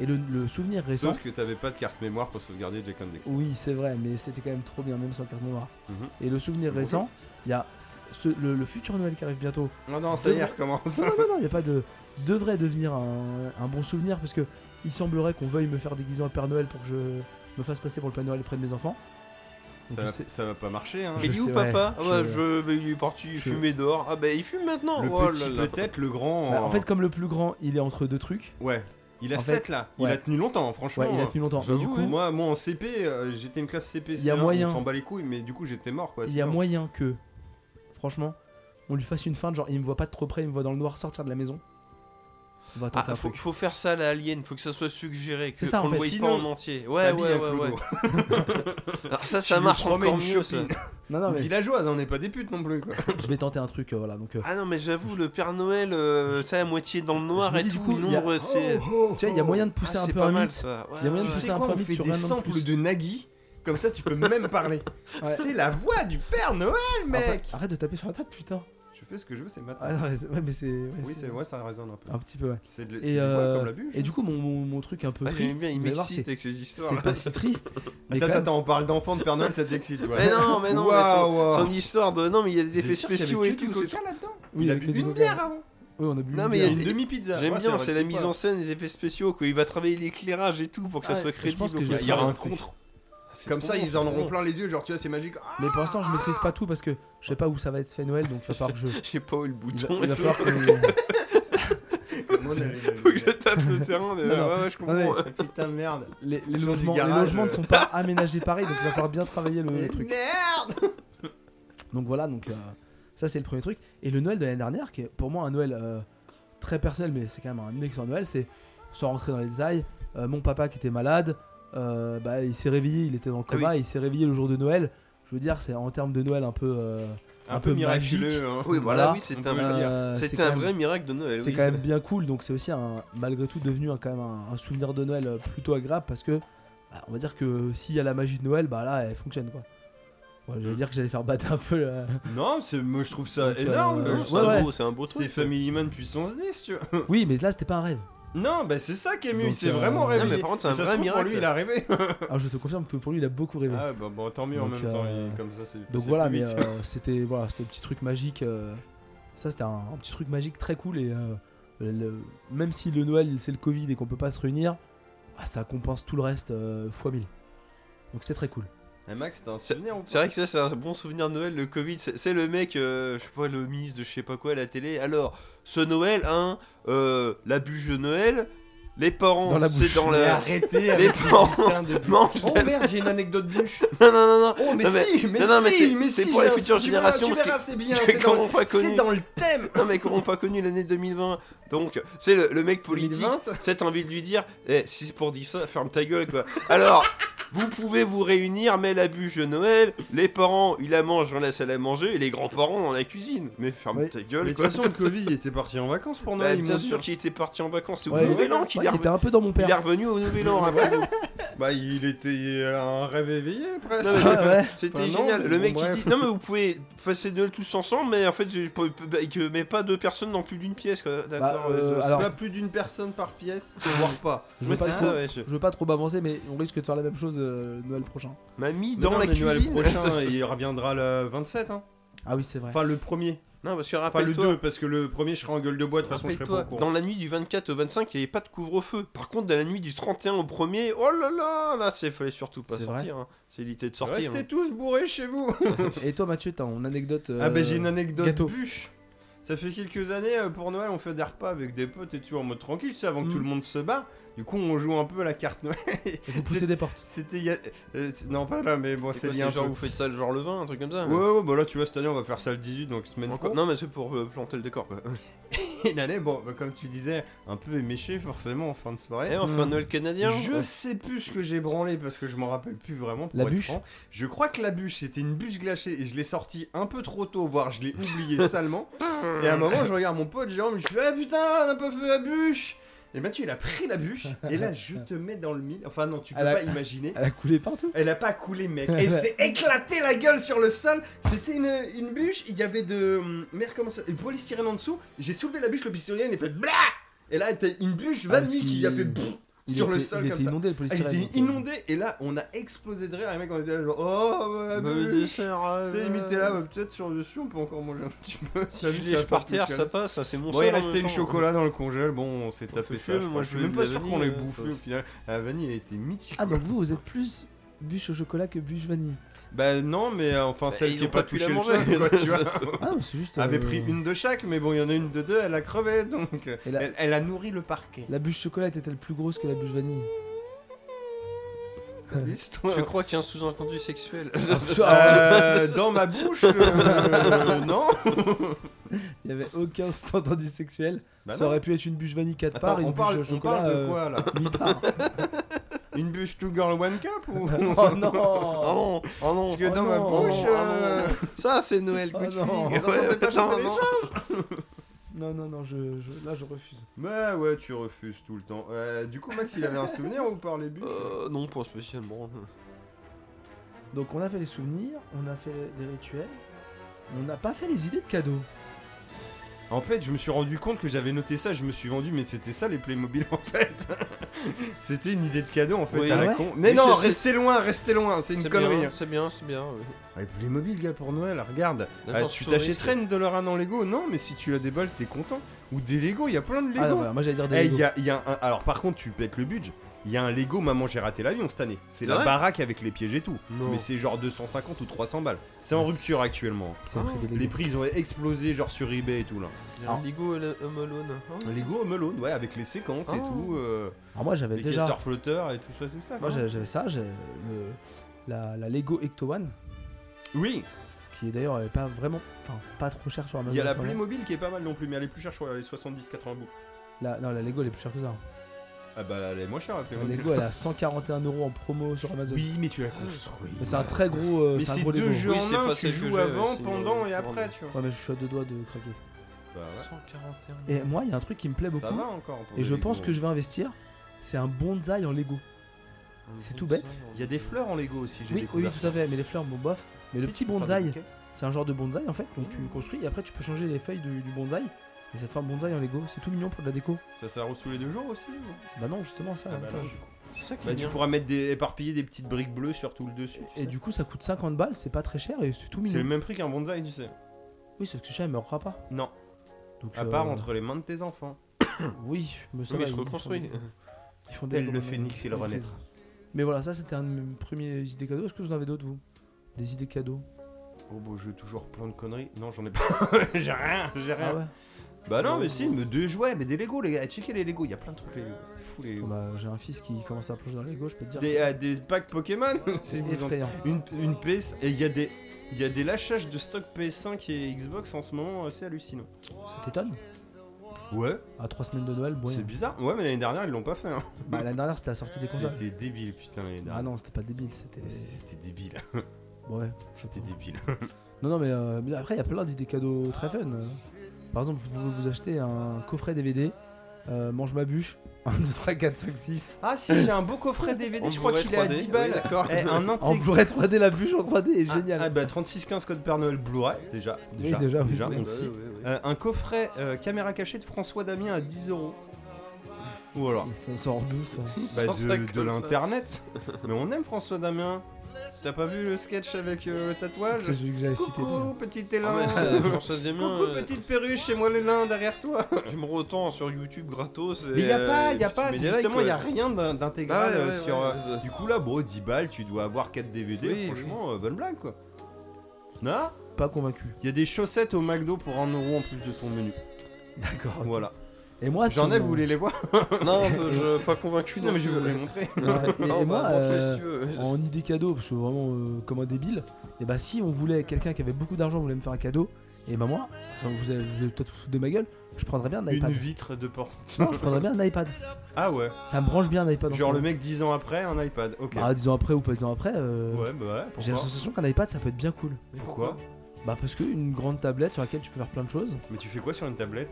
Speaker 2: Et le, le souvenir récent,
Speaker 3: Sauf que t'avais pas de carte mémoire pour sauvegarder Jack and Dexter.
Speaker 2: oui, c'est vrai, mais c'était quand même trop bien, même sans carte noire.
Speaker 3: Mhm.
Speaker 2: Et le souvenir
Speaker 3: Bonjour.
Speaker 2: récent, il y a ce- le, le futur Noël qui arrive bientôt.
Speaker 3: Non, non, ça y est, recommence.
Speaker 2: Non, non, non, il n'y a pas de. devrait devenir un, un bon souvenir parce que il semblerait qu'on veuille me faire déguiser en Père Noël pour que je me fasse passer pour le Père Noël auprès de mes enfants. Donc
Speaker 3: Ça
Speaker 2: je
Speaker 3: va,
Speaker 2: sais-
Speaker 3: ça va pas marcher, hein.
Speaker 4: Mais
Speaker 2: Je
Speaker 4: il est où
Speaker 2: sais,
Speaker 4: papa
Speaker 2: ouais,
Speaker 4: Ah bah,
Speaker 2: je-
Speaker 4: je... mais il est parti
Speaker 2: je-
Speaker 4: fumer dehors. Ah bah, il fume maintenant
Speaker 3: Le
Speaker 4: oh là
Speaker 3: petit
Speaker 4: là.
Speaker 3: peut-être, le grand. euh,
Speaker 2: Bah, en fait, comme le plus grand, il est entre deux trucs.
Speaker 3: ouais. Il a
Speaker 2: en
Speaker 3: 7
Speaker 2: fait,
Speaker 3: là. Il
Speaker 2: ouais.
Speaker 3: a tenu longtemps, franchement. hein.
Speaker 2: Ouais, il a tenu longtemps. Mais
Speaker 4: j'avoue,
Speaker 2: du coup,
Speaker 4: ouais.
Speaker 3: Moi, moi en CP, euh, j'étais une classe CP.
Speaker 2: Il y a
Speaker 3: CE1,
Speaker 2: moyen.
Speaker 3: On s'en bat les couilles, mais du coup, j'étais mort quoi.
Speaker 2: il y a
Speaker 3: sinon.
Speaker 2: moyen que, franchement, on lui fasse une feinte. Genre, il me voit pas de trop près, il me voit dans le noir sortir de la maison. On va
Speaker 4: Ah,
Speaker 2: tenter un
Speaker 4: faut,
Speaker 2: truc.
Speaker 4: faut faire ça à la Alien, faut que ça soit suggéré, que-
Speaker 2: C'est ça, en
Speaker 4: qu'on le
Speaker 2: fait.
Speaker 4: voie pas
Speaker 3: Sinon,
Speaker 4: en entier. Ouais,
Speaker 3: T'habilles
Speaker 4: ouais,
Speaker 3: un
Speaker 4: ouais, ouais.
Speaker 3: clodo.
Speaker 4: Alors ça,
Speaker 3: Tu
Speaker 4: ça
Speaker 3: lui
Speaker 4: marche
Speaker 3: promets
Speaker 4: encore
Speaker 3: une
Speaker 4: mieux, ça.
Speaker 3: chopine.
Speaker 2: Non, non, mais
Speaker 3: Villageoise, hein, on n'est pas des putes non plus quoi.
Speaker 2: je vais tenter un truc, euh, voilà. Donc, euh,
Speaker 4: Ah non, mais j'avoue, le Père Noël, euh, ça, à moitié dans le noir
Speaker 2: me
Speaker 4: et
Speaker 2: dis,
Speaker 4: tout,
Speaker 2: du coup, il y a-
Speaker 4: nombre, c'est...
Speaker 2: tu vois, il y a moyen de pousser
Speaker 4: Ah,
Speaker 2: un
Speaker 4: c'est
Speaker 2: peu
Speaker 4: pas
Speaker 2: un
Speaker 4: mal,
Speaker 2: mythe.
Speaker 4: ça. Ouais,
Speaker 2: Il y a moyen de
Speaker 3: Oh,
Speaker 4: ouais,
Speaker 3: Tu
Speaker 2: pousser
Speaker 3: sais
Speaker 2: un
Speaker 3: quoi,
Speaker 2: peu
Speaker 3: on
Speaker 2: un mythe
Speaker 3: fait
Speaker 2: sur
Speaker 3: des
Speaker 2: un an de
Speaker 3: samples
Speaker 2: plus.
Speaker 3: de Nagui. Comme ça, tu peux même parler.
Speaker 2: Ouais.
Speaker 3: C'est la voix du Père Noël, mec.
Speaker 2: Arrête, arrête de taper sur la table, putain.
Speaker 3: Je fais ce que je veux, c'est matin.
Speaker 2: Ah, non, mais c'est- ouais, mais c'est. ouais,
Speaker 3: oui,
Speaker 2: c'est-
Speaker 3: c'est moi, ça résonne un peu.
Speaker 2: Un petit peu, ouais.
Speaker 3: C'est de- c'est
Speaker 2: Et,
Speaker 3: du poil
Speaker 2: euh,
Speaker 3: comme la bûche.
Speaker 2: et du coup, mon, mon, mon truc un peu
Speaker 4: Ah,
Speaker 2: triste,
Speaker 4: j'aime bien, il
Speaker 2: vous allez voir,
Speaker 4: m'excite
Speaker 2: c'est,
Speaker 4: avec ces histoires.
Speaker 2: c'est pas si
Speaker 4: (laughs)
Speaker 2: triste. mais
Speaker 3: Attends,
Speaker 2: quand même-
Speaker 3: attends, on parle d'enfant de Père Noël, ça t'excite, ouais.
Speaker 4: Mais non, mais non, mais son,
Speaker 3: Waouh, waouh.
Speaker 4: son histoire de... Non, mais il y a des effets
Speaker 3: C'est sûr qu'il y avait
Speaker 4: spéciaux et
Speaker 3: que du
Speaker 4: tout, c'est
Speaker 3: coca là-dedans.
Speaker 2: Oui,
Speaker 3: il a
Speaker 2: avec
Speaker 3: bu
Speaker 2: du
Speaker 3: une
Speaker 2: coca.
Speaker 3: bière avant.
Speaker 2: Oui, on a bu
Speaker 4: Non,
Speaker 2: une
Speaker 4: mais
Speaker 3: Il y a
Speaker 2: bière.
Speaker 3: une demi-pizza.
Speaker 4: J'aime
Speaker 3: Ouais,
Speaker 4: bien,
Speaker 3: vrai,
Speaker 4: c'est la mise
Speaker 3: pas-
Speaker 4: en scène, les effets spéciaux, quoi. Il va travailler l'éclairage et tout pour que ça
Speaker 2: Ah,
Speaker 4: soit
Speaker 2: je
Speaker 4: crédible.
Speaker 2: pense que
Speaker 4: quoi.
Speaker 2: je vais
Speaker 3: Il y aura
Speaker 2: Ouais,
Speaker 3: un
Speaker 2: un truc.
Speaker 3: contre.
Speaker 2: Ah,
Speaker 4: C'est
Speaker 3: Comme
Speaker 4: trop
Speaker 3: ça,
Speaker 4: bon,
Speaker 3: ils
Speaker 4: c'est
Speaker 3: en
Speaker 4: trop
Speaker 3: auront
Speaker 4: bon.
Speaker 3: plein les yeux. Genre, tu vois, c'est magique. Ah,
Speaker 2: Mais pour l'instant, je maîtrise pas tout parce que je sais pas où ça va être fait Noël, donc il va falloir que je.
Speaker 4: Je sais pas où est le
Speaker 2: Il va,
Speaker 4: (laughs) bouton.
Speaker 2: il va
Speaker 4: Il
Speaker 2: falloir que.
Speaker 3: comment on avait-
Speaker 4: faut que je tape le terrain. mais
Speaker 2: Non, non.
Speaker 4: Ouais, ouais, je comprends.
Speaker 2: Non,
Speaker 3: Ah, Putain, merde.
Speaker 2: Les, les
Speaker 3: Sur du
Speaker 2: logements, les
Speaker 3: garage,
Speaker 2: logements ne
Speaker 3: euh.
Speaker 2: sont pas (laughs) aménagés pareil, donc il va falloir bien travailler le truc.
Speaker 3: Merde.
Speaker 2: Donc voilà, donc euh, ça c'est le premier truc. Et le Noël de l'année dernière, qui est pour moi un Noël euh, très personnel, mais c'est quand même un excellent Noël, c'est, sans rentrer dans les détails, euh, mon papa qui était malade, euh, bah, il s'est réveillé, il était dans le
Speaker 4: Ah oui.
Speaker 2: coma, il s'est réveillé le jour de Noël. Je veux dire, c'est en termes de Noël un peu. euh,
Speaker 3: Un peu miraculeux. hein.
Speaker 4: Oui, voilà,
Speaker 2: Voilà.
Speaker 4: oui, c'est
Speaker 3: On
Speaker 4: un,
Speaker 3: peut le dire.
Speaker 2: euh, c'est
Speaker 4: c'était
Speaker 2: quand
Speaker 4: un
Speaker 2: même-
Speaker 4: vrai miracle de Noël.
Speaker 2: C'est
Speaker 4: Eh oui.
Speaker 2: quand même bien cool, donc c'est aussi un, malgré tout devenu un, quand même un, un souvenir de Noël euh, plutôt agréable parce que bah, on va dire que s'il y a la magie de Noël, bah là elle fonctionne quoi. Ouais, J'allais dire que j'allais faire battre un peu la-
Speaker 3: Non, c'est- moi, je trouve ça
Speaker 2: Donc, euh,
Speaker 3: énorme.
Speaker 4: Ouais,
Speaker 2: Ouais,
Speaker 4: c'est
Speaker 2: ouais.
Speaker 4: un beau- C'est un beau
Speaker 3: C'est
Speaker 4: truc. ça.
Speaker 3: Family Man puissance 10, tu vois.
Speaker 2: Oui, mais là c'était pas un rêve.
Speaker 3: Non, bah c'est ça qui est mieux, il
Speaker 2: Donc,
Speaker 3: s'est
Speaker 2: euh,
Speaker 3: vraiment
Speaker 2: Non, mais
Speaker 4: Non,
Speaker 3: réveillé.
Speaker 4: mais par contre, c'est un
Speaker 3: Et ça se
Speaker 4: vrai
Speaker 3: trouve, pour
Speaker 4: miracle.
Speaker 3: lui, il est arrivé.
Speaker 2: Alors je te confirme que pour lui il a beaucoup rêvé.
Speaker 3: Ah, bah, bon, tant mieux en
Speaker 2: Donc,
Speaker 3: même temps.
Speaker 2: euh,
Speaker 3: il- Comme ça, c'est.
Speaker 2: donc
Speaker 3: c'est
Speaker 2: voilà,
Speaker 3: plus
Speaker 2: mais
Speaker 3: vite.
Speaker 2: euh, c'était voilà, c'était un petit truc magique. euh, ça c'était un, un petit truc magique très cool et euh, le- même si le Noël c'est le Covid et bah, qu'on peut pas se réunir, ah, ça compense tout le reste euh, fois mille. Donc c'était très cool.
Speaker 3: Eh, Max, t'as un souvenir ou pas
Speaker 4: C'est vrai que ça, c'est un bon souvenir de Noël, le Covid. C'est c'est le mec, euh, je sais pas, le ministre de je sais pas quoi à la télé. Alors, ce Noël, hein, euh, la bûche de Noël, les parents,
Speaker 2: Dans la bouche.
Speaker 4: c'est dans
Speaker 3: Mais (laughs)
Speaker 4: la.
Speaker 3: arrêtez
Speaker 4: Les
Speaker 3: Ah, avec ces
Speaker 4: parents
Speaker 3: putains
Speaker 4: (laughs)
Speaker 3: de bûches.
Speaker 4: Mange
Speaker 3: Oh merde, j'ai une anecdode bûche.
Speaker 4: (laughs) Non, non, non, non.
Speaker 3: Oh mais,
Speaker 4: Non, mais-
Speaker 3: si, mais,
Speaker 4: non, non, mais
Speaker 3: si,
Speaker 4: c'est-
Speaker 3: mais si.
Speaker 4: c'est pour les
Speaker 3: j'ai un-
Speaker 4: futures
Speaker 3: tu verras,
Speaker 4: générations,
Speaker 3: Tu
Speaker 4: parce
Speaker 3: verras,
Speaker 4: que-
Speaker 3: c'est
Speaker 4: (laughs)
Speaker 3: bien.
Speaker 4: Qui
Speaker 3: C'est dans,
Speaker 4: n'auront pas
Speaker 3: c'est
Speaker 4: connu.
Speaker 3: dans le thème.
Speaker 4: Non, mais qui n'auront pas connu l'année 2020. Donc, c'est le, le mec politique.
Speaker 3: 2020.
Speaker 4: Cette envie de lui dire, eh, si c'est pour dire ça, ferme ta gueule, quoi.
Speaker 3: (laughs)
Speaker 4: Alors, vous pouvez vous réunir, mais la bûche de Noël, les parents, ils la mangent dans la salle à manger, et les grands-parents dans la cuisine. Mais ferme
Speaker 2: Ouais.
Speaker 4: ta gueule,
Speaker 3: Mais de toute
Speaker 4: quoi. (laughs)
Speaker 3: façon, le Covid il était parti en vacances pour
Speaker 4: Bah,
Speaker 3: Noël. ils
Speaker 4: bien
Speaker 3: m'ont (laughs)
Speaker 4: sûr
Speaker 3: dit.
Speaker 4: qu'il était parti en vacances, c'est au
Speaker 2: Ouais,
Speaker 4: Nouvel An qu'il
Speaker 2: Ouais,
Speaker 4: est,
Speaker 2: il
Speaker 4: revenu-
Speaker 2: était un peu dans mon
Speaker 4: il est
Speaker 2: père.
Speaker 4: revenu au
Speaker 3: (laughs)
Speaker 4: Nouvel An. rappelez-vous.
Speaker 3: Bah, il était euh, un rêve éveillé presque.
Speaker 4: Non, mais
Speaker 3: (laughs)
Speaker 2: Ah, ouais.
Speaker 4: C'était
Speaker 3: Enfin, Bah non,
Speaker 4: génial.
Speaker 3: mais
Speaker 4: le
Speaker 3: bon,
Speaker 4: mec
Speaker 3: bref.
Speaker 4: il dit non mais vous pouvez passer Noël tous ensemble, mais en fait je- je peux- bah, que- mais pas deux personnes dans plus d'une pièce. quoi. D'accord.
Speaker 2: Bah, euh,
Speaker 4: ouais, je-
Speaker 2: alors-
Speaker 3: C'est pas plus d'une personne par pièce, voire pas.
Speaker 2: Je
Speaker 4: Ouais,
Speaker 2: veux, pas
Speaker 4: c'est
Speaker 2: trop,
Speaker 4: ça, ouais, je-
Speaker 2: je veux pas trop m'avancer, mais on risque de faire la même chose euh, Noël prochain.
Speaker 4: Mamie
Speaker 3: Mais
Speaker 4: dans
Speaker 3: non,
Speaker 4: la
Speaker 3: mais Noël
Speaker 4: cuisine.
Speaker 3: prochain,
Speaker 4: (laughs) Ça, ça-
Speaker 3: il reviendra le 27, hein.
Speaker 2: Ah oui, c'est vrai.
Speaker 3: Enfin, le premier.
Speaker 4: Non parce que
Speaker 3: Enfin, le
Speaker 4: rappelle-toi.
Speaker 3: 2, parce que le premier, je serai en gueule de bois, de toute façon, je serai pas
Speaker 4: rappelle-toi,
Speaker 3: au courant.
Speaker 4: Dans la nuit du 24 au 25, il n'y avait pas de couvre-feu. Par contre, dans la nuit du 31 au 1er, oh là là, là, c'est fallait surtout pas
Speaker 2: C'est
Speaker 4: sortir. hein. C'est l'idée de sortir.
Speaker 3: Restez
Speaker 4: hein.
Speaker 3: tous bourrés chez vous (laughs)
Speaker 2: Et toi, Mathieu, t'as une anecdote.
Speaker 3: Ah bah j'ai
Speaker 2: euh,
Speaker 3: une anecdote
Speaker 2: gâteau.
Speaker 3: bûche. Ça fait quelques années euh, pour Noël, on fait des repas avec des potes et tout en mode tranquille, tu sais, avant que
Speaker 2: Mm.
Speaker 3: tout le monde se bat. Du coup, on joue un peu à la carte Noël. (laughs)
Speaker 2: Vous poussez des portes.
Speaker 3: C'était il y a- euh, c'est- non pas là, mais bon,
Speaker 4: C'est
Speaker 3: c'est
Speaker 4: quoi,
Speaker 3: lié un
Speaker 4: c'est genre
Speaker 3: peu.
Speaker 4: vous faites ça le genre le 20, un truc comme ça.
Speaker 3: Ouais, ouais, bah là, tu vois, cette année, on va faire ça le 18, donc semaine
Speaker 4: Encore-
Speaker 3: pro.
Speaker 4: Non mais c'est pour euh, planter le décor quoi.
Speaker 3: (laughs) Une année, bon, bah, comme tu disais, un peu éméché forcément en fin de soirée.
Speaker 4: Eh, on fait un Noël canadien.
Speaker 3: Je sais plus ce que j'ai branlé parce que je m'en rappelle plus vraiment. Pour
Speaker 2: La
Speaker 3: être
Speaker 2: bûche
Speaker 3: franc. Je crois que la bûche c'était une bûche glacée et je l'ai sortie un peu trop tôt, voire je l'ai
Speaker 4: (laughs)
Speaker 3: oubliée salement. Et à un moment, je regarde mon pote Jérôme, je fais Ah putain, on a pas fait la bûche Et Mathieu il a pris la bûche et là je te mets dans le mille. Enfin, non, tu peux
Speaker 2: Elle a-
Speaker 3: pas imaginer.
Speaker 2: Elle a coulé partout.
Speaker 3: Elle a pas
Speaker 2: (laughs)
Speaker 3: coulé, mec. Et s'est éclaté la gueule sur le sol. C'était une, une bûche. Il y avait de. hum, Merde, comment ça. Une polystyrène en dessous. J'ai soulevé la bûche, le pistolet, elle a fait bla Et là, t'as une bûche
Speaker 2: Ah, parce
Speaker 3: vanille qui
Speaker 2: qu'il-
Speaker 3: a fait brrr
Speaker 2: Il
Speaker 3: sur le
Speaker 2: était-
Speaker 3: sol
Speaker 2: il
Speaker 3: comme
Speaker 2: était
Speaker 3: ça.
Speaker 2: inondé, le
Speaker 3: Ah, il
Speaker 2: polystyrène.
Speaker 3: était
Speaker 2: donc, euh,
Speaker 3: inondé. Et là, on a explosé de rire. Les mecs, on était là, genre. Oh, ma
Speaker 4: Bah,
Speaker 3: bûche. C'est
Speaker 4: C'est
Speaker 3: limité là, bah, peut-être sur dessus, on peut encore manger un petit peu.
Speaker 4: euh, (laughs) Si tu
Speaker 3: vite,
Speaker 4: lèches par
Speaker 3: fonctionne.
Speaker 4: terre, ça passe, hein, c'est mon
Speaker 3: Bon,
Speaker 4: seul
Speaker 3: il
Speaker 4: en même
Speaker 3: restait le
Speaker 4: temps. hein.
Speaker 3: chocolat dans le congèle. Bon, on s'est tapé
Speaker 4: fait
Speaker 3: ça.
Speaker 4: chier,
Speaker 3: je crois.
Speaker 4: moi, je
Speaker 3: je suis
Speaker 4: voulais
Speaker 3: même
Speaker 4: de
Speaker 3: pas
Speaker 4: la
Speaker 3: sûr qu'on l'ait
Speaker 4: vanille, euh,
Speaker 3: bouffé
Speaker 4: ça-
Speaker 3: au final. Ah, La vanille, elle était mythique.
Speaker 2: Ah, donc vous, vous êtes plus bûche au chocolat que bûche
Speaker 3: (laughs)
Speaker 2: vanille.
Speaker 3: Bah non, mais euh, enfin
Speaker 4: Bah,
Speaker 3: celle
Speaker 4: ils
Speaker 3: qui est
Speaker 4: ont
Speaker 3: pas
Speaker 4: pas pu la
Speaker 3: touchée le sol,
Speaker 4: manger.
Speaker 3: quoi,
Speaker 2: (laughs)
Speaker 4: (laughs)
Speaker 3: tu vois,
Speaker 2: Ah, mais c'est juste.
Speaker 3: avait
Speaker 2: euh,
Speaker 3: pris une de chaque, mais bon, il y en a une de deux, elle a crevé, (laughs) donc euh,
Speaker 2: Et la-
Speaker 3: elle, elle a nourri le parquet.
Speaker 2: La bûche chocolat était-elle plus grosse que la bûche vanille
Speaker 3: Amuse-toi.
Speaker 4: Je crois qu'il y a un sous-entendu sexuel.
Speaker 3: Euh, (laughs) dans ma bouche, euh,
Speaker 2: (laughs)
Speaker 3: non.
Speaker 2: Il n'y avait aucun (laughs) sous-entendu sexuel.
Speaker 3: Bah
Speaker 2: ça
Speaker 3: non.
Speaker 2: aurait pu être une bûche vanille 4
Speaker 3: Attends,
Speaker 2: parts et
Speaker 3: on
Speaker 2: une
Speaker 3: parle,
Speaker 2: bûche
Speaker 3: on
Speaker 2: chocolat
Speaker 3: parle de quoi là
Speaker 2: euh, 8
Speaker 3: (laughs)
Speaker 2: parts.
Speaker 3: Une bûche two girl one cup
Speaker 2: (laughs)
Speaker 3: ou
Speaker 2: oh non
Speaker 4: Oh non, oh non.
Speaker 3: Parce que
Speaker 2: Oh
Speaker 3: dans ma
Speaker 2: non,
Speaker 3: bouche,
Speaker 4: oh non,
Speaker 3: euh,
Speaker 4: Ça, c'est
Speaker 3: Ah
Speaker 4: Noël, good
Speaker 2: Oh non.
Speaker 4: feeling.
Speaker 3: Vous entendez pas
Speaker 4: putain,
Speaker 3: chanter les
Speaker 4: non.
Speaker 2: Non, non, non, je, je- là je refuse.
Speaker 3: bah ouais, tu refuses tout le temps. Euh, du coup, Max, il avait un souvenir ou par les bûches
Speaker 4: Euh, non, pas spécialement.
Speaker 2: Donc on a fait les souvenirs, on a fait les rituels, on n'a pas fait les idées de cadeaux.
Speaker 3: En fait, je me suis rendu compte que j'avais noté ça, je me suis vendu, mais c'était ça les Playmobil (laughs) en fait. c'était une idée de cadeau en fait
Speaker 4: Oui.
Speaker 3: à
Speaker 2: Ah
Speaker 3: la
Speaker 2: ouais
Speaker 3: con. Mais
Speaker 4: Oui,
Speaker 3: non,
Speaker 4: c'est-
Speaker 3: restez loin, restez loin, c'est une
Speaker 4: C'est
Speaker 3: connerie. hein. Ah,
Speaker 4: bien, c'est bien, c'est bien. oui.
Speaker 3: Les Playmobil, gars, pour Noël, regarde. Ah,
Speaker 4: L'agence
Speaker 3: tu
Speaker 4: touriste,
Speaker 3: t'achèterais une dollar un en Lego Non, mais si tu la déballes, t'es content. Ou des Lego, il y a plein de Lego.
Speaker 2: Ah non, voilà, moi j'allais dire des
Speaker 3: Eh,
Speaker 2: Lego.
Speaker 3: y a- y a un- Alors, par contre, tu pètes le budget. Il y a un Lego Maman, j'ai raté l'avion cette année. C'est
Speaker 4: C'est
Speaker 3: la
Speaker 4: vrai
Speaker 3: baraque avec les pièges et tout.
Speaker 4: Non.
Speaker 3: Mais c'est genre 250 ou 300 balles. C'est en
Speaker 2: Ah,
Speaker 3: rupture actuellement.
Speaker 2: C'est le prix des
Speaker 3: Les
Speaker 2: Lego.
Speaker 3: prix, ils ont explosé, genre sur eBay et tout là.
Speaker 4: Il y a un Lego et le Home Alone. Oh.
Speaker 3: Un Lego Home Alone, ouais, avec les séquences et
Speaker 4: Ah.
Speaker 3: tout. euh,
Speaker 2: Alors moi j'avais
Speaker 3: les
Speaker 2: Bah, déjà.
Speaker 3: caisseurs flotteurs et tout ça, tout ça.
Speaker 2: Moi
Speaker 3: quoi.
Speaker 2: j'avais j'avais ça, j'avais le- la, la Lego Ecto One,
Speaker 3: Oui,
Speaker 2: qui est d'ailleurs euh, pas vraiment. Enfin, pas trop chère sur Amazon.
Speaker 3: il y a la
Speaker 2: en ce moment.
Speaker 3: Playmobil qui est pas mal non plus, mais elle est plus chère, je crois, elle est 70-80 bouts.
Speaker 2: La- Non, la Lego elle est plus chère que ça. hein.
Speaker 3: Ah bah, elle est moins chère la
Speaker 2: La
Speaker 3: Playmobil.
Speaker 2: Lego elle Ah, a 141 euros en promo sur Amazon.
Speaker 3: Oui, mais tu l'as construit.
Speaker 2: Mais c'est un très gros. euh,
Speaker 3: Mais
Speaker 2: un
Speaker 3: c'est
Speaker 2: gros
Speaker 3: deux
Speaker 2: Lego.
Speaker 3: jeux
Speaker 4: Oui,
Speaker 3: en
Speaker 4: c'est
Speaker 3: un,
Speaker 4: pas
Speaker 3: tu
Speaker 4: ça que
Speaker 3: joues
Speaker 4: j'ai,
Speaker 3: avant,
Speaker 4: c'est-
Speaker 3: pendant et
Speaker 4: c'est
Speaker 3: après,
Speaker 4: normal.
Speaker 3: tu vois.
Speaker 2: Ouais, mais je suis à deux doigts de craquer.
Speaker 3: Bah ouais.
Speaker 4: 141.
Speaker 2: Et moi, il y a un truc qui me plaît beaucoup.
Speaker 3: Ça va encore.
Speaker 2: et je pense que je vais investir. C'est un bonsaï en Lego. c'est tout bête.
Speaker 3: Il y a des fleurs en Lego aussi, j'ai
Speaker 2: Oui, oui,
Speaker 3: découvert.
Speaker 2: tout à fait. Mais les fleurs, bon bof. Mais le
Speaker 3: Si,
Speaker 2: petit
Speaker 3: pour faire
Speaker 2: bonsaï,
Speaker 3: des bouquets.
Speaker 2: c'est un genre de bonsaï en fait. Donc tu
Speaker 3: Mmh.
Speaker 2: construis et après tu peux changer les feuilles du, du bonsaï. Et ça te fait un bonsaï en Lego. C'est tout mignon pour de la déco.
Speaker 3: Ça sert tous les deux jours aussi ou
Speaker 2: Bah non, justement, ça.
Speaker 3: Ah bah
Speaker 2: attends.
Speaker 3: non.
Speaker 4: C'est ça qui
Speaker 3: Bah,
Speaker 4: est
Speaker 3: tu
Speaker 4: bien.
Speaker 3: pourras mettre des, éparpiller des petites briques bleues sur tout le dessus. tu
Speaker 2: et
Speaker 3: sais.
Speaker 2: du coup, ça coûte 50 balles. C'est pas très cher et c'est tout
Speaker 3: C'est
Speaker 2: mignon.
Speaker 3: le même prix qu'un bonsaï, tu sais.
Speaker 2: Oui, sauf que celui-là, il meurera pas.
Speaker 3: Non,
Speaker 2: Donc,
Speaker 3: à
Speaker 2: euh,
Speaker 3: part entre les mains de tes enfants.
Speaker 2: (coughs) Oui, mais ça
Speaker 4: Oui,
Speaker 2: va,
Speaker 4: mais je
Speaker 2: ils font
Speaker 4: reconstruis.
Speaker 2: des- Ils font
Speaker 3: Tel
Speaker 2: des
Speaker 3: le phénix, il
Speaker 2: renaît
Speaker 3: renaît.
Speaker 2: Mais voilà, ça c'était un de mes premiers idées cadeaux. Est-ce que vous en avez d'autres, vous Des idées cadeaux
Speaker 3: Oh, bon, j'ai toujours plein de conneries. Non, j'en ai pas. (laughs) j'ai rien, j'ai rien.
Speaker 2: Ah ouais
Speaker 3: Bah non, mais si, mais des jouets, mais des Lego, les gars. Checkez les Lego, il y a plein de trucs Lego. C'est fou les Lego.
Speaker 2: Bah, J'ai un fils qui commence à plonger dans les gauches, je peux te dire.
Speaker 3: Des, euh, des packs Pokémon (laughs)
Speaker 2: C'est
Speaker 3: si vous en-
Speaker 2: effrayant.
Speaker 3: Une, une PS. Et il y a des. Il y a des lâchages de stock PS5 et Xbox en ce moment assez hallucinant.
Speaker 2: Ça t'étonne
Speaker 3: Ouais,
Speaker 2: À trois semaines de Noël, bon.
Speaker 3: c'est bizarre. Ouais, mais l'année dernière, ils l'ont pas fait. Hein.
Speaker 2: Bah, l'année dernière, c'était la sortie des consoles.
Speaker 3: C'était débile, putain, l'année
Speaker 2: Ah
Speaker 3: dernière.
Speaker 2: non, c'était pas débile, c'était.
Speaker 3: C'était (laughs) débile.
Speaker 2: Ouais.
Speaker 3: C'était débile.
Speaker 2: Non, non, mais, euh, mais après, il y a plein d'idées cadeaux très fun. Euh, Par exemple, vous pouvez vous acheter un coffret DVD, euh, Mange ma bûche, (laughs) 1, 2, 3, 4, 5, 6.
Speaker 3: Ah si, j'ai un beau (laughs) coffret DVD, je crois qu'il est à 10 balles.
Speaker 4: D'accord.
Speaker 3: Eh, un
Speaker 2: En
Speaker 3: intégral.
Speaker 2: Blu-ray 3D, la bûche en 3D est
Speaker 3: Ah,
Speaker 2: génial.
Speaker 3: Ah, bah 3615 code Père Noël Blu-ray, déjà.
Speaker 2: Oui, déjà, oui, oui.
Speaker 3: on le cite. Euh, un coffret euh, caméra cachée de François Damien à 10 euros. Ou alors
Speaker 2: Ça sort d'où ça
Speaker 3: bah, de, de l'internet. (laughs) Mais on aime François Damien. T'as pas vu le sketch avec euh, le tatouage
Speaker 2: C'est celui que j'avais cité.
Speaker 3: Coucou petit élan.
Speaker 4: Ah ouais, c'est Françoise Damien,
Speaker 3: (laughs) Coucou petite perruche, c'est moi l'élan derrière toi.
Speaker 4: tu me autant sur YouTube gratos.
Speaker 3: Mais y a
Speaker 4: euh,
Speaker 3: pas, y a pas, justement y a rien d'in- d'intégral
Speaker 4: Ah ouais,
Speaker 3: euh,
Speaker 4: ouais,
Speaker 3: sur.
Speaker 4: ouais,
Speaker 3: euh,
Speaker 4: ouais.
Speaker 3: Du coup là, bon, 10 balles, tu dois avoir 4 DVD.
Speaker 4: Oui,
Speaker 3: franchement, euh, bonne blague quoi. Non
Speaker 2: Pas convaincu.
Speaker 3: Il y a des chaussettes au McDo pour 1€ euro en plus de ton menu.
Speaker 2: D'accord. ok.
Speaker 3: Voilà.
Speaker 2: Et moi, sur
Speaker 3: J'en ai,
Speaker 2: mon-
Speaker 3: vous voulez les voir
Speaker 4: Non, je suis pas convaincu. euh,
Speaker 3: Non, mais je vais vous les montrer.
Speaker 2: Ouais, et-
Speaker 4: (laughs) Non,
Speaker 2: et moi,
Speaker 4: bah, montre-les
Speaker 2: euh,
Speaker 4: si tu veux.
Speaker 2: en
Speaker 3: (laughs)
Speaker 2: idée cadeau, parce que vraiment euh, comme un débile, et bah si on voulait quelqu'un qui avait beaucoup d'argent voulait me faire un cadeau, et bah moi, ça, vous allez, vous allez peut-être vous foutre de ma gueule, je prendrais bien un
Speaker 3: Une
Speaker 2: iPad.
Speaker 3: vitre de porte.
Speaker 2: Non, je prendrais bien un iPad.
Speaker 3: Ah ouais.
Speaker 2: Ça me branche bien un iPad. en ce
Speaker 3: Genre le
Speaker 2: moment.
Speaker 3: mec 10 ans après, un iPad. Ok.
Speaker 2: Bah, 10 ans après ou pas 10 ans après, euh,
Speaker 3: ouais, bah ouais.
Speaker 2: j'ai
Speaker 3: Pourquoi
Speaker 2: l'impression qu'un iPad ça peut être bien cool.
Speaker 4: Mais
Speaker 3: Pourquoi
Speaker 2: Bah parce que une grande tablette sur laquelle tu peux faire plein de choses.
Speaker 3: Mais tu fais quoi sur une tablette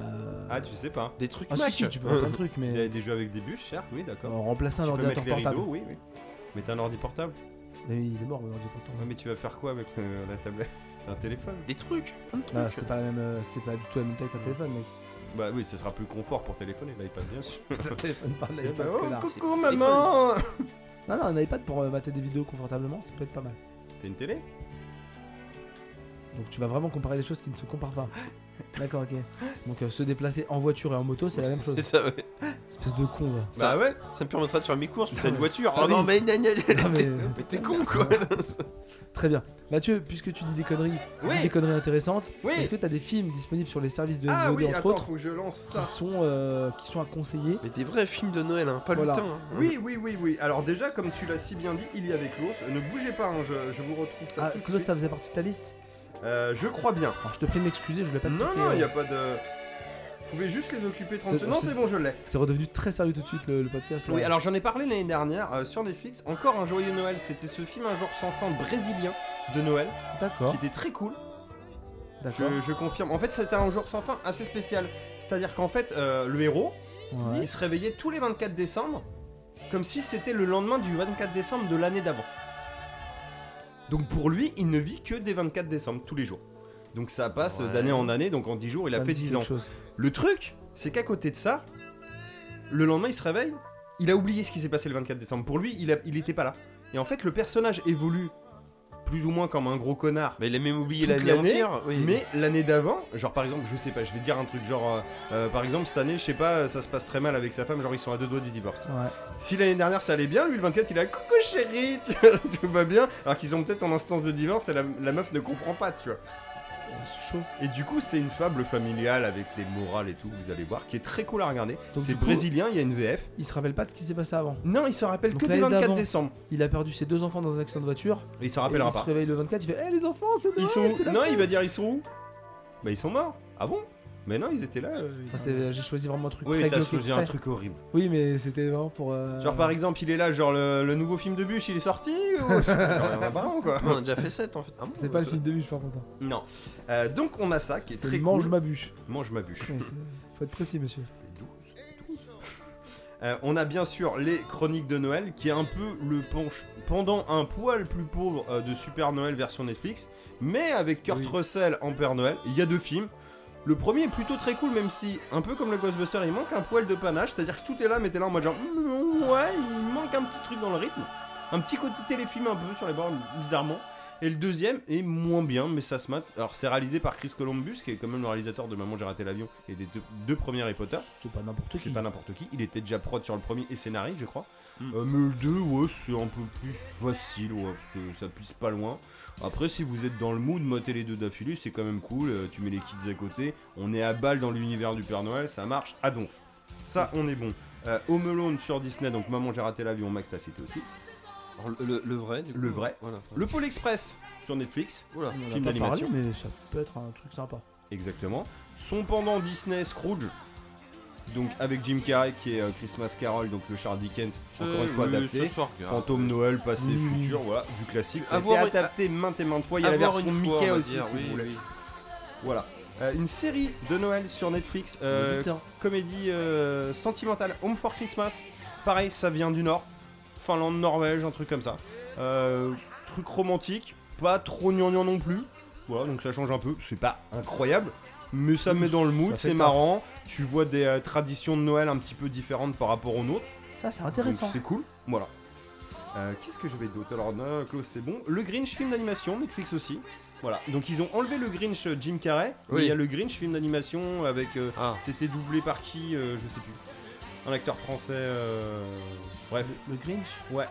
Speaker 2: Bah...
Speaker 3: Ah, tu sais pas.
Speaker 4: Des trucs
Speaker 2: ah, si,
Speaker 4: Mac.
Speaker 2: si, tu peux faire plein de trucs,
Speaker 3: (laughs) Il y a
Speaker 2: mais
Speaker 3: des jeux avec des bûches, certes, oui, d'accord.
Speaker 2: euh, remplacer un
Speaker 3: Tu peux mettre
Speaker 2: ordinateur
Speaker 3: les
Speaker 2: portable.
Speaker 3: rideaux, oui, oui. Mais t'as un ordi portable
Speaker 2: Mais il est mort, mon ordi portable.
Speaker 3: Non, mais tu vas faire quoi avec euh, la tablette (laughs) T'as un téléphone
Speaker 4: Des trucs. Plein de trucs.
Speaker 3: (laughs)
Speaker 2: Ah, c'est pas la même, euh, c'est pas du tout la même taille qu'un téléphone, mec.
Speaker 3: Bah oui, ce sera plus confort pour téléphoner, l'iPad, bien sûr.
Speaker 2: Un téléphone par
Speaker 3: Eh bah,
Speaker 2: l'iPad,
Speaker 3: oh,
Speaker 2: connard.
Speaker 3: coucou maman
Speaker 2: Non, non, un iPad pour euh, mater des vidéos confortablement, ça peut être pas mal.
Speaker 3: T'as une télé
Speaker 2: Donc tu vas vraiment comparer des choses qui ne se comparent
Speaker 3: (laughs)
Speaker 2: pas. D'accord, ok. Donc euh, se déplacer en voiture et en moto, c'est la même
Speaker 3: (laughs)
Speaker 2: chose.
Speaker 4: C'est ça, ouais.
Speaker 2: Espèce de con, va.
Speaker 3: Bah ouais
Speaker 4: Ça me permettra de faire mes courses, mais t'as une voiture.
Speaker 2: Ah
Speaker 4: Oh non,
Speaker 2: oui.
Speaker 4: mais gna, gna,
Speaker 2: (laughs)
Speaker 4: gna.
Speaker 2: Non, mais- euh,
Speaker 4: Mais t'es con quoi
Speaker 2: Très bien. Mathieu, puisque tu dis des conneries,
Speaker 3: Oui.
Speaker 2: des conneries intéressantes,
Speaker 3: Oui.
Speaker 2: est-ce que t'as des films disponibles sur les services de
Speaker 3: Ah
Speaker 2: SVOD,
Speaker 3: oui,
Speaker 2: entre
Speaker 3: attends,
Speaker 2: autres,
Speaker 3: faut que je lance
Speaker 2: qui
Speaker 3: ça.
Speaker 2: sont, euh, qui sont à conseiller
Speaker 4: Mais des vrais films de Noël, hein, pas
Speaker 2: Voilà.
Speaker 4: lutin. hein.
Speaker 3: Oui, oui, oui, oui. Alors déjà, comme tu l'as si bien dit, il y avait Klaus. Ne bougez pas, hein, je, je vous retrouve ça.
Speaker 2: Ah,
Speaker 3: tout de
Speaker 2: Claude,
Speaker 3: suite.
Speaker 2: ça faisait partie de ta liste
Speaker 3: Euh, je crois bien.
Speaker 2: Alors je te prie de m'excuser, je voulais pas te
Speaker 3: Non,
Speaker 2: piquer,
Speaker 3: non,
Speaker 2: euh,
Speaker 3: il n'y a pas de... Vous pouvez juste les occuper 30
Speaker 2: C'est-
Speaker 3: secondes. Non,
Speaker 2: c'est-
Speaker 3: c'est bon, je l'ai.
Speaker 2: C'est redevenu très sérieux tout de suite le, le podcast. là.
Speaker 3: Oui, alors j'en ai parlé l'année dernière euh, sur Netflix. Encore un joyeux Noël. C'était ce film Un jour sans fin brésilien de Noël
Speaker 2: D'accord,
Speaker 3: qui était très cool.
Speaker 2: d'accord.
Speaker 3: Je, je confirme. En fait, c'était un jour sans fin assez spécial. C'est-à-dire qu'en fait, euh, le héros,
Speaker 2: Ouais.
Speaker 3: il se réveillait tous les 24 décembre, comme si c'était le lendemain du 24 décembre de l'année d'avant. Donc pour lui, il ne vit que des 24 décembre tous les jours. Donc ça passe
Speaker 4: Ouais.
Speaker 3: d'année en année, donc en 10 jours, il
Speaker 2: Ça
Speaker 3: a
Speaker 2: me
Speaker 3: fait
Speaker 2: dit
Speaker 3: 10
Speaker 2: quelque
Speaker 3: ans.
Speaker 2: chose.
Speaker 3: Le truc, c'est qu'à côté de ça, le lendemain, il se réveille, il a oublié ce qui s'est passé le 24 décembre. Pour lui, il, a- il était pas là. Et en fait, le personnage évolue plus ou moins comme un gros connard
Speaker 4: Mais il a même oublié
Speaker 3: Toute
Speaker 4: l'année
Speaker 3: l'année,
Speaker 4: entière. Oui.
Speaker 3: mais l'année d'avant, genre par exemple, je sais pas, je vais dire un truc genre, euh, euh, par exemple cette année, je sais pas, euh, ça se passe très mal avec sa femme, genre ils sont à deux doigts du divorce.
Speaker 2: Ouais.
Speaker 3: Si l'année dernière ça allait bien, lui le 24 il a coucou chérie, (laughs) tu vois, tout va bien, alors qu'ils sont peut-être en instance de divorce et la, la meuf ne comprend pas, tu vois.
Speaker 2: C'est chaud.
Speaker 3: Et du coup c'est une fable familiale avec des morales et tout, vous allez voir, qui est très cool à regarder.
Speaker 2: Donc,
Speaker 3: C'est
Speaker 2: du coup-
Speaker 3: brésilien, il y a une VF.
Speaker 2: Il se rappelle pas de ce qui s'est passé avant.
Speaker 3: Non, il se rappelle
Speaker 2: Donc,
Speaker 3: que du
Speaker 2: l'année
Speaker 3: 24
Speaker 2: d'avant.
Speaker 3: décembre.
Speaker 2: Il a perdu ses deux enfants dans un accident de voiture.
Speaker 3: Il s'en
Speaker 2: Et
Speaker 3: rappellera
Speaker 2: il se
Speaker 3: pas.
Speaker 2: réveille le 24, il fait Eh les enfants, c'est Noël,
Speaker 3: Ils sont où
Speaker 2: c'est la
Speaker 3: Non,
Speaker 2: fête.
Speaker 3: il va dire ils sont où Bah ils sont morts. Ah bon Mais non, ils étaient là. euh,
Speaker 2: Enfin, c'est- j'ai choisi vraiment un truc
Speaker 3: Oui,
Speaker 2: très
Speaker 3: t'as
Speaker 2: glauque
Speaker 3: choisi
Speaker 2: exprès.
Speaker 3: un truc horrible.
Speaker 2: Oui, mais c'était vraiment pour. euh,
Speaker 3: Genre par exemple, il est là, genre le, le nouveau film de Bûche, il est sorti
Speaker 2: (laughs)
Speaker 3: ou... Genre, il y en a pas un, quoi
Speaker 4: On en a déjà fait 7 en fait. Ah bon,
Speaker 2: C'est pas le
Speaker 4: ça-
Speaker 2: film de bûche par contre. hein.
Speaker 3: Non. Euh, donc on a ça qui est,
Speaker 2: C'est
Speaker 3: très
Speaker 2: mange
Speaker 3: cool.
Speaker 2: ma bûche.
Speaker 3: Mange ma bûche.
Speaker 2: Ouais, c'est- Faut être précis, monsieur.
Speaker 3: Euh, on a bien sûr les chroniques de Noël, qui est un peu le penche- pendant un poil plus pauvre euh, de Super Noël version Netflix, mais avec Kurt
Speaker 2: Oui.
Speaker 3: Russell en Père Noël. Il y a deux films. Le premier est plutôt très cool, même si, un peu comme le Ghostbuster, il manque un poil de panache, c'est-à-dire que tout est là, mais t'es là en mode genre, Mm, ouais, il manque un petit truc dans le rythme, un petit côté téléfilm un peu sur les bords, bizarrement. Et le deuxième est moins bien, mais ça se mate. Alors, c'est réalisé par Chris Columbus, qui est quand même le réalisateur de Maman, j'ai raté l'avion et des deux, deux premiers Harry Potter.
Speaker 2: C'est pas n'importe qui.
Speaker 3: C'est pas n'importe qui. Il était déjà prod sur le premier et scénariste, je crois.
Speaker 4: Mm.
Speaker 3: Euh, mais le 2, ouais, c'est un peu plus facile, ouais, parce que ça pisse pas loin. Après, si vous êtes dans le mood, motez les deux d'affilée, c'est quand même cool. euh, tu mets les kids à côté, on est à balle dans l'univers du Père Noël, ça marche à donf. Ça, on est bon. Euh, Home Alone sur Disney, donc Maman, j'ai raté l'avion, Max, t'as cité aussi.
Speaker 4: Alors, le, le- le vrai, du coup.
Speaker 3: Le vrai.
Speaker 4: Voilà.
Speaker 3: Le Pôle Express sur Netflix,
Speaker 4: Oula.
Speaker 2: On en a
Speaker 3: film
Speaker 2: pas
Speaker 3: d'animation.
Speaker 2: parlé, mais ça peut être un truc sympa.
Speaker 3: exactement. Son pendant Disney, Scrooge. Donc avec Jim Carrey qui est euh, Christmas Carol, donc le Charles Dickens, encore une fois
Speaker 4: Euh, Oui,
Speaker 3: adapté.
Speaker 4: ce soir, gars.
Speaker 3: Fantôme Noël, passé,
Speaker 2: Mmh.
Speaker 3: futur, voilà, du classique. Ça a été
Speaker 4: Ah. Avoir une-
Speaker 3: adapté maintes et maintes fois. Il y a la
Speaker 4: Avoir
Speaker 3: version
Speaker 4: une fois,
Speaker 3: Mickey
Speaker 4: on va
Speaker 3: aussi,
Speaker 4: dire,
Speaker 3: si
Speaker 4: oui,
Speaker 3: vous voulez.
Speaker 4: oui.
Speaker 3: Voilà. Euh, une série de Noël sur Netflix, euh,
Speaker 2: Putain,
Speaker 3: comédie euh, sentimentale, Home for Christmas. Pareil, ça vient du Nord, Finlande, Norvège, un truc comme ça. Euh, truc romantique, pas trop gnangnan non plus. Voilà, donc ça change un peu. C'est pas incroyable, mais ça
Speaker 2: Mmh,
Speaker 3: met dans le
Speaker 2: ça
Speaker 3: mood,
Speaker 2: fait
Speaker 3: c'est
Speaker 2: taf.
Speaker 3: marrant. Tu vois des euh, traditions de Noël un petit peu différentes par rapport aux nôtres.
Speaker 2: ça c'est
Speaker 3: Donc
Speaker 2: intéressant.
Speaker 3: C'est cool. Voilà. Euh, Qu'est-ce que j'avais d'autre Alors, non, Klaus, c'est bon. Le Grinch film d'animation, Netflix aussi. Voilà. Donc, ils ont enlevé le Grinch euh, Jim Carrey. mais
Speaker 4: Oui.
Speaker 3: Il y a le Grinch film d'animation avec. euh,
Speaker 4: Ah,
Speaker 3: C'était doublé par qui euh, Je sais plus. Un acteur français. euh, Bref.
Speaker 2: Le Grinch,
Speaker 3: Ouais.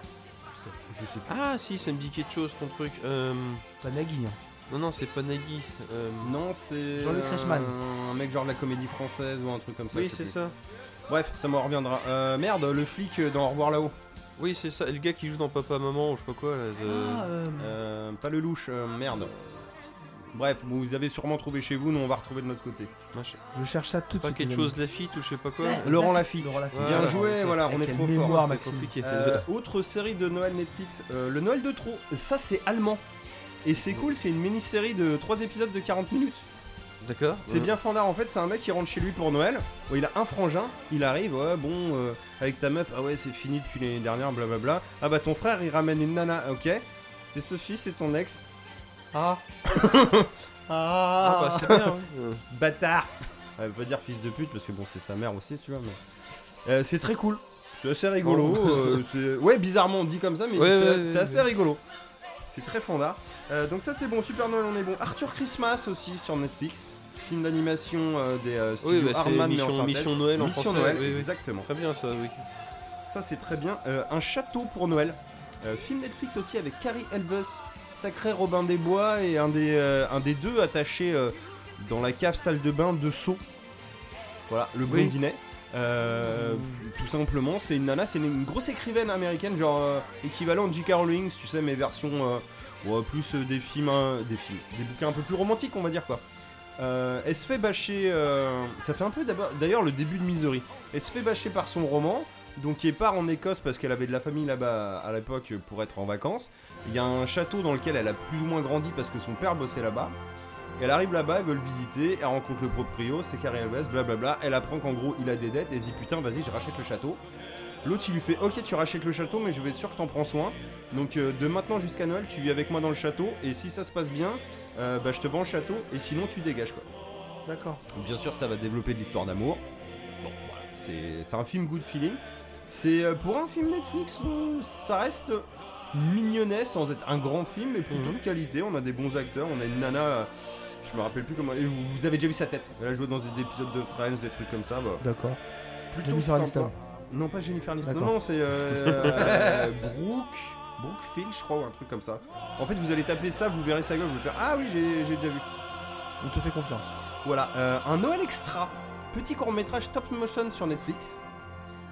Speaker 2: je sais pas.
Speaker 4: Ah, si, ça me dit quelque chose ton truc. Euh,
Speaker 2: C'est pas Nagui. hein.
Speaker 4: Non, non, c'est pas Nagui. Euh,
Speaker 3: Non, c'est.
Speaker 2: Jean-Luc
Speaker 3: un-
Speaker 2: Reichmann.
Speaker 3: Un mec genre de la comédie française ou un truc comme ça.
Speaker 4: Oui,
Speaker 3: je sais
Speaker 4: c'est
Speaker 3: plus.
Speaker 4: ça.
Speaker 3: Bref, ça m'en reviendra. Euh, merde, le flic euh, dans Au revoir là-haut.
Speaker 4: Oui, c'est ça. Et le gars qui joue dans Papa Maman ou je sais pas quoi. Là,
Speaker 2: Ah,
Speaker 4: euh,
Speaker 2: euh,
Speaker 3: Euh, pas le louche, euh, merde. Bref, vous avez sûrement trouvé chez vous, nous on va retrouver de notre côté.
Speaker 4: machin.
Speaker 2: je cherche ça tout de
Speaker 4: Pas
Speaker 2: suite.
Speaker 4: quelque
Speaker 2: les
Speaker 4: chose
Speaker 2: amis.
Speaker 4: Lafitte ou je sais pas quoi.
Speaker 3: Laurent Lafitte.
Speaker 2: Laurent Lafitte.
Speaker 3: Bien
Speaker 4: Voilà.
Speaker 3: joué, voilà, on
Speaker 2: Eh,
Speaker 3: est
Speaker 2: quelle
Speaker 3: trop fort.
Speaker 2: mémoire,
Speaker 4: C'est
Speaker 2: Maxime.
Speaker 4: compliqué.
Speaker 3: Euh, autre série de Noël Netflix, euh, Le Noël de trop. Ça, c'est allemand. Et c'est cool, c'est une mini-série de 3 épisodes de 40 minutes.
Speaker 4: D'accord.
Speaker 3: C'est bien fandard en fait, c'est un mec qui rentre chez lui pour Noël. Ouais, il a un frangin, il arrive, ouais, bon, euh, avec ta meuf, ah ouais, c'est fini depuis l'année dernière, blablabla. Ah bah ton frère, il ramène une nana, ok C'est Sophie, c'est ton ex. (laughs) Ah
Speaker 4: Ah, bah, c'est bien. (laughs) hein.
Speaker 3: Bâtard Ah, Elle veut pas dire fils de pute parce que bon c'est sa mère aussi tu vois mais. Euh, c'est très cool. C'est assez rigolo.
Speaker 4: Oh.
Speaker 3: euh, c'est- ouais bizarrement on dit comme ça mais
Speaker 4: Ouais,
Speaker 3: c'est
Speaker 4: ouais,
Speaker 3: c'est
Speaker 4: ouais,
Speaker 3: assez
Speaker 4: ouais.
Speaker 3: rigolo. C'est très fandard. Euh, donc ça c'est bon, Super Noël on est bon. Arthur Christmas aussi sur Netflix. Film d'animation euh, des euh, studios
Speaker 4: Oui, bah, c'est
Speaker 3: Hardman, mais en
Speaker 4: Mission-
Speaker 3: synthèse.
Speaker 4: Mission Noël en
Speaker 3: Mission
Speaker 4: français,
Speaker 3: Noël,
Speaker 4: oui, oui.
Speaker 3: exactement.
Speaker 4: Très bien ça, oui.
Speaker 3: Ça c'est très bien. Euh, un château pour Noël. Euh, film Netflix aussi avec Carrie Elbus, sacré Robin des Bois et un des, euh, un des deux attaché euh, dans la cave salle de bain de Sceaux. Voilà, le
Speaker 4: Oui.
Speaker 3: blondinet. Euh, Tout simplement, c'est une nana, c'est une, une grosse écrivaine américaine, genre euh, équivalent de J.K. Rowling, tu sais, mais version euh, ouais, plus euh, des films, hein, des films, des bouquins un peu plus romantiques, on va dire quoi. Euh, elle se fait bâcher, euh, ça fait un peu d'abord- d'ailleurs le début de Misery. Elle se fait bâcher par son roman, donc elle part en Écosse parce qu'elle avait de la famille là-bas à l'époque pour être en vacances. Il y a un château dans lequel elle a plus ou moins grandi parce que son père bossait là-bas. Elle arrive là-bas, elle veut le visiter, elle rencontre le proprio, c'est Carrie Alves, blablabla. Elle apprend qu'en gros il a des dettes, elle se dit putain vas-y je rachète le château. L'autre il lui fait ok tu rachètes le château mais je vais être sûr que t'en prends soin. Donc euh, de maintenant jusqu'à Noël tu vis avec moi dans le château et si ça se passe bien euh, bah, je te vends le château et sinon tu dégages quoi.
Speaker 2: D'accord.
Speaker 3: Bien sûr, ça va développer de l'histoire d'amour. Bon, voilà, c'est c'est un film good feeling. C'est euh, pour un film Netflix, euh, ça reste mignonnet sans être un grand film, mais plutôt de qualité. On a des bons acteurs, on a une nana. euh, Je me rappelle plus comment. et vous, vous avez déjà vu sa tête. Elle a joué dans des épisodes de Friends, des trucs comme ça. Bah,
Speaker 2: D'accord.
Speaker 3: plutôt
Speaker 2: Jennifer
Speaker 3: sympa.
Speaker 2: Aniston.
Speaker 3: Non, pas Jennifer Aniston. Non,
Speaker 2: D'accord.
Speaker 3: non, c'est (laughs) euh, euh, Brooke. Brooke Field, je crois, ou un truc comme ça. En fait, vous allez taper ça, vous verrez sa gueule, vous allez faire Ah oui, j'ai j'ai déjà vu.
Speaker 2: On te fait confiance.
Speaker 3: Voilà, euh, un Noël extra, petit court métrage top motion sur Netflix.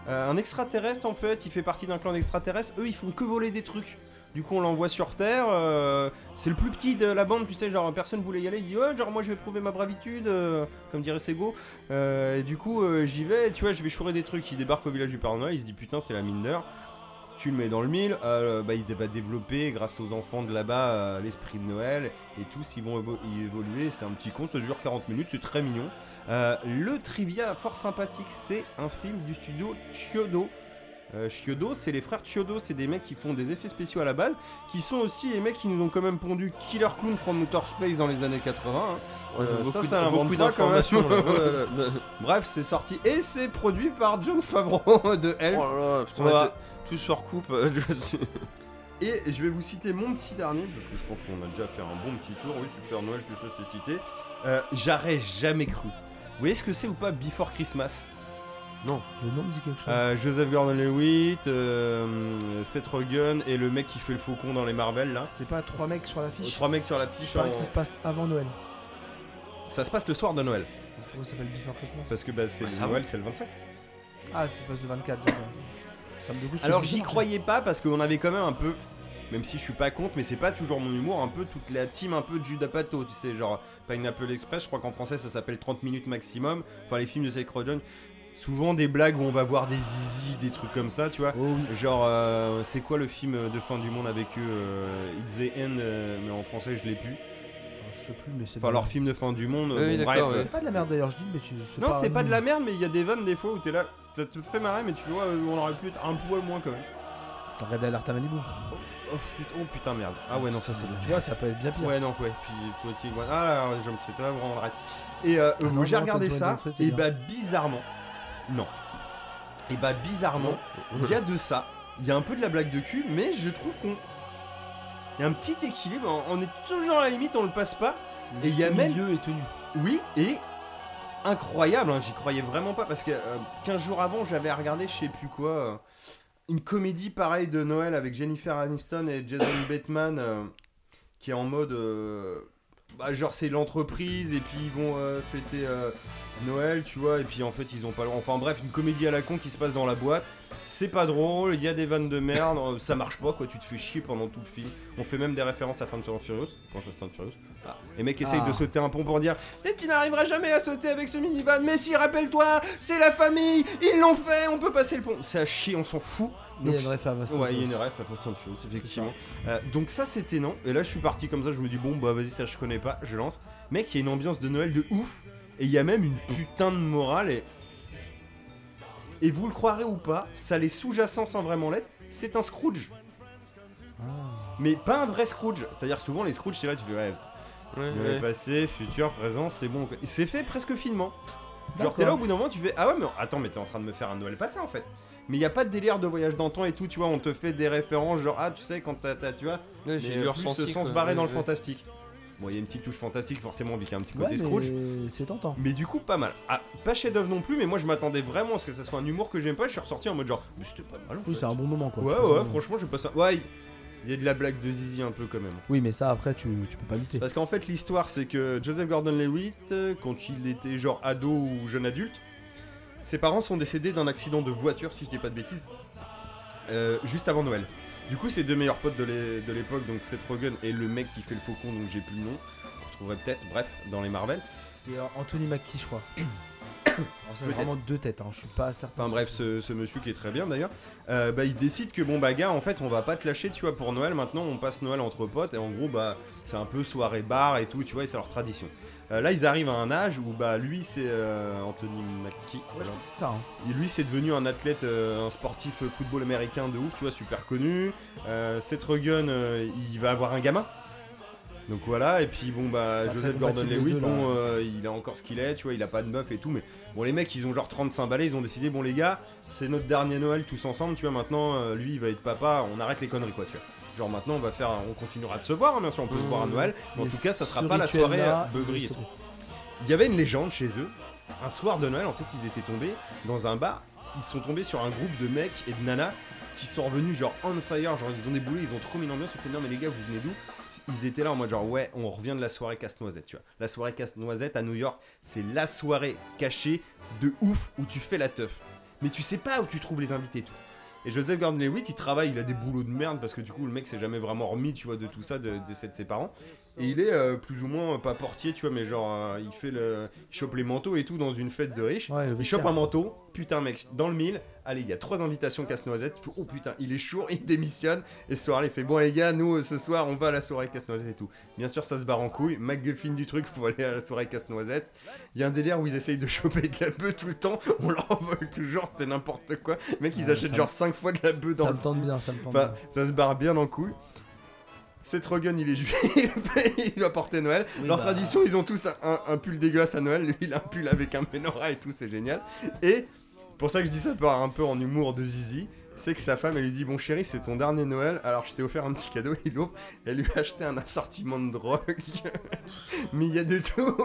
Speaker 3: Euh, un extraterrestre en fait, il fait partie d'un clan d'extraterrestres, eux ils font que voler des trucs. Du coup on l'envoie sur Terre, euh, c'est le plus petit de la bande, tu sais, genre personne voulait y aller, il dit ouais genre moi je vais prouver ma bravitude, euh, comme dirait Sego. Euh, et du coup euh, j'y vais, tu vois je vais chourer des trucs, il débarque au village du Père Noël, il se dit putain c'est la mine d'or. Tu le mets dans le mille, euh, bah, il va développer grâce aux enfants de là-bas euh, l'esprit de Noël et tous ils vont évo- y évoluer. C'est un petit con, ça dure 40 minutes, c'est très mignon. Euh, le trivia fort sympathique, c'est un film du studio Chiodo. Euh, Chiodo, c'est les frères Chiodo, c'est des mecs qui font des effets spéciaux à la base, qui sont aussi les mecs qui nous ont quand même pondu Killer Clown from Outer Space dans les années 80. hein.
Speaker 4: Ouais,
Speaker 3: Euh,
Speaker 4: beaucoup
Speaker 3: ça,
Speaker 4: d-
Speaker 3: ça invente
Speaker 4: beaucoup
Speaker 3: pas, quand même.
Speaker 4: d'informations. là. Oh là là.
Speaker 3: Bref, c'est sorti et c'est produit par John Favreau (laughs) de Elf.
Speaker 4: Oh là là, putain,
Speaker 3: Voilà.
Speaker 4: mais t'es- tout se recoupe. euh, je sais.
Speaker 3: Et je vais vous citer mon petit dernier, parce que je pense qu'on a déjà fait un bon petit tour. Oui, Super Noël, tu sais, c'est cité. Euh, J'aurais jamais cru. Vous voyez ce que c'est ou pas Before Christmas
Speaker 2: Le nom me dit quelque chose.
Speaker 3: Euh, Joseph Gordon-Lewitt, euh, Seth Rogen et le mec qui fait le faucon dans les Marvel là.
Speaker 2: C'est pas trois mecs sur
Speaker 3: Euh,
Speaker 2: l'affiche.
Speaker 3: Trois mecs sur la
Speaker 2: Je
Speaker 3: fiche.
Speaker 2: parie
Speaker 3: en-
Speaker 2: que ça se passe avant Noël.
Speaker 3: Ça se passe le soir de Noël.
Speaker 2: Pourquoi ça s'appelle Before Christmas
Speaker 3: Parce que bah, c'est
Speaker 4: Ouais,
Speaker 3: le
Speaker 4: ça va.
Speaker 3: Noël, c'est le 25.
Speaker 2: Ah, ça se passe le 24. d'accord. ça me dégoûte.
Speaker 3: Alors
Speaker 2: je
Speaker 3: j'y
Speaker 2: sais pas.
Speaker 3: croyais pas parce qu'on avait quand même un peu, même si je suis pas contre, mais c'est pas toujours mon humour, un peu toute la team un peu de Judas Pato, tu sais, genre Pineapple Express, je crois qu'en français ça s'appelle 30 minutes maximum, enfin les films de Seth Rogen, souvent des blagues où on va voir des zizi, des trucs comme ça, tu vois.
Speaker 2: Oh oui.
Speaker 3: Genre, euh, c'est quoi le film de fin du monde avec eux euh, It's the End, euh, mais en français je l'ai plus.
Speaker 2: Ah, Je sais plus, mais c'est.
Speaker 3: Enfin,
Speaker 2: pas-
Speaker 3: leur film de fin du monde,
Speaker 4: Oui,
Speaker 3: bon, bref.
Speaker 4: d'accord, ouais.
Speaker 2: C'est pas de la merde d'ailleurs, je dis, mais tu.
Speaker 3: Non, c'est pas de la merde, mais il y a des vannes des fois où t'es là, ça te fait marrer, mais tu vois, euh, on aurait pu être un poil moins quand même.
Speaker 2: merde. Red Alert à Malibu.
Speaker 3: Oh putain, oh, putain, merde. Ah ouais, non, ça c'est de la
Speaker 2: Tu vois, ça peut être bien pire.
Speaker 3: Ouais, non, ouais. Puis Poitiers, ouais. Ah là, là, je me sais pas vraiment le reste. Et euh,
Speaker 2: Ah non,
Speaker 3: j'ai
Speaker 2: non,
Speaker 3: regardé
Speaker 2: Antoine
Speaker 3: ça,
Speaker 2: Johnson, c'est
Speaker 3: et
Speaker 2: bien.
Speaker 3: bah bizarrement. Non. Et bah bizarrement, il y a de ça. Il y a un peu de la blague de cul, mais je trouve qu'on. Il y a un petit équilibre, on- on est toujours à la limite, on le passe pas. Et il y a
Speaker 2: Juste
Speaker 3: même-
Speaker 2: milieu et tenue.
Speaker 3: Oui, et incroyable, hein, j'y croyais vraiment pas parce que euh, 15 jours avant, j'avais regardé, je sais plus quoi, euh, une comédie pareille de Noël avec Jennifer Aniston et Jason (coughs) Bateman euh, qui est en mode. euh, bah, genre, c'est l'entreprise et puis ils vont euh, fêter euh, Noël, tu vois, et puis en fait, ils ont pas le droit. Enfin, bref, une comédie à la con qui se passe dans la boîte. C'est pas drôle, il y a des vannes de merde, euh, ça marche pas quoi, tu te fais chier pendant tout le film. On fait même des références à Fast and Furious. Quand Fast and Furious. Ah, Les mecs essayent
Speaker 2: Ah.
Speaker 3: de sauter un pont pour dire Peut-être tu n'arriveras jamais à sauter avec ce minivan, mais si, rappelle-toi, c'est la famille, ils l'ont fait, on peut passer le pont. Ça chie, on s'en fout.
Speaker 2: Mais il y a
Speaker 3: Donc,
Speaker 2: une ref à Vaste
Speaker 3: Ouais, il y a
Speaker 2: Influence.
Speaker 3: une ref à Fast and Furious, effectivement. Euh, donc ça, c'était non. Et là, je suis parti comme ça, je me dis, bon, bah vas-y, ça, je connais pas, je lance. Mec, il y a une ambiance de Noël de ouf. Et il y a même une putain de morale. Et, et vous le croirez ou pas, ça les sous-jacent sans vraiment l'être, c'est un Scrooge.
Speaker 2: Ah.
Speaker 3: Mais pas un vrai Scrooge. C'est-à-dire que souvent, les Scrooge, c'est là, tu fais, ouais,
Speaker 4: Ouais,
Speaker 3: il y
Speaker 4: ouais.
Speaker 3: avait passé, futur, présent, c'est bon. quoi. C'est fait presque finement. Genre
Speaker 2: D'accord.
Speaker 3: t'es là au bout d'un moment tu fais ah ouais mais attends mais t'es en train de me faire un Noël passé en fait. Mais y a pas de délire de voyage dans le temps et tout tu vois on te fait des références genre ah tu sais quand t'as t'as- tu vois
Speaker 4: Ouais,
Speaker 3: mais
Speaker 4: j'ai eu
Speaker 3: euh,
Speaker 4: le
Speaker 3: plus
Speaker 4: ressenti,
Speaker 3: sans se
Speaker 4: quoi.
Speaker 3: barrer
Speaker 4: Ouais,
Speaker 3: dans le
Speaker 4: ouais.
Speaker 3: fantastique. Bon y a une petite touche fantastique forcément vu qu'il y a un petit
Speaker 2: Ouais,
Speaker 3: côté
Speaker 2: mais
Speaker 3: Scrooge.
Speaker 2: C'est tentant.
Speaker 3: Mais du coup, pas mal. Ah, pas chef d'œuvre non plus, mais moi je m'attendais vraiment à ce que ça soit un humour que j'aime pas. Je suis ressorti en mode genre, mais c'était pas mal. en
Speaker 2: Oui,
Speaker 3: fait.
Speaker 2: c'est un bon moment quoi.
Speaker 3: ouais,
Speaker 2: C'est
Speaker 3: ouais,
Speaker 2: un bon moment.
Speaker 3: franchement, j'ai pas ça. Ouais, il y a de la blague de zizi un peu quand même.
Speaker 2: Oui, mais ça après, tu tu peux pas lutter.
Speaker 3: Parce qu'en fait, l'histoire, c'est que Joseph Gordon-Lewitt, euh, quand il était genre ado ou jeune adulte, ses parents sont décédés d'un accident de voiture, si je dis pas de bêtises, euh, juste avant Noël. Du coup, ses deux meilleurs potes de l'é- de l'époque, donc Seth Rogen et le mec qui fait le faucon, donc j'ai plus le nom, vous retrouverez peut-être, bref, dans les Marvel.
Speaker 2: C'est euh, Anthony Mackie,
Speaker 3: (coughs)
Speaker 2: je crois. Alors, ça, c'est
Speaker 3: Peut-être.
Speaker 2: vraiment deux têtes, hein. je suis pas certain.
Speaker 3: Enfin bref, ce, ce monsieur qui est très bien d'ailleurs, euh, bah, il décide que bon bah gars, en fait on va pas te lâcher, tu vois, pour Noël, maintenant on passe Noël entre potes, et en gros bah c'est un peu soirée bar et tout, tu vois, et c'est leur tradition. Euh, là ils arrivent à un âge où bah lui c'est euh, Anthony Mackie,
Speaker 2: Ouais, je
Speaker 3: alors.
Speaker 2: crois que c'est ça. hein.
Speaker 3: Et lui c'est devenu un athlète, euh, un sportif euh, football américain de ouf, tu vois, super connu. Euh, Seth Rogen, euh, il va avoir un gamin. Donc voilà, et puis bon bah
Speaker 2: Pas très
Speaker 3: Joseph
Speaker 2: compatible, les
Speaker 3: Gordon-Lewitt,
Speaker 2: deux, là.
Speaker 3: bon euh, il a encore ce qu'il est, tu vois, il a pas de meuf et tout, mais bon les mecs ils ont genre 35 balais, ils ont décidé bon les gars, c'est notre dernier Noël tous ensemble, tu vois, maintenant euh, lui il va être papa, on arrête les conneries quoi, tu vois. Genre maintenant on va faire, on continuera de se voir, hein, bien sûr on peut se
Speaker 4: Mmh.
Speaker 3: voir à Noël, mais en
Speaker 2: Mais
Speaker 3: tout cas ça sera
Speaker 2: ce
Speaker 3: pas la soirée
Speaker 2: rituel-là,
Speaker 3: euh, beuverie. et
Speaker 2: il
Speaker 3: tout.
Speaker 2: faut se
Speaker 3: Il y avait une légende chez eux. Un soir de Noël, en fait, ils étaient tombés dans un bar. Ils sont tombés sur un groupe de mecs et de nanas qui sont revenus genre on fire, genre ils ont déboulé, ils ont trop mis l'ambiance. Ils ont fait non mais les gars, vous venez d'où Ils étaient là en mode genre ouais, on revient de la soirée casse-noisette, tu vois. La soirée casse-noisette à New York, c'est la soirée cachée de ouf où tu fais la teuf. Mais tu sais pas où tu trouves les invités et tout. Et Joseph Gordon-Lewitt, il travaille, il a des boulots de merde parce que du coup le mec s'est jamais vraiment remis, tu vois, de tout ça, de, de ses- de ses parents. Et il est euh, plus ou moins euh, pas portier, tu vois, mais genre euh, il fait le, il chope les manteaux et tout dans une fête de riches.
Speaker 2: Ouais, le
Speaker 3: Il chope
Speaker 2: vestiaire.
Speaker 3: un manteau, putain mec, dans le mille, allez, il y a trois invitations casse-noisette, tu fais, oh putain, il est chaud, (laughs) il démissionne, et ce soir-là, il fait, bon les gars, nous, euh, ce soir, on va à la soirée casse-noisette et tout. Bien sûr, ça se barre en couille, McGuffin du truc, (laughs) faut aller à la soirée casse-noisette. Il y a un délire où ils essayent de choper de la bœuf tout le temps, on leur (laughs) envole toujours, c'est n'importe quoi. Mec, ils
Speaker 2: Ouais,
Speaker 3: achètent
Speaker 2: ça
Speaker 3: genre cinq fois de la bœuf dans
Speaker 2: Ça
Speaker 3: le
Speaker 2: me tente bien, ça me tente
Speaker 3: Enfin,
Speaker 2: bien.
Speaker 3: ça se barre bien en couille. Seth Rogen, il est juif, (laughs) il doit porter Noël.
Speaker 2: Oui,
Speaker 3: Leur
Speaker 2: bah.
Speaker 3: tradition, ils ont tous un, un- un pull dégueulasse à Noël. Lui, il a un pull avec un menorah et tout, c'est génial. Et pour ça que je dis ça part un peu en humour de zizi. c'est que sa femme, elle lui dit Bon chéri, c'est ton dernier Noël, alors je t'ai offert un petit cadeau. Il l'ouvre, elle lui a acheté un assortiment de drogue. (laughs) Mais il y a de tout.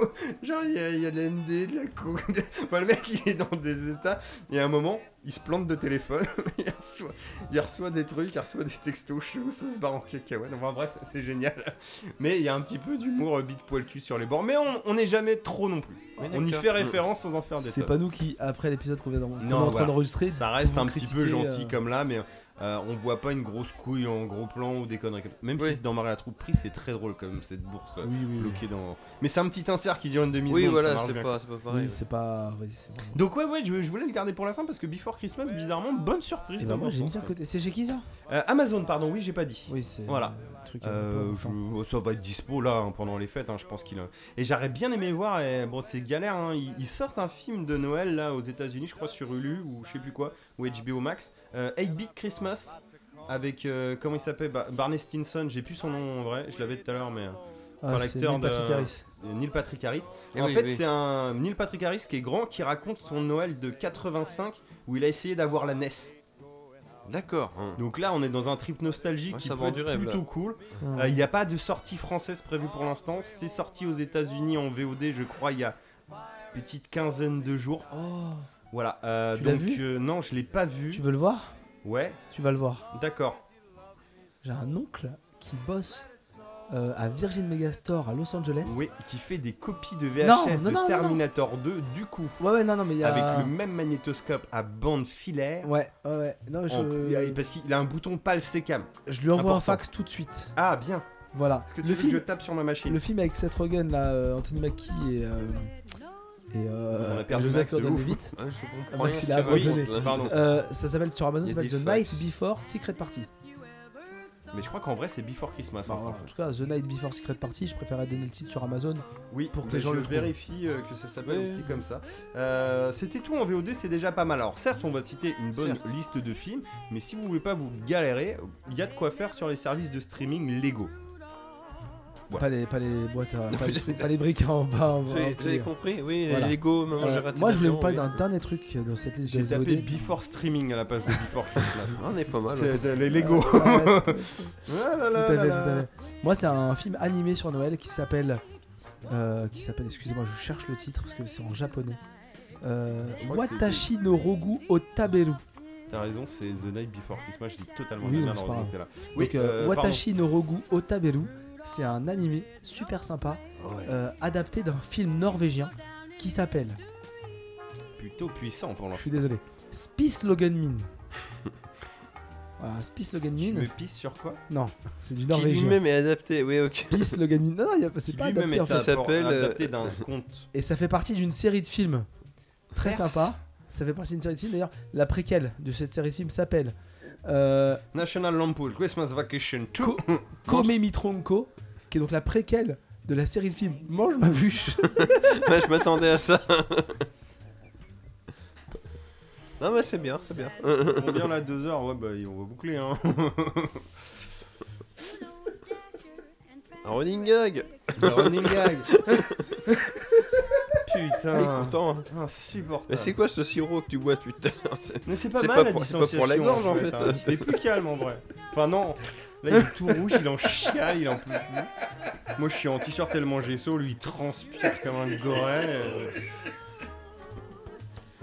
Speaker 3: Genre, il y a, il y a de la MD, de la coke. (laughs) Enfin, le mec, il est dans des états. Et à un moment, il se plante de téléphone. (laughs) il, reçoit, il reçoit des trucs, il reçoit des textos chelous. Ça se barre en cacahuète. Enfin, bref, c'est génial. Mais il y a un petit peu d'humour euh, bite poil cul sur les bords. Mais on- on n'est jamais trop non plus. On y fait référence sans en faire des
Speaker 2: C'est
Speaker 3: tonnes.
Speaker 2: pas nous qui, après l'épisode qu'on vient d'en- qu'on est
Speaker 3: Non,
Speaker 2: en train
Speaker 3: voilà.
Speaker 2: d'enregistrer,
Speaker 3: Ça reste
Speaker 2: pouvons
Speaker 3: un petit peu
Speaker 2: critiquer,
Speaker 3: gentil
Speaker 2: euh,
Speaker 3: comme là, mais euh, on voit pas une grosse couille en gros plan ou des conneries. comme- Même
Speaker 4: Oui.
Speaker 3: si dans Marie la troupe prise, c'est très drôle quand même cette bourse euh,
Speaker 2: Oui, oui, oui.
Speaker 3: bloquée dans. Mais c'est un petit insert qui dure une demi-seconde.
Speaker 4: Oui,
Speaker 3: ça
Speaker 4: voilà,
Speaker 3: marche
Speaker 4: c'est
Speaker 3: bien.
Speaker 4: pas, c'est pas
Speaker 2: Oui,
Speaker 4: pareil.
Speaker 2: c'est pas. ouais, c'est vraiment-
Speaker 3: Donc ouais, ouais, je, je voulais le garder pour la fin parce que Before Christmas, bizarrement, bonne surprise.
Speaker 2: Et bah,
Speaker 3: dans
Speaker 2: moi
Speaker 3: mon
Speaker 2: j'ai mis
Speaker 3: sens,
Speaker 2: ça de côté. C'est chez qui ça
Speaker 3: quoi. Euh, Amazon, pardon, oui, j'ai pas dit.
Speaker 2: Oui, c'est.
Speaker 3: Voilà.
Speaker 2: euh, un truc un peu
Speaker 3: Euh,
Speaker 2: important.
Speaker 3: je- ça va être dispo là hein, pendant les fêtes, hein, je pense qu'il a. Et j'aurais bien aimé voir, et, bon c'est galère, hein, ils, ils sortent un film de Noël là aux États-Unis, je crois sur Hulu ou je sais plus quoi, ou HBO Max, euh, 8-Bit Christmas, avec euh, comment il s'appelle Ba- Barney Stinson, j'ai plus son nom en vrai, je l'avais tout à l'heure, mais euh,
Speaker 2: Ah,
Speaker 3: par
Speaker 2: c'est
Speaker 3: l'acteur
Speaker 2: Neil Patrick
Speaker 3: de-
Speaker 2: Harris.
Speaker 3: Neil Patrick Harris.
Speaker 4: Eh
Speaker 3: en
Speaker 4: oui,
Speaker 3: fait,
Speaker 4: oui.
Speaker 3: c'est un Neil Patrick Harris qui est grand qui raconte son Noël de 85 où il a essayé d'avoir la NES.
Speaker 4: D'accord. hein.
Speaker 3: Donc là, on est dans un trip nostalgique
Speaker 4: Ouais,
Speaker 3: qui
Speaker 4: ça
Speaker 3: peut
Speaker 4: vend du
Speaker 3: être
Speaker 4: rêve, là.
Speaker 3: plutôt cool. Euh, Il n'y a pas de sortie française prévue pour l'instant. C'est sorti aux États-Unis en VOD, je crois, il y a une petite quinzaine de jours.
Speaker 2: Oh,
Speaker 3: Voilà. euh,
Speaker 2: Tu l'as
Speaker 3: donc,
Speaker 2: vu
Speaker 3: euh, non, je l'ai pas vu.
Speaker 2: tu veux le voir
Speaker 3: Ouais,
Speaker 2: Tu vas le voir.
Speaker 3: d'accord.
Speaker 2: J'ai un oncle qui bosse euh, à Virgin Megastore à Los Angeles.
Speaker 3: Oui, qui fait des copies de
Speaker 2: Non,
Speaker 3: VHS
Speaker 2: non, non,
Speaker 3: de
Speaker 2: non,
Speaker 3: Terminator 2, du coup,
Speaker 2: Ouais, ouais, non, non, mais il y a.
Speaker 3: avec le même magnétoscope à bande filaire.
Speaker 2: Ouais, ouais, ouais. Non, je...
Speaker 3: en- il y a- Parce qu'il a un bouton PAL sécam.
Speaker 2: je lui envoie un
Speaker 3: important.
Speaker 2: fax tout de suite.
Speaker 3: Ah, bien.
Speaker 2: Voilà.
Speaker 3: Est-ce que tu
Speaker 2: le,
Speaker 3: veux que je
Speaker 2: film,
Speaker 3: tape sur ma machine
Speaker 2: le film avec Seth Rogen, là, euh, Anthony Mackie et. euh, et. Euh,
Speaker 3: On a perdu
Speaker 2: et Joseph
Speaker 3: Max, de ouf.
Speaker 2: Gordon-Levitt.
Speaker 4: Ah, je
Speaker 2: Max,
Speaker 4: comprends rien
Speaker 2: il
Speaker 4: ce
Speaker 2: a
Speaker 4: qu'il raconte,
Speaker 2: abandonné.
Speaker 4: là.
Speaker 3: Pardon.
Speaker 2: Euh, ça s'appelle sur Amazon,
Speaker 4: Il y
Speaker 2: ça
Speaker 4: a
Speaker 2: s'appelle
Speaker 4: des
Speaker 2: The
Speaker 4: fax.
Speaker 2: Night Before Secret Party.
Speaker 3: Mais je crois qu'en vrai, c'est Before Christmas. hein.
Speaker 2: Bah,
Speaker 3: en
Speaker 2: en
Speaker 3: français.
Speaker 2: tout cas, The Night Before Secret Party, je préférerais donner le titre sur Amazon.
Speaker 3: Oui,
Speaker 2: pour que
Speaker 3: mais
Speaker 2: les gens
Speaker 3: je
Speaker 2: le trouvent.
Speaker 3: vérifient euh, que ça s'appelle
Speaker 2: Ouais.
Speaker 3: aussi comme ça. Euh, C'était tout en VOD, c'est déjà pas mal. Alors certes, on va citer une bonne
Speaker 4: Certes.
Speaker 3: liste de films, mais si vous voulez pas vous galérer, il y a de quoi faire sur les services de streaming Lego. Voilà.
Speaker 2: Pas les, pas les boîtes, à-
Speaker 4: Non,
Speaker 2: pas, les,
Speaker 4: mais-
Speaker 2: trucs- pas les briques en bas. en-
Speaker 4: Vous
Speaker 2: en
Speaker 4: avez- vous avez
Speaker 2: pliant.
Speaker 4: compris Oui, les
Speaker 2: Voilà.
Speaker 4: Lego, maman, j'ai
Speaker 2: Euh,
Speaker 4: raté
Speaker 2: moi, je voulais
Speaker 4: l'avion,
Speaker 2: vous parler
Speaker 4: oui.
Speaker 2: d'un dernier truc dans cette liste
Speaker 3: J'ai
Speaker 2: de
Speaker 3: tapé
Speaker 2: VOD.
Speaker 3: Before Streaming à la page de Before Christmas.
Speaker 2: (laughs)
Speaker 4: Ah, On est pas mal. ouais.
Speaker 3: C'est euh, les Lego.
Speaker 2: Ouais, ouais, tout
Speaker 3: Ah là
Speaker 2: à
Speaker 3: là
Speaker 2: fait,
Speaker 3: là
Speaker 2: tout
Speaker 3: là.
Speaker 2: à fait. Moi, c'est un film animé sur Noël qui s'appelle. euh, qui s'appelle, excusez-moi, je cherche le titre parce que c'est en japonais. Euh,
Speaker 3: Je crois que c'est-
Speaker 2: Watashi no Rogu Otaberu.
Speaker 3: T'as raison, c'est The Night Before Christmas. Je dis totalement
Speaker 2: Oui,
Speaker 3: la
Speaker 2: non,
Speaker 3: merde
Speaker 2: c'est
Speaker 3: heureusement
Speaker 2: pas
Speaker 3: que t'es là.
Speaker 2: Donc, euh,
Speaker 3: euh, pardon.
Speaker 2: Watashi no Rogu Otaberu, c'est un animé super sympa
Speaker 3: Ah
Speaker 2: euh, adapté d'un film norvégien qui s'appelle,
Speaker 3: Plutôt puissant pour
Speaker 2: je
Speaker 3: l'instant.
Speaker 2: suis désolé, Spice Logan
Speaker 3: (laughs)
Speaker 2: Min. voilà, Spice Logan
Speaker 3: Tu
Speaker 2: Min.
Speaker 3: me pisse sur quoi
Speaker 2: Non, c'est du
Speaker 4: Qui
Speaker 2: norvégien.
Speaker 4: lui-même est adapté, oui, ok.
Speaker 2: Spice Logan Min. Non, non, y a pas- c'est
Speaker 3: Qui
Speaker 2: pas
Speaker 3: lui-même
Speaker 2: adapté en
Speaker 3: est
Speaker 2: fait.
Speaker 4: Ça s'appelle,
Speaker 3: adapté
Speaker 4: euh,
Speaker 2: (laughs)
Speaker 3: adapté d'un conte.
Speaker 2: Et ça fait partie d'une série de films très
Speaker 3: Perse.
Speaker 2: sympa. Ça fait partie d'une série de films. D'ailleurs, la préquelle de cette série de films s'appelle euh,
Speaker 3: National Lampoon Christmas Vacation 2.
Speaker 2: Come mi tronco, qui est donc la préquelle de la série de films Mange ma
Speaker 5: (laughs)
Speaker 2: bûche.
Speaker 4: Ouais, je m'attendais à ça. non, mais c'est bien, c'est bien.
Speaker 3: On vient là deux heures, ouais bah on va boucler
Speaker 4: (laughs)
Speaker 3: hein.
Speaker 4: Un running gag
Speaker 3: Running gag.
Speaker 4: Ah, il est
Speaker 3: (laughs) Putain,
Speaker 4: content, hein. Mais
Speaker 3: insupportable.
Speaker 4: c'est quoi ce sirop que tu bois depuis tout à l'heure C'est-
Speaker 3: Mais c'est pas
Speaker 4: c'est
Speaker 3: mal
Speaker 4: pas
Speaker 3: la
Speaker 4: pour- c'est pas
Speaker 3: distanciation.
Speaker 4: pour la gorge, en fait.
Speaker 3: hein. Il est plus calme en vrai. Enfin non, là il est tout rouge, il en chiale, il en peut plus. Moi je suis en t-shirt tellement j'ai chaud, lui il transpire comme un goré.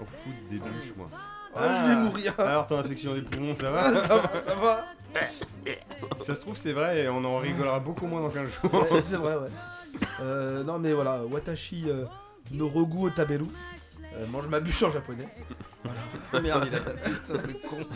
Speaker 3: On fout des bûches moi.
Speaker 4: Ah, je vais mourir
Speaker 3: Alors ton infection des poumons, ça
Speaker 4: (laughs)
Speaker 3: va Ça va, ça va. Ça se trouve c'est vrai et on en rigolera beaucoup moins dans 15 jours.
Speaker 5: Ouais, c'est vrai, ouais. Euh, non, mais voilà, Watashi euh, no Rogu Otaberu. Euh, mange ma bûche en japonais.
Speaker 3: Ah, Merde, il a tapé ça, ce con.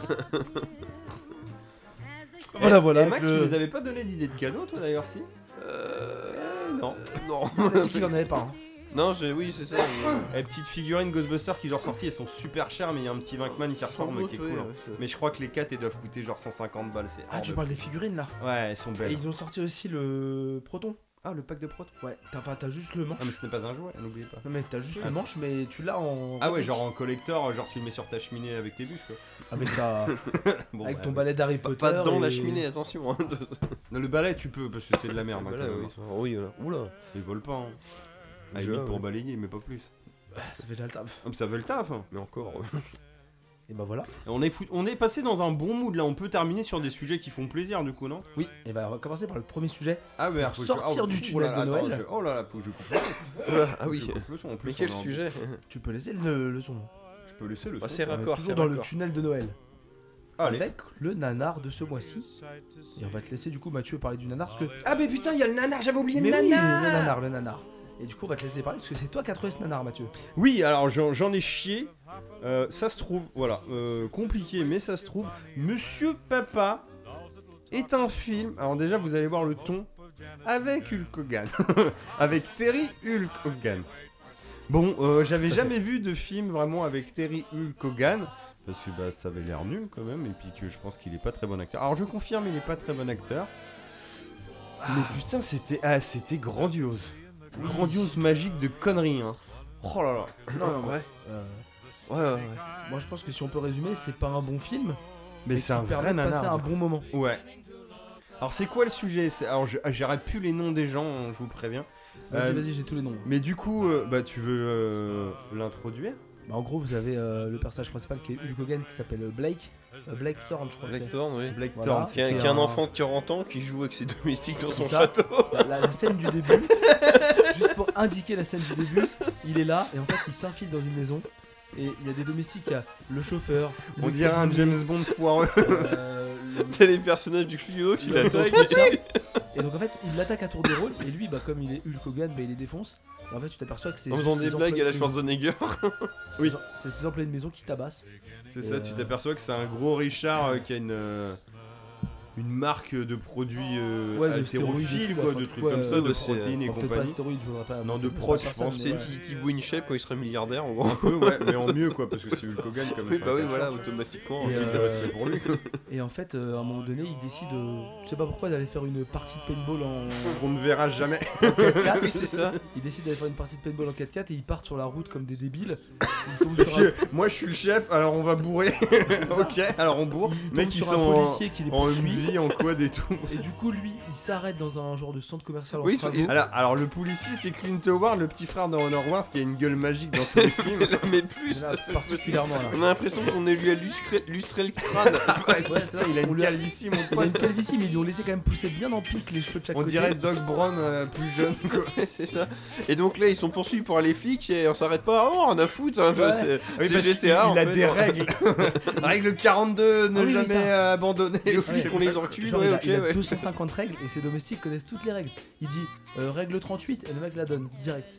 Speaker 5: Voilà,
Speaker 3: Eh,
Speaker 5: voilà,
Speaker 3: eh, Max,
Speaker 5: le-
Speaker 3: tu nous avais pas donné d'idée de cadeau, toi d'ailleurs, si
Speaker 4: Euh,
Speaker 3: Non.
Speaker 4: Non.
Speaker 5: On a dit qu'il en avait pas. hein.
Speaker 4: non, j'ai... oui, c'est ça. mais-
Speaker 3: Eh, petite figurine Ghostbuster qui est ressortie, elles sont super chères, mais il y a un petit Vinkman qui
Speaker 4: Sans
Speaker 3: ressort, mais
Speaker 4: doute,
Speaker 3: qui est
Speaker 4: oui,
Speaker 3: cool. hein.
Speaker 4: ouais, c'est-
Speaker 3: Mais je crois que les 4 elles doivent coûter genre 150 balles, c'est
Speaker 5: Ah,
Speaker 3: hors
Speaker 5: tu
Speaker 3: de-
Speaker 5: parles des figurines là.
Speaker 3: Ouais, elles sont
Speaker 5: Et
Speaker 3: belles.
Speaker 5: ils ont sorti aussi le Proton.
Speaker 3: Ah, le pack de prot
Speaker 5: Ouais, t'as enfin, t'as juste le manche.
Speaker 3: Ah, mais ce n'est pas un jouet, n'oubliez pas.
Speaker 5: Non, mais t'as juste
Speaker 3: Ah.
Speaker 5: le manche, mais tu l'as en.
Speaker 3: Ah ouais, genre en collector, genre tu le mets sur ta cheminée avec tes bûches quoi.
Speaker 5: Avec, ta...
Speaker 3: Bon,
Speaker 5: avec
Speaker 3: bah,
Speaker 5: ton balai d'Harry Potter.
Speaker 4: Pas dans la
Speaker 5: et-
Speaker 4: cheminée, attention. hein.
Speaker 3: Non, Le balai tu peux parce que c'est de la merde. hein,
Speaker 4: Voilà,
Speaker 3: quand
Speaker 4: oui.
Speaker 3: même, hein.
Speaker 4: Oui, voilà. Oula.
Speaker 3: Ils volent pas. Hein. À la
Speaker 4: Déjà,
Speaker 3: limite pour
Speaker 4: ouais.
Speaker 2: Ah,
Speaker 3: balayer, mais pas plus.
Speaker 5: Ça fait déjà le taf.
Speaker 3: Ah, mais ça veut le taf. hein.
Speaker 4: Mais encore. ouais.
Speaker 2: Et bah voilà.
Speaker 3: On est, fou- on est passé dans un bon mood là, on peut terminer sur des sujets qui font plaisir du coup, non
Speaker 2: Oui, et bah on va commencer par le premier sujet.
Speaker 3: Ah merde,
Speaker 2: Pour
Speaker 3: faut que je-
Speaker 2: sortir
Speaker 3: oh,
Speaker 2: du
Speaker 3: oh
Speaker 2: tunnel
Speaker 3: là là,
Speaker 2: de
Speaker 3: attends,
Speaker 2: Noël.
Speaker 3: je- Oh là là, faut que je coupe le son.
Speaker 7: Ah oui.
Speaker 3: Je coupe le son, en plus,
Speaker 4: Mais quel
Speaker 3: on est en-
Speaker 4: sujet
Speaker 2: Tu peux laisser le, le son.
Speaker 3: Je peux laisser le
Speaker 4: Ah,
Speaker 3: son.
Speaker 4: C'est
Speaker 2: On est
Speaker 4: raccord.
Speaker 2: toujours
Speaker 4: c'est
Speaker 2: dans le
Speaker 4: raccord.
Speaker 2: tunnel de Noël.
Speaker 3: Ah, Allez.
Speaker 2: Avec le nanar de ce mois-ci. Et on va te laisser du coup Mathieu parler du nanar parce que.
Speaker 3: Ah mais putain, il y a le nanar, j'avais oublié
Speaker 2: Mais
Speaker 3: le
Speaker 2: oui,
Speaker 3: nanar.
Speaker 2: le nanar, le nanar. Et du coup on va te laisser parler parce que c'est toi qui as trouvé ce nanar Mathieu.
Speaker 3: Oui, alors j'en j'en ai chié. Euh, ça se trouve, voilà, euh, compliqué, mais ça se trouve. Monsieur Papa est un film. Alors déjà, vous allez voir le ton avec Hulk Hogan, (laughs) avec Terry Hulk Hogan. Bon, euh, j'avais jamais vu de film vraiment avec Terry Hulk Hogan. Parce que bah, ça avait l'air nul quand même, et puis que je pense qu'il est pas très bon acteur. Alors je confirme, il est pas très bon acteur. Mais putain, c'était ah, c'était grandiose. Grandiose magique de conneries. Hein. Oh là là.
Speaker 4: Non, ouais.
Speaker 2: Euh,
Speaker 4: Ouais, ouais, ouais.
Speaker 2: moi je pense que si on peut résumer, c'est pas un bon film,
Speaker 3: Mais
Speaker 2: qui
Speaker 3: c'est un
Speaker 2: permet
Speaker 3: vrai
Speaker 2: de passer
Speaker 3: nanar.
Speaker 2: un bon moment.
Speaker 3: Ouais. Alors c'est quoi le sujet C'est- Alors je- ah, j'arrête plus les noms des gens, hein, je vous préviens.
Speaker 2: Vas-y,
Speaker 3: Euh,
Speaker 2: vas-y, j'ai tous les noms.
Speaker 3: Mais du coup, euh, bah tu veux euh, l'introduire
Speaker 2: Bah, en gros, vous avez euh, le personnage principal qui est Hulk Hogan qui s'appelle euh, Blake. Euh, Blake Thorne, je crois. que
Speaker 4: Black
Speaker 2: c'est.
Speaker 4: Thorn, oui.
Speaker 3: Blake
Speaker 2: Voilà.
Speaker 3: Thorne.
Speaker 4: Qui a,
Speaker 2: C'est
Speaker 4: qui a un
Speaker 2: un-
Speaker 4: enfant de 40 ans qui joue avec ses domestiques dans son
Speaker 2: C'est ça.
Speaker 4: château.
Speaker 2: Bah, la, la scène du début, juste pour indiquer la scène du début, il est là et en fait il s'infile dans une maison et il y a des domestiques, il y a le chauffeur,
Speaker 3: On
Speaker 2: le
Speaker 3: dirait un
Speaker 2: cuisinier,
Speaker 3: James Bond
Speaker 4: (laughs)
Speaker 3: foireux.
Speaker 2: euh, le-
Speaker 4: T'as les personnages du Cluedo
Speaker 2: (laughs)
Speaker 4: qui l'attaquent.
Speaker 2: Et donc en fait il l'attaque à tour de rôle et lui bah comme il est Hulk Hogan bah, il les défonce. Et en fait tu t'aperçois que c'est
Speaker 4: En faisant
Speaker 2: ses
Speaker 4: des blagues
Speaker 2: employés
Speaker 4: à la
Speaker 2: de
Speaker 4: Schwarzenegger.
Speaker 2: maison-
Speaker 3: Oui.
Speaker 2: C'est ses employés de maison qui tabassent.
Speaker 3: C'est
Speaker 2: Et
Speaker 3: ça,
Speaker 2: euh,
Speaker 3: tu t'aperçois que c'est un gros Richard euh, qui a une euh, une marque de produits euh,
Speaker 2: Ouais, de
Speaker 3: haltérophiles,
Speaker 2: stéroïdes,
Speaker 3: quoi,
Speaker 2: enfin,
Speaker 3: de
Speaker 2: tout
Speaker 3: trucs
Speaker 2: quoi,
Speaker 3: comme
Speaker 2: euh,
Speaker 3: ça, de
Speaker 4: ouais, c'est, euh,
Speaker 3: protéines et
Speaker 2: Alors, Peut-être pas
Speaker 3: compagnie.
Speaker 2: astéroïde, je voudrais pas.
Speaker 3: Non, de
Speaker 2: peut-être pas
Speaker 3: proche,
Speaker 2: faire
Speaker 3: je
Speaker 2: ça,
Speaker 3: pense,
Speaker 2: mais
Speaker 4: C'est
Speaker 2: ouais.
Speaker 4: Tiki Winshep quand il serait milliardaire en gros.
Speaker 3: Un peu, (laughs) ouais, mais en mieux, quoi, parce que c'est Hulk Hogan comme
Speaker 4: Oui,
Speaker 3: ça.
Speaker 4: bah oui, voilà, automatiquement.
Speaker 2: Et,
Speaker 4: j'ai
Speaker 2: euh,
Speaker 4: le respect pour lui.
Speaker 2: (laughs) Et en fait, euh, à un moment donné, il décide, euh, je sais pas pourquoi, d'aller faire une partie de paintball en
Speaker 3: On ne verra jamais. (laughs)
Speaker 2: 4x4.
Speaker 3: Ah
Speaker 4: Oui, c'est ça.
Speaker 2: Il décide d'aller faire une partie de paintball en 4x4 et ils partent sur la route comme des débiles. Ils tombent sur un,
Speaker 3: Monsieur, moi je suis le chef, alors on va bourrer. (laughs) ok, alors on bourre.
Speaker 2: ils tombent
Speaker 3: Mec, ils
Speaker 2: sur
Speaker 3: sont
Speaker 2: un
Speaker 3: en,
Speaker 2: policier qui les
Speaker 3: en
Speaker 2: poursuit.
Speaker 3: MV, en quad et tout.
Speaker 2: Et du coup, lui, il s'arrête dans un genre de centre commercial. en
Speaker 4: Oui,
Speaker 2: travaux.
Speaker 4: ils-
Speaker 3: Alors, alors le policier c'est Clint Howard, le petit frère de Honor Wars qui a une gueule magique dans tous les (laughs) films.
Speaker 4: Mais plus,
Speaker 2: Là,
Speaker 4: ça,
Speaker 2: (laughs)
Speaker 4: c'est
Speaker 2: particulièrement là.
Speaker 4: On a l'impression qu'on est lui a lustré, lustré
Speaker 2: (laughs)
Speaker 4: le crâne.
Speaker 2: Ouais, c'est ça,
Speaker 3: il a
Speaker 2: on
Speaker 3: une
Speaker 2: lui a-
Speaker 3: calvitie mon
Speaker 2: Il a
Speaker 3: pote.
Speaker 2: une calvitie, mais ils lui ont laissé quand même pousser bien en pique les cheveux de chaque
Speaker 3: On
Speaker 2: côté. Ah
Speaker 3: dirait Doc Brown euh, plus jeune. quoi.
Speaker 4: c'est ça. Et donc là, ils sont poursuivis par les flics et on s'arrête pas. Oh, on a foutu. Hein,
Speaker 2: Ouais.
Speaker 4: C'est
Speaker 3: Oui,
Speaker 4: c'est
Speaker 3: parce qu'il-
Speaker 4: GTA.
Speaker 3: il,
Speaker 4: en
Speaker 3: a hein.
Speaker 4: fait.
Speaker 3: des (laughs) règles. Règle 42, ne
Speaker 2: Ah oui, oui,
Speaker 3: jamais
Speaker 2: ça.
Speaker 3: euh, abandonner.
Speaker 4: Les
Speaker 2: Ouais.
Speaker 4: flics, on les encule.
Speaker 2: Genre, il
Speaker 4: Ouais,
Speaker 2: a,
Speaker 4: ok,
Speaker 2: il a
Speaker 4: ouais.
Speaker 2: 250 règles et ses domestiques connaissent toutes les règles. Il dit euh, règle 38 et le mec la donne direct.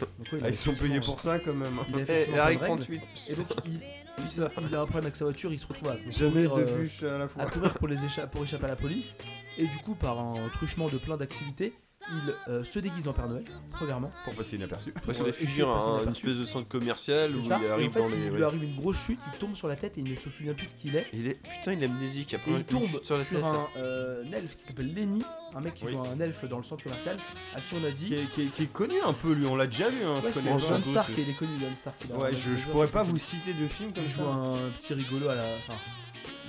Speaker 2: Donc, ouais, il a
Speaker 3: Ah, ils sont payés
Speaker 2: effectivement-
Speaker 3: pour ça quand même. hein.
Speaker 2: Il a
Speaker 4: Eh,
Speaker 2: effectivement
Speaker 4: Harry
Speaker 2: plein de règles.
Speaker 4: 38.
Speaker 2: Et donc il,
Speaker 4: Oui, ça.
Speaker 2: il a un problème avec sa voiture, il se retrouve à
Speaker 3: Jamais
Speaker 2: courir,
Speaker 3: deux
Speaker 2: euh,
Speaker 3: bûches à la
Speaker 2: à
Speaker 3: fois.
Speaker 2: courir pour, les écha- pour échapper à la police. Et du coup, par un truchement de plein d'activités, il euh, se déguise en Père Noël, premièrement.
Speaker 3: Pour passer inaperçu.
Speaker 4: Après, se
Speaker 2: Ouais,
Speaker 4: réfugie
Speaker 2: essayer de
Speaker 4: à
Speaker 2: passer
Speaker 4: un- hein, une
Speaker 2: inaperçu.
Speaker 4: espèce de centre commercial
Speaker 2: C'est
Speaker 4: où il
Speaker 2: ça. Et en
Speaker 4: arrive
Speaker 2: fait,
Speaker 4: dans
Speaker 2: il
Speaker 4: les.
Speaker 2: lui
Speaker 4: ouais.
Speaker 2: arrive une grosse chute, il tombe sur la tête et il ne se souvient plus de qui il est.
Speaker 4: Il est putain, il est amnésique après.
Speaker 2: Et
Speaker 4: une
Speaker 2: il tombe
Speaker 4: chute
Speaker 2: sur,
Speaker 4: la tête.
Speaker 2: un, euh, un elfe qui s'appelle Lenny, un mec qui
Speaker 3: Oui.
Speaker 2: joue un elfe dans le centre commercial, à qui on a dit.
Speaker 3: Qui est, qui est- qui est connu un peu lui, on l'a déjà vu. Hein, je
Speaker 2: Ouais, c'est
Speaker 3: connais pas.
Speaker 2: John Stark, il est connu, John Stark. il a-
Speaker 3: Ouais,
Speaker 2: il a-
Speaker 3: je, je
Speaker 2: il a-
Speaker 3: pourrais
Speaker 2: il a
Speaker 3: pas
Speaker 2: fait-
Speaker 3: vous citer de films comme
Speaker 2: Il
Speaker 3: ça.
Speaker 2: joue un petit rigolo à la. Enfin,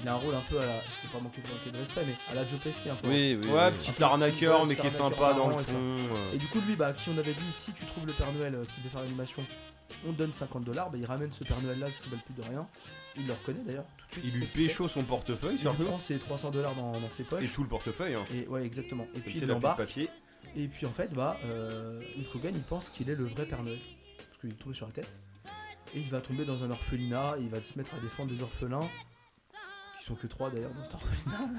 Speaker 2: il a un rôle un peu à la. Je sais pas manquer de, manquer de respect, mais à la Joe Pesci Euh, un peu.
Speaker 4: Oui, oui.
Speaker 3: Ouais,
Speaker 4: oui.
Speaker 3: petit
Speaker 2: petit
Speaker 3: arnaqueur,
Speaker 2: petit
Speaker 3: mais qui est
Speaker 2: arnaqueur
Speaker 3: sympa dans
Speaker 2: marrant
Speaker 3: le
Speaker 2: et tout
Speaker 3: fond.
Speaker 2: ça.
Speaker 3: euh.
Speaker 2: Et du coup, lui, bah, à qui on avait dit si tu trouves le Père Noël euh, qui veut faire l'animation, on te donne 50 dollars, bah, il ramène ce Père Noël là qui se rappelle plus de rien. Il le reconnaît d'ailleurs tout de suite.
Speaker 3: Il
Speaker 2: sait
Speaker 3: lui
Speaker 2: qui c'est.
Speaker 3: pécho son portefeuille,
Speaker 2: Il lui
Speaker 3: surtout.
Speaker 2: prend ses 300 dollars dans, dans ses
Speaker 3: Et
Speaker 2: poches.
Speaker 3: tout le portefeuille, hein.
Speaker 2: Et, ouais, exactement. Et puis
Speaker 3: C'est
Speaker 2: il
Speaker 3: la pile
Speaker 2: l'embarque.
Speaker 3: papier.
Speaker 2: Et puis en fait, bah, euh, Hulk Hogan, il pense qu'il est le vrai Père Noël. Parce qu'il est tombé sur la tête. Et il va tomber dans un orphelinat, il va se mettre à défendre des orphelins. Qui sont que trois d'ailleurs dans cet orphelinat.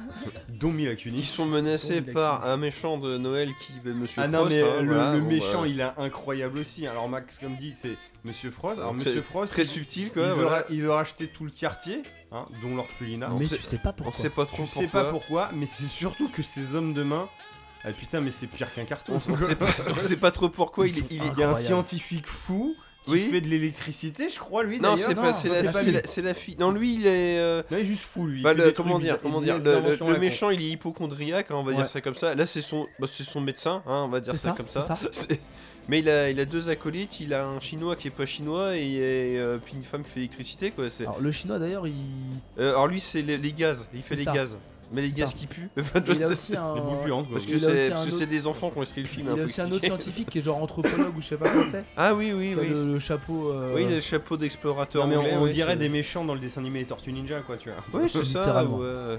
Speaker 3: Dont
Speaker 4: Ils
Speaker 3: Milacuni.
Speaker 4: sont menacés
Speaker 2: Oh, il a
Speaker 4: par un méchant de Noël qui est Monsieur
Speaker 3: Ah non,
Speaker 4: Frost,
Speaker 3: mais
Speaker 4: hein,
Speaker 3: le,
Speaker 4: voilà,
Speaker 3: le
Speaker 4: bon,
Speaker 3: méchant,
Speaker 4: bah,
Speaker 3: il est incroyable aussi. Alors, Max, comme dit, c'est Monsieur Frost. Alors,
Speaker 4: C'est
Speaker 3: Monsieur Frost,
Speaker 4: Très
Speaker 3: il-
Speaker 4: subtil,
Speaker 3: il,
Speaker 4: quoi.
Speaker 3: veut
Speaker 4: voilà.
Speaker 3: ra- il veut racheter tout le quartier, hein, dont l'orphelinat.
Speaker 4: Ah, on
Speaker 2: mais
Speaker 4: sait-
Speaker 2: tu sais pas
Speaker 4: On
Speaker 2: pourquoi.
Speaker 4: sait pas trop
Speaker 3: Tu sais pas pourquoi, mais c'est surtout que ces hommes de main. Ah putain, mais c'est pire qu'un carton.
Speaker 4: On
Speaker 3: (laughs)
Speaker 4: sait pas, (laughs) on sait pas trop pourquoi
Speaker 2: Ils
Speaker 4: il est.
Speaker 2: sont
Speaker 4: il est-
Speaker 3: Il y a un
Speaker 2: Incroyable.
Speaker 3: scientifique fou qui
Speaker 4: Oui.
Speaker 3: fait de l'électricité, je crois, lui.
Speaker 4: Non,
Speaker 3: d'ailleurs.
Speaker 4: c'est pas, c'est la,
Speaker 2: c'est pas
Speaker 4: c'est
Speaker 2: lui.
Speaker 4: la- c'est la fille. Non, lui, il est. euh,
Speaker 3: Non, il est juste fou, lui. Il
Speaker 4: bah,
Speaker 3: fait
Speaker 4: le-
Speaker 3: des
Speaker 4: comment
Speaker 3: trucs
Speaker 4: dire,
Speaker 3: bizarres,
Speaker 4: comment
Speaker 3: des
Speaker 4: dire, le, le-
Speaker 3: interventions à
Speaker 4: le
Speaker 3: la con.
Speaker 4: méchant, il est hypochondriaque, hein, on va
Speaker 3: Ouais.
Speaker 4: dire ça comme ça. Là, c'est son, bah, c'est son médecin, hein, on va dire
Speaker 2: C'est
Speaker 4: ça,
Speaker 2: ça,
Speaker 4: comme ça.
Speaker 2: c'est ça.
Speaker 4: (laughs) C'est- Mais il a, il a deux acolytes, il a un chinois qui est pas chinois et euh,
Speaker 2: Ah.
Speaker 4: puis une femme qui fait l'électricité, quoi. c'est-
Speaker 2: Alors le chinois d'ailleurs, il.
Speaker 4: Euh, alors lui, c'est les, les gaz, il fait
Speaker 2: C'est
Speaker 4: les
Speaker 2: ça.
Speaker 4: gaz. Mais les
Speaker 2: C'est
Speaker 4: gaz
Speaker 2: ça.
Speaker 4: qui puent. (laughs)
Speaker 2: Et Il a aussi un,
Speaker 3: Les boules puantes, hein, quoi.
Speaker 4: Parce que
Speaker 2: Il a aussi
Speaker 4: c'est
Speaker 2: un
Speaker 4: parce que
Speaker 2: autre-
Speaker 4: c'est des enfants qui ont écrit le film.
Speaker 2: il
Speaker 4: hein,
Speaker 2: a
Speaker 4: faut
Speaker 2: aussi un autre
Speaker 4: expliquer.
Speaker 2: scientifique qui est genre anthropologue ou je sais pas quoi, tu sais.
Speaker 4: Ah oui, oui,
Speaker 2: Qui a
Speaker 4: oui.
Speaker 2: Le, le chapeau. euh,
Speaker 4: Oui, le chapeau d'explorateur
Speaker 3: Non, mais
Speaker 4: anglais.
Speaker 3: on, on
Speaker 4: ouais.
Speaker 3: dirait des méchants dans le dessin animé Les Tortues Ninja, quoi, tu vois.
Speaker 4: Oui, c'est ça.
Speaker 2: Littéralement.
Speaker 4: ouais.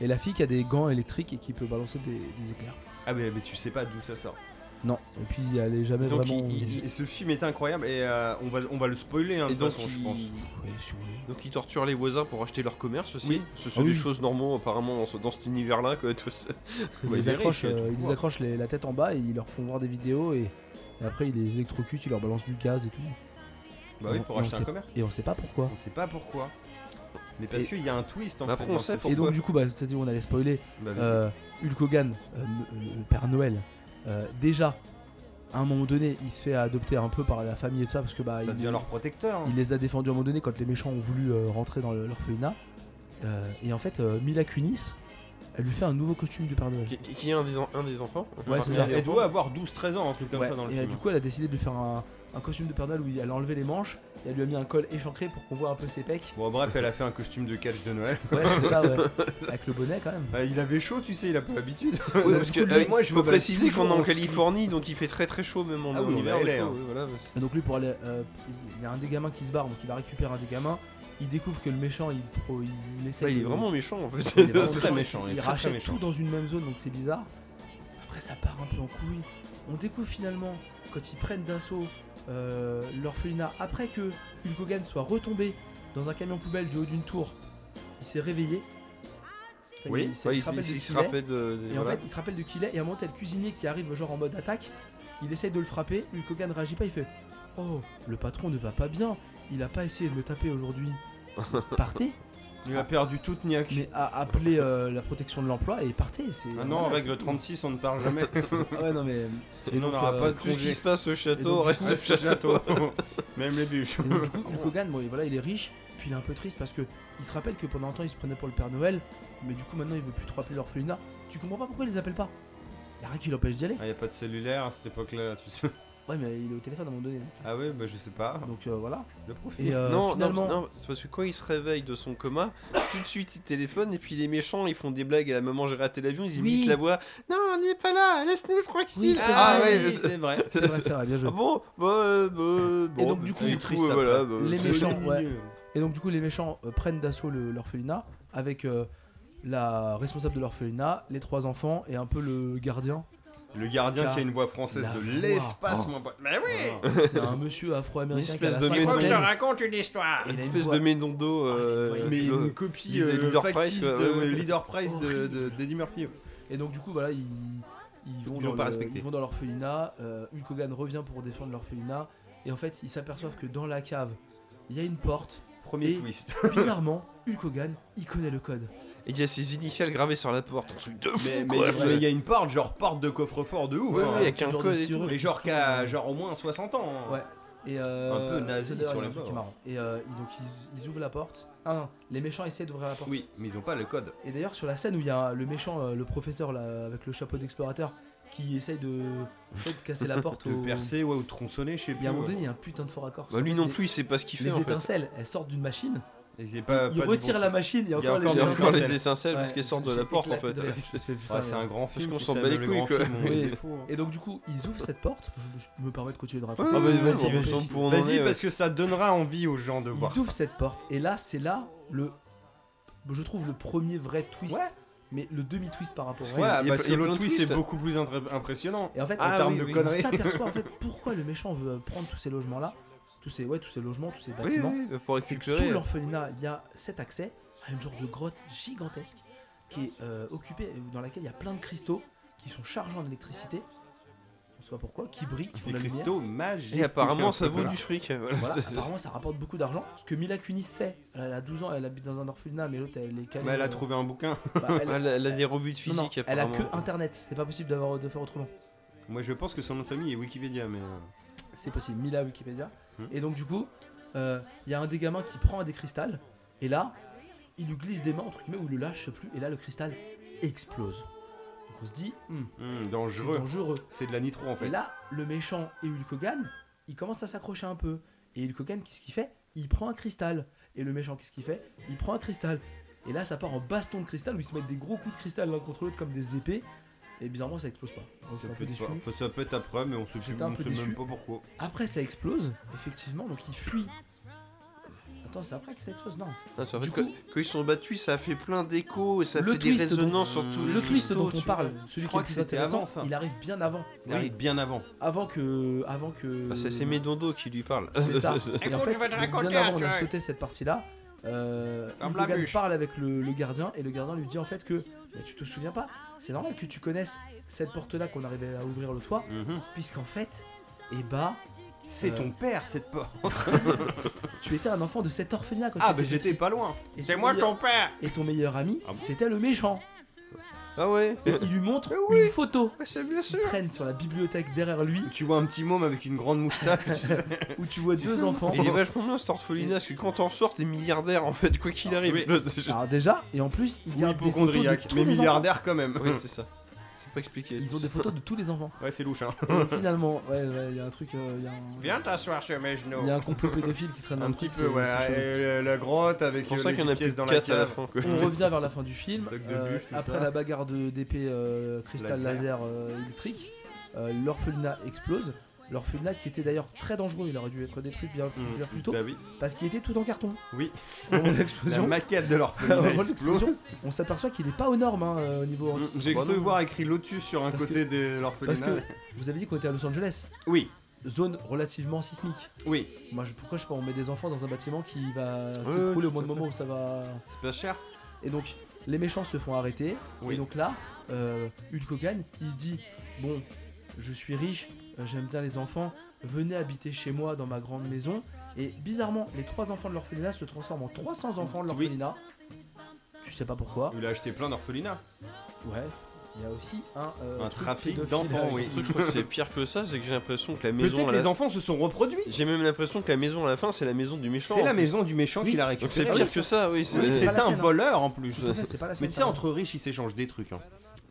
Speaker 2: Et la fille qui a des gants électriques et qui peut balancer des, des éclairs.
Speaker 3: Ah, mais, mais tu sais pas d'où ça sort.
Speaker 2: Non, et puis elle est jamais
Speaker 3: Donc,
Speaker 2: vraiment.
Speaker 3: il- il- et ce film est incroyable et euh, on, va, on va le spoiler, hein, de
Speaker 4: Et
Speaker 3: toute
Speaker 4: donc,
Speaker 3: façon, je
Speaker 4: ils-
Speaker 3: pense.
Speaker 2: Ouais, si vous voulez.
Speaker 4: Donc ils torturent les voisins pour acheter leur commerce aussi.
Speaker 3: Oui.
Speaker 4: Ce sont
Speaker 2: Ah
Speaker 4: des
Speaker 2: oui.
Speaker 4: choses normaux apparemment dans, ce- dans cet univers-là. quoi, tout ça.
Speaker 2: Il
Speaker 3: Ouais,
Speaker 2: les
Speaker 3: il est
Speaker 2: accroche,
Speaker 3: riche, il
Speaker 2: euh,
Speaker 3: a tout
Speaker 2: il les
Speaker 3: pouvoir.
Speaker 2: accroche les- la tête en bas et ils leur font voir des vidéos et, et après ils les électrocutent, ils leur balancent du gaz et tout.
Speaker 3: Bah oui,
Speaker 2: Et on-
Speaker 3: pour
Speaker 2: et on
Speaker 3: acheter un
Speaker 2: sait-
Speaker 3: commerce.
Speaker 2: Et on sait pas pourquoi.
Speaker 3: On sait pas pourquoi. Mais parce
Speaker 2: Et-
Speaker 3: qu'il y a un twist en
Speaker 4: Mais
Speaker 3: fait.
Speaker 4: après, on
Speaker 3: dans
Speaker 4: sait
Speaker 3: ce film.
Speaker 2: Et donc du coup, bah, c'est-à-dire on allait spoiler.
Speaker 3: Bah, vas-y.
Speaker 2: Euh, Hulk Hogan, euh, le- le Père Noël, euh, déjà, à un moment donné, il se fait adopter un peu par la famille et tout ça parce que bah
Speaker 3: ça
Speaker 2: il,
Speaker 3: devient leur protecteur. hein.
Speaker 2: il les a défendus à un moment donné quand les méchants ont voulu euh, rentrer dans le- l'orphelinat. Euh, et en fait, euh, Mila Kunis, elle lui fait un nouveau costume du Père Noël.
Speaker 4: Qui, qui est un des, en- un des enfants
Speaker 2: Ouais, c'est
Speaker 3: Elle-
Speaker 2: ça.
Speaker 3: Elle doit avoir 12-13 ans, un truc comme
Speaker 2: Ouais,
Speaker 3: ça dans le
Speaker 2: et euh,
Speaker 3: film.
Speaker 2: du coup, elle a décidé de lui faire un, un costume de Père Noël où elle a enlevé les manches et elle lui a mis un col échancré pour qu'on voit un peu ses pecs.
Speaker 3: Bon, bref, elle a fait un costume de catch de
Speaker 2: (laughs)
Speaker 3: Noël.
Speaker 2: Ouais, c'est ça,
Speaker 4: (laughs)
Speaker 2: ouais. Avec le bonnet quand même.
Speaker 3: Bah, il avait chaud, tu sais, il a pas l'habitude.
Speaker 4: Oui, parce que euh,
Speaker 3: moi, je me
Speaker 4: faut
Speaker 3: balade
Speaker 4: préciser qu'on est
Speaker 3: toujours
Speaker 4: en
Speaker 3: en slip.
Speaker 4: Californie, donc il fait très très chaud même en
Speaker 3: Ah oui, on
Speaker 4: hiver.
Speaker 3: est à
Speaker 4: des
Speaker 3: LA,
Speaker 4: fois,
Speaker 3: hein.
Speaker 4: ouais, voilà, mais c'est-
Speaker 2: Et donc lui pour aller, euh, il y a un des gamins qui se barre, donc il va récupérer un des gamins. Il découvre que le méchant, il, pro- il essaie.
Speaker 4: Ouais, il est
Speaker 2: de-
Speaker 4: vraiment méchant en fait.
Speaker 2: il est
Speaker 3: très
Speaker 4: (laughs)
Speaker 2: il-
Speaker 3: méchant, il est
Speaker 2: Il,
Speaker 3: très, très
Speaker 2: rachète
Speaker 3: méchant.
Speaker 2: tout dans une même zone, donc c'est bizarre. Après ça part un peu en couille. On découvre finalement quand ils prennent d'assaut euh, l'orphelinat après que Hulk Hogan soit retombé dans un camion poubelle du haut d'une tour. Il s'est réveillé. Enfin,
Speaker 4: Oui,
Speaker 2: il, s'est-
Speaker 4: ouais,
Speaker 2: il
Speaker 4: il
Speaker 2: se rappelle de
Speaker 4: il
Speaker 2: qui
Speaker 4: se
Speaker 2: il est.
Speaker 4: rappelle de.
Speaker 2: Et en fait, il se rappelle de qui il est, et à un moment, t'as le cuisinier qui arrive, genre en mode attaque. Il essaye de le frapper, Hulk Hogan ne réagit pas, il fait Oh, le patron ne va pas bien, il a pas essayé de me taper aujourd'hui. partez
Speaker 3: Il a perdu toute niaque.
Speaker 2: Mais a- appelez euh, la protection de l'emploi et partez. C'est,
Speaker 3: Ah
Speaker 2: (laughs)
Speaker 3: non,
Speaker 2: voilà,
Speaker 3: règle 36, on ne part jamais.
Speaker 2: c'est- Ah ouais, non,
Speaker 3: (laughs)
Speaker 2: mais.
Speaker 3: Sinon, on
Speaker 2: donc,
Speaker 3: n'aura
Speaker 2: euh,
Speaker 3: pas de
Speaker 4: tout ce
Speaker 3: congé. (laughs)
Speaker 4: qui se passe au château
Speaker 2: donc,
Speaker 4: reste au
Speaker 3: Reste au
Speaker 4: château.
Speaker 3: château. (laughs) Même les bûches.
Speaker 2: Et donc, du coup, Hulk Hogan, bon, et voilà, il est riche, puis il est un peu triste parce que il se rappelle que pendant un temps, il se prenait pour le Père Noël, mais du coup, maintenant, il veut plus trop appeler l'orphelinat. Tu comprends pas pourquoi il les appelle pas Y'a rien qui l'empêche d'y aller.
Speaker 3: Ah, y a pas de cellulaire à cette époque-là, tu sais.
Speaker 2: Ouais, mais il est au téléphone à un moment donné. hein.
Speaker 3: Ah ouais, bah je sais pas.
Speaker 2: Donc euh, voilà.
Speaker 3: Le prof.
Speaker 2: Et euh,
Speaker 4: non,
Speaker 2: finalement.
Speaker 4: non, non, c'est parce que quand il se réveille de son coma, tout de suite il téléphone et puis les méchants ils font des blagues à la maman j'ai raté l'avion, ils
Speaker 2: Oui.
Speaker 4: imitent la voix. Non, on n'est pas là, laisse-nous tranquille.
Speaker 2: Oui, c'est
Speaker 4: ah
Speaker 2: vrai.
Speaker 4: ouais,
Speaker 3: oui,
Speaker 4: c'est-
Speaker 3: c'est vrai.
Speaker 2: C'est vrai, c'est vrai, bien joué.
Speaker 4: ah bon, bah, euh, bah, euh, bon.
Speaker 2: donc, du coup,
Speaker 4: du
Speaker 3: triste
Speaker 4: coup, euh,
Speaker 3: après.
Speaker 4: voilà, bah,
Speaker 2: Les
Speaker 4: c'est-
Speaker 2: méchants, ouais. Et donc, du coup, les méchants euh, prennent d'assaut le- l'orphelinat avec euh, la responsable de l'orphelinat, les trois enfants et un peu le gardien.
Speaker 3: Le gardien qui a une voix française
Speaker 2: La
Speaker 3: de
Speaker 2: voix. Ah.
Speaker 3: l'espace, mon pote. Mais oui
Speaker 2: C'est un monsieur
Speaker 4: Une
Speaker 2: afro-américain. qui a
Speaker 4: espèce
Speaker 2: la
Speaker 4: de
Speaker 2: cinquantaine.
Speaker 4: ménage.
Speaker 3: raconte une histoire
Speaker 2: Et il a
Speaker 4: une
Speaker 2: une
Speaker 4: Ah, espèce
Speaker 2: voix-
Speaker 4: de ménondo. euh,
Speaker 2: Ah, il a une voix-
Speaker 3: Mais
Speaker 4: euh,
Speaker 3: une copie
Speaker 4: Leader-
Speaker 3: euh,
Speaker 4: Leader
Speaker 3: factice
Speaker 4: Price, quoi,
Speaker 3: de
Speaker 4: ouais.
Speaker 3: Leader Price de, de,
Speaker 2: Horrible.
Speaker 3: d'Eddie Murphy.
Speaker 2: Et donc, du coup, voilà, ils, ils vont,
Speaker 3: l'ont
Speaker 2: dans
Speaker 3: pas
Speaker 2: le-
Speaker 3: respecté.
Speaker 2: ils vont dans l'orphelinat. Euh, Hulk Hogan revient pour défendre l'orphelinat. Et en fait, ils s'aperçoivent que dans la cave, il y a une
Speaker 3: (laughs)
Speaker 2: porte.
Speaker 3: Premier
Speaker 2: Et-
Speaker 3: twist.
Speaker 2: Bizarrement, Hulk Hogan, il connaît le code.
Speaker 4: Et il y a ses initiales gravées sur la porte, un truc de fou.
Speaker 3: Mais mais-
Speaker 4: quoi,
Speaker 3: mais il y a une porte, genre porte de coffre-fort de ouf.
Speaker 4: Ouais,
Speaker 3: hein.
Speaker 4: ouais, avec un
Speaker 2: Genre de
Speaker 4: code et tout.
Speaker 2: serrure
Speaker 3: Mais
Speaker 2: qui
Speaker 3: genre
Speaker 2: se trouve,
Speaker 3: qu'à
Speaker 2: euh,
Speaker 3: genre au moins 60 ans. hein.
Speaker 2: Ouais. Et euh,
Speaker 3: Un peu nazi
Speaker 2: c'est d'ailleurs
Speaker 3: sur
Speaker 2: un
Speaker 3: les
Speaker 2: truc qui est
Speaker 3: bords.
Speaker 2: marrant. Et euh, ils- donc ils, ils ouvrent la porte. Un, les méchants essaient d'ouvrir la porte.
Speaker 3: Oui, mais ils ont pas le code.
Speaker 2: Et d'ailleurs sur la scène où il y a le méchant, euh, le professeur là, avec le chapeau d'explorateur, qui essaye de, en fait, de casser la
Speaker 3: (laughs)
Speaker 2: porte.
Speaker 3: De
Speaker 2: au-
Speaker 3: percer, ouais, ou de tronçonner, je sais
Speaker 2: Il y a un moment
Speaker 3: plus.
Speaker 2: donné, il y a un putain de fort accord.
Speaker 4: Bah, lui non plus, il sait pas ce qu'il fait
Speaker 2: Les
Speaker 4: en fait.
Speaker 2: étincelles, elles sortent d'une machine.
Speaker 3: Et c'est pas-
Speaker 2: il
Speaker 3: Euh, pas des
Speaker 2: retire
Speaker 3: bons-
Speaker 2: la machine. Il y a
Speaker 3: Il y a
Speaker 2: encore les
Speaker 3: encore
Speaker 4: Il y a encore
Speaker 2: étincelles.
Speaker 4: les étincelles
Speaker 2: Ouais,
Speaker 4: parce qu'elles sortent de
Speaker 2: j'ai
Speaker 4: la porte en
Speaker 2: éclaté
Speaker 4: fait. Ah,
Speaker 2: de rire. Je me suis fait, putain,
Speaker 3: Ouais, c'est un grand film.
Speaker 4: qu'on
Speaker 3: qui
Speaker 4: s'en bat
Speaker 3: s'appelle
Speaker 4: les
Speaker 3: Grand
Speaker 4: couilles, quoi.
Speaker 3: Film, on
Speaker 2: Oui.
Speaker 3: est des fous, hein.
Speaker 2: Et donc du coup, ils ouvrent cette porte. Je me permets de continuer de raconter.
Speaker 4: Ouais,
Speaker 3: Ah, bah,
Speaker 4: ouais,
Speaker 3: vas-y,
Speaker 4: ouais,
Speaker 3: vas-y.
Speaker 4: on peut en
Speaker 3: Vas-y,
Speaker 4: aller, ouais.
Speaker 3: parce que ça donnera envie aux gens de voir.
Speaker 2: Ils ouvrent cette porte et là c'est là le je trouve le premier vrai twist
Speaker 3: Ouais.
Speaker 2: mais le demi twist par rapport
Speaker 3: Ouais,
Speaker 2: au reste.
Speaker 4: y a
Speaker 3: parce
Speaker 4: plein-
Speaker 3: que
Speaker 4: y a
Speaker 3: l'autre
Speaker 4: plein de
Speaker 3: twist est
Speaker 4: twists.
Speaker 3: beaucoup plus intré- impressionnant.
Speaker 2: et en fait
Speaker 3: en
Speaker 4: Ah
Speaker 3: termes
Speaker 4: oui,
Speaker 3: de
Speaker 4: oui.
Speaker 2: on
Speaker 3: conneries.
Speaker 2: s'aperçoit en fait pourquoi le méchant veut prendre tous ces logements là tous ces ouais tous ces logements tous ces
Speaker 4: Oui,
Speaker 2: bâtiments
Speaker 4: oui, bah, pour
Speaker 2: c'est que
Speaker 4: récupérer.
Speaker 2: sous l'orphelinat il y a cet accès à une genre de grotte gigantesque qui est euh, occupée euh, dans laquelle il y a plein de cristaux qui sont chargés en électricité on sait pas pourquoi qui brillent qui font
Speaker 3: Des
Speaker 2: de la lumière.
Speaker 3: cristaux magiques.
Speaker 4: Et apparemment, ça vaut
Speaker 3: Voilà.
Speaker 4: du fric.
Speaker 2: euh,
Speaker 4: voilà. (laughs)
Speaker 2: Voilà, apparemment ça rapporte beaucoup d'argent. Ce que Mila Kunis sait, elle a 12 ans, elle habite dans un orphelinat, mais l'autre elle est calée.
Speaker 3: Mais elle
Speaker 2: euh,
Speaker 3: a trouvé un bouquin.
Speaker 2: bah,
Speaker 8: Ah,
Speaker 2: elle-
Speaker 4: Elle a- elle a des revues de
Speaker 2: Non, non,
Speaker 4: physique
Speaker 2: elle a
Speaker 4: apparemment.
Speaker 2: que internet, c'est pas possible d'avoir de faire autrement.
Speaker 3: Moi, je pense que son nom de famille est Wikipédia, mais. euh,
Speaker 2: C'est possible, Mila Wikipédia.
Speaker 3: Hmm.
Speaker 2: Et donc du coup, il y a un des gamins qui prend un des cristals, et là, il lui glisse des mains entre guillemets ou il le lâche, je sais plus, et là le cristal explose. Donc on se dit, hmm,
Speaker 3: hum,
Speaker 2: c'est
Speaker 3: dangereux.
Speaker 2: dangereux.
Speaker 3: C'est de la nitro en
Speaker 2: Et
Speaker 3: fait.
Speaker 2: là, le méchant et Hulk Hogan, il commence à s'accrocher un peu. Et Hulk Hogan, qu'est-ce qu'il fait Il prend un cristal. Et le méchant, qu'est-ce qu'il fait Il prend un cristal. Et là, ça part en baston de cristal où ils se mettent des gros coups de cristal l'un contre l'autre comme des épées. Et bizarrement, ça explose pas. Donc, j'étais
Speaker 3: Ça
Speaker 2: un
Speaker 3: peut,
Speaker 2: peu
Speaker 3: être,
Speaker 2: déçu.
Speaker 3: enfin, ça peut être après, mais on sait, plus,
Speaker 2: J'étais un
Speaker 3: on
Speaker 2: peu
Speaker 3: sait
Speaker 2: déçu.
Speaker 3: même pas pourquoi.
Speaker 2: Après, ça explose, effectivement, donc il fuit. Attends, c'est après que ça explose Non.
Speaker 8: Non, c'est vrai
Speaker 2: Du
Speaker 8: que-
Speaker 2: coup-
Speaker 8: quand ils sont battus, ça a fait plein d'échos et ça
Speaker 2: Le
Speaker 8: fait des
Speaker 2: twist
Speaker 8: résonances sur tout
Speaker 2: Le twist dont on parle, celui qui est
Speaker 3: crois
Speaker 2: le
Speaker 3: que
Speaker 2: plus
Speaker 3: c'était
Speaker 2: intéressant,
Speaker 3: avant, ça.
Speaker 2: il arrive bien avant.
Speaker 3: Il arrive bien avant.
Speaker 2: Avant que. Avant que.
Speaker 3: Bah,
Speaker 8: Ah, ça, c'est Médondo qui lui parle.
Speaker 2: C'est ça. Et en fait,
Speaker 9: je vais te
Speaker 2: donc,
Speaker 9: raconter
Speaker 2: bien
Speaker 9: un
Speaker 2: avant, on a
Speaker 9: truc.
Speaker 2: sauté cette partie-là. Euh,
Speaker 9: Ferme
Speaker 2: Hulk Hogan
Speaker 9: la bûche.
Speaker 2: parle avec le, le gardien et le gardien lui dit en fait que bah, tu te souviens pas, c'est normal que tu connaisses cette porte-là qu'on arrivait à ouvrir l'autre fois,
Speaker 3: Mhm.
Speaker 2: puisqu'en fait, eh bah,
Speaker 3: C'est
Speaker 2: Euh.
Speaker 3: ton père, cette porte.
Speaker 2: (laughs) tu étais un enfant de cet orphelinat quand
Speaker 3: Ah, bah
Speaker 2: t'étais
Speaker 3: j'étais pas loin.
Speaker 2: petit. Et
Speaker 9: C'est
Speaker 2: ton
Speaker 9: moi
Speaker 2: meilleur-
Speaker 9: ton père
Speaker 2: Et ton meilleur ami, c'était le méchant.
Speaker 8: Ah ouais
Speaker 2: Et il lui montre
Speaker 8: Mais oui.
Speaker 2: une photo
Speaker 8: Ouais, c'est bien
Speaker 2: (laughs) qui
Speaker 8: sûr
Speaker 2: traîne sur la bibliothèque derrière lui
Speaker 3: (laughs) Tu vois un petit môme avec une grande (laughs) moustache.
Speaker 2: où tu vois deux enfants.
Speaker 8: Il est vachement bien cet orphelinat parce que quand t'en sors, t'es milliardaire en fait, quoi qu'il
Speaker 3: (laughs)
Speaker 8: arrive.
Speaker 3: oui.
Speaker 8: Je sais- je-
Speaker 2: Alors déjà, et en plus, il
Speaker 3: ou
Speaker 2: garde des photos de
Speaker 3: hypochondriaque,
Speaker 2: tous
Speaker 3: mais
Speaker 2: les enfants.
Speaker 3: milliardaire quand même.
Speaker 8: Oui, c'est ça. C'est pas expliqué.
Speaker 2: Ils ont des photos de tous les enfants.
Speaker 3: (laughs) Ouais, c'est louche, hein.
Speaker 2: Donc, finalement, (laughs) ouais, ouais, il y a un truc, euh, il y a un-
Speaker 9: Viens t'asseoir sur mes
Speaker 2: Il y
Speaker 9: genoux.
Speaker 2: a un complot pédophile qui
Speaker 3: (laughs)
Speaker 2: traîne dans
Speaker 3: Un
Speaker 2: le
Speaker 3: petit
Speaker 2: truc,
Speaker 3: peu,
Speaker 2: c'est-
Speaker 3: ouais.
Speaker 2: c'est chaud.
Speaker 3: Et la, la grotte avec
Speaker 8: C'est pour
Speaker 3: euh,
Speaker 8: ça
Speaker 3: les
Speaker 8: qu'il y en a
Speaker 3: pièces
Speaker 8: plus
Speaker 3: dans
Speaker 8: de
Speaker 3: la
Speaker 8: 4 à la
Speaker 3: cave.
Speaker 8: fin. quoi.
Speaker 2: On revient vers la fin du film.
Speaker 3: Stock de
Speaker 2: euh,
Speaker 3: bûches, tout
Speaker 2: après
Speaker 3: ça.
Speaker 2: la bagarre de- d'épée euh, cristal laser
Speaker 3: Laser.
Speaker 2: euh, électrique, euh, l'orphelinat explose. L'orphelinat qui était d'ailleurs très dangereux, il aurait dû être détruit bien,
Speaker 3: Mm.
Speaker 2: bien plus tôt
Speaker 3: Bah oui.
Speaker 2: parce qu'il était tout en carton.
Speaker 3: Oui.
Speaker 2: Au moment de
Speaker 3: (laughs)
Speaker 2: (laughs)
Speaker 3: La
Speaker 2: l'explosion,
Speaker 3: maquette de
Speaker 2: au
Speaker 3: l'orphelinat
Speaker 2: moment de
Speaker 3: explose.
Speaker 2: l'explosion, on s'aperçoit qu'il n'est pas aux normes hein, euh, au niveau
Speaker 3: Mm,
Speaker 2: anti-
Speaker 3: J'ai
Speaker 8: Bah
Speaker 3: cru
Speaker 8: non.
Speaker 3: voir écrit Lotus sur un
Speaker 2: Parce
Speaker 3: côté de
Speaker 2: Parce que
Speaker 3: l'orphelinat.
Speaker 2: vous avez dit qu'on était à Los Angeles,
Speaker 3: Oui,
Speaker 2: zone relativement sismique.
Speaker 3: oui.
Speaker 2: Moi, je- pourquoi je sais pas, on met des enfants dans un bâtiment qui va
Speaker 8: ouais,
Speaker 2: s'écrouler
Speaker 8: tout
Speaker 2: au moins
Speaker 8: à
Speaker 2: de
Speaker 8: fait.
Speaker 2: moment où ça va.
Speaker 3: C'est pas cher.
Speaker 2: Et donc, les méchants se font arrêter.
Speaker 3: Oui.
Speaker 2: Et donc là, euh, Hulk Hogan, il se dit Bon, je suis riche, euh, j'aime bien les enfants, venez habiter chez moi dans ma grande maison. Et bizarrement, les trois enfants de l'orphelinat se transforment en 300 enfants de
Speaker 3: Oui.
Speaker 2: l'orphelinat. Tu sais pas pourquoi.
Speaker 3: Il a acheté plein d'orphelinats.
Speaker 2: Ouais. Il y a aussi un, euh,
Speaker 3: Un
Speaker 2: truc
Speaker 3: trafic
Speaker 2: pédophile.
Speaker 3: d'enfants,
Speaker 8: Le
Speaker 3: oui.
Speaker 8: truc, je crois que c'est pire que ça, c'est que j'ai l'impression que la maison.
Speaker 3: Peut-être
Speaker 8: à la-
Speaker 3: les enfants se sont reproduits.
Speaker 8: J'ai même l'impression que la maison à la fin, c'est la maison du méchant. hein.
Speaker 3: C'est la maison du méchant
Speaker 2: Oui.
Speaker 3: qu'il a
Speaker 8: Donc c'est
Speaker 3: récupérée.
Speaker 8: pire que ça, oui.
Speaker 2: Oui,
Speaker 3: C'est
Speaker 8: c'est-
Speaker 2: pas la
Speaker 3: un
Speaker 2: sienne, hein.
Speaker 3: voleur en plus.
Speaker 2: Tout à fait, c'est pas la
Speaker 3: Mais
Speaker 2: seule
Speaker 3: tu sais, entre riches, ils s'échangent des trucs. hein.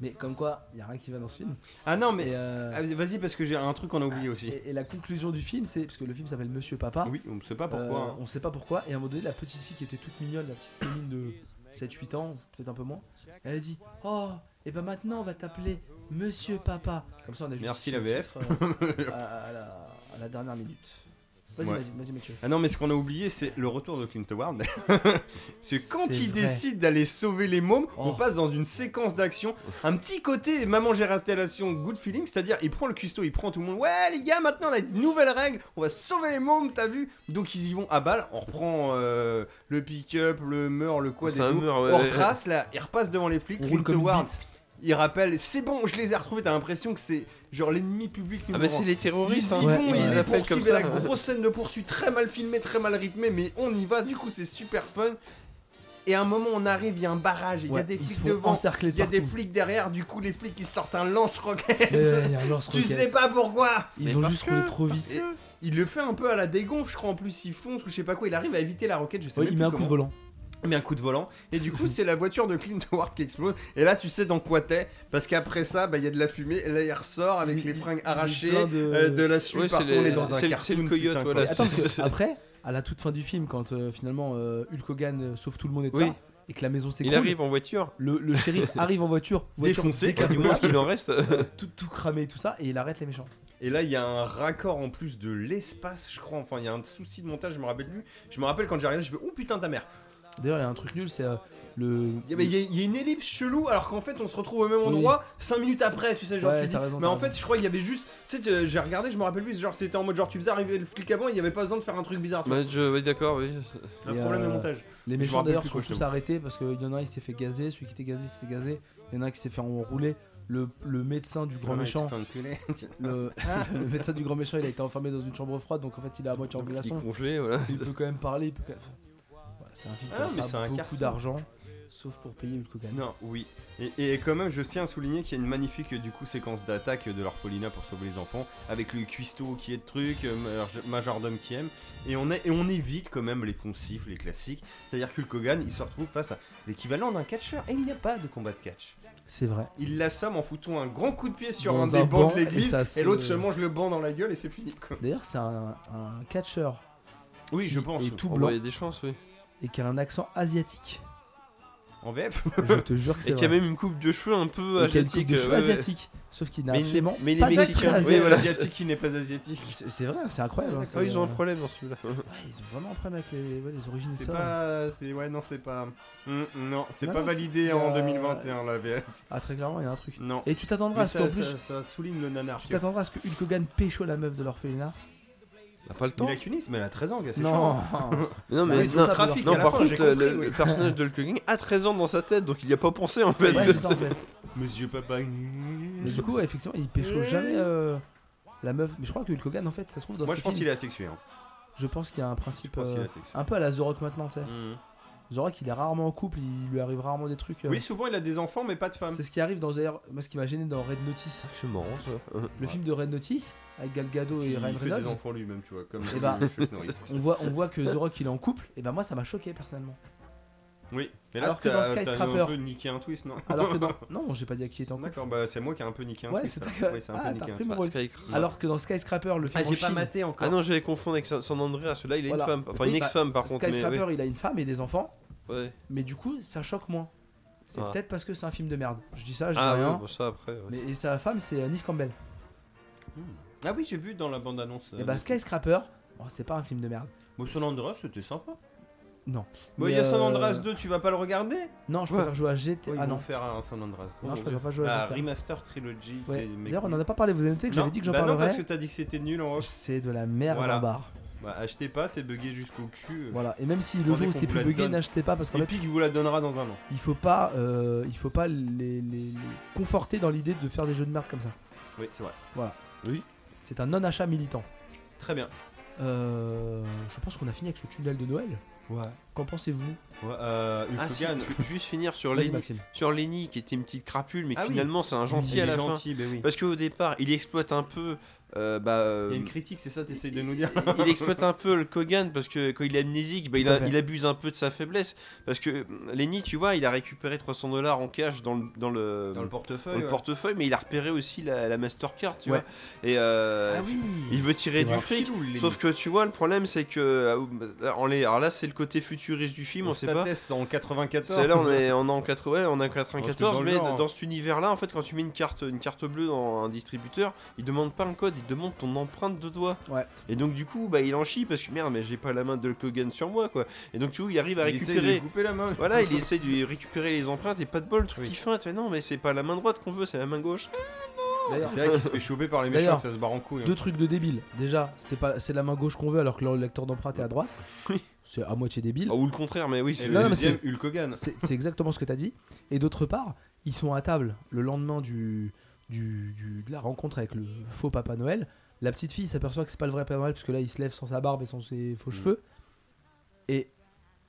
Speaker 2: Mais comme quoi, il y a rien qui va dans ce film.
Speaker 3: Ah non, mais
Speaker 2: Et, euh, Ah,
Speaker 3: ah, vas-y, parce que j'ai un truc qu'on a oublié aussi.
Speaker 2: et- et la conclusion du film, c'est parce que le film s'appelle Monsieur Papa.
Speaker 3: Oui, on ne sait pas pourquoi.
Speaker 2: Euh,
Speaker 3: hein.
Speaker 2: On sait pas pourquoi. Et à un moment donné, la petite fille qui était toute mignonne, la petite fémine de 7-8 ans, peut-être un peu moins, elle a dit Oh, et ben maintenant on va t'appeler Monsieur Papa. Comme ça on a juste. euh,
Speaker 3: Merci, la VF. (laughs)
Speaker 2: à, à la, à la dernière minute. Vas-y,
Speaker 3: Ouais.
Speaker 2: vas-y, vas-y, Mathieu.
Speaker 3: Ah non, mais ce qu'on a oublié, c'est le retour de Clint Howard. (laughs) Parce que quand
Speaker 2: C'est
Speaker 3: il
Speaker 2: vrai.
Speaker 3: décide d'aller sauver les mômes,
Speaker 2: Oh.
Speaker 3: on passe dans une séquence d'action. Un petit côté maman j'ai raté l'action, good feeling, c'est-à-dire il prend le cuistot, il prend tout le monde. Ouais, les gars, maintenant on a une nouvelle règle, on va sauver les mômes, t'as vu Donc ils y vont à balle, on reprend euh, le pick-up, le meurt, le quoi, des
Speaker 8: C'est un
Speaker 3: tout.
Speaker 8: meurt, ouais.
Speaker 3: On retrace, là, il repasse devant les flics.
Speaker 2: On
Speaker 3: Clint
Speaker 2: roule comme une
Speaker 3: Howard,
Speaker 2: bite.
Speaker 3: il rappelle, c'est bon, je les ai retrouvés, t'as l'impression que c'est genre l'ennemi public
Speaker 8: Ah,
Speaker 3: numéro
Speaker 8: mais
Speaker 3: un.
Speaker 8: c'est les terroristes,
Speaker 3: Ils
Speaker 8: hein.
Speaker 3: y
Speaker 2: Ouais,
Speaker 3: vont,
Speaker 2: ouais.
Speaker 3: ils
Speaker 8: Ils
Speaker 3: les
Speaker 8: appellent comme
Speaker 3: poursuivent,
Speaker 8: ça.
Speaker 3: la grosse scène de poursuite, très mal filmée, très mal rythmée, mais on y va, du coup c'est super fun. Et à un moment on arrive, il y a un barrage, il y
Speaker 2: Ouais,
Speaker 3: a des
Speaker 2: ils se
Speaker 3: flics
Speaker 2: font
Speaker 3: devant,
Speaker 2: encercler de
Speaker 3: il y a des
Speaker 2: partout.
Speaker 3: flics derrière, du coup les flics ils sortent un lance-roquette.
Speaker 2: Ouais, ouais, il y a un lance-roquette.
Speaker 3: (laughs) tu sais pas pourquoi
Speaker 2: Ils ont juste roulé trop vite.
Speaker 3: Et Il le fait un peu à la dégonfle, je crois en plus il fonce ou je sais pas quoi, il arrive à éviter la roquette, je sais
Speaker 2: Ouais,
Speaker 3: même
Speaker 2: il
Speaker 3: plus
Speaker 2: met un coup
Speaker 3: comment.
Speaker 2: de volant.
Speaker 3: Il met un coup de volant. Et du coup c'est la voiture de Clint Howard qui explose. Et là tu sais dans quoi t'es, parce qu'après ça bah, il y a de la fumée, et là il ressort avec
Speaker 2: Il-
Speaker 3: les fringues
Speaker 2: il-
Speaker 3: arrachées.
Speaker 2: plein de-
Speaker 3: Euh, de la suite,
Speaker 8: Ouais,
Speaker 3: par
Speaker 8: c'est
Speaker 3: contre, on
Speaker 8: les-
Speaker 3: est dans un
Speaker 8: c'est le-
Speaker 3: cartoon,
Speaker 8: c'est le coyote,
Speaker 3: putain,
Speaker 8: voilà.
Speaker 3: quoi.
Speaker 2: Et attends, parce que après, à la toute fin du film, quand euh, finalement euh, Hulk Hogan euh, sauve tout le monde et tout
Speaker 8: Oui.
Speaker 2: ça, et que la maison
Speaker 8: Il
Speaker 2: s'écroule,
Speaker 8: arrive en voiture.
Speaker 2: le, le
Speaker 3: (laughs)
Speaker 2: shérif arrive en voiture, voiture
Speaker 3: Défoncé,
Speaker 8: Du
Speaker 2: décapotable,
Speaker 3: (laughs)
Speaker 8: moins, ce qu'il en
Speaker 2: (laughs)
Speaker 8: reste.
Speaker 2: tout, tout cramé, tout ça, et il arrête les méchants.
Speaker 3: Et là, il y a un raccord en plus de l'espace, je crois. Enfin, il y a un souci de montage, je me rappelle plus. Je me rappelle quand j'ai regardé, je fais Oh putain, ta mère
Speaker 2: D'ailleurs, il y a un truc nul, c'est euh, le.
Speaker 3: Il y a- mais il y, a- il y a une ellipse chelou, alors qu'en fait, on se retrouve au même endroit 5 minutes après, tu sais. Genre,
Speaker 2: Ouais,
Speaker 3: tu dis.
Speaker 2: t'as raison,
Speaker 3: mais
Speaker 2: t'as
Speaker 3: en
Speaker 2: raison.
Speaker 3: fait, je crois qu'il y avait juste. Tu sais, tu- j'ai regardé, je me rappelle plus. Genre, c'était en mode genre, tu faisais arriver le flic avant, il n'y avait pas besoin de faire un truc bizarre. tu vois.
Speaker 8: Bah, je- ouais, d'accord, oui.
Speaker 3: un
Speaker 2: Et,
Speaker 3: problème de
Speaker 2: euh,
Speaker 3: montage.
Speaker 2: Les
Speaker 3: me
Speaker 2: méchants
Speaker 3: rappelle
Speaker 2: d'ailleurs
Speaker 3: plus,
Speaker 2: sont
Speaker 3: quoi, je
Speaker 2: tous
Speaker 3: t'avoue.
Speaker 2: arrêtés parce qu'il y en a un il s'est fait gazer, celui qui était gazé il s'est fait gazer, il y en a un qui s'est fait enrouler. Le, le médecin du grand
Speaker 3: Ah Ouais,
Speaker 2: méchant,
Speaker 3: c'est un enculé. (laughs)
Speaker 2: le, (laughs) le médecin du grand méchant, il a été enfermé dans une chambre froide, donc en fait il est à moitié en
Speaker 8: Il est
Speaker 2: glaçon.
Speaker 8: congelé, voilà.
Speaker 2: Il peut quand même parler, il peut quand même- Voilà, c'est un film qui
Speaker 3: Ah,
Speaker 2: a
Speaker 3: mais
Speaker 2: pas
Speaker 3: c'est un
Speaker 2: beaucoup
Speaker 3: carton.
Speaker 2: d'argent, sauf pour payer Hulk Hogan.
Speaker 3: Non, oui. Et, et quand même, je tiens à souligner qu'il y a une magnifique du coup séquence d'attaque de l'orphelinat pour sauver les enfants, avec le cuistot qui est de truc, euh, major- majordome qui aime, et on, est, et on évite quand même les poncifs, les classiques. C'est-à-dire que le Kogan, il se retrouve face à l'équivalent d'un catcheur, et il n'y a pas de combat de catch.
Speaker 2: C'est vrai.
Speaker 3: Il l'assomme en foutant un grand coup de pied sur
Speaker 2: Dans
Speaker 3: un,
Speaker 2: un
Speaker 3: des bancs
Speaker 2: banc, et
Speaker 3: de l'église,
Speaker 2: ça
Speaker 3: et,
Speaker 2: se-
Speaker 3: l'autre se mange le banc dans la gueule, et c'est fini. quoi.
Speaker 2: D'ailleurs, c'est un, un catcheur
Speaker 3: Oui, je
Speaker 2: qui
Speaker 3: pense.
Speaker 2: est tout
Speaker 8: Oh,
Speaker 2: blanc
Speaker 8: bah, Il y a des chances, oui.
Speaker 2: et qui a un accent asiatique.
Speaker 3: en VF.
Speaker 2: Je te jure que c'est
Speaker 4: Et qui a
Speaker 2: vrai.
Speaker 4: même une coupe de cheveux un peu
Speaker 2: Et qui a une
Speaker 4: asiatique.
Speaker 2: coupe de
Speaker 4: euh,
Speaker 2: cheveux hein,
Speaker 4: ouais, ouais.
Speaker 2: asiatique. Sauf qu'il n'a
Speaker 4: Mais il-
Speaker 2: absolument
Speaker 4: mais il est
Speaker 2: pas
Speaker 4: mexicain.
Speaker 2: d'attrait
Speaker 4: Oui,
Speaker 2: asiatique.
Speaker 4: voilà.
Speaker 3: Asiatique qui n'est pas asiatique.
Speaker 2: C'est c'est vrai, c'est incroyable. hein,
Speaker 4: Ah,
Speaker 2: c'est-
Speaker 4: ils ont un problème dans celui-là.
Speaker 2: Ouais, ils ont vraiment un problème avec les, ouais, les origines de
Speaker 3: C'est
Speaker 2: ça.
Speaker 3: pas. C'est, ouais, non, c'est pas. Mm, non, c'est
Speaker 2: Non,
Speaker 3: pas
Speaker 2: non,
Speaker 3: validé
Speaker 2: c'est-
Speaker 3: en
Speaker 2: euh,
Speaker 3: 2021, la VF.
Speaker 2: Ah, très clairement, il y a un truc.
Speaker 3: Non.
Speaker 2: Et tu
Speaker 3: Mais
Speaker 2: t'attendras à ce
Speaker 3: ça,
Speaker 2: qu'en
Speaker 3: ça-
Speaker 2: plus.
Speaker 3: ça souligne le nanar.
Speaker 2: Tu t'attendras à ce que Hulk Hogan pécho la meuf de l'orphelinat
Speaker 10: Il a pas le temps.
Speaker 3: Il a qu'une mais elle a 13 ans, gars, c'est (laughs) hein.
Speaker 2: Non
Speaker 4: Non,
Speaker 2: Ouais,
Speaker 4: mais
Speaker 2: ils sont
Speaker 4: non,
Speaker 2: ça,
Speaker 3: trafic,
Speaker 4: non,
Speaker 3: à la
Speaker 4: par
Speaker 3: fin,
Speaker 4: contre,
Speaker 3: j'ai
Speaker 4: euh,
Speaker 3: compris,
Speaker 4: le,
Speaker 3: oui.
Speaker 4: le
Speaker 2: (laughs)
Speaker 4: personnage de Hulk Hogan a 13 ans dans sa tête, donc il n'y a pas pensé en fait.
Speaker 2: Ouais, c'est
Speaker 4: que
Speaker 2: ça, en
Speaker 4: c'est-
Speaker 2: fait.
Speaker 3: chaud. Monsieur Papa.
Speaker 2: Mais du coup, ouais, effectivement, il pécho jamais euh, la meuf. Mais je crois que Hulk Hogan, en fait, ça se trouve dans
Speaker 3: Moi,
Speaker 2: ses
Speaker 3: je pense qu'il
Speaker 2: films,
Speaker 3: est asexué. hein.
Speaker 2: Je pense qu'il y a un
Speaker 3: Je
Speaker 2: principe.
Speaker 3: pense qu'il est
Speaker 2: euh,
Speaker 3: asexué.
Speaker 2: Un peu à la Zorok maintenant, tu sais.
Speaker 3: Mm.
Speaker 2: Zorok, il est rarement en couple, il lui arrive rarement des trucs. euh,
Speaker 3: Oui, souvent, il a des enfants, mais pas de femmes.
Speaker 2: C'est ce qui arrive dans d'ailleurs, moi ce qui m'a gêné dans Red Notice,
Speaker 4: (laughs) C'est marrant ça.
Speaker 2: le film de Red Notice avec Gal Gadot
Speaker 3: S'il
Speaker 2: et Ryan
Speaker 3: fait des
Speaker 2: Reynolds,
Speaker 3: enfants lui-même, tu vois. Comme
Speaker 2: Eh ben,
Speaker 3: (laughs) le chef Norris.
Speaker 2: on voit, on voit que The Rock il est en couple, et ben moi ça m'a choqué personnellement.
Speaker 3: Oui, mais là,
Speaker 2: Alors que dans
Speaker 3: t'as-
Speaker 2: Skyscraper-
Speaker 3: t'as un peu niqué un twist, non
Speaker 2: Alors que dans. Non, j'ai pas dit à qui il est en couple.
Speaker 3: (laughs) D'accord, bah c'est moi qui ai un peu niqué un
Speaker 2: Ouais,
Speaker 3: twist.
Speaker 2: c'est toi
Speaker 3: alors.
Speaker 2: qui as-
Speaker 3: Oui, c'est un
Speaker 2: Ah,
Speaker 3: peu
Speaker 2: t'as
Speaker 3: niqué un
Speaker 2: repris
Speaker 3: twist.
Speaker 2: mon rôle. Alors que dans Skyscraper, le film. en Chine,
Speaker 4: Bah, Ah non, j'allais confondre avec San Andreas, celui-là il a
Speaker 2: Voilà.
Speaker 4: une femme, enfin une
Speaker 2: Oui, bah,
Speaker 4: ex-femme par contre. Mais,
Speaker 2: Skyscraper
Speaker 4: ouais,
Speaker 2: il a une femme et des enfants,
Speaker 4: ouais.
Speaker 2: mais du coup ça choque moins. C'est
Speaker 4: Ah.
Speaker 2: peut-être parce que c'est un film de merde. Je dis ça, je dis
Speaker 4: Ah
Speaker 3: bah,
Speaker 2: rien.
Speaker 4: ouais, bon, ça après. ouais.
Speaker 2: mais, et sa femme c'est euh, Neve Campbell.
Speaker 3: Ah oui, j'ai vu dans la bande-annonce.
Speaker 2: et bah Skyscraper, bon, c'est pas un film de merde.
Speaker 3: Bon, San Andreas, c'était sympa.
Speaker 2: Non.
Speaker 3: Bon,
Speaker 2: Mais,
Speaker 3: il y a San
Speaker 2: euh,
Speaker 3: Andreas 2, tu vas pas le regarder
Speaker 2: Non, je
Speaker 4: Ouais.
Speaker 2: préfère jouer à GT.
Speaker 3: Ils
Speaker 2: Ah
Speaker 3: vont
Speaker 2: non,
Speaker 3: faire un San Andreas.
Speaker 2: non, je préfère pas jouer à
Speaker 3: La
Speaker 2: GT.
Speaker 3: remaster trilogy. qui
Speaker 2: Ouais.
Speaker 3: est- mais
Speaker 2: D'ailleurs, on
Speaker 3: cool.
Speaker 2: en a pas parlé, vous avez noté que j'avais dit que j'en
Speaker 3: bah Non,
Speaker 2: parlerais.
Speaker 3: parce que t'as dit que c'était nul en off.
Speaker 2: C'est de la merde
Speaker 3: Voilà.
Speaker 2: en barre.
Speaker 3: Bah, achetez pas, c'est buggé jusqu'au cul. euh.
Speaker 2: Voilà. Et même si le
Speaker 3: Attendez
Speaker 2: jeu où
Speaker 3: qu'on
Speaker 2: c'est
Speaker 3: vous
Speaker 2: plus
Speaker 3: la
Speaker 2: bugué,
Speaker 3: donne.
Speaker 2: n'achetez pas parce qu'en fait,
Speaker 3: Epic vous la donnera dans un an.
Speaker 2: il faut pas, euh, il faut pas les, les- les conforter dans l'idée de faire des jeux de merde comme ça.
Speaker 3: Oui, c'est vrai.
Speaker 2: C'est un non-achat militant.
Speaker 3: Très bien.
Speaker 2: Euh, je pense qu'on a fini avec ce tunnel de Noël.
Speaker 3: Ouais.
Speaker 2: Qu'en pensez-vous
Speaker 3: Ouais, euh,
Speaker 4: Ah, si,
Speaker 3: Hulk Hogan.
Speaker 4: je veux juste finir sur
Speaker 2: Vas-y,
Speaker 4: Lenny,
Speaker 2: Maxime.
Speaker 4: sur Lenny qui était une petite crapule, mais
Speaker 3: Ah oui.
Speaker 4: finalement c'est un gentil
Speaker 3: Il
Speaker 4: à
Speaker 3: est
Speaker 4: la fin. Euh,
Speaker 3: gentil, bah oui.
Speaker 4: Parce qu'au départ, il exploite un peu. euh, bah,
Speaker 3: Il y a
Speaker 4: euh,
Speaker 3: une critique, c'est ça, t'essayes de nous dire
Speaker 4: il- il exploite un peu le Kogan parce que quand il est amnésique, bah, il,
Speaker 2: Tout à
Speaker 4: a-
Speaker 2: fait.
Speaker 4: il abuse un peu de sa faiblesse. Parce que euh, Lenny, tu vois, il a récupéré 300 dollars en cash dans le, dans le,
Speaker 3: dans le portefeuille.
Speaker 4: euh, dans le
Speaker 3: ouais.
Speaker 4: portefeuille, mais il a repéré aussi la, la Mastercard, tu
Speaker 2: Ouais.
Speaker 4: vois. Et euh,
Speaker 3: Ah oui
Speaker 4: il veut tirer
Speaker 2: C'est
Speaker 4: du
Speaker 2: vrai.
Speaker 4: fric. Sauf que tu vois, le problème c'est que. euh, En les... Alors là, c'est le côté futuriste du film, on, sait pas.
Speaker 3: test en 94.
Speaker 4: C'est là, on est, on est en 80, on est en
Speaker 3: Un
Speaker 4: 94,
Speaker 3: truc dans le
Speaker 4: mais
Speaker 3: genre, hein.
Speaker 4: dans cet univers-là, en fait, quand tu mets une carte, une carte bleue dans un distributeur, il demande pas un code, il demande ton empreinte de doigt.
Speaker 2: Ouais.
Speaker 4: Et donc du coup, bah, il en chie parce que merde, mais j'ai pas la main de Hulk Hogan sur moi, quoi. Et donc tu vois, il arrive à
Speaker 3: Il essaye de lui
Speaker 4: récupérer.
Speaker 3: couper la main.
Speaker 4: Voilà, il essaie de lui récupérer les empreintes et pas de bol, le truc
Speaker 3: Oui.
Speaker 4: qui feinte. Mais non, mais c'est pas la main droite qu'on veut, c'est la main gauche.
Speaker 2: D'ailleurs,
Speaker 3: C'est vrai qu'il se fait choper par les méchants,
Speaker 2: D'ailleurs,
Speaker 3: ça se barre en couille. hein.
Speaker 2: deux trucs de débile. Déjà, c'est pas, c'est la main gauche qu'on veut alors que le lecteur d'empreinte est à droite. C'est à moitié débile.
Speaker 4: Ah, ou le contraire, mais oui,
Speaker 3: Et
Speaker 4: c'est
Speaker 3: le
Speaker 2: Non, non, mais
Speaker 3: deuxième, Hulk Hogan.
Speaker 2: C'est c'est exactement ce que t'as dit. Et d'autre part, ils sont à table le lendemain du, du- du- de la rencontre avec le faux Papa Noël. La petite fille s'aperçoit que c'est pas le vrai Papa Noël parce que là, il se lève sans sa barbe et sans ses
Speaker 4: Mm.
Speaker 2: faux cheveux. Et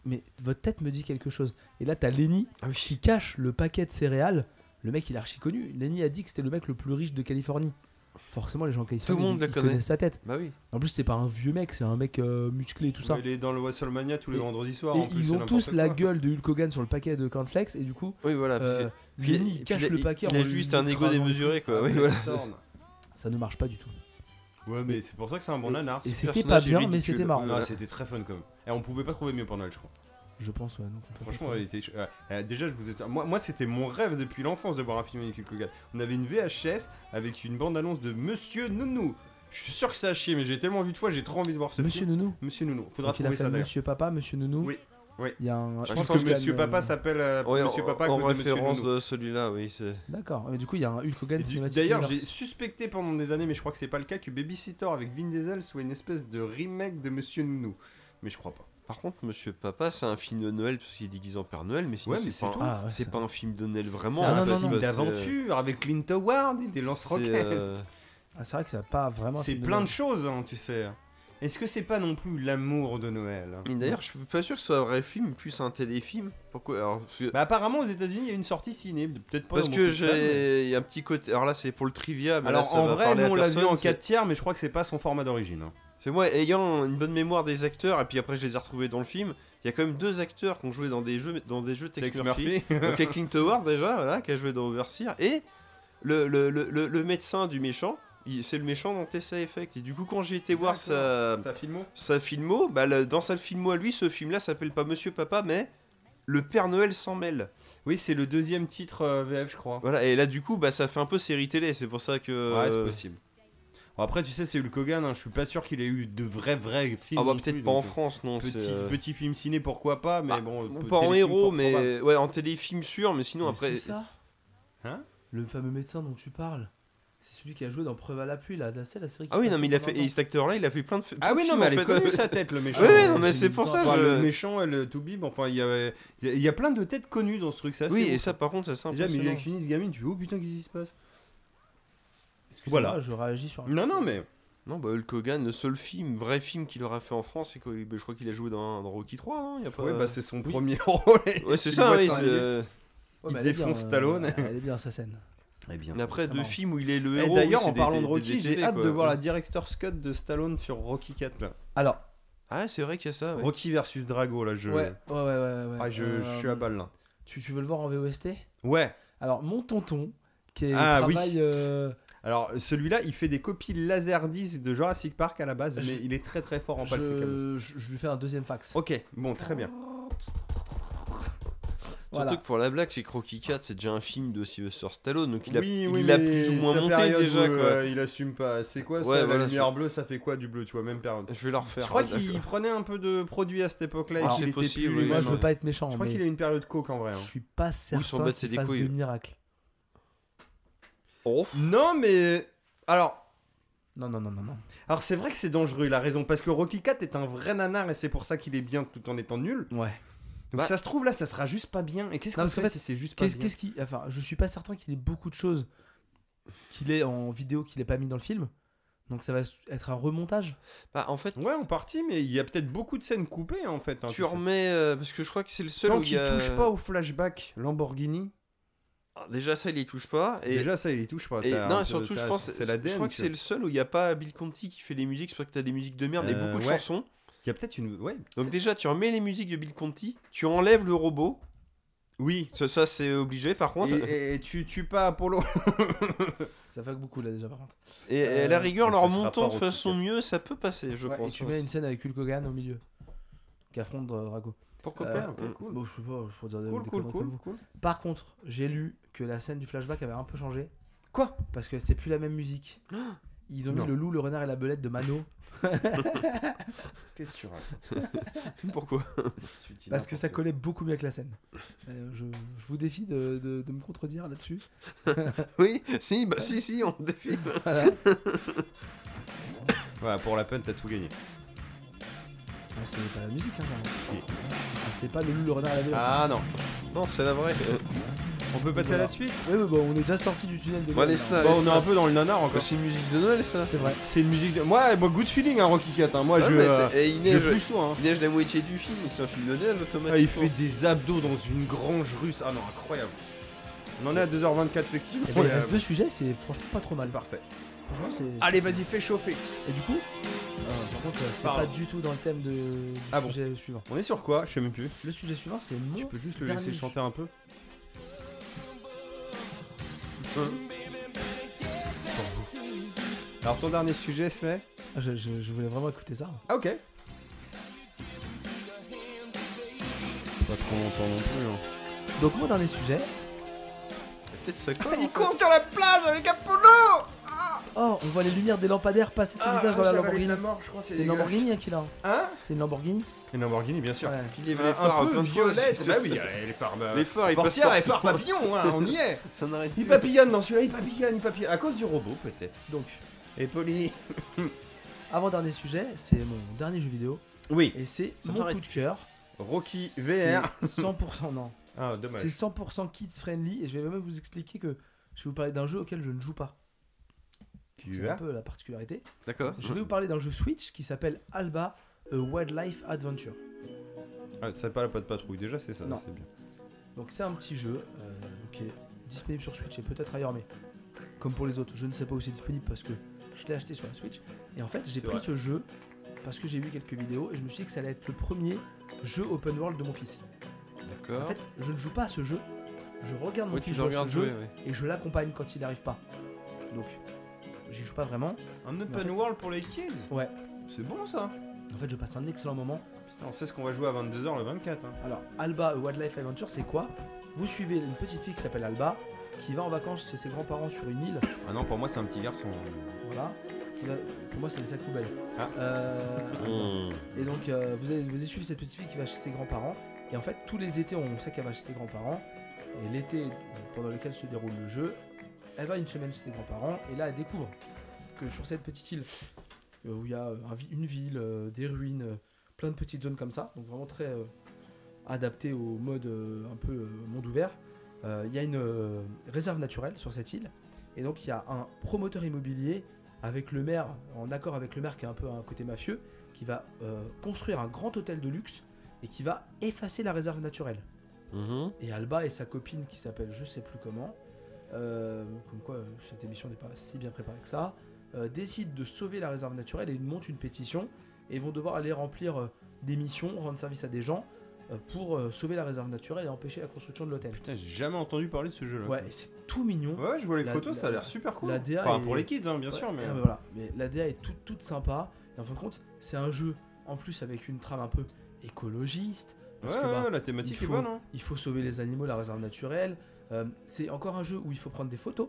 Speaker 2: mais votre tête me dit quelque chose. Et là, t'as Lenny
Speaker 4: Ah
Speaker 2: qui cache le paquet de céréales. Le mec, il est archi connu. Lenny a dit que c'était le mec le plus riche de Californie. Forcément, les gens en Californie,
Speaker 4: monde
Speaker 2: ils-
Speaker 4: le
Speaker 2: ils
Speaker 4: connaît.
Speaker 2: connaissent sa tête.
Speaker 4: Bah oui.
Speaker 2: En plus, c'est pas un vieux mec, c'est un mec euh, musclé et tout ça.
Speaker 3: Il est dans le WrestleMania tous les
Speaker 2: Et-
Speaker 3: vendredis soirs.
Speaker 2: Et
Speaker 3: en plus,
Speaker 2: ils
Speaker 3: c'est
Speaker 2: ont tous
Speaker 3: n'importe
Speaker 2: la
Speaker 3: quoi.
Speaker 2: gueule de Hulk Hogan sur le paquet de cornflakes et du coup,
Speaker 4: Oui, voilà. parce que-
Speaker 2: euh,
Speaker 4: Ah, Puis
Speaker 2: Lenny,
Speaker 4: il-
Speaker 2: il cache
Speaker 4: il-
Speaker 2: le
Speaker 4: il-
Speaker 2: paquet.
Speaker 4: Il
Speaker 2: en
Speaker 4: a
Speaker 2: lui
Speaker 4: juste un ego
Speaker 2: cravant le
Speaker 4: démesuré, quoi. Oui,
Speaker 3: Ah,
Speaker 4: voilà.
Speaker 3: Thorne.
Speaker 2: truc. Ça ne marche pas du tout.
Speaker 3: Ouais, mais c'est pour ça que c'est un bon nanar.
Speaker 2: Et
Speaker 4: ce
Speaker 2: c'était pas
Speaker 4: personnage est
Speaker 2: bien, mais
Speaker 4: ridicule.
Speaker 2: c'était marrant.
Speaker 3: Ah, C'était très fun quand même. Et on pouvait pas trouver mieux pour Noël, je crois.
Speaker 2: Je pense, ouais. non, on peut pas
Speaker 3: Franchement,
Speaker 2: trouver.
Speaker 3: elle était ch- euh, euh, déjà, je vous ai- moi, moi c'était mon rêve depuis l'enfance de voir un film avec Hulk Hogan. On avait une VHS avec une bande-annonce de Monsieur Nounou. Je suis sûr que ça a chier, mais j'ai tellement vu de fois, j'ai trop envie de voir ce
Speaker 2: Monsieur
Speaker 3: film.
Speaker 2: Nounou.
Speaker 3: Monsieur Nounou. Faudra
Speaker 2: Donc il a
Speaker 3: trouver
Speaker 2: fait
Speaker 3: ça d'ailleurs.
Speaker 2: Monsieur Papa, Monsieur Nounou.
Speaker 3: Oui, oui.
Speaker 2: Il y a un.
Speaker 3: Je
Speaker 2: Hulk
Speaker 3: pense que
Speaker 2: Hogan,
Speaker 3: Monsieur
Speaker 2: euh,
Speaker 3: Papa s'appelle euh,
Speaker 4: Ouais,
Speaker 3: Monsieur
Speaker 4: en-
Speaker 3: Papa à
Speaker 4: en,
Speaker 3: cause de Monsieur
Speaker 4: référence
Speaker 3: Nounou.
Speaker 4: de celui-là, oui. c'est-
Speaker 2: D'accord. Mais du coup, il y a un Hulk Hogan
Speaker 3: Et du-
Speaker 2: cinématique.
Speaker 3: D'ailleurs, j'ai
Speaker 2: Universe.
Speaker 3: suspecté pendant des années, mais je crois que c'est pas le cas, que Babysitter avec Vin Diesel soit une espèce de remake de Monsieur Nounou. Mais je crois pas.
Speaker 4: Par contre, Monsieur Papa, c'est un film de Noël parce qu'il est déguisé en Père Noël, mais sinon,
Speaker 3: Ouais, mais
Speaker 4: c'est
Speaker 3: c'est
Speaker 4: pas,
Speaker 3: tout.
Speaker 4: un-
Speaker 2: Ah, ouais,
Speaker 4: c'est
Speaker 2: ça-
Speaker 4: pas un film de Noël vraiment.
Speaker 2: Ah,
Speaker 4: en
Speaker 2: non,
Speaker 4: fait,
Speaker 2: non, non.
Speaker 4: bah, c'est-
Speaker 3: D'aventure avec Clint Howard et des
Speaker 4: c'est,
Speaker 3: lance-roquettes.
Speaker 4: euh, (laughs)
Speaker 2: Ah, c'est vrai que ça n'a pas vraiment.
Speaker 3: C'est
Speaker 2: un film
Speaker 3: plein de
Speaker 2: Noël.
Speaker 3: choses, hein, tu sais. Est-ce que c'est pas non plus l'amour de Noël
Speaker 4: mais D'ailleurs, je suis pas sûr que c'est un vrai film, plus un téléfilm. Pourquoi Alors, parce que,
Speaker 3: Bah apparemment aux États-Unis il y a une sortie ciné, peut-être pas.
Speaker 4: parce
Speaker 3: dans
Speaker 4: que
Speaker 3: beaucoup de salles, mais-
Speaker 4: j'ai. Il y a un petit côté. Alors là, c'est pour le trivia, mais là,
Speaker 3: Alors
Speaker 4: ça
Speaker 3: en
Speaker 4: va
Speaker 3: vrai,
Speaker 4: parler à
Speaker 3: nous on l'a vu
Speaker 4: personne,
Speaker 3: en
Speaker 4: c'est-
Speaker 3: 4 tiers, mais je crois que c'est pas son format d'origine. hein.
Speaker 4: C'est moi, ayant une bonne mémoire des acteurs, et puis après, je les ai retrouvés dans le film. Il y a quand même deux acteurs qui ont joué dans des jeux, dans des jeux Tex,
Speaker 3: Tex
Speaker 4: Murphy.
Speaker 3: Murphy.
Speaker 4: (laughs) Donc il y a Clint Howard déjà, voilà, qui a joué dans Overseer, et le, le, le, le- le médecin du méchant, il- c'est le méchant dans Tessa Effect. Et du coup, quand j'ai été voir sa,
Speaker 3: Ça filmo
Speaker 4: sa filmo, bah, le- dans sa filmo à lui, ce film-là s'appelle pas Monsieur Papa, mais Le Père Noël s'en mêle.
Speaker 3: Oui, c'est le deuxième titre euh, VF, je crois.
Speaker 4: Voilà, et là du coup, bah ça fait un peu série télé, c'est pour ça que.
Speaker 3: Ouais, c'est possible. Bon, après, tu sais, c'est Hulk Hogan, hein, je suis pas sûr qu'il ait eu de vrais, vrais films.
Speaker 4: Ah bah
Speaker 3: non
Speaker 4: peut-être
Speaker 3: plus,
Speaker 4: pas en
Speaker 3: donc,
Speaker 4: France, non.
Speaker 3: Petit,
Speaker 4: c'est, euh,
Speaker 3: petit film ciné, pourquoi pas, mais
Speaker 4: Ah,
Speaker 3: bon.
Speaker 4: non,
Speaker 3: peut-
Speaker 4: pas en
Speaker 3: téléfilm,
Speaker 4: héros,
Speaker 3: fort
Speaker 4: mais euh,
Speaker 3: probable.
Speaker 4: ouais, en téléfilm sûr, mais sinon
Speaker 2: Mais
Speaker 4: après.
Speaker 2: c'est ça
Speaker 3: Hein
Speaker 2: Le fameux médecin dont tu parles. C'est celui qui a joué dans Preuve à l'appui, là, la, c'est la série qui
Speaker 4: Ah oui,
Speaker 2: passe
Speaker 4: non, mais il a
Speaker 2: pendant
Speaker 4: fait.
Speaker 2: un
Speaker 4: Et cet acteur-là, il a fait plein de.
Speaker 3: Ah oui, non, mais elle est
Speaker 4: (laughs)
Speaker 3: connue, sa
Speaker 4: ça
Speaker 3: tête, le méchant.
Speaker 4: Oui, oui, non, mais
Speaker 2: c'est
Speaker 4: c'est
Speaker 2: une
Speaker 4: pour ça.
Speaker 3: Enfin,
Speaker 4: je-
Speaker 3: Le méchant et le Toubib, enfin, il y, avait- il y a plein de têtes connues dans ce truc, ça.
Speaker 4: Oui, et ça, par contre, ça c'est
Speaker 3: Déjà, Mila
Speaker 4: impressionnant.
Speaker 3: Kunis, gamine, tu dis, oh putain, qu'est-ce qui se passe
Speaker 2: temps.
Speaker 3: Voilà.
Speaker 2: Je réagis sur un.
Speaker 3: Non, non, mais.
Speaker 4: Non, bah Hulk Hogan, le seul film, vrai film qu'il aura fait en France, c'est que bah, je crois qu'il a joué dans, dans Rocky 3, hein, il y a pas.
Speaker 3: Ouais, bah, c'est son
Speaker 4: (laughs)
Speaker 3: premier rôle.
Speaker 4: Ouais, c'est
Speaker 3: tu
Speaker 4: ça,
Speaker 3: vois
Speaker 4: oui.
Speaker 3: cinq
Speaker 4: c'est,
Speaker 3: minutes.
Speaker 4: euh,
Speaker 2: Ouais,
Speaker 3: Il
Speaker 2: mais elle est
Speaker 3: défonce
Speaker 2: bien, euh,
Speaker 3: Stallone.
Speaker 2: Elle est bien sa
Speaker 3: (laughs)
Speaker 2: scène.
Speaker 3: Eh bien,
Speaker 4: mais après, deux
Speaker 2: marrant.
Speaker 4: films où il est le
Speaker 3: Et
Speaker 4: héros. oui,
Speaker 3: Eh, d'ailleurs,
Speaker 4: c'est
Speaker 3: en
Speaker 4: des-
Speaker 3: parlant
Speaker 4: des-
Speaker 3: de
Speaker 4: des
Speaker 3: Rocky, j'ai
Speaker 4: TV,
Speaker 3: hâte
Speaker 4: quoi.
Speaker 3: de voir la director's cut de Stallone sur Rocky 4 là.
Speaker 2: Alors,
Speaker 4: Ah, c'est vrai qu'il y a ça. ouais.
Speaker 3: Rocky versus Drago là, je.
Speaker 2: ouais, ouais, ouais, ouais. ouais.
Speaker 3: Ah, je,
Speaker 2: Euh,
Speaker 3: je suis à balle là.
Speaker 2: Tu, tu veux le voir en VOST
Speaker 3: Ouais.
Speaker 2: Alors, mon tonton, qui est,
Speaker 3: Ah, oui.
Speaker 2: travaille. euh,
Speaker 3: Alors celui-là, il fait des copies laser 10 de Jurassic Park à la base,
Speaker 2: Je-
Speaker 3: mais il est très très fort en Ah, palsy
Speaker 2: je, je- je lui fais un deuxième
Speaker 4: Oh,
Speaker 2: fax.
Speaker 3: Ok, bon, très bien.
Speaker 2: voilà.
Speaker 4: Surtout que pour la blague, c'est que Rocky 4, c'est déjà un film de Sylvester Stallone, donc il a,
Speaker 3: oui,
Speaker 4: il
Speaker 3: oui,
Speaker 4: l'a
Speaker 3: mais
Speaker 4: plus ou moins
Speaker 3: sa
Speaker 4: monté
Speaker 3: période
Speaker 4: déjà.
Speaker 3: où,
Speaker 4: quoi.
Speaker 3: euh, il assume pas. C'est quoi ça
Speaker 4: Ouais,
Speaker 3: La
Speaker 4: voilà,
Speaker 3: lumière
Speaker 4: c'est-
Speaker 3: bleue, ça fait quoi du bleu Tu vois, même période.
Speaker 4: Je vais la refaire.
Speaker 3: Je crois
Speaker 4: ouais,
Speaker 3: qu'il
Speaker 4: d'accord.
Speaker 3: prenait un peu de produits à cette époque-là. et
Speaker 4: Ah,
Speaker 3: qu'il
Speaker 4: c'est
Speaker 3: était
Speaker 4: possible,
Speaker 3: plus
Speaker 4: oui,
Speaker 2: Moi,
Speaker 3: lui-même.
Speaker 2: je veux pas être méchant,
Speaker 3: Je crois
Speaker 2: mais
Speaker 3: qu'il a une période coke en vrai. hein.
Speaker 2: je suis pas
Speaker 4: s'en
Speaker 2: certain
Speaker 4: battent
Speaker 2: qu'il
Speaker 4: les
Speaker 2: fasse
Speaker 4: couilles.
Speaker 2: de miracles.
Speaker 4: Ouf.
Speaker 3: Non, mais alors.
Speaker 2: Non, non, non, non, non.
Speaker 3: Alors c'est vrai que c'est dangereux, il a raison, parce que Rocky 4 est un vrai nanar et c'est pour ça qu'il est bien tout en étant nul.
Speaker 2: Ouais.
Speaker 3: Donc
Speaker 4: Bah-
Speaker 3: ça se trouve là, ça sera juste pas bien. Et qu'est-ce
Speaker 2: Non,
Speaker 3: qu'on
Speaker 2: parce
Speaker 3: fait,
Speaker 2: qu'en fait,
Speaker 3: si c'est juste pas
Speaker 2: Qu'est-ce
Speaker 3: bien
Speaker 2: qu'est-ce qui. Enfin, je suis pas certain qu'il ait beaucoup de choses qu'il ait en vidéo qu'il ait pas mis dans le film. Donc, ça va être un remontage.
Speaker 4: Bah, en fait,
Speaker 3: Ouais, en partie, mais il y a peut-être beaucoup de scènes coupées en fait. hein,
Speaker 4: tu
Speaker 3: tu sais.
Speaker 4: remets. euh, parce que je crois que c'est le seul
Speaker 3: Tant
Speaker 4: où il y
Speaker 3: qu'il
Speaker 4: a-
Speaker 3: touche pas au flashback Lamborghini,
Speaker 4: Ah, Déjà, ça, il y touche pas. Et
Speaker 3: déjà ça il y touche pas.
Speaker 4: Et
Speaker 3: ça,
Speaker 4: non,
Speaker 3: un
Speaker 4: et
Speaker 3: peu-
Speaker 4: surtout,
Speaker 3: ça,
Speaker 4: je pense,
Speaker 3: c'est
Speaker 4: c'est
Speaker 3: l'ADN.
Speaker 4: je crois que
Speaker 3: tu
Speaker 4: c'est
Speaker 3: vois.
Speaker 4: le seul où il n'y a pas Bill Conti qui fait les musiques. C'est pour ça que t'as des musiques de merde
Speaker 3: Euh,
Speaker 4: et beaucoup de
Speaker 3: ouais.
Speaker 4: chansons.
Speaker 3: Il y a peut-être une. Ouais.
Speaker 4: Donc déjà, tu remets les musiques de Bill Conti, tu enlèves le robot.
Speaker 3: Oui.
Speaker 4: Ça, ça, c'est obligé, par contre. Et,
Speaker 3: Et, et tu tues pas Apollo.
Speaker 2: Ça fait beaucoup là déjà, par contre.
Speaker 4: et à la rigueur,
Speaker 3: mais
Speaker 4: leur
Speaker 3: ça sera
Speaker 4: montant
Speaker 3: pas
Speaker 4: de façon mieux, ça peut passer, je
Speaker 2: Ouais,
Speaker 4: pense.
Speaker 2: et tu mets une scène avec Hulk Hogan au milieu. Qui affronte euh, Drago.
Speaker 3: Pourquoi
Speaker 2: Euh,
Speaker 3: pas ok,
Speaker 4: mm.
Speaker 3: Cool,
Speaker 2: Bon, je sais pas, faut dire des-
Speaker 3: (laughs) cool,
Speaker 2: des
Speaker 3: cool,
Speaker 2: conneries
Speaker 3: cool,
Speaker 2: comme vous.
Speaker 3: cool.
Speaker 2: Par contre, j'ai lu que la scène du flashback avait un peu changé.
Speaker 3: Quoi
Speaker 2: Parce que c'est plus la même
Speaker 3: (gasps)
Speaker 2: musique. Ils ont
Speaker 3: Non.
Speaker 2: mis le loup, le renard et la belette de
Speaker 3: (laughs)
Speaker 2: Mano.
Speaker 3: Qu'est-ce que tu racontes
Speaker 4: Pourquoi
Speaker 3: Tu dis
Speaker 2: Parce que ça
Speaker 3: n'importe
Speaker 2: collait beaucoup mieux avec la scène. Euh, je, je vous défie de, de- de me contredire là-dessus.
Speaker 4: (laughs) Oui, si, bah si, si, on (laughs) te défie.
Speaker 3: quoi. Voilà, pour la peine, t'as tout gagné.
Speaker 2: Ah, c'est pas la musique, hein, ça. Ah, c'est pas le loup, le renard et la belette.
Speaker 3: Ah non.
Speaker 4: Non, c'est la vraie.
Speaker 3: On peut passer à la suite
Speaker 2: Oui, mais bon, on est déjà sorti du tunnel de
Speaker 4: Bon, allez,
Speaker 2: Goldman,
Speaker 4: snap.
Speaker 2: hein.
Speaker 3: Bon, on est un peu dans le nanar encore.
Speaker 4: C'est une musique de Noël, ça.
Speaker 2: C'est vrai. Eh
Speaker 3: C'est une musique de. Moi, bon, good feeling, hein, Rocky 4. Moi,
Speaker 4: Ah,
Speaker 3: je.
Speaker 4: mais
Speaker 3: euh,
Speaker 4: c'est- et il
Speaker 3: je
Speaker 4: neige,
Speaker 3: pousse, hein.
Speaker 4: il neige la moitié du film, donc c'est un film de neige automatiquement.
Speaker 3: Ah, il fait des abdos dans une grange russe. Ah non, incroyable. On en est à 2h24, effectivement.
Speaker 2: Eh ben, il reste
Speaker 3: Euh,
Speaker 2: deux sujets, c'est franchement pas trop mal.
Speaker 3: c'est parfait.
Speaker 2: Franchement, c'est.
Speaker 3: Allez, vas-y, fais chauffer. Ah,
Speaker 2: Et du coup, euh, par contre, euh, c'est
Speaker 3: Pardon.
Speaker 2: pas du tout dans le thème de, du
Speaker 3: Ah bon.
Speaker 2: sujet suivant.
Speaker 3: On est sur quoi Je sais même plus.
Speaker 2: Le sujet suivant, c'est
Speaker 3: Tu
Speaker 2: mon.
Speaker 3: peux juste le
Speaker 2: Dernier
Speaker 3: laisser
Speaker 2: jeu.
Speaker 3: chanter un peu Hein Alors, ton dernier sujet, c'est.
Speaker 2: Ah, Je, je- je voulais vraiment écouter ça.
Speaker 3: Ah, ok. Pas trop longtemps non plus. hein.
Speaker 2: Donc, mon dernier sujet.
Speaker 4: Peut-être ça colle,
Speaker 3: Ah,
Speaker 4: en
Speaker 3: il
Speaker 4: fait.
Speaker 3: court sur la plage avec Apollo
Speaker 2: Oh, on voit les lumières des lampadaires passer
Speaker 3: Ah,
Speaker 2: son visage dans la Lamborghini.
Speaker 3: mort, je crois,
Speaker 2: C'est une Lamborghini hein, qu'il a.
Speaker 3: Hein
Speaker 2: C'est une Lamborghini
Speaker 3: Une Lamborghini, bien sûr.
Speaker 2: Ouais.
Speaker 4: Il lève
Speaker 3: Euh,
Speaker 4: les phares
Speaker 3: un
Speaker 4: plein
Speaker 3: peu
Speaker 4: de fois,
Speaker 3: violette.
Speaker 4: c'est-
Speaker 3: Bah oui, les phares. bah,
Speaker 4: Les phares, ils passent
Speaker 3: Portière
Speaker 4: par-
Speaker 3: et phare papillon, hein, on y est.
Speaker 4: Ça n'arrête
Speaker 3: (laughs) Il
Speaker 4: plus.
Speaker 3: papillonne dans celui-là, il papillonne, il papillonne. À cause du robot, peut-être.
Speaker 2: Donc,
Speaker 3: Et Polly.
Speaker 2: avant-dernier sujet, c'est mon dernier jeu vidéo.
Speaker 3: Oui.
Speaker 2: Et c'est
Speaker 4: Ça
Speaker 2: mon
Speaker 4: m'arrête.
Speaker 2: coup de cœur.
Speaker 3: Rocky
Speaker 2: C'est
Speaker 3: VR.
Speaker 2: 100%
Speaker 3: (laughs)
Speaker 2: non.
Speaker 3: Ah,
Speaker 2: C'est 100% kids friendly. Et je vais même vous expliquer que je vais vous parler d'un jeu auquel je ne joue pas. C'est un peu la particularité.
Speaker 4: D'accord.
Speaker 2: Je vais vous parler d'un jeu Switch qui s'appelle Alba A Wildlife Adventure.
Speaker 3: Ah, c'est pas la patte patrouille, déjà, c'est ça.
Speaker 2: Non.
Speaker 3: C'est bien.
Speaker 2: Donc c'est un petit jeu euh, qui est disponible sur Switch et peut-être ailleurs, mais comme pour les autres, je ne sais pas où c'est disponible parce que je l'ai acheté sur la Switch. Et en fait, j'ai pris ce jeu parce que j'ai vu quelques vidéos et je me suis dit que ça allait être le premier jeu open world de mon fils. En
Speaker 4: D'accord.
Speaker 2: fait, je ne joue pas à ce jeu, je regarde mon
Speaker 4: Ouais, Ah. tu
Speaker 2: fils
Speaker 4: le
Speaker 2: jouer à
Speaker 4: regardes
Speaker 2: ce jeu
Speaker 4: jouer, ouais.
Speaker 2: et je l'accompagne quand il n'arrive pas. Donc, j'y joue pas vraiment.
Speaker 3: Un
Speaker 2: Mais en fait-
Speaker 3: world pour les kids
Speaker 2: Ouais.
Speaker 3: C'est bon, ça.
Speaker 2: En fait, je passe un excellent moment.
Speaker 3: On sait ce qu'on va jouer à 22h le 24. hein.
Speaker 2: Alors, Alba a Wildlife Adventure, c'est quoi Vous suivez une petite fille qui s'appelle Alba, qui va en vacances chez ses grands-parents sur une île.
Speaker 3: Ah non, pour moi, c'est un petit garçon.
Speaker 2: Voilà. Qui va- Pour moi, c'est des sacs poubelles.
Speaker 3: Ah.
Speaker 2: Euh, Et donc, euh, vous, allez, vous allez suivre cette petite fille qui va chez ses grands-parents. Et en fait, tous les étés, on sait qu'elle va chez ses grands-parents. Et l'été pendant lequel se déroule le jeu, elle va une semaine chez ses grands-parents. Et là, elle découvre que sur cette petite île, euh, où il y a euh, un vi- une ville, euh, des ruines, euh, plein de petites zones comme ça, donc vraiment très euh, adaptées au mode euh, un peu euh, monde ouvert, euh, il y a une euh, réserve naturelle sur cette île. Et donc, il y a un promoteur immobilier avec le maire, en accord avec le maire qui a un peu un côté mafieux, qui va euh, construire un grand hôtel de luxe et qui va effacer la réserve naturelle. Et Alba et sa copine qui s'appelle je sais plus comment, euh, comme quoi euh, cette émission n'est pas si bien préparée que ça, euh, décident de sauver la réserve naturelle et montent une pétition et vont devoir aller remplir euh, des missions, rendre service à des gens euh, pour euh, sauver la réserve naturelle et empêcher la construction de l'hôtel.
Speaker 3: Putain, j'ai jamais entendu parler de ce jeu-là.
Speaker 2: Ouais, et c'est tout mignon.
Speaker 3: Ouais, je vois les
Speaker 2: La-
Speaker 3: photos,
Speaker 2: la-
Speaker 3: ça a l'air super cool.
Speaker 2: la DA
Speaker 3: enfin,
Speaker 2: est-
Speaker 3: pour les kids, hein,
Speaker 2: Ouais,
Speaker 3: bien
Speaker 2: ah bah,
Speaker 3: sûr, mais.
Speaker 2: non, voilà, mais la DA est toute, toute sympa. Et en fin de compte, c'est un jeu en plus avec une trame un peu écologiste. Parce
Speaker 3: ouais,
Speaker 2: que bah,
Speaker 3: ouais, la thématique
Speaker 2: il
Speaker 3: est
Speaker 2: faut-
Speaker 3: bonne. Hein.
Speaker 2: il faut sauver les animaux, la réserve naturelle. Euh, c'est encore un jeu où il faut prendre des photos.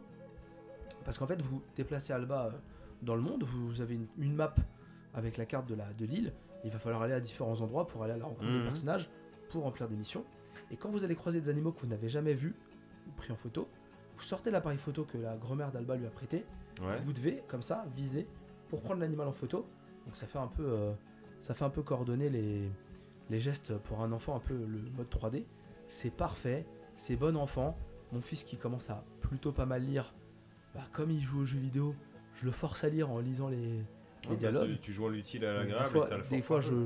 Speaker 2: Parce qu'en fait, vous déplacez Alba euh, dans le monde, vous avez une, une map avec la carte de la- de l'île. il va falloir aller à différents endroits pour aller à la rencontre des
Speaker 3: Mhm.
Speaker 2: personnages, pour remplir des missions. Et quand vous allez croiser des animaux que vous n'avez jamais vus ou pris en photo, vous sortez l'appareil photo que la grand-mère d'Alba lui a prêté.
Speaker 3: Ouais.
Speaker 2: Vous devez, comme ça, viser pour prendre l'animal en photo. Donc ça fait un peu, euh, ça fait un peu coordonner les, les gestes pour un enfant, un peu le mode 3D. C'est parfait, c'est bon enfant. Mon fils qui commence à plutôt pas mal lire, bah, comme il joue aux jeux vidéo, je le force à lire en lisant les, les
Speaker 3: Ouais, parce que
Speaker 2: dialogues.
Speaker 3: Tu joues l'utile à
Speaker 2: Des
Speaker 3: l'agréable et
Speaker 2: fois,
Speaker 3: ça le
Speaker 2: des
Speaker 3: force
Speaker 2: fois,
Speaker 3: un
Speaker 2: je,
Speaker 3: peu.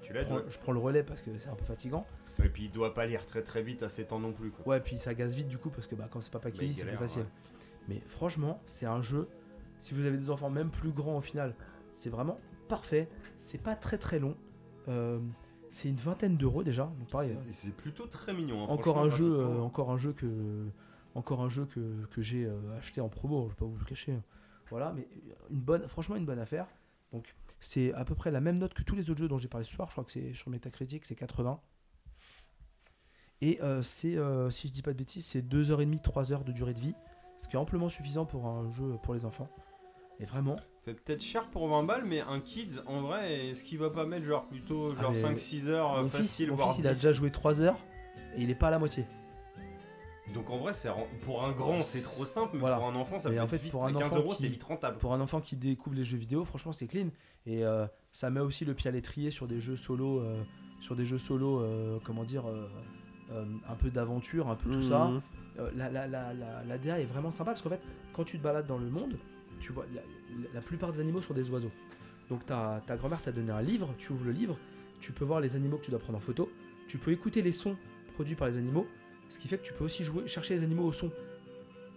Speaker 2: je
Speaker 3: Tu l'aides,
Speaker 2: prends, je prends le relais parce que c'est un peu fatigant.
Speaker 3: ouais. Et puis il doit pas lire très très vite à 7 ans non plus. Quoi.
Speaker 2: Ouais, puis ça gaze vite du coup parce que bah, quand c'est papa qui
Speaker 3: Bah, il
Speaker 2: lit, c'est plus
Speaker 3: galère,
Speaker 2: facile.
Speaker 3: ouais.
Speaker 2: Mais franchement, c'est un jeu. Si vous avez des enfants, même plus grands au final, c'est vraiment parfait. C'est pas très très long. Euh, c'est une vingtaine d'euros déjà. Donc pareil,
Speaker 3: C'est- c'est plutôt très mignon. hein,
Speaker 2: encore un
Speaker 3: franchement,
Speaker 2: jeu, euh,
Speaker 3: graphiquement.
Speaker 2: encore un jeu que, encore un jeu que, que j'ai euh, acheté en promo. Je vais pas vous le cacher. hein. Voilà, mais euh, une bonne, franchement une bonne affaire. Donc c'est à peu près la même note que tous les autres jeux dont j'ai parlé ce soir. Je crois que c'est sur Metacritic, c'est 80. Et euh, c'est, euh, si je dis pas de bêtises, c'est 2h30, 3h de durée de vie. Ce qui est amplement suffisant pour un jeu pour les enfants. Et vraiment,
Speaker 3: Fait peut-être cher pour 20 balles, mais un kids en vrai, est-ce qu'il va pas mettre genre plutôt
Speaker 2: Ah,
Speaker 3: genre
Speaker 2: mais
Speaker 3: 5-6 heures
Speaker 2: mon
Speaker 3: euh,
Speaker 2: fils,
Speaker 3: facile,
Speaker 2: mon
Speaker 3: voire
Speaker 2: fils, il a
Speaker 3: 10.
Speaker 2: déjà joué 3 heures et il est pas à la moitié.
Speaker 3: Donc en vrai, c'est ren- pour un grand, c'est trop simple, mais
Speaker 2: Voilà.
Speaker 3: pour un enfant, ça
Speaker 2: Mais
Speaker 3: peut
Speaker 2: en
Speaker 3: être
Speaker 2: fait,
Speaker 3: vite.
Speaker 2: pour un
Speaker 3: 15
Speaker 2: enfant
Speaker 3: euros,
Speaker 2: qui-
Speaker 3: c'est vite rentable.
Speaker 2: bah, Pour un enfant qui découvre les jeux vidéo, franchement, c'est clean. Et euh, ça met aussi le pied à l'étrier sur des jeux solo, euh, sur des jeux solo, euh, comment dire, euh, euh, un peu d'aventure, un peu
Speaker 3: Hmm.
Speaker 4: Mmh.
Speaker 2: tout ça. Euh, la, la, la, la, la DA est vraiment sympa parce qu'en fait, quand tu te balades dans le monde, tu vois, la, la plupart des animaux sont des oiseaux. Donc ta, ta grand-mère t'a donné un livre, tu ouvres le livre, tu peux voir les animaux que tu dois prendre en photo, tu peux écouter les sons produits par les animaux, ce qui fait que tu peux aussi jouer, chercher les animaux au son.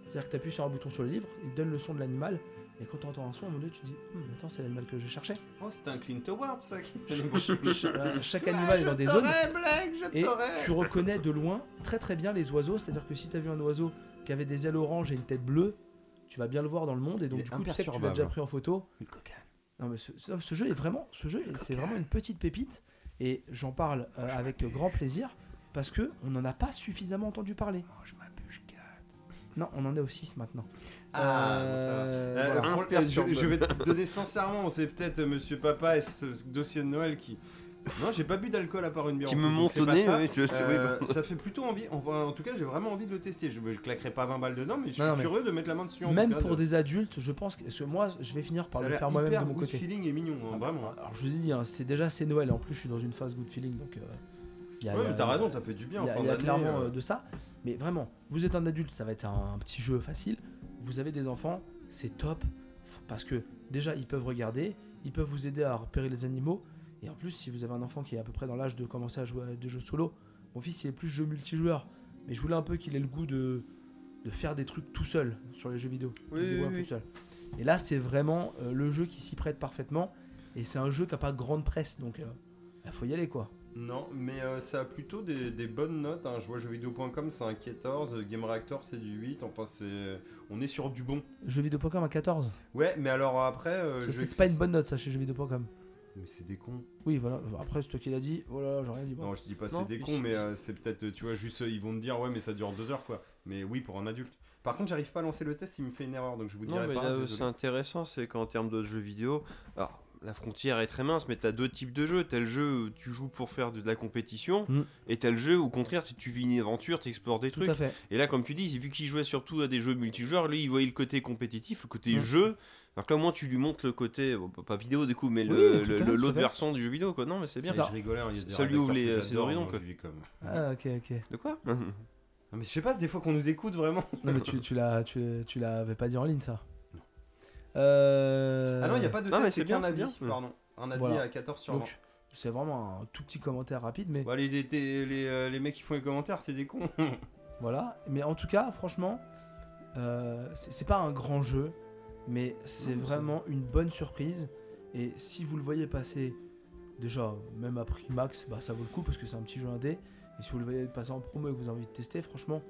Speaker 2: C'est-à-dire que tu appuies sur un bouton sur le livre, il te donne le son de l'animal, et quand tu entends un son, à un moment donné, tu te dis Hum, Attends, c'est l'animal que je cherchais.
Speaker 3: Oh, c'est un Clint Howard ça. qui-
Speaker 2: Euh, Chaque animal est dans des zones. Et tu reconnais de loin très très bien les oiseaux, c'est-à-dire que si t'as vu un oiseau qui avait des ailes oranges et une tête bleue, tu vas bien le voir dans le monde et
Speaker 3: Il
Speaker 2: donc
Speaker 3: est
Speaker 2: du coup tu sais que tu l'as déjà
Speaker 3: imperturbable.
Speaker 2: pris en photo. Non mais ce, ce- ce jeu est vraiment, ce jeu est- c'est vraiment une petite pépite et j'en parle euh, avec grand plaisir parce que on n'en a pas suffisamment entendu parler. Non, on en est au 6 maintenant.
Speaker 3: Ah,
Speaker 2: Euh,
Speaker 3: Euh,
Speaker 2: voilà.
Speaker 3: pour- euh, je, je
Speaker 2: (laughs)
Speaker 3: vais te donner sincèrement, c'est peut-être euh, Monsieur Papa et ce dossier de Noël qui. Non, j'ai pas bu d'alcool à part une bière.
Speaker 4: Qui
Speaker 3: en
Speaker 4: me
Speaker 3: plus, donc c'est
Speaker 4: montonnait,
Speaker 3: pas ça.
Speaker 4: ouais, je sais, oui,
Speaker 3: Euh, ça fait plutôt envie. Enfin, en tout cas, j'ai vraiment envie de le tester. Je, je claquerai pas 20 balles dedans, mais je suis
Speaker 2: Non, non, mais-
Speaker 3: curieux de mettre la main dessus. en
Speaker 2: Même
Speaker 3: tout cas,
Speaker 2: pour
Speaker 3: de-
Speaker 2: des adultes, je pense que, parce que moi je vais finir par
Speaker 3: ça a
Speaker 2: le
Speaker 3: l'air
Speaker 2: faire moi-même de
Speaker 3: hyper
Speaker 2: mon
Speaker 3: good
Speaker 2: côté.
Speaker 3: feeling est mignon, hein, vraiment.
Speaker 2: Alors je vous ai dit, hein, c'est déjà c'est Noël et en plus je suis dans une phase good feeling donc. euh, y a-
Speaker 3: Ouais,
Speaker 2: y a-
Speaker 3: mais t'as raison, ça fait du bien.
Speaker 2: Il y a,
Speaker 3: enfin,
Speaker 2: il y a
Speaker 3: d'année,
Speaker 2: clairement
Speaker 3: euh,
Speaker 2: euh, de ça. Mais vraiment, vous êtes un adulte, ça va être un, un petit jeu facile. Vous avez des enfants, c'est top. F- Parce que déjà, ils peuvent regarder, ils peuvent vous aider à repérer les animaux. Et en plus, si vous avez un enfant qui est à peu près dans l'âge de commencer à jouer à des jeux solo, mon fils il est plus jeu multijoueur. Mais je voulais un peu qu'il ait le goût de, de faire des trucs tout seul sur les jeux vidéo.
Speaker 11: Oui,
Speaker 2: Des
Speaker 11: oui,
Speaker 2: jeux un
Speaker 11: oui.
Speaker 2: peu seul. Et là, c'est vraiment euh, le jeu qui s'y prête parfaitement. Et c'est un jeu qui n'a pas grande presse, donc il faut y aller quoi.
Speaker 3: Non, mais euh, ça a plutôt des, des bonnes notes. hein. Je vois jeuxvideo.com, c'est un 14, Game Reactor, c'est du 8. Enfin, c'est. On est sur du bon.
Speaker 2: Jeuxvideo.com à 14.
Speaker 3: Ouais, mais alors après. euh,
Speaker 2: Ça,
Speaker 3: je vais
Speaker 2: C'est pas une bonne note ça chez jeuxvideo.com.
Speaker 3: Mais c'est des cons.
Speaker 2: Oui, voilà. Après, c'est toi qui l'as dit. Voilà, j'ai rien dit.
Speaker 3: Non, je dis pas
Speaker 2: Non,
Speaker 3: c'est des
Speaker 2: ils
Speaker 3: cons,
Speaker 2: sont-
Speaker 3: mais euh, c'est peut-être, euh, tu vois, juste euh, ils vont te dire, ouais, mais ça dure deux heures quoi. Mais oui, pour un adulte. Par contre, j'arrive pas à lancer le test, il me fait une erreur, donc je vous
Speaker 8: Non,
Speaker 3: dirai
Speaker 8: mais
Speaker 3: pas.
Speaker 8: là,
Speaker 3: désolé.
Speaker 8: c'est intéressant, c'est qu'en termes de jeux vidéo, alors la frontière est très mince, mais t'as deux types de jeux. T'as le jeu où tu joues pour faire de, de la compétition,
Speaker 2: Mm.
Speaker 8: et t'as le jeu où, au contraire, tu, tu vis une aventure, t'explores des
Speaker 2: Tout
Speaker 8: trucs.
Speaker 2: à
Speaker 3: (laughs)
Speaker 2: fait.
Speaker 8: Et là, comme tu dis, vu qu'il jouait surtout à des jeux multijoueurs, lui, il voyait le côté compétitif, le côté
Speaker 2: Mm.
Speaker 8: jeu. Alors que là, au moins, tu lui montres le côté, bon, pas vidéo du coup, mais
Speaker 2: Oui,
Speaker 8: le-
Speaker 2: tout à
Speaker 8: le-
Speaker 2: fait,
Speaker 8: le-
Speaker 2: tout à
Speaker 8: l'autre
Speaker 2: fait.
Speaker 8: version du jeu vidéo, quoi. Non, mais c'est bien.
Speaker 3: Mais Je rigolais, hein, il y a des
Speaker 8: Ça lui ouvre
Speaker 3: rédacteurs
Speaker 8: les-
Speaker 3: que
Speaker 8: ses
Speaker 3: j'adore,
Speaker 8: horizons,
Speaker 3: donc
Speaker 8: euh, quoi.
Speaker 3: je vis comme-
Speaker 2: Ah, ok, ok.
Speaker 8: De quoi
Speaker 2: (laughs)
Speaker 3: Non, mais je sais pas, c'est des fois qu'on nous écoute vraiment.
Speaker 2: Non, mais tu, tu l'as- tu, tu l'avais pas dit en ligne, ça. Euh...
Speaker 3: Ah non, il y a pas de
Speaker 8: Euh, non, mais
Speaker 3: test,
Speaker 8: c'est
Speaker 3: c'est qu'un
Speaker 8: bien, c'est
Speaker 3: avis,
Speaker 8: bien.
Speaker 3: pardon. Un avis
Speaker 2: Voilà.
Speaker 3: à 14 sur 20.
Speaker 2: Donc, c'est vraiment un tout petit commentaire rapide, mais
Speaker 3: Bon, allez, les, les, les, euh, les mecs qui font les commentaires, c'est des cons.
Speaker 2: voilà. Mais en tout cas, franchement, euh, c'est c'est pas un grand jeu, mais c'est vraiment une bonne surprise. Et si vous le voyez passer, déjà, même à prix max, bah, ça vaut le coup parce que c'est un petit jeu indé. Et si vous le voyez passer en promo et que vous avez envie de tester, franchement,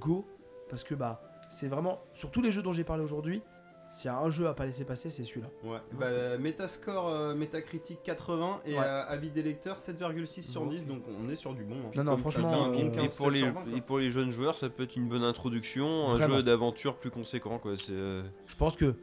Speaker 2: go. Parce que bah, c'est vraiment, sur tous les jeux dont j'ai parlé aujourd'hui, s'il y a un jeu à pas laisser passer, c'est celui-là.
Speaker 3: Ouais. Bah, euh, Metascore, euh, Metacritic 80 et
Speaker 2: Ouais.
Speaker 3: euh, avis des lecteurs 7,6 sur 10, donc on est sur du bon. hein.
Speaker 2: Non, non,
Speaker 3: Comme
Speaker 2: franchement,
Speaker 3: t'as
Speaker 2: euh,
Speaker 3: dit, un bon
Speaker 8: et
Speaker 3: 15,
Speaker 8: pour, les,
Speaker 3: 720, quoi.
Speaker 8: et pour les jeunes joueurs, ça peut être une bonne introduction, un
Speaker 2: Vraiment.
Speaker 8: jeu d'aventure plus conséquent, quoi. C'est. euh,
Speaker 2: Je pense que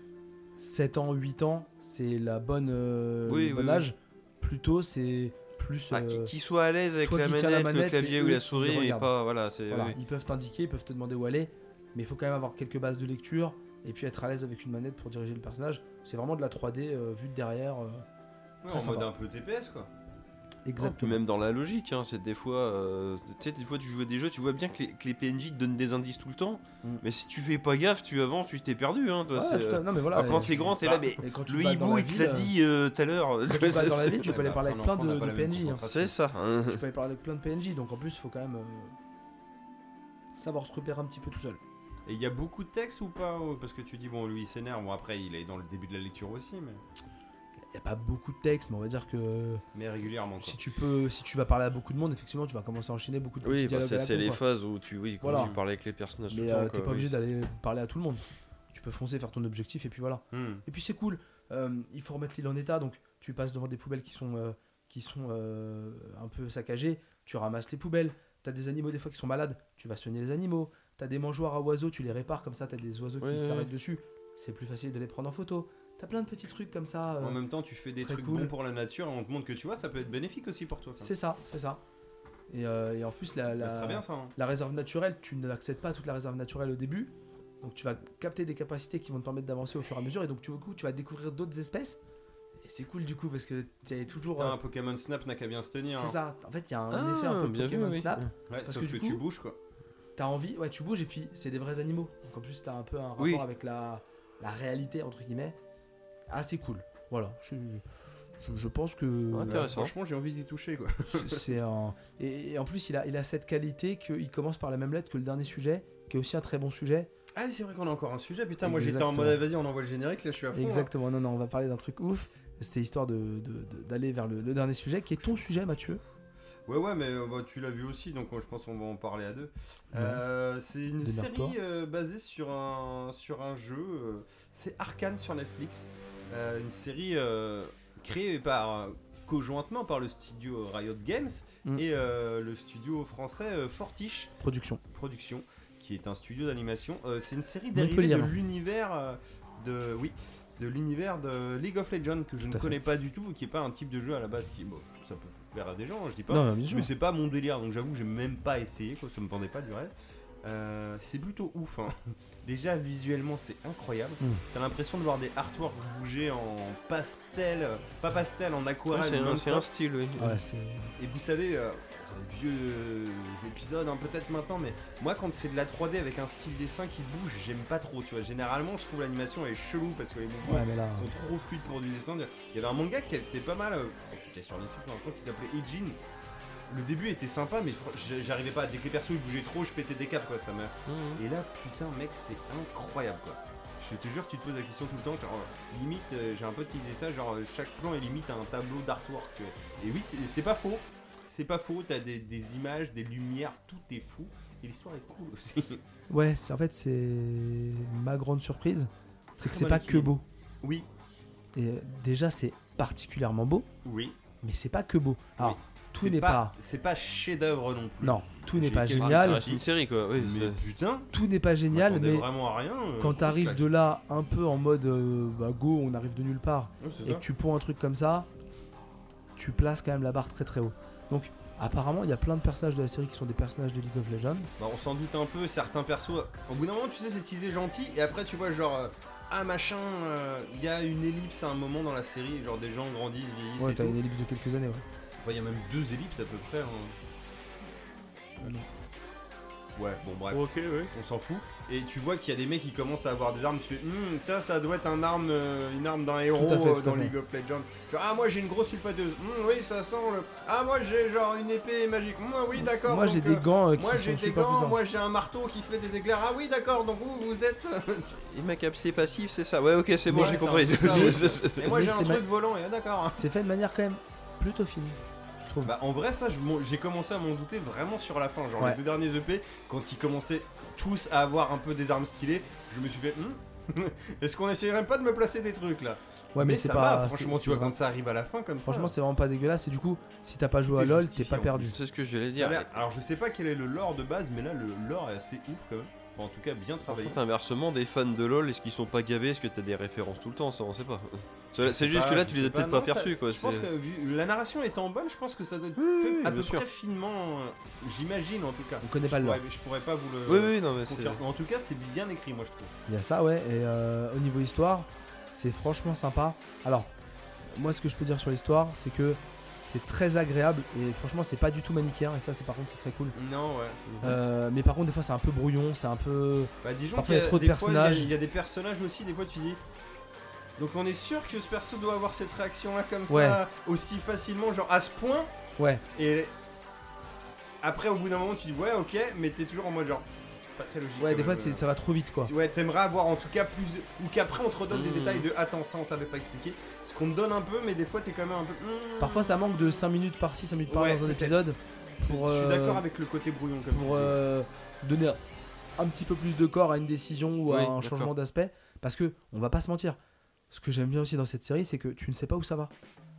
Speaker 2: 7 ans, 8 ans, c'est la bonne euh,
Speaker 8: Oui,
Speaker 2: le
Speaker 8: oui,
Speaker 2: bon
Speaker 8: oui.
Speaker 2: âge. Plutôt, c'est plus.
Speaker 8: Ah, qui,
Speaker 2: euh,
Speaker 8: qui soit à l'aise avec
Speaker 2: toi
Speaker 8: la
Speaker 2: qui
Speaker 8: manette,
Speaker 2: tiens la
Speaker 8: le
Speaker 2: manette et
Speaker 8: clavier ou
Speaker 2: eux
Speaker 8: la
Speaker 2: qui
Speaker 8: souris, et
Speaker 2: regardent.
Speaker 8: pas voilà, c'est
Speaker 2: voilà,
Speaker 8: oui.
Speaker 2: Ils peuvent t'indiquer, ils peuvent te demander où aller, mais il faut quand même avoir quelques bases de lecture et puis être à l'aise avec une manette pour diriger le personnage. C'est vraiment de la 3D euh, vue de derrière. euh,
Speaker 3: Ouais,
Speaker 2: très
Speaker 3: en mode
Speaker 2: sympa.
Speaker 3: un peu TPS quoi.
Speaker 2: exactement.
Speaker 8: Même dans la logique, hein, c'est des fois, euh, tu sais, des fois tu joues à des jeux, tu vois bien que les, que les PNJ te donnent des indices tout le temps,
Speaker 2: Mm.
Speaker 8: mais si tu fais pas gaffe, tu avances, tu t'es perdu. Hein, toi,
Speaker 2: Ouais,
Speaker 8: c'est,
Speaker 2: tout à-
Speaker 8: euh,
Speaker 2: non, mais voilà,
Speaker 8: alors quand
Speaker 2: et-
Speaker 8: t'es grand, t'es là, mais
Speaker 2: et quand tu
Speaker 8: le
Speaker 2: te bats dans
Speaker 8: hibou
Speaker 2: la
Speaker 8: il te l'a
Speaker 2: ville,
Speaker 8: dit euh, tout à l'heure. (laughs)
Speaker 2: euh, quand tu te bats
Speaker 8: C'est-
Speaker 2: dans la
Speaker 8: c'est-
Speaker 2: ville, tu
Speaker 3: Ouais,
Speaker 2: peux aller
Speaker 3: bah,
Speaker 2: parler
Speaker 3: un
Speaker 2: avec plein
Speaker 3: enfant n'a
Speaker 2: de,
Speaker 3: pas
Speaker 2: de
Speaker 3: la même
Speaker 2: PNJ. hein.
Speaker 3: concentration.
Speaker 8: C'est ça. hein.
Speaker 2: Tu peux aller parler avec plein de PNJ, donc en plus, il faut quand même euh, savoir se repérer un petit peu tout seul.
Speaker 3: Et il y a beaucoup de textes ou pas oh, Parce que tu dis, bon, lui il s'énerve, bon après il est dans le début de la lecture aussi, mais,
Speaker 2: Il n'y a pas beaucoup de textes, mais on va dire que
Speaker 3: mais régulièrement quoi.
Speaker 2: si tu peux, si tu vas parler à beaucoup de monde, effectivement, tu vas commencer à enchaîner beaucoup de petits
Speaker 8: (laughs) Oui, bah,
Speaker 2: dialogues à
Speaker 8: c'est
Speaker 2: la
Speaker 8: c'est
Speaker 2: con,
Speaker 8: les
Speaker 2: quoi.
Speaker 8: phases où tu, oui, quand
Speaker 2: Voilà.
Speaker 8: tu parles avec les personnages. tout
Speaker 2: Mais
Speaker 8: le temps,
Speaker 2: euh,
Speaker 8: quoi,
Speaker 2: t'es pas
Speaker 8: oui.
Speaker 2: obligé d'aller parler à tout le monde. Tu peux foncer, faire ton objectif, et puis voilà.
Speaker 3: Hmm.
Speaker 2: Et puis c'est cool. euh, il faut remettre l'île en état, donc tu passes devant des poubelles qui sont, euh, qui sont euh, un peu saccagées. Tu ramasses les poubelles. T'as des animaux des fois qui sont malades. Tu vas soigner les animaux. T'as des mangeoires à oiseaux, tu les répares comme ça. T'as des oiseaux
Speaker 8: Ouais,
Speaker 2: qui
Speaker 8: ouais,
Speaker 2: s'arrêtent
Speaker 8: ouais.
Speaker 2: dessus. C'est plus facile de les prendre en photo. T'as plein de petits trucs comme ça. euh,
Speaker 3: En même temps, tu fais des
Speaker 2: très
Speaker 3: trucs
Speaker 2: cool.
Speaker 3: bons pour la nature et on te montre que tu vois, ça peut être bénéfique aussi pour toi. quoi.
Speaker 2: C'est ça, c'est ça. Et, euh, et en plus, la,
Speaker 3: Bah,
Speaker 2: la,
Speaker 3: c'est très bien ça. hein.
Speaker 2: la réserve naturelle, tu ne l'accèdes pas à toute la réserve naturelle au début. Donc tu vas capter des capacités qui vont te permettre d'avancer au fur et à mesure. Et donc tu, du coup, tu vas découvrir d'autres espèces. Et c'est cool du coup parce que tu es toujours...
Speaker 3: Putain,
Speaker 2: euh,
Speaker 3: un Pokémon Snap n'a qu'à bien se tenir.
Speaker 2: c'est
Speaker 3: hein.
Speaker 2: ça. En fait, il y a un
Speaker 8: Ah,
Speaker 2: effet un peu
Speaker 8: bien vu,
Speaker 2: Pokémon
Speaker 8: oui.
Speaker 2: Snap.
Speaker 3: Ouais,
Speaker 2: Parce
Speaker 3: sauf
Speaker 2: que
Speaker 3: que,
Speaker 2: du
Speaker 3: tu
Speaker 2: coup-
Speaker 3: bouges quoi.
Speaker 2: T'as envie... Ouais, tu bouges et puis c'est des vrais animaux. Donc en plus, t'as un peu un rapport
Speaker 8: Oui.
Speaker 2: avec la, la réalité, entre guillemets. Assez cool. Voilà. Je, je- je pense que...
Speaker 8: Intéressant.
Speaker 3: Franchement, j'ai envie d'y toucher quoi.
Speaker 2: (laughs) C'est- c'est un- Et, et en plus, il a, il a cette qualité qu'il commence par la même lettre que le dernier sujet, qui est aussi un très bon sujet.
Speaker 3: Ah, c'est vrai qu'on a encore un sujet. Putain, moi j'étais en
Speaker 2: Exactement.
Speaker 3: mode, ah, vas-y, on envoie le générique, là je suis à fond. hein.
Speaker 2: Exactement, non, non, on va parler d'un truc ouf. C'était histoire de- de- de- d'aller vers le, le dernier sujet, qui est ton sujet, Mathieu.
Speaker 3: Ouais, ouais, mais euh, bah, tu l'as vu aussi, donc euh, je pense qu'on va en parler à deux. Euh, c'est une
Speaker 2: Démarre-toi.
Speaker 3: série euh, basée sur un, sur un jeu, euh, c'est Arcane sur Netflix. Euh, une série euh, créée par, euh, conjointement par le studio Riot Games
Speaker 2: Mm.
Speaker 3: et euh, le studio français euh, Fortiche
Speaker 2: Production.
Speaker 3: Productions, qui est un studio d'animation. Euh, c'est une série
Speaker 2: Montpellier, hein.
Speaker 3: dérivée de
Speaker 2: non
Speaker 3: l'univers euh, de. Oui de l'univers de League of Legends que je ne
Speaker 2: à fait.
Speaker 3: connais pas du tout, qui est pas un type de jeu à la base qui bon, ça peut plaire à des gens, hein, je dis pas.
Speaker 2: Non, non, bien sûr.
Speaker 3: Mais c'est pas mon délire, donc j'avoue que j'ai même pas essayé, quoi, ça me vendait pas du rêve. Euh, c'est plutôt
Speaker 8: (laughs)
Speaker 3: ouf. hein. Déjà visuellement c'est incroyable.
Speaker 8: Hmm.
Speaker 2: Mm.
Speaker 3: T'as l'impression de voir des artworks bouger en pastel, euh, pas pastel, en
Speaker 8: Ouais,
Speaker 3: aquarelle.
Speaker 8: c'est un-
Speaker 3: non-stop.
Speaker 8: c'est un style. oui.
Speaker 2: Ouais, c'est-
Speaker 3: Et vous savez, euh, c'est un vieux euh, épisode, hein, peut-être maintenant, mais moi quand c'est de la 3D avec un style dessin qui bouge, j'aime pas trop. Tu vois, généralement je trouve l'animation elle est chelou parce que les mouvements
Speaker 2: ouais, mais là.
Speaker 3: ils sont trop fluides pour du dessin. Il y avait un manga qui était pas mal, euh, j'étais sur Netflix dans un temps, qui s'appelait Ijin. Le début était sympa, mais fr- j'- j'arrivais pas. Dès que les persos ils bougeaient trop, je pétais des câbles quoi, ça m'a.
Speaker 8: Mhm.
Speaker 3: Et là, putain, mec, c'est incroyable quoi. Je te jure, tu te poses la question tout le temps, genre euh, limite, euh, j'ai un pote qui disait ça, genre euh, chaque plan est limite un tableau d'artwork. tu vois. Et oui, c'est- c'est pas faux, c'est pas faux, t'as des, des images, des lumières, tout est fou. Et l'histoire est cool aussi.
Speaker 2: Ouais, c'est- en fait, c'est ma grande surprise. C'est que
Speaker 3: Très
Speaker 2: c'est
Speaker 3: bon
Speaker 2: pas que
Speaker 3: équilibre.
Speaker 2: beau.
Speaker 3: Oui,
Speaker 2: Et euh, déjà, c'est particulièrement beau,
Speaker 3: Oui.
Speaker 2: mais c'est pas que beau. Alors, tout
Speaker 3: C'est
Speaker 2: n'est pas,
Speaker 3: C'est pas chef-d'œuvre non plus.
Speaker 2: Non, tout n'est
Speaker 3: J'ai Ah,
Speaker 2: pas
Speaker 3: quelques-
Speaker 8: Ça
Speaker 2: génial.
Speaker 8: reste une série quoi. Oui,
Speaker 3: Mais
Speaker 8: ça-
Speaker 3: putain,
Speaker 2: Tout n'est pas
Speaker 3: je
Speaker 2: génial,
Speaker 3: m'attendais
Speaker 2: mais
Speaker 3: vraiment à rien. euh,
Speaker 2: quand
Speaker 3: grosse
Speaker 2: t'arrives
Speaker 3: claque.
Speaker 2: de là un peu en mode euh, bah, go, on arrive de nulle part,
Speaker 3: Ouais, c'est
Speaker 2: et
Speaker 3: ça.
Speaker 2: que tu prends un truc comme ça, tu places quand même la barre très très haut. Donc, apparemment, il y a plein de personnages de la série qui sont des personnages de League of Legends.
Speaker 3: Bah, on s'en doute un peu, certains persos. Au bout d'un moment, tu sais, c'est teasé gentil, et après, tu vois, genre, euh, ah machin, il y a une ellipse à un moment dans la série, genre des gens grandissent, vieillissent
Speaker 2: Ouais,
Speaker 3: et
Speaker 2: t'as
Speaker 3: tout.
Speaker 2: une ellipse de quelques années, ouais.
Speaker 3: Enfin, il y a même deux ellipses à peu près. hein.
Speaker 2: Ah
Speaker 3: Ouais, bon, bref.
Speaker 8: Ok, ouais.
Speaker 3: on s'en fout. Et tu vois qu'il y a des mecs qui commencent à avoir des armes, tu fais Hum, ça, ça doit être un arme, euh, une arme d'un héros
Speaker 2: fait,
Speaker 3: euh,
Speaker 2: tout à
Speaker 3: dans
Speaker 2: fait.
Speaker 3: League of Legends. Genre, ah, moi j'ai une grosse ulpateuse, Hum, oui, ça sent le. Ah, moi j'ai genre une épée magique, Hum, oui, d'accord.
Speaker 2: Moi,
Speaker 3: donc,
Speaker 2: j'ai
Speaker 3: euh,
Speaker 2: des gants euh, qui
Speaker 3: Moi
Speaker 2: sont
Speaker 3: j'ai des
Speaker 2: super
Speaker 3: gants,
Speaker 2: puissants.
Speaker 3: moi j'ai un marteau qui fait des éclairs. Ah oui, d'accord, donc vous, vous êtes. euh,
Speaker 2: (laughs)
Speaker 8: Et ma capacité passive, c'est ça. Ouais, ok, c'est bon,
Speaker 3: Ouais,
Speaker 8: j'ai
Speaker 3: c'est
Speaker 8: compris.
Speaker 3: un peu ça, ouais.
Speaker 8: C'est- c'est-
Speaker 3: Et moi
Speaker 2: Mais
Speaker 3: j'ai un
Speaker 2: c'est
Speaker 3: truc
Speaker 2: ma-
Speaker 3: volant, et ah, d'accord.
Speaker 2: C'est fait de manière quand même plutôt fine.
Speaker 3: Bah en vrai ça je m'en- j'ai commencé à m'en douter vraiment sur la fin genre
Speaker 2: Ouais.
Speaker 3: les deux derniers EP quand ils commençaient tous à avoir un peu des armes stylées je me suis fait Hmm, (laughs) est-ce qu'on essayerait pas de me placer des trucs là
Speaker 2: Ouais, mais, c'est
Speaker 3: ça
Speaker 2: pas.
Speaker 3: va
Speaker 2: c'est-
Speaker 3: franchement
Speaker 2: c'est
Speaker 3: tu vois
Speaker 2: vraiment-
Speaker 3: quand ça arrive à la fin comme
Speaker 2: Franchement,
Speaker 3: ça
Speaker 2: c'est vraiment pas dégueulasse. Et du coup, si t'as pas joué
Speaker 3: Tout
Speaker 2: à
Speaker 3: est
Speaker 2: LoL, t'es
Speaker 3: justifié,
Speaker 2: pas
Speaker 3: en
Speaker 2: perdu.
Speaker 8: C'est ce que je voulais
Speaker 3: Ça
Speaker 8: dire.
Speaker 3: a l'air- alors je sais pas quel est le lore de base mais là le lore est assez ouf quand même Enfin, en tout cas bien
Speaker 8: Par
Speaker 3: travaillé
Speaker 8: contre, inversement, des fans de LoL, est-ce qu'ils sont pas gavés Est-ce que t'as des références tout le temps Ça, on sait pas.
Speaker 3: Je
Speaker 8: C'est
Speaker 3: sais
Speaker 8: c'est juste
Speaker 3: pas,
Speaker 8: que là,
Speaker 3: je
Speaker 8: tu les
Speaker 3: sais
Speaker 8: as peut-être
Speaker 3: pas.
Speaker 8: pas,
Speaker 3: Non, ça-
Speaker 8: perçus quoi.
Speaker 3: je pense
Speaker 8: c'est-
Speaker 3: que vu la narration étant bonne je pense que ça doit être
Speaker 8: Oui,
Speaker 3: fait
Speaker 8: bien
Speaker 3: à peu
Speaker 8: sûr.
Speaker 3: près finement euh, j'imagine en tout cas
Speaker 2: On connaît pas
Speaker 3: je
Speaker 2: le lore.
Speaker 3: pourrais, je pourrais pas vous le
Speaker 8: Oui, oui, non, mais c'est.
Speaker 3: confirmer. en tout cas c'est bien écrit moi je trouve
Speaker 2: Il y a ça, ouais. Et euh, au niveau histoire, c'est franchement sympa. Alors, moi, ce que je peux dire sur l'histoire, c'est que c'est très agréable. Et franchement, c'est pas du tout manichéen. Et ça, c'est par contre, c'est très cool.
Speaker 3: non ouais
Speaker 2: Euh, mais par contre, des fois, c'est un peu brouillon. C'est un peu.
Speaker 3: Bah disons
Speaker 2: Parfois,
Speaker 3: qu'il y
Speaker 2: il y
Speaker 3: a
Speaker 2: a trop de
Speaker 3: des fois, il y a-
Speaker 2: personnages.
Speaker 3: Il y, a des personnages aussi, des fois tu dis. Donc on est sûr que ce perso doit avoir cette réaction là comme
Speaker 2: Ouais.
Speaker 3: ça, aussi facilement, genre à ce point.
Speaker 2: Ouais.
Speaker 3: Et après au bout d'un moment tu dis ouais ok, mais t'es toujours en mode genre c'est pas très logique.
Speaker 2: Ouais,
Speaker 3: quand
Speaker 2: des fois,
Speaker 3: même,
Speaker 2: c'est-
Speaker 3: euh.
Speaker 2: ça va trop vite, quoi.
Speaker 3: Ouais, t'aimerais avoir en tout cas plus. Ou qu'après on te redonne
Speaker 8: Mmh.
Speaker 3: des détails de attends, ça on t'avait pas expliqué. Ce qu'on te donne un peu, mais des fois t'es quand même un peu. Mmh.
Speaker 2: Parfois, ça manque de 5 minutes par-ci, 5 minutes par
Speaker 3: Ouais,
Speaker 2: dans un
Speaker 3: peut-être.
Speaker 2: épisode. Pour,
Speaker 3: Je suis d'accord
Speaker 2: euh,
Speaker 3: avec le côté brouillon comme tu
Speaker 2: pour
Speaker 3: dis.
Speaker 2: euh, donner un, un petit peu plus de corps à une décision ou à
Speaker 8: Oui,
Speaker 2: un
Speaker 8: d'accord.
Speaker 2: changement d'aspect. Parce que, on va pas se mentir, ce que j'aime bien aussi dans cette série, c'est que tu ne sais pas où ça va.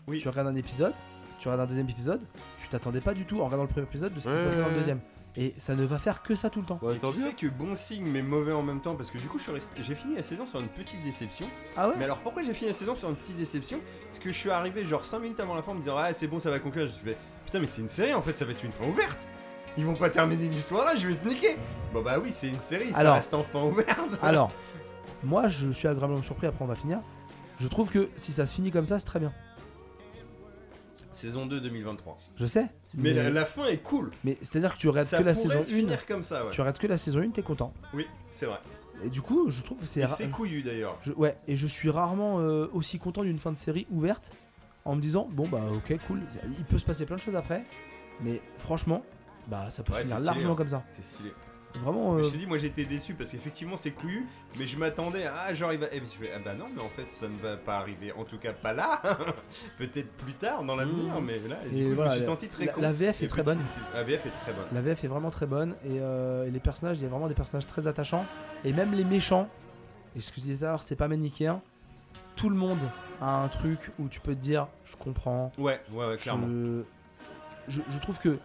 Speaker 3: Oui.
Speaker 2: Tu regardes un épisode, tu regardes un deuxième épisode, tu t'attendais pas du tout en regardant le premier épisode de ce qui se
Speaker 8: Ouais,
Speaker 2: passait dans le
Speaker 8: ouais,
Speaker 2: deuxième. Et ça ne va faire que ça tout le temps.
Speaker 8: Ouais,
Speaker 3: Et
Speaker 8: Bah, tant
Speaker 3: tu
Speaker 8: mieux.
Speaker 3: sais que bon signe mais mauvais en même temps parce que du coup je suis resté- j'ai fini la saison sur une petite déception.
Speaker 2: Ah ouais
Speaker 3: Mais alors pourquoi j'ai fini la saison sur une petite déception Parce que je suis arrivé genre 5 minutes avant la fin en me disant ah c'est bon ça va conclure. Je me suis fait putain mais c'est une série en fait ça va être une fin ouverte. Ils vont pas terminer l'histoire là je vais te niquer. Bon bah oui c'est une série ça
Speaker 2: Alors-
Speaker 3: reste en fin ouverte.
Speaker 2: Alors, moi je suis agréablement surpris, après on va finir. Je trouve que si ça se finit comme ça, c'est très bien.
Speaker 3: (laughs) Saison 2 2023.
Speaker 2: Je sais.
Speaker 3: Mais,
Speaker 2: Mais,
Speaker 3: la, la fin est cool.
Speaker 2: mais c'est-à-dire que tu regardes
Speaker 3: Ça
Speaker 2: Mm. que la
Speaker 3: pourrait
Speaker 2: saison 1.
Speaker 3: se finir comme ça ouais.
Speaker 2: Tu regardes que la saison 1, t'es content.
Speaker 3: Oui c'est vrai.
Speaker 2: Et du coup, je trouve que c'est
Speaker 3: Et
Speaker 2: ra-
Speaker 3: c'est couillu d'ailleurs.
Speaker 2: Je- ouais, et je suis rarement euh, aussi content d'une fin de série ouverte en me disant bon bah ok cool, il peut se passer plein de choses après, mais franchement bah ça peut
Speaker 3: Ouais,
Speaker 2: finir
Speaker 3: c'est stylé,
Speaker 2: largement
Speaker 3: hein.
Speaker 2: comme ça.
Speaker 3: C'est stylé.
Speaker 2: Vraiment,
Speaker 3: Mais
Speaker 2: euh,
Speaker 3: Je te dis, moi j'étais déçu parce qu'effectivement c'est couillu, mais je m'attendais à ah, genre il va. Et puis je fais ah bah non, mais en fait ça ne va pas arriver, en tout cas pas là, (laughs) peut-être plus tard dans l'avenir, mais là, et
Speaker 2: Mm. Et
Speaker 3: du coup
Speaker 2: voilà,
Speaker 3: je me suis
Speaker 2: la-
Speaker 3: senti très
Speaker 2: la,
Speaker 3: con.
Speaker 2: la VF
Speaker 3: Et
Speaker 2: est très
Speaker 3: petit-
Speaker 2: bonne.
Speaker 3: c'est- La VF est très bonne.
Speaker 2: La VF est vraiment très bonne et, euh, et les personnages, il y a vraiment des personnages très attachants et même les méchants. Et ce que je disais tout à l'heure, c'est pas manichéen. Tout le monde a un truc où tu peux te dire je comprends,
Speaker 3: Ouais, ouais, ouais, clairement.
Speaker 2: Je, je, je trouve que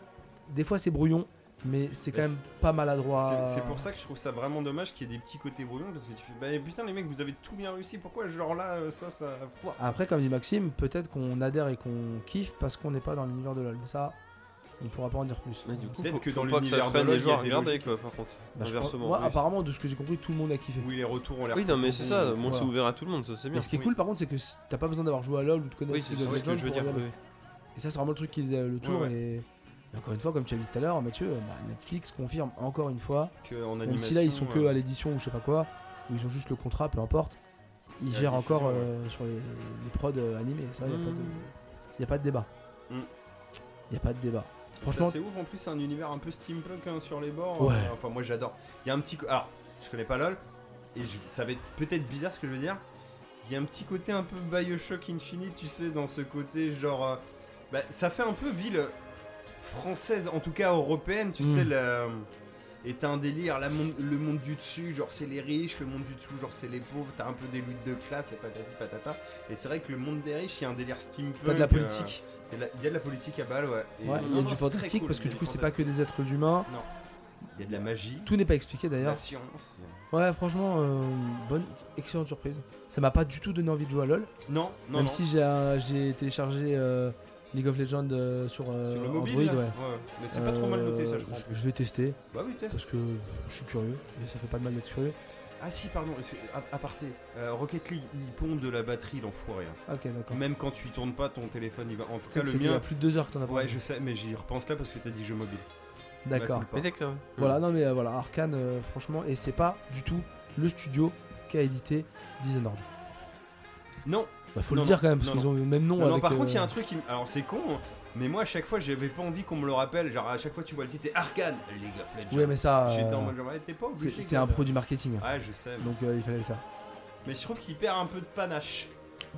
Speaker 2: des fois c'est brouillon, mais c'est quand
Speaker 3: Bah,
Speaker 2: même pas maladroit.
Speaker 3: C'est- C'est pour ça que je trouve ça vraiment dommage qu'il y ait des petits côtés brouillons parce que tu fais bah putain les mecs vous avez tout bien réussi, pourquoi genre là euh, ça ça. Ouah.
Speaker 2: Après, comme dit Maxime, peut-être qu'on adhère et qu'on kiffe parce qu'on n'est pas dans l'univers de LoL. Mais ça, on pourra pas en dire plus.
Speaker 8: Mais du coup,
Speaker 3: Peut-être
Speaker 8: faut-
Speaker 3: que
Speaker 8: faut
Speaker 3: dans
Speaker 8: pas que
Speaker 3: l'univers
Speaker 8: ça
Speaker 3: de
Speaker 8: freine
Speaker 3: LoL,
Speaker 8: les
Speaker 3: il y
Speaker 8: gens
Speaker 3: a
Speaker 8: à
Speaker 3: des
Speaker 8: regarder
Speaker 3: logiques.
Speaker 8: quoi, par contre.
Speaker 2: Bah, je pense-
Speaker 8: Inversement.
Speaker 2: moi,
Speaker 8: oui.
Speaker 2: apparemment, de ce que j'ai compris, tout le monde a kiffé.
Speaker 3: Oui les retours ont l'air.
Speaker 8: Oui, non, mais c'est ça, moi
Speaker 2: Voilà.
Speaker 8: c'est ouvert à tout le monde, ça c'est bien.
Speaker 2: Mais ce qui est
Speaker 3: Oui.
Speaker 2: cool, par contre, c'est que t'as pas besoin d'avoir joué à LoL ou de connaître
Speaker 8: Oui,
Speaker 2: League
Speaker 8: c'est
Speaker 2: of
Speaker 8: vrai que
Speaker 2: Legends
Speaker 8: je veux
Speaker 2: pour
Speaker 8: dire.
Speaker 2: regarder.
Speaker 8: oui.
Speaker 2: Et ça, c'est vraiment le truc qui faisait le tour.
Speaker 3: ouais.
Speaker 2: Et... et encore une fois, comme tu as dit tout à l'heure, Mathieu, bah, Netflix confirme encore une fois.
Speaker 3: que en
Speaker 2: Même si là, ils sont
Speaker 3: animation,
Speaker 2: que
Speaker 3: euh,
Speaker 2: à l'édition ou je sais pas quoi, ou ils ont juste le contrat, peu importe. Ils
Speaker 3: La
Speaker 2: gèrent
Speaker 3: diffusion, Hmm.
Speaker 2: encore euh, sur les, les prods euh, animés. Ça, y a, pas de, y a pas de débat.
Speaker 3: Mm.
Speaker 2: Y a pas de débat.
Speaker 3: Franchement,
Speaker 2: Franchement,
Speaker 3: c'est ouf. En plus, c'est un univers un peu steampunk hein, sur les bords.
Speaker 2: Ouais.
Speaker 3: Euh, Enfin, moi, j'adore. Il y a un petit. co- Alors, je connais pas LOL et je- ça va être peut-être bizarre ce que je veux dire. Il y a un petit côté un peu Bioshock Infinite, tu sais, dans ce côté genre. euh, bah, ça fait un peu ville française, en tout cas européenne, tu
Speaker 2: Mm.
Speaker 3: sais, la- est un délire. La monde- le monde du dessus, genre c'est les riches, le monde du dessous, genre c'est les pauvres. T'as un peu des luttes de classe et patati patata. Et c'est vrai que le monde des riches, il y a un délire steampunk.
Speaker 2: T'as de la
Speaker 3: euh,
Speaker 2: politique.
Speaker 3: Il y a de la- il y a de la politique à balle, ouais.
Speaker 2: Ouais, il
Speaker 3: Et- non,
Speaker 2: y a
Speaker 3: non,
Speaker 2: du
Speaker 3: c'est très
Speaker 2: fantastique
Speaker 3: cool,
Speaker 2: parce
Speaker 3: il y
Speaker 2: que
Speaker 3: a
Speaker 2: du
Speaker 3: du
Speaker 2: coup, c'est pas que
Speaker 3: fantastique.
Speaker 2: des êtres humains.
Speaker 3: Il y a de la magie,
Speaker 2: Tout n'est pas expliqué
Speaker 3: de la
Speaker 2: d'ailleurs.
Speaker 3: science.
Speaker 2: Ouais, franchement, euh, bonne, excellente surprise. Ça m'a pas du tout donné envie de jouer à LoL,
Speaker 3: Non, non,
Speaker 2: même
Speaker 3: non.
Speaker 2: si j'ai euh, j'ai téléchargé euh, League of Legends euh, sur, euh,
Speaker 3: Sur le mobile,
Speaker 2: Android.
Speaker 3: là.
Speaker 2: ouais.
Speaker 3: Ouais. Mais c'est pas trop mal noté, ça, je
Speaker 2: Euh,
Speaker 3: crois. en plus.
Speaker 2: Je vais tester
Speaker 3: Bah oui, test.
Speaker 2: parce que je suis curieux et ça fait pas de mal d'être curieux.
Speaker 3: Ah si, pardon, excuse- à- aparté. Euh, Rocket League, il pompe de la batterie, l'enfoiré. hein.
Speaker 2: Ok, d'accord.
Speaker 3: Même quand tu y tournes pas, ton téléphone, il va... En tout
Speaker 2: C'est
Speaker 3: cas,
Speaker 2: que
Speaker 3: le
Speaker 2: c'était il y a
Speaker 3: mien...
Speaker 2: plus de deux heures que t'en as parlé.
Speaker 3: Ouais, je sais, mais j'y repense là parce que t'as dit jeu mobile.
Speaker 2: D'accord.
Speaker 3: Bah, cool, pas.
Speaker 4: d'accord.
Speaker 2: Voilà, non mais euh, voilà, Arkane, euh, franchement, et c'est pas du tout le studio qui a édité Dishonored.
Speaker 3: Non,
Speaker 2: Bah, faut
Speaker 3: Non,
Speaker 2: le dire
Speaker 3: non,
Speaker 2: quand même, parce
Speaker 3: non,
Speaker 2: qu'ils ont le même nom.
Speaker 3: non, non,
Speaker 2: avec,
Speaker 3: par
Speaker 2: euh,
Speaker 3: contre, il y a un truc qui... m- Alors, c'est con, hein, mais moi, à chaque fois, j'avais pas envie qu'on me le rappelle. Genre, à chaque fois, tu vois le titre, c'est Arkane, League of Legends.
Speaker 2: Ouais, mais ça.
Speaker 3: J'étais
Speaker 2: euh,
Speaker 3: en mode, genre, ouais, t'es pas
Speaker 2: c'est-
Speaker 3: obligé.
Speaker 2: C'est
Speaker 3: quoi,
Speaker 2: un
Speaker 3: de-
Speaker 2: produit marketing. hein.
Speaker 3: Ouais, je sais.
Speaker 2: Donc euh, il fallait le faire.
Speaker 3: Mais je trouve qu'il perd un peu de panache.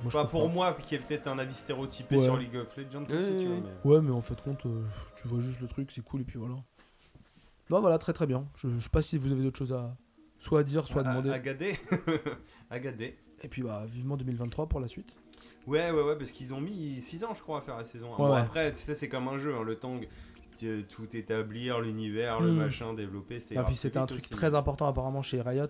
Speaker 2: Moi, je
Speaker 3: Pas
Speaker 2: trouve
Speaker 3: pour moi, qui est peut-être un avis stéréotypé
Speaker 2: Ouais.
Speaker 3: sur League of Legends aussi, tu vois. mais-
Speaker 2: Ouais, mais en fait, compte, euh, tu vois juste le truc, c'est cool, et puis voilà. Non, voilà, très très bien. Je, je sais pas si vous avez d'autres choses à. Soit à dire, soit à
Speaker 3: À- à-
Speaker 2: demander.
Speaker 3: À (laughs) gader. À gader.
Speaker 2: Et puis, bah, vivement 2023 pour la suite. Ah,
Speaker 3: Ouais, ouais, ouais, parce qu'ils ont mis 6 ans, je crois, à faire la saison. un.
Speaker 2: Ouais,
Speaker 3: Bon,
Speaker 2: ouais.
Speaker 3: Après, tu sais, c'est comme un jeu, hein, le Tang. tu- Tout établir, l'univers, le
Speaker 2: Mm.
Speaker 3: machin, développer.
Speaker 2: Et puis, c'était un truc très important, apparemment, chez Riot.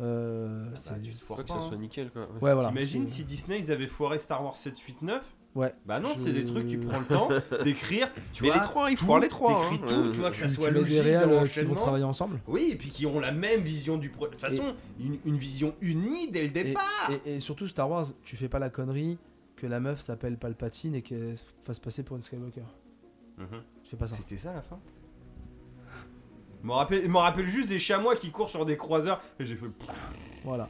Speaker 2: Euh, c'est
Speaker 3: bah,
Speaker 2: du-
Speaker 3: tu te
Speaker 4: Faut
Speaker 3: Faut
Speaker 4: que
Speaker 3: pas,
Speaker 4: ça
Speaker 3: hein.
Speaker 4: soit nickel quoi.
Speaker 2: Ouais, voilà.
Speaker 3: T'imagines
Speaker 2: Parce que-
Speaker 3: si Disney, ils avaient foiré Star Wars 7, 8, 9
Speaker 2: Ouais.
Speaker 3: Bah non,
Speaker 2: Je-
Speaker 3: c'est des trucs, tu prends le
Speaker 4: (laughs)
Speaker 3: temps d'écrire. Tu
Speaker 4: Mais
Speaker 3: vois,
Speaker 4: les trois, il faut
Speaker 3: tout,
Speaker 4: voir les trois.
Speaker 3: T'écris
Speaker 4: hein.
Speaker 3: tout,
Speaker 4: Ouais.
Speaker 3: tu vois, que ça
Speaker 2: tu,
Speaker 3: soit
Speaker 2: tu mets des
Speaker 3: logique,
Speaker 2: réels euh,
Speaker 3: dans
Speaker 2: qui vont
Speaker 3: l'enchaînement.
Speaker 2: travailler ensemble.
Speaker 3: Oui, et puis qui ont la même vision du projet. De toute façon, une, une vision unie dès le départ.
Speaker 2: Et, et surtout, Star Wars, tu fais pas la connerie que la meuf s'appelle Palpatine et qu'elle se fasse passer pour une Skywalker.
Speaker 3: Mhm.
Speaker 2: Je fais pas ça.
Speaker 3: C'était ça la fin me rappelle, me rappelle juste des chamois qui courent sur des croiseurs. Et j'ai fait.
Speaker 2: Voilà.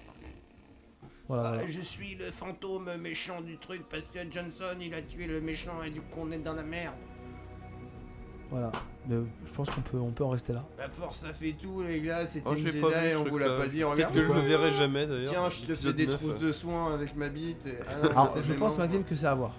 Speaker 2: Voilà, voilà.
Speaker 3: Bah, je suis le fantôme méchant du truc parce que Johnson il a tué le méchant et du coup on est dans la merde.
Speaker 2: voilà. Mais, euh, je pense qu'on peut, on peut en rester là.
Speaker 3: La force ça fait tout les gars, c'est
Speaker 4: Oh,
Speaker 3: une
Speaker 4: j'ai
Speaker 3: Jedi,
Speaker 4: pas vu ce
Speaker 3: on vous l'a
Speaker 4: truc-là.
Speaker 3: pas dit.
Speaker 4: Peut-être
Speaker 3: Regarde,
Speaker 4: que je le verrai jamais d'ailleurs.
Speaker 3: tiens, je te fais
Speaker 4: Épisode
Speaker 3: des
Speaker 4: 9,
Speaker 3: trousses
Speaker 4: ouais.
Speaker 3: de soins avec ma bite. et- Ah non, ça,
Speaker 2: Alors,
Speaker 3: c'est
Speaker 2: je pense,
Speaker 3: dément.
Speaker 2: Maxime, que c'est à voir.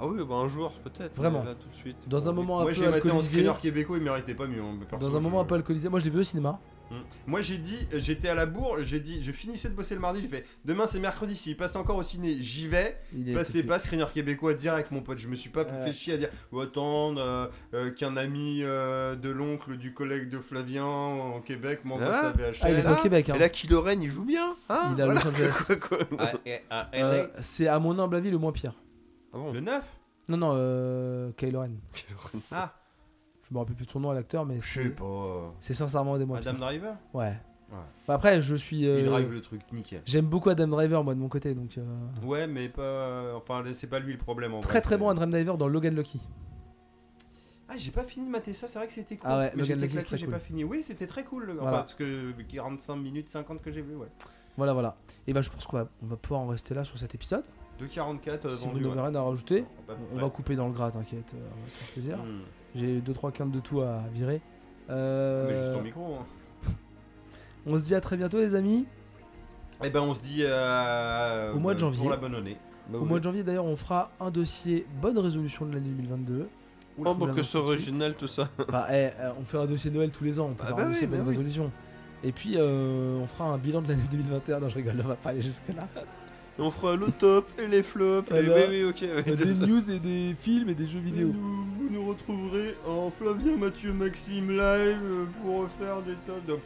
Speaker 4: Ah oui, bah un jour peut-être.
Speaker 2: Vraiment.
Speaker 4: mais Là tout de suite.
Speaker 2: Dans un moment
Speaker 3: Moi
Speaker 2: un peu
Speaker 3: j'ai maté en
Speaker 2: alcoolisé.
Speaker 3: screener québécois, il méritait pas mieux. hein, mais perso,
Speaker 2: Dans un
Speaker 3: je-
Speaker 2: moment un peu alcoolisé. Moi, je l'ai vu au cinéma.
Speaker 3: Hmm. Moi j'ai dit, euh, j'étais à la bourre, j'ai dit, je finissais de bosser le mardi, j'ai fait demain c'est mercredi, s'il passe encore au ciné, j'y vais.
Speaker 2: Il est-
Speaker 3: Passez Bah, pas screener québécois direct, mon pote. Je me suis pas
Speaker 2: Ouais.
Speaker 3: fait chier à dire ou attendre euh, euh, qu'un ami euh, de l'oncle du collègue de Flavien en Québec m'envoie
Speaker 4: Ah.
Speaker 3: sa
Speaker 2: Ah, il est
Speaker 3: VHS.
Speaker 2: pas au Québec. hein.
Speaker 4: Et là, Kylo Ren, il joue bien. Hein
Speaker 2: Il est à
Speaker 4: Voilà.
Speaker 2: Los Angeles.
Speaker 4: Quoi.
Speaker 3: Ah, eh, ah, eh,
Speaker 2: Euh, C'est à mon humble avis le moins pire.
Speaker 4: Ah bon
Speaker 3: Le 9
Speaker 2: Non, non, euh, Kylo Ren.
Speaker 4: Kylo Ren.
Speaker 3: Ah.
Speaker 2: Je me rappelle plus de son nom à l'acteur, mais
Speaker 3: Je sais
Speaker 2: c'est
Speaker 3: pas.
Speaker 2: c'est sincèrement un des moins
Speaker 3: Adam
Speaker 2: pires.
Speaker 3: Driver
Speaker 2: Ouais.
Speaker 3: Ouais.
Speaker 2: Bah, Après, je suis. euh,
Speaker 3: Il drive le truc nickel.
Speaker 2: J'aime beaucoup Adam Driver, moi, de mon côté. donc euh,
Speaker 3: Ouais, mais pas. Enfin, c'est pas lui le problème en
Speaker 2: Très
Speaker 3: vrai,
Speaker 2: très
Speaker 3: c'est-
Speaker 2: bon Adam Driver dans Logan Lucky.
Speaker 3: Ah, j'ai pas fini de mater ça, c'est vrai que c'était cool.
Speaker 2: Ah ouais,
Speaker 3: mais
Speaker 2: Logan
Speaker 3: j'étais
Speaker 2: Lucky,
Speaker 3: claqué,
Speaker 2: c'est très
Speaker 3: j'ai
Speaker 2: cool.
Speaker 3: pas fini. Oui, c'était très cool. Enfin,
Speaker 2: Voilà.
Speaker 3: parce que 45 minutes 50 que j'ai vu, ouais.
Speaker 2: Voilà, voilà. Et bah, je pense qu'on va, on va pouvoir en rester là sur cet épisode.
Speaker 3: 2,44 euh,
Speaker 2: si
Speaker 3: vendu,
Speaker 2: vous n'avez
Speaker 3: ouais.
Speaker 2: rien à rajouter,
Speaker 3: Bah,
Speaker 2: on va couper dans le gras, t'inquiète. euh, On va se faire plaisir.
Speaker 3: Hmm.
Speaker 2: J'ai 2-3 quintes de tout à virer. Euh,
Speaker 3: Mais juste ton micro. hein.
Speaker 2: on se dit à très bientôt, les amis.
Speaker 3: Eh ben on se dit euh,
Speaker 2: Au mois de
Speaker 3: euh,
Speaker 2: janvier.
Speaker 3: pour la bonne année.
Speaker 2: Au mois de janvier, d'ailleurs, on fera un dossier bonne résolution de l'année 2022.
Speaker 4: Oh, bah,
Speaker 2: Oula,
Speaker 4: que c'est
Speaker 2: tout de suite.
Speaker 4: original tout ça.
Speaker 2: Enfin, eh, euh, on fait un dossier Noël tous les ans, on peut
Speaker 4: Ah
Speaker 2: faire
Speaker 4: bah
Speaker 2: un
Speaker 4: oui,
Speaker 2: dossier
Speaker 4: bah
Speaker 2: bonne
Speaker 4: oui.
Speaker 2: résolution. Et puis, euh, on fera un bilan de l'année 2021. Non, je rigole, on va pas aller jusque-là.
Speaker 3: (laughs)
Speaker 4: Et on fera le top et les flops. Et
Speaker 2: Voilà.
Speaker 4: oui, oui, ok. ouais,
Speaker 2: Euh,
Speaker 4: c'est
Speaker 2: des
Speaker 4: ça.
Speaker 2: news et des films et des jeux vidéo.
Speaker 3: Nous, vous nous retrouverez en Flavien Mathieu Maxime live euh, pour refaire des tas de.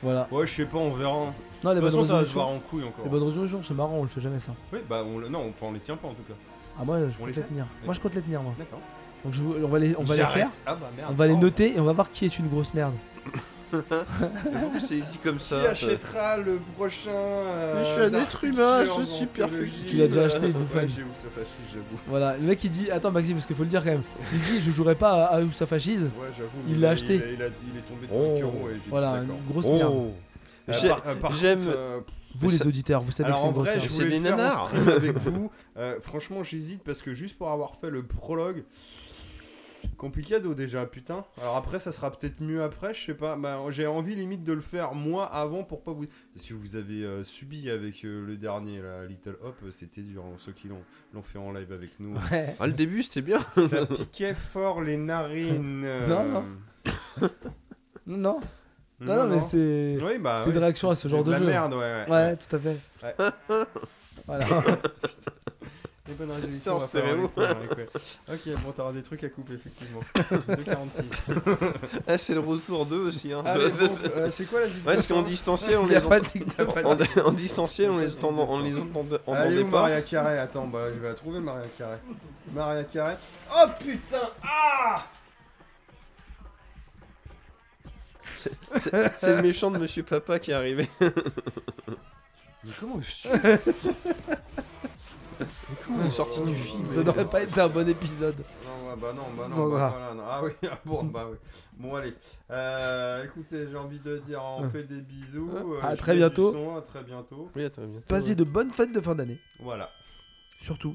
Speaker 2: Voilà.
Speaker 3: Ouais, je sais pas, on verra. hein.
Speaker 2: Non,
Speaker 3: De
Speaker 2: les bonnes
Speaker 3: toute façon, ça va se voir
Speaker 2: résolutions.
Speaker 3: en couille encore.
Speaker 2: Les bonnes résolutions, c'est marrant, on le fait jamais ça.
Speaker 3: Oui, bah on, le- non, on, enfin, on les tient pas en tout cas.
Speaker 2: Ah, moi, je
Speaker 3: On les
Speaker 2: compte les
Speaker 3: fait
Speaker 2: tenir. Moi, je compte les tenir, moi.
Speaker 3: D'accord.
Speaker 2: Donc, je vous- on va les, on va les faire.
Speaker 3: J'arrête. Ah bah merde.
Speaker 2: On va les
Speaker 3: Oh.
Speaker 2: noter et on va voir qui est une grosse merde.
Speaker 4: J'avoue que C'est dit comme
Speaker 3: Qui
Speaker 4: ça.
Speaker 3: achètera le prochain euh,
Speaker 4: Mais je suis un
Speaker 3: Dark
Speaker 4: être humain,
Speaker 3: Pictures
Speaker 4: je suis
Speaker 3: en
Speaker 4: perfectible.
Speaker 3: trilogie,
Speaker 2: Tu l'as déjà
Speaker 3: euh,
Speaker 2: acheté,
Speaker 3: Ouais,
Speaker 2: Bouffon.
Speaker 3: j'ai ouf ce fasciste, j'avoue.
Speaker 2: Voilà, le mec il dit, attends Maxime, parce qu'il faut le dire quand même, il dit je jouerai pas à, à Oussa Fascise.
Speaker 3: Ouais, j'avoue.
Speaker 2: Il
Speaker 3: mais
Speaker 2: l'a
Speaker 3: là,
Speaker 2: acheté.
Speaker 3: Il, a- il a- il est tombé de 5
Speaker 4: Oh.
Speaker 3: euros et j'ai dit
Speaker 2: Voilà,
Speaker 3: d'accord.
Speaker 2: une grosse merde.
Speaker 4: Oh.
Speaker 3: Euh,
Speaker 4: J'ai-
Speaker 3: par- euh, par
Speaker 4: j'aime-
Speaker 3: contre, euh,
Speaker 2: Vous
Speaker 4: Mais
Speaker 2: les
Speaker 4: ça-
Speaker 2: auditeurs, vous savez que
Speaker 3: Alors
Speaker 2: c'est
Speaker 3: en
Speaker 2: une grosse
Speaker 3: vrai,
Speaker 2: merde.
Speaker 3: je
Speaker 4: C'est
Speaker 3: voulais
Speaker 4: des
Speaker 3: faire un
Speaker 4: nanars. (laughs)
Speaker 3: stream avec vous. Euh, franchement, j'hésite parce que juste pour avoir fait le prologue, complicado déjà, putain. Alors après, ça sera peut-être mieux après, je sais pas. Bah, j'ai envie limite de le faire moi avant pour pas vous. Si vous avez euh, subi avec euh, le dernier, là, Little Hop, euh, c'était dur. hein, Ceux qui l'ont, l'ont fait en live avec
Speaker 4: (laughs)
Speaker 3: nous,
Speaker 2: Ouais.
Speaker 4: Ah, le début c'était bien.
Speaker 3: ça piquait fort les narines. euh.
Speaker 2: Non, non. Non, non, non, non, mais c'est.
Speaker 3: Oui, bah,
Speaker 2: c'est une
Speaker 3: oui,
Speaker 2: réaction à ce genre
Speaker 3: de
Speaker 2: de
Speaker 3: la
Speaker 2: jeu.
Speaker 3: merde, ouais, ouais.
Speaker 2: Ouais, tout à fait.
Speaker 3: Ouais.
Speaker 2: (laughs) voilà.
Speaker 3: Les bonnes résolutions.
Speaker 8: Putain,
Speaker 3: on va
Speaker 8: stéréo.
Speaker 3: faire avec, ouais, avec, ouais. Ok, bon, t'auras des trucs à couper, effectivement. 2,46.
Speaker 8: (laughs) Ah, c'est le retour 2 aussi. Hein.
Speaker 4: Ah,
Speaker 3: Allez,
Speaker 8: C'est-
Speaker 3: bon,
Speaker 8: c'est-
Speaker 3: euh, c'est quoi la zip
Speaker 8: Ouais, parce qu'en distanciel, on
Speaker 3: Il y
Speaker 8: les
Speaker 3: a
Speaker 8: entend.
Speaker 3: pas de zip tape, pas de-
Speaker 8: En, en distanciel, on les entend, on les entend,
Speaker 3: Allez
Speaker 8: entendait
Speaker 3: où
Speaker 8: pas.
Speaker 3: Maria Carré Attends, bah je vais la trouver Maria Carré. Maria Carré. Oh putain Ah
Speaker 8: C'est c'est le méchant de Monsieur Papa qui est arrivé.
Speaker 3: Mais comment je suis
Speaker 8: Une sortie du film.
Speaker 2: (laughs) Ça n'aurait pas été un bon épisode.
Speaker 3: Non, ouais, bah non, bah non,
Speaker 2: Sans
Speaker 3: bah
Speaker 2: ça.
Speaker 3: voilà, non. Ah oui, (laughs) ah bon, bah oui. Bon, allez. Euh, écoutez, j'ai envie de dire, on fait des bisous. euh,
Speaker 2: À
Speaker 3: je
Speaker 2: très
Speaker 3: fais du
Speaker 2: bientôt.
Speaker 3: son, à très bientôt.
Speaker 8: Oui, attends, bien.
Speaker 2: Passez de bonnes fêtes de fin d'année,
Speaker 3: Voilà.
Speaker 2: surtout.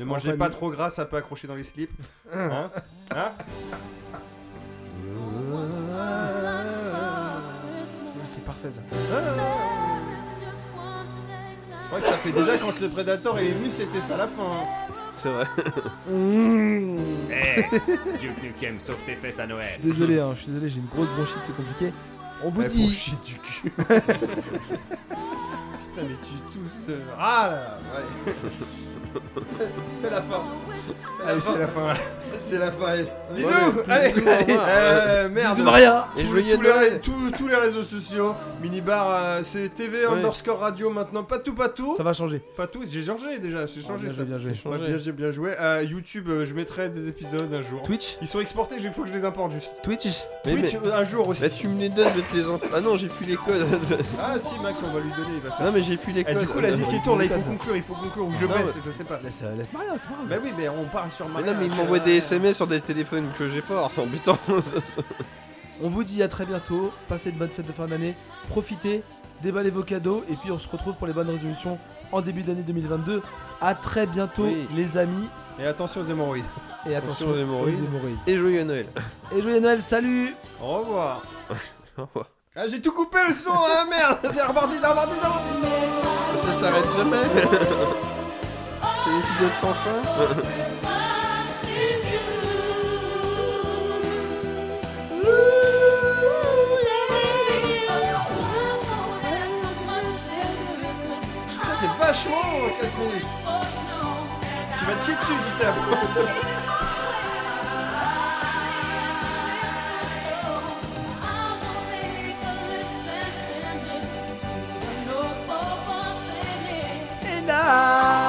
Speaker 3: Ne
Speaker 2: En
Speaker 3: mangez
Speaker 2: famille.
Speaker 3: pas trop gras, ça peut accrocher dans les (laughs) slips. Hein Hein
Speaker 2: C'est parfait ça.
Speaker 3: Je crois que ça fait déjà quand le Predator est venu, c'était ça la fin. hein.
Speaker 8: C'est vrai.
Speaker 9: Duke Nukem, sauve tes fesses à Noël.
Speaker 2: Désolé, hein, je suis désolé, j'ai une grosse bronchite, c'est compliqué. On vous
Speaker 3: Eh,
Speaker 2: dit.
Speaker 3: bronchite du cul. Putain, mais tu tous. euh, Ah là là ouais. (laughs) Fais la fin. Allez, c'est la fin. (laughs) C'est la fin. allez. Bisous Allez Euh, Merde
Speaker 2: Bisous, Maria
Speaker 3: Tous,
Speaker 8: Et
Speaker 3: tous
Speaker 8: joyeux
Speaker 3: les,
Speaker 8: Noël.
Speaker 3: ré- tous- tous les réseaux sociaux, minibar, euh, c'est TV
Speaker 8: Ouais.
Speaker 3: underscore radio maintenant, pas tout, pas tout,
Speaker 2: Ça va changer.
Speaker 3: pas tout, j'ai changé déjà,
Speaker 8: Ah,
Speaker 3: j'ai changé
Speaker 2: bien
Speaker 3: ça.
Speaker 2: joué, bien joué.
Speaker 3: Ouais, bien joué, bien joué. Euh, YouTube, euh, je mettrai des épisodes un jour.
Speaker 2: Twitch
Speaker 3: Ils sont exportés, il faut que je les importe juste.
Speaker 2: Twitch
Speaker 8: Mais,
Speaker 3: Twitch,
Speaker 8: mais-
Speaker 3: euh, un jour aussi.
Speaker 8: Là, tu me les donnes, je te les en- Ah non, j'ai plus les codes. (laughs)
Speaker 3: Ah si, Max, on va lui donner, il va faire.
Speaker 8: non, mais j'ai plus les
Speaker 3: Eh,
Speaker 8: codes.
Speaker 3: du coup, la zip qui tourne, là, il faut
Speaker 2: Attends.
Speaker 3: conclure, il faut conclure, ou je
Speaker 8: Ah,
Speaker 3: baisse, je sais pas.
Speaker 2: Laisse, euh, laisse Maria, c'est pas grave.
Speaker 3: Bah oui, mais on parle sur euh,
Speaker 8: Mais
Speaker 3: Maria.
Speaker 8: non, mais il m'envoie des SMS sur des téléphones que j'ai pas, alors c'est embêtant.
Speaker 2: On vous dit à très bientôt, passez de bonnes fêtes de fin d'année, profitez, déballez vos cadeaux et puis on se retrouve pour les bonnes résolutions en début d'année 2022. À très bientôt
Speaker 8: Oui.
Speaker 2: les amis
Speaker 3: Et attention aux hémorroïdes.
Speaker 2: et
Speaker 8: Attention
Speaker 2: attention,
Speaker 8: aux hémorroïdes.
Speaker 2: aux hémorroïdes.
Speaker 8: Et joyeux Noël.
Speaker 2: Et joyeux Noël, salut
Speaker 3: Au revoir.
Speaker 8: (laughs) Au revoir.
Speaker 3: Ah, j'ai tout coupé le son, ah merde (laughs) C'est reparti, c'est reparti, c'est reparti
Speaker 8: Ça s'arrête jamais. C'est l'épisode sans fin.
Speaker 3: Ça, c'est vachement euh, Cat Conneries. Tu vas te chier dessus, dis ça.
Speaker 2: Et là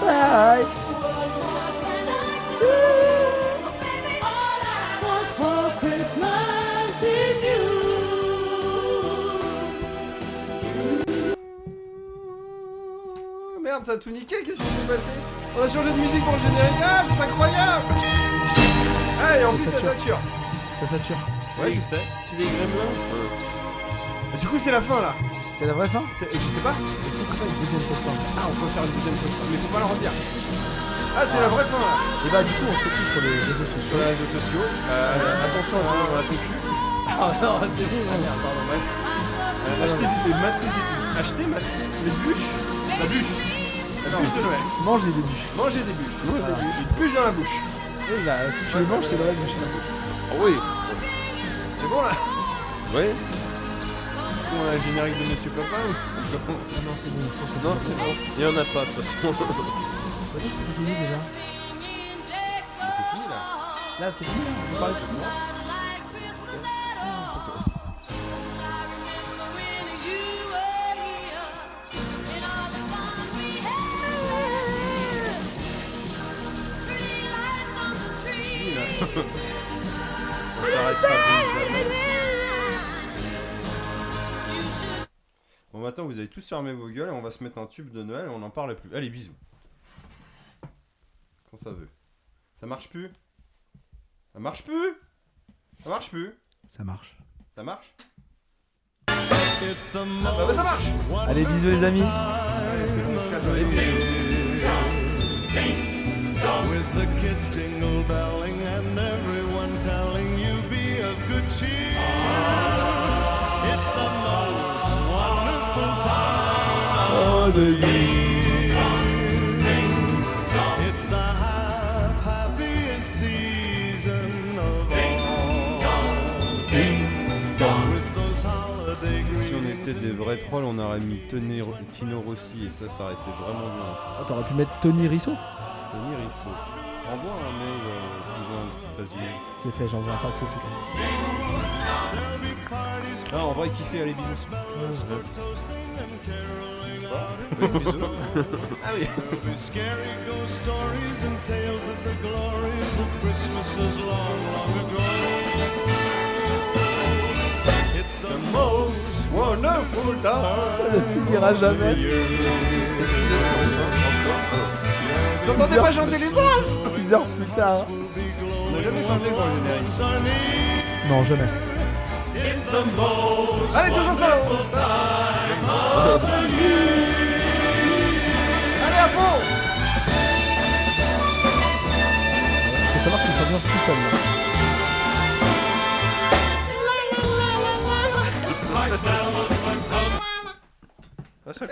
Speaker 2: Bye.
Speaker 1: Christmas is you.
Speaker 3: Oh Merde, ça a tout niqué, qu'est-ce qui s'est passé On a changé de musique pour le générique. Ah, c'est incroyable Ah, et en plus, ça sature.
Speaker 2: Ça sature.
Speaker 3: Ouais, je sais.
Speaker 8: C'est des gremlins.
Speaker 3: Ah, Du coup, c'est la fin, là.
Speaker 2: C'est la vraie fin
Speaker 3: C'est- Je sais pas.
Speaker 2: Est-ce qu'on ferait pas une deuxième fausse fin
Speaker 3: Ah, on peut faire une deuxième fois, mais faut pas leur en dire. Ah, c'est la vraie fin, là.
Speaker 2: Et bah du coup on se retrouve sur les réseaux sociaux.
Speaker 3: sur les réseaux sociaux. Euh, attention à la- à la PQ.
Speaker 2: Ah (laughs) non, c'est bon.
Speaker 3: Pardon, bref. Euh, achetez des, des maths- des- Achetez ma- les bûches. La bûche. La bûche de Noël.
Speaker 2: Mangez des bûches.
Speaker 3: Mangez des bûches.
Speaker 8: Mangez des
Speaker 3: bûches. Une bûche dans la bouche.
Speaker 2: Et bah si tu les manges c'est dans la bûche.
Speaker 8: Ah oui.
Speaker 3: C'est bon là
Speaker 8: Ouais.
Speaker 3: On a le générique de Monsieur Papa ou
Speaker 2: Ah non c'est bon, je pense que
Speaker 8: Non, c'est bon. Il y en a pas de toute façon.
Speaker 2: Qu'est-ce que c'est fini déjà
Speaker 3: C'est fini là.
Speaker 2: Là c'est fini là, on parlait c'est fini.
Speaker 3: Fini, là. On s'arrête pas de bûche, là. Bon, maintenant vous avez tous fermé vos gueules et on va se mettre un tube de Noël et on n'en parle plus. Allez, bisous. Quand ça veut. Ça marche plus Ça marche plus Ça marche plus
Speaker 2: Ça marche.
Speaker 3: Ça marche Ah bah, bah, ça marche
Speaker 2: Allez bisous les amis.
Speaker 3: Allez, c'est bon, on se casse. Allez, bisous.
Speaker 6: With the kids tingle belling and everyone telling you be of good cheer. It's the most wonderful time of the year. It's the hap- happiest season of all. With those holiday
Speaker 3: Si on était
Speaker 6: greetings
Speaker 3: des vrais trolls, on aurait mis Tony- Tino Rossi et ça, ça aurait été vraiment bien.
Speaker 2: Ah, t'aurais pu mettre Tony Risso
Speaker 3: Tony Risso. Envoie un mail euh, aux cousin des États-Unis.
Speaker 2: C'est fait, j'envoie un fax aussi.
Speaker 3: Ah, on va quitter, allez, bisous.
Speaker 6: There'll be scary ghost stories and tales of the glories of Christmases long, long ago. It's the most wonderful time. Ça ne finira jamais.
Speaker 3: Vous entendez pas chanter les anges
Speaker 2: 6 heures plus tard.
Speaker 3: On n'a jamais chanté pour le générique.
Speaker 2: Non, jamais.
Speaker 3: Allez, tous ensemble Allez, à fond
Speaker 2: Faut savoir qu'il s'ambiance tout seul. hein. là.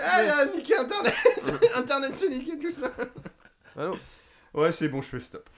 Speaker 3: Ah, il a niqué Internet Internet s'est niqué tout ça
Speaker 8: Allô
Speaker 3: Ouais, c'est bon, je fais stop.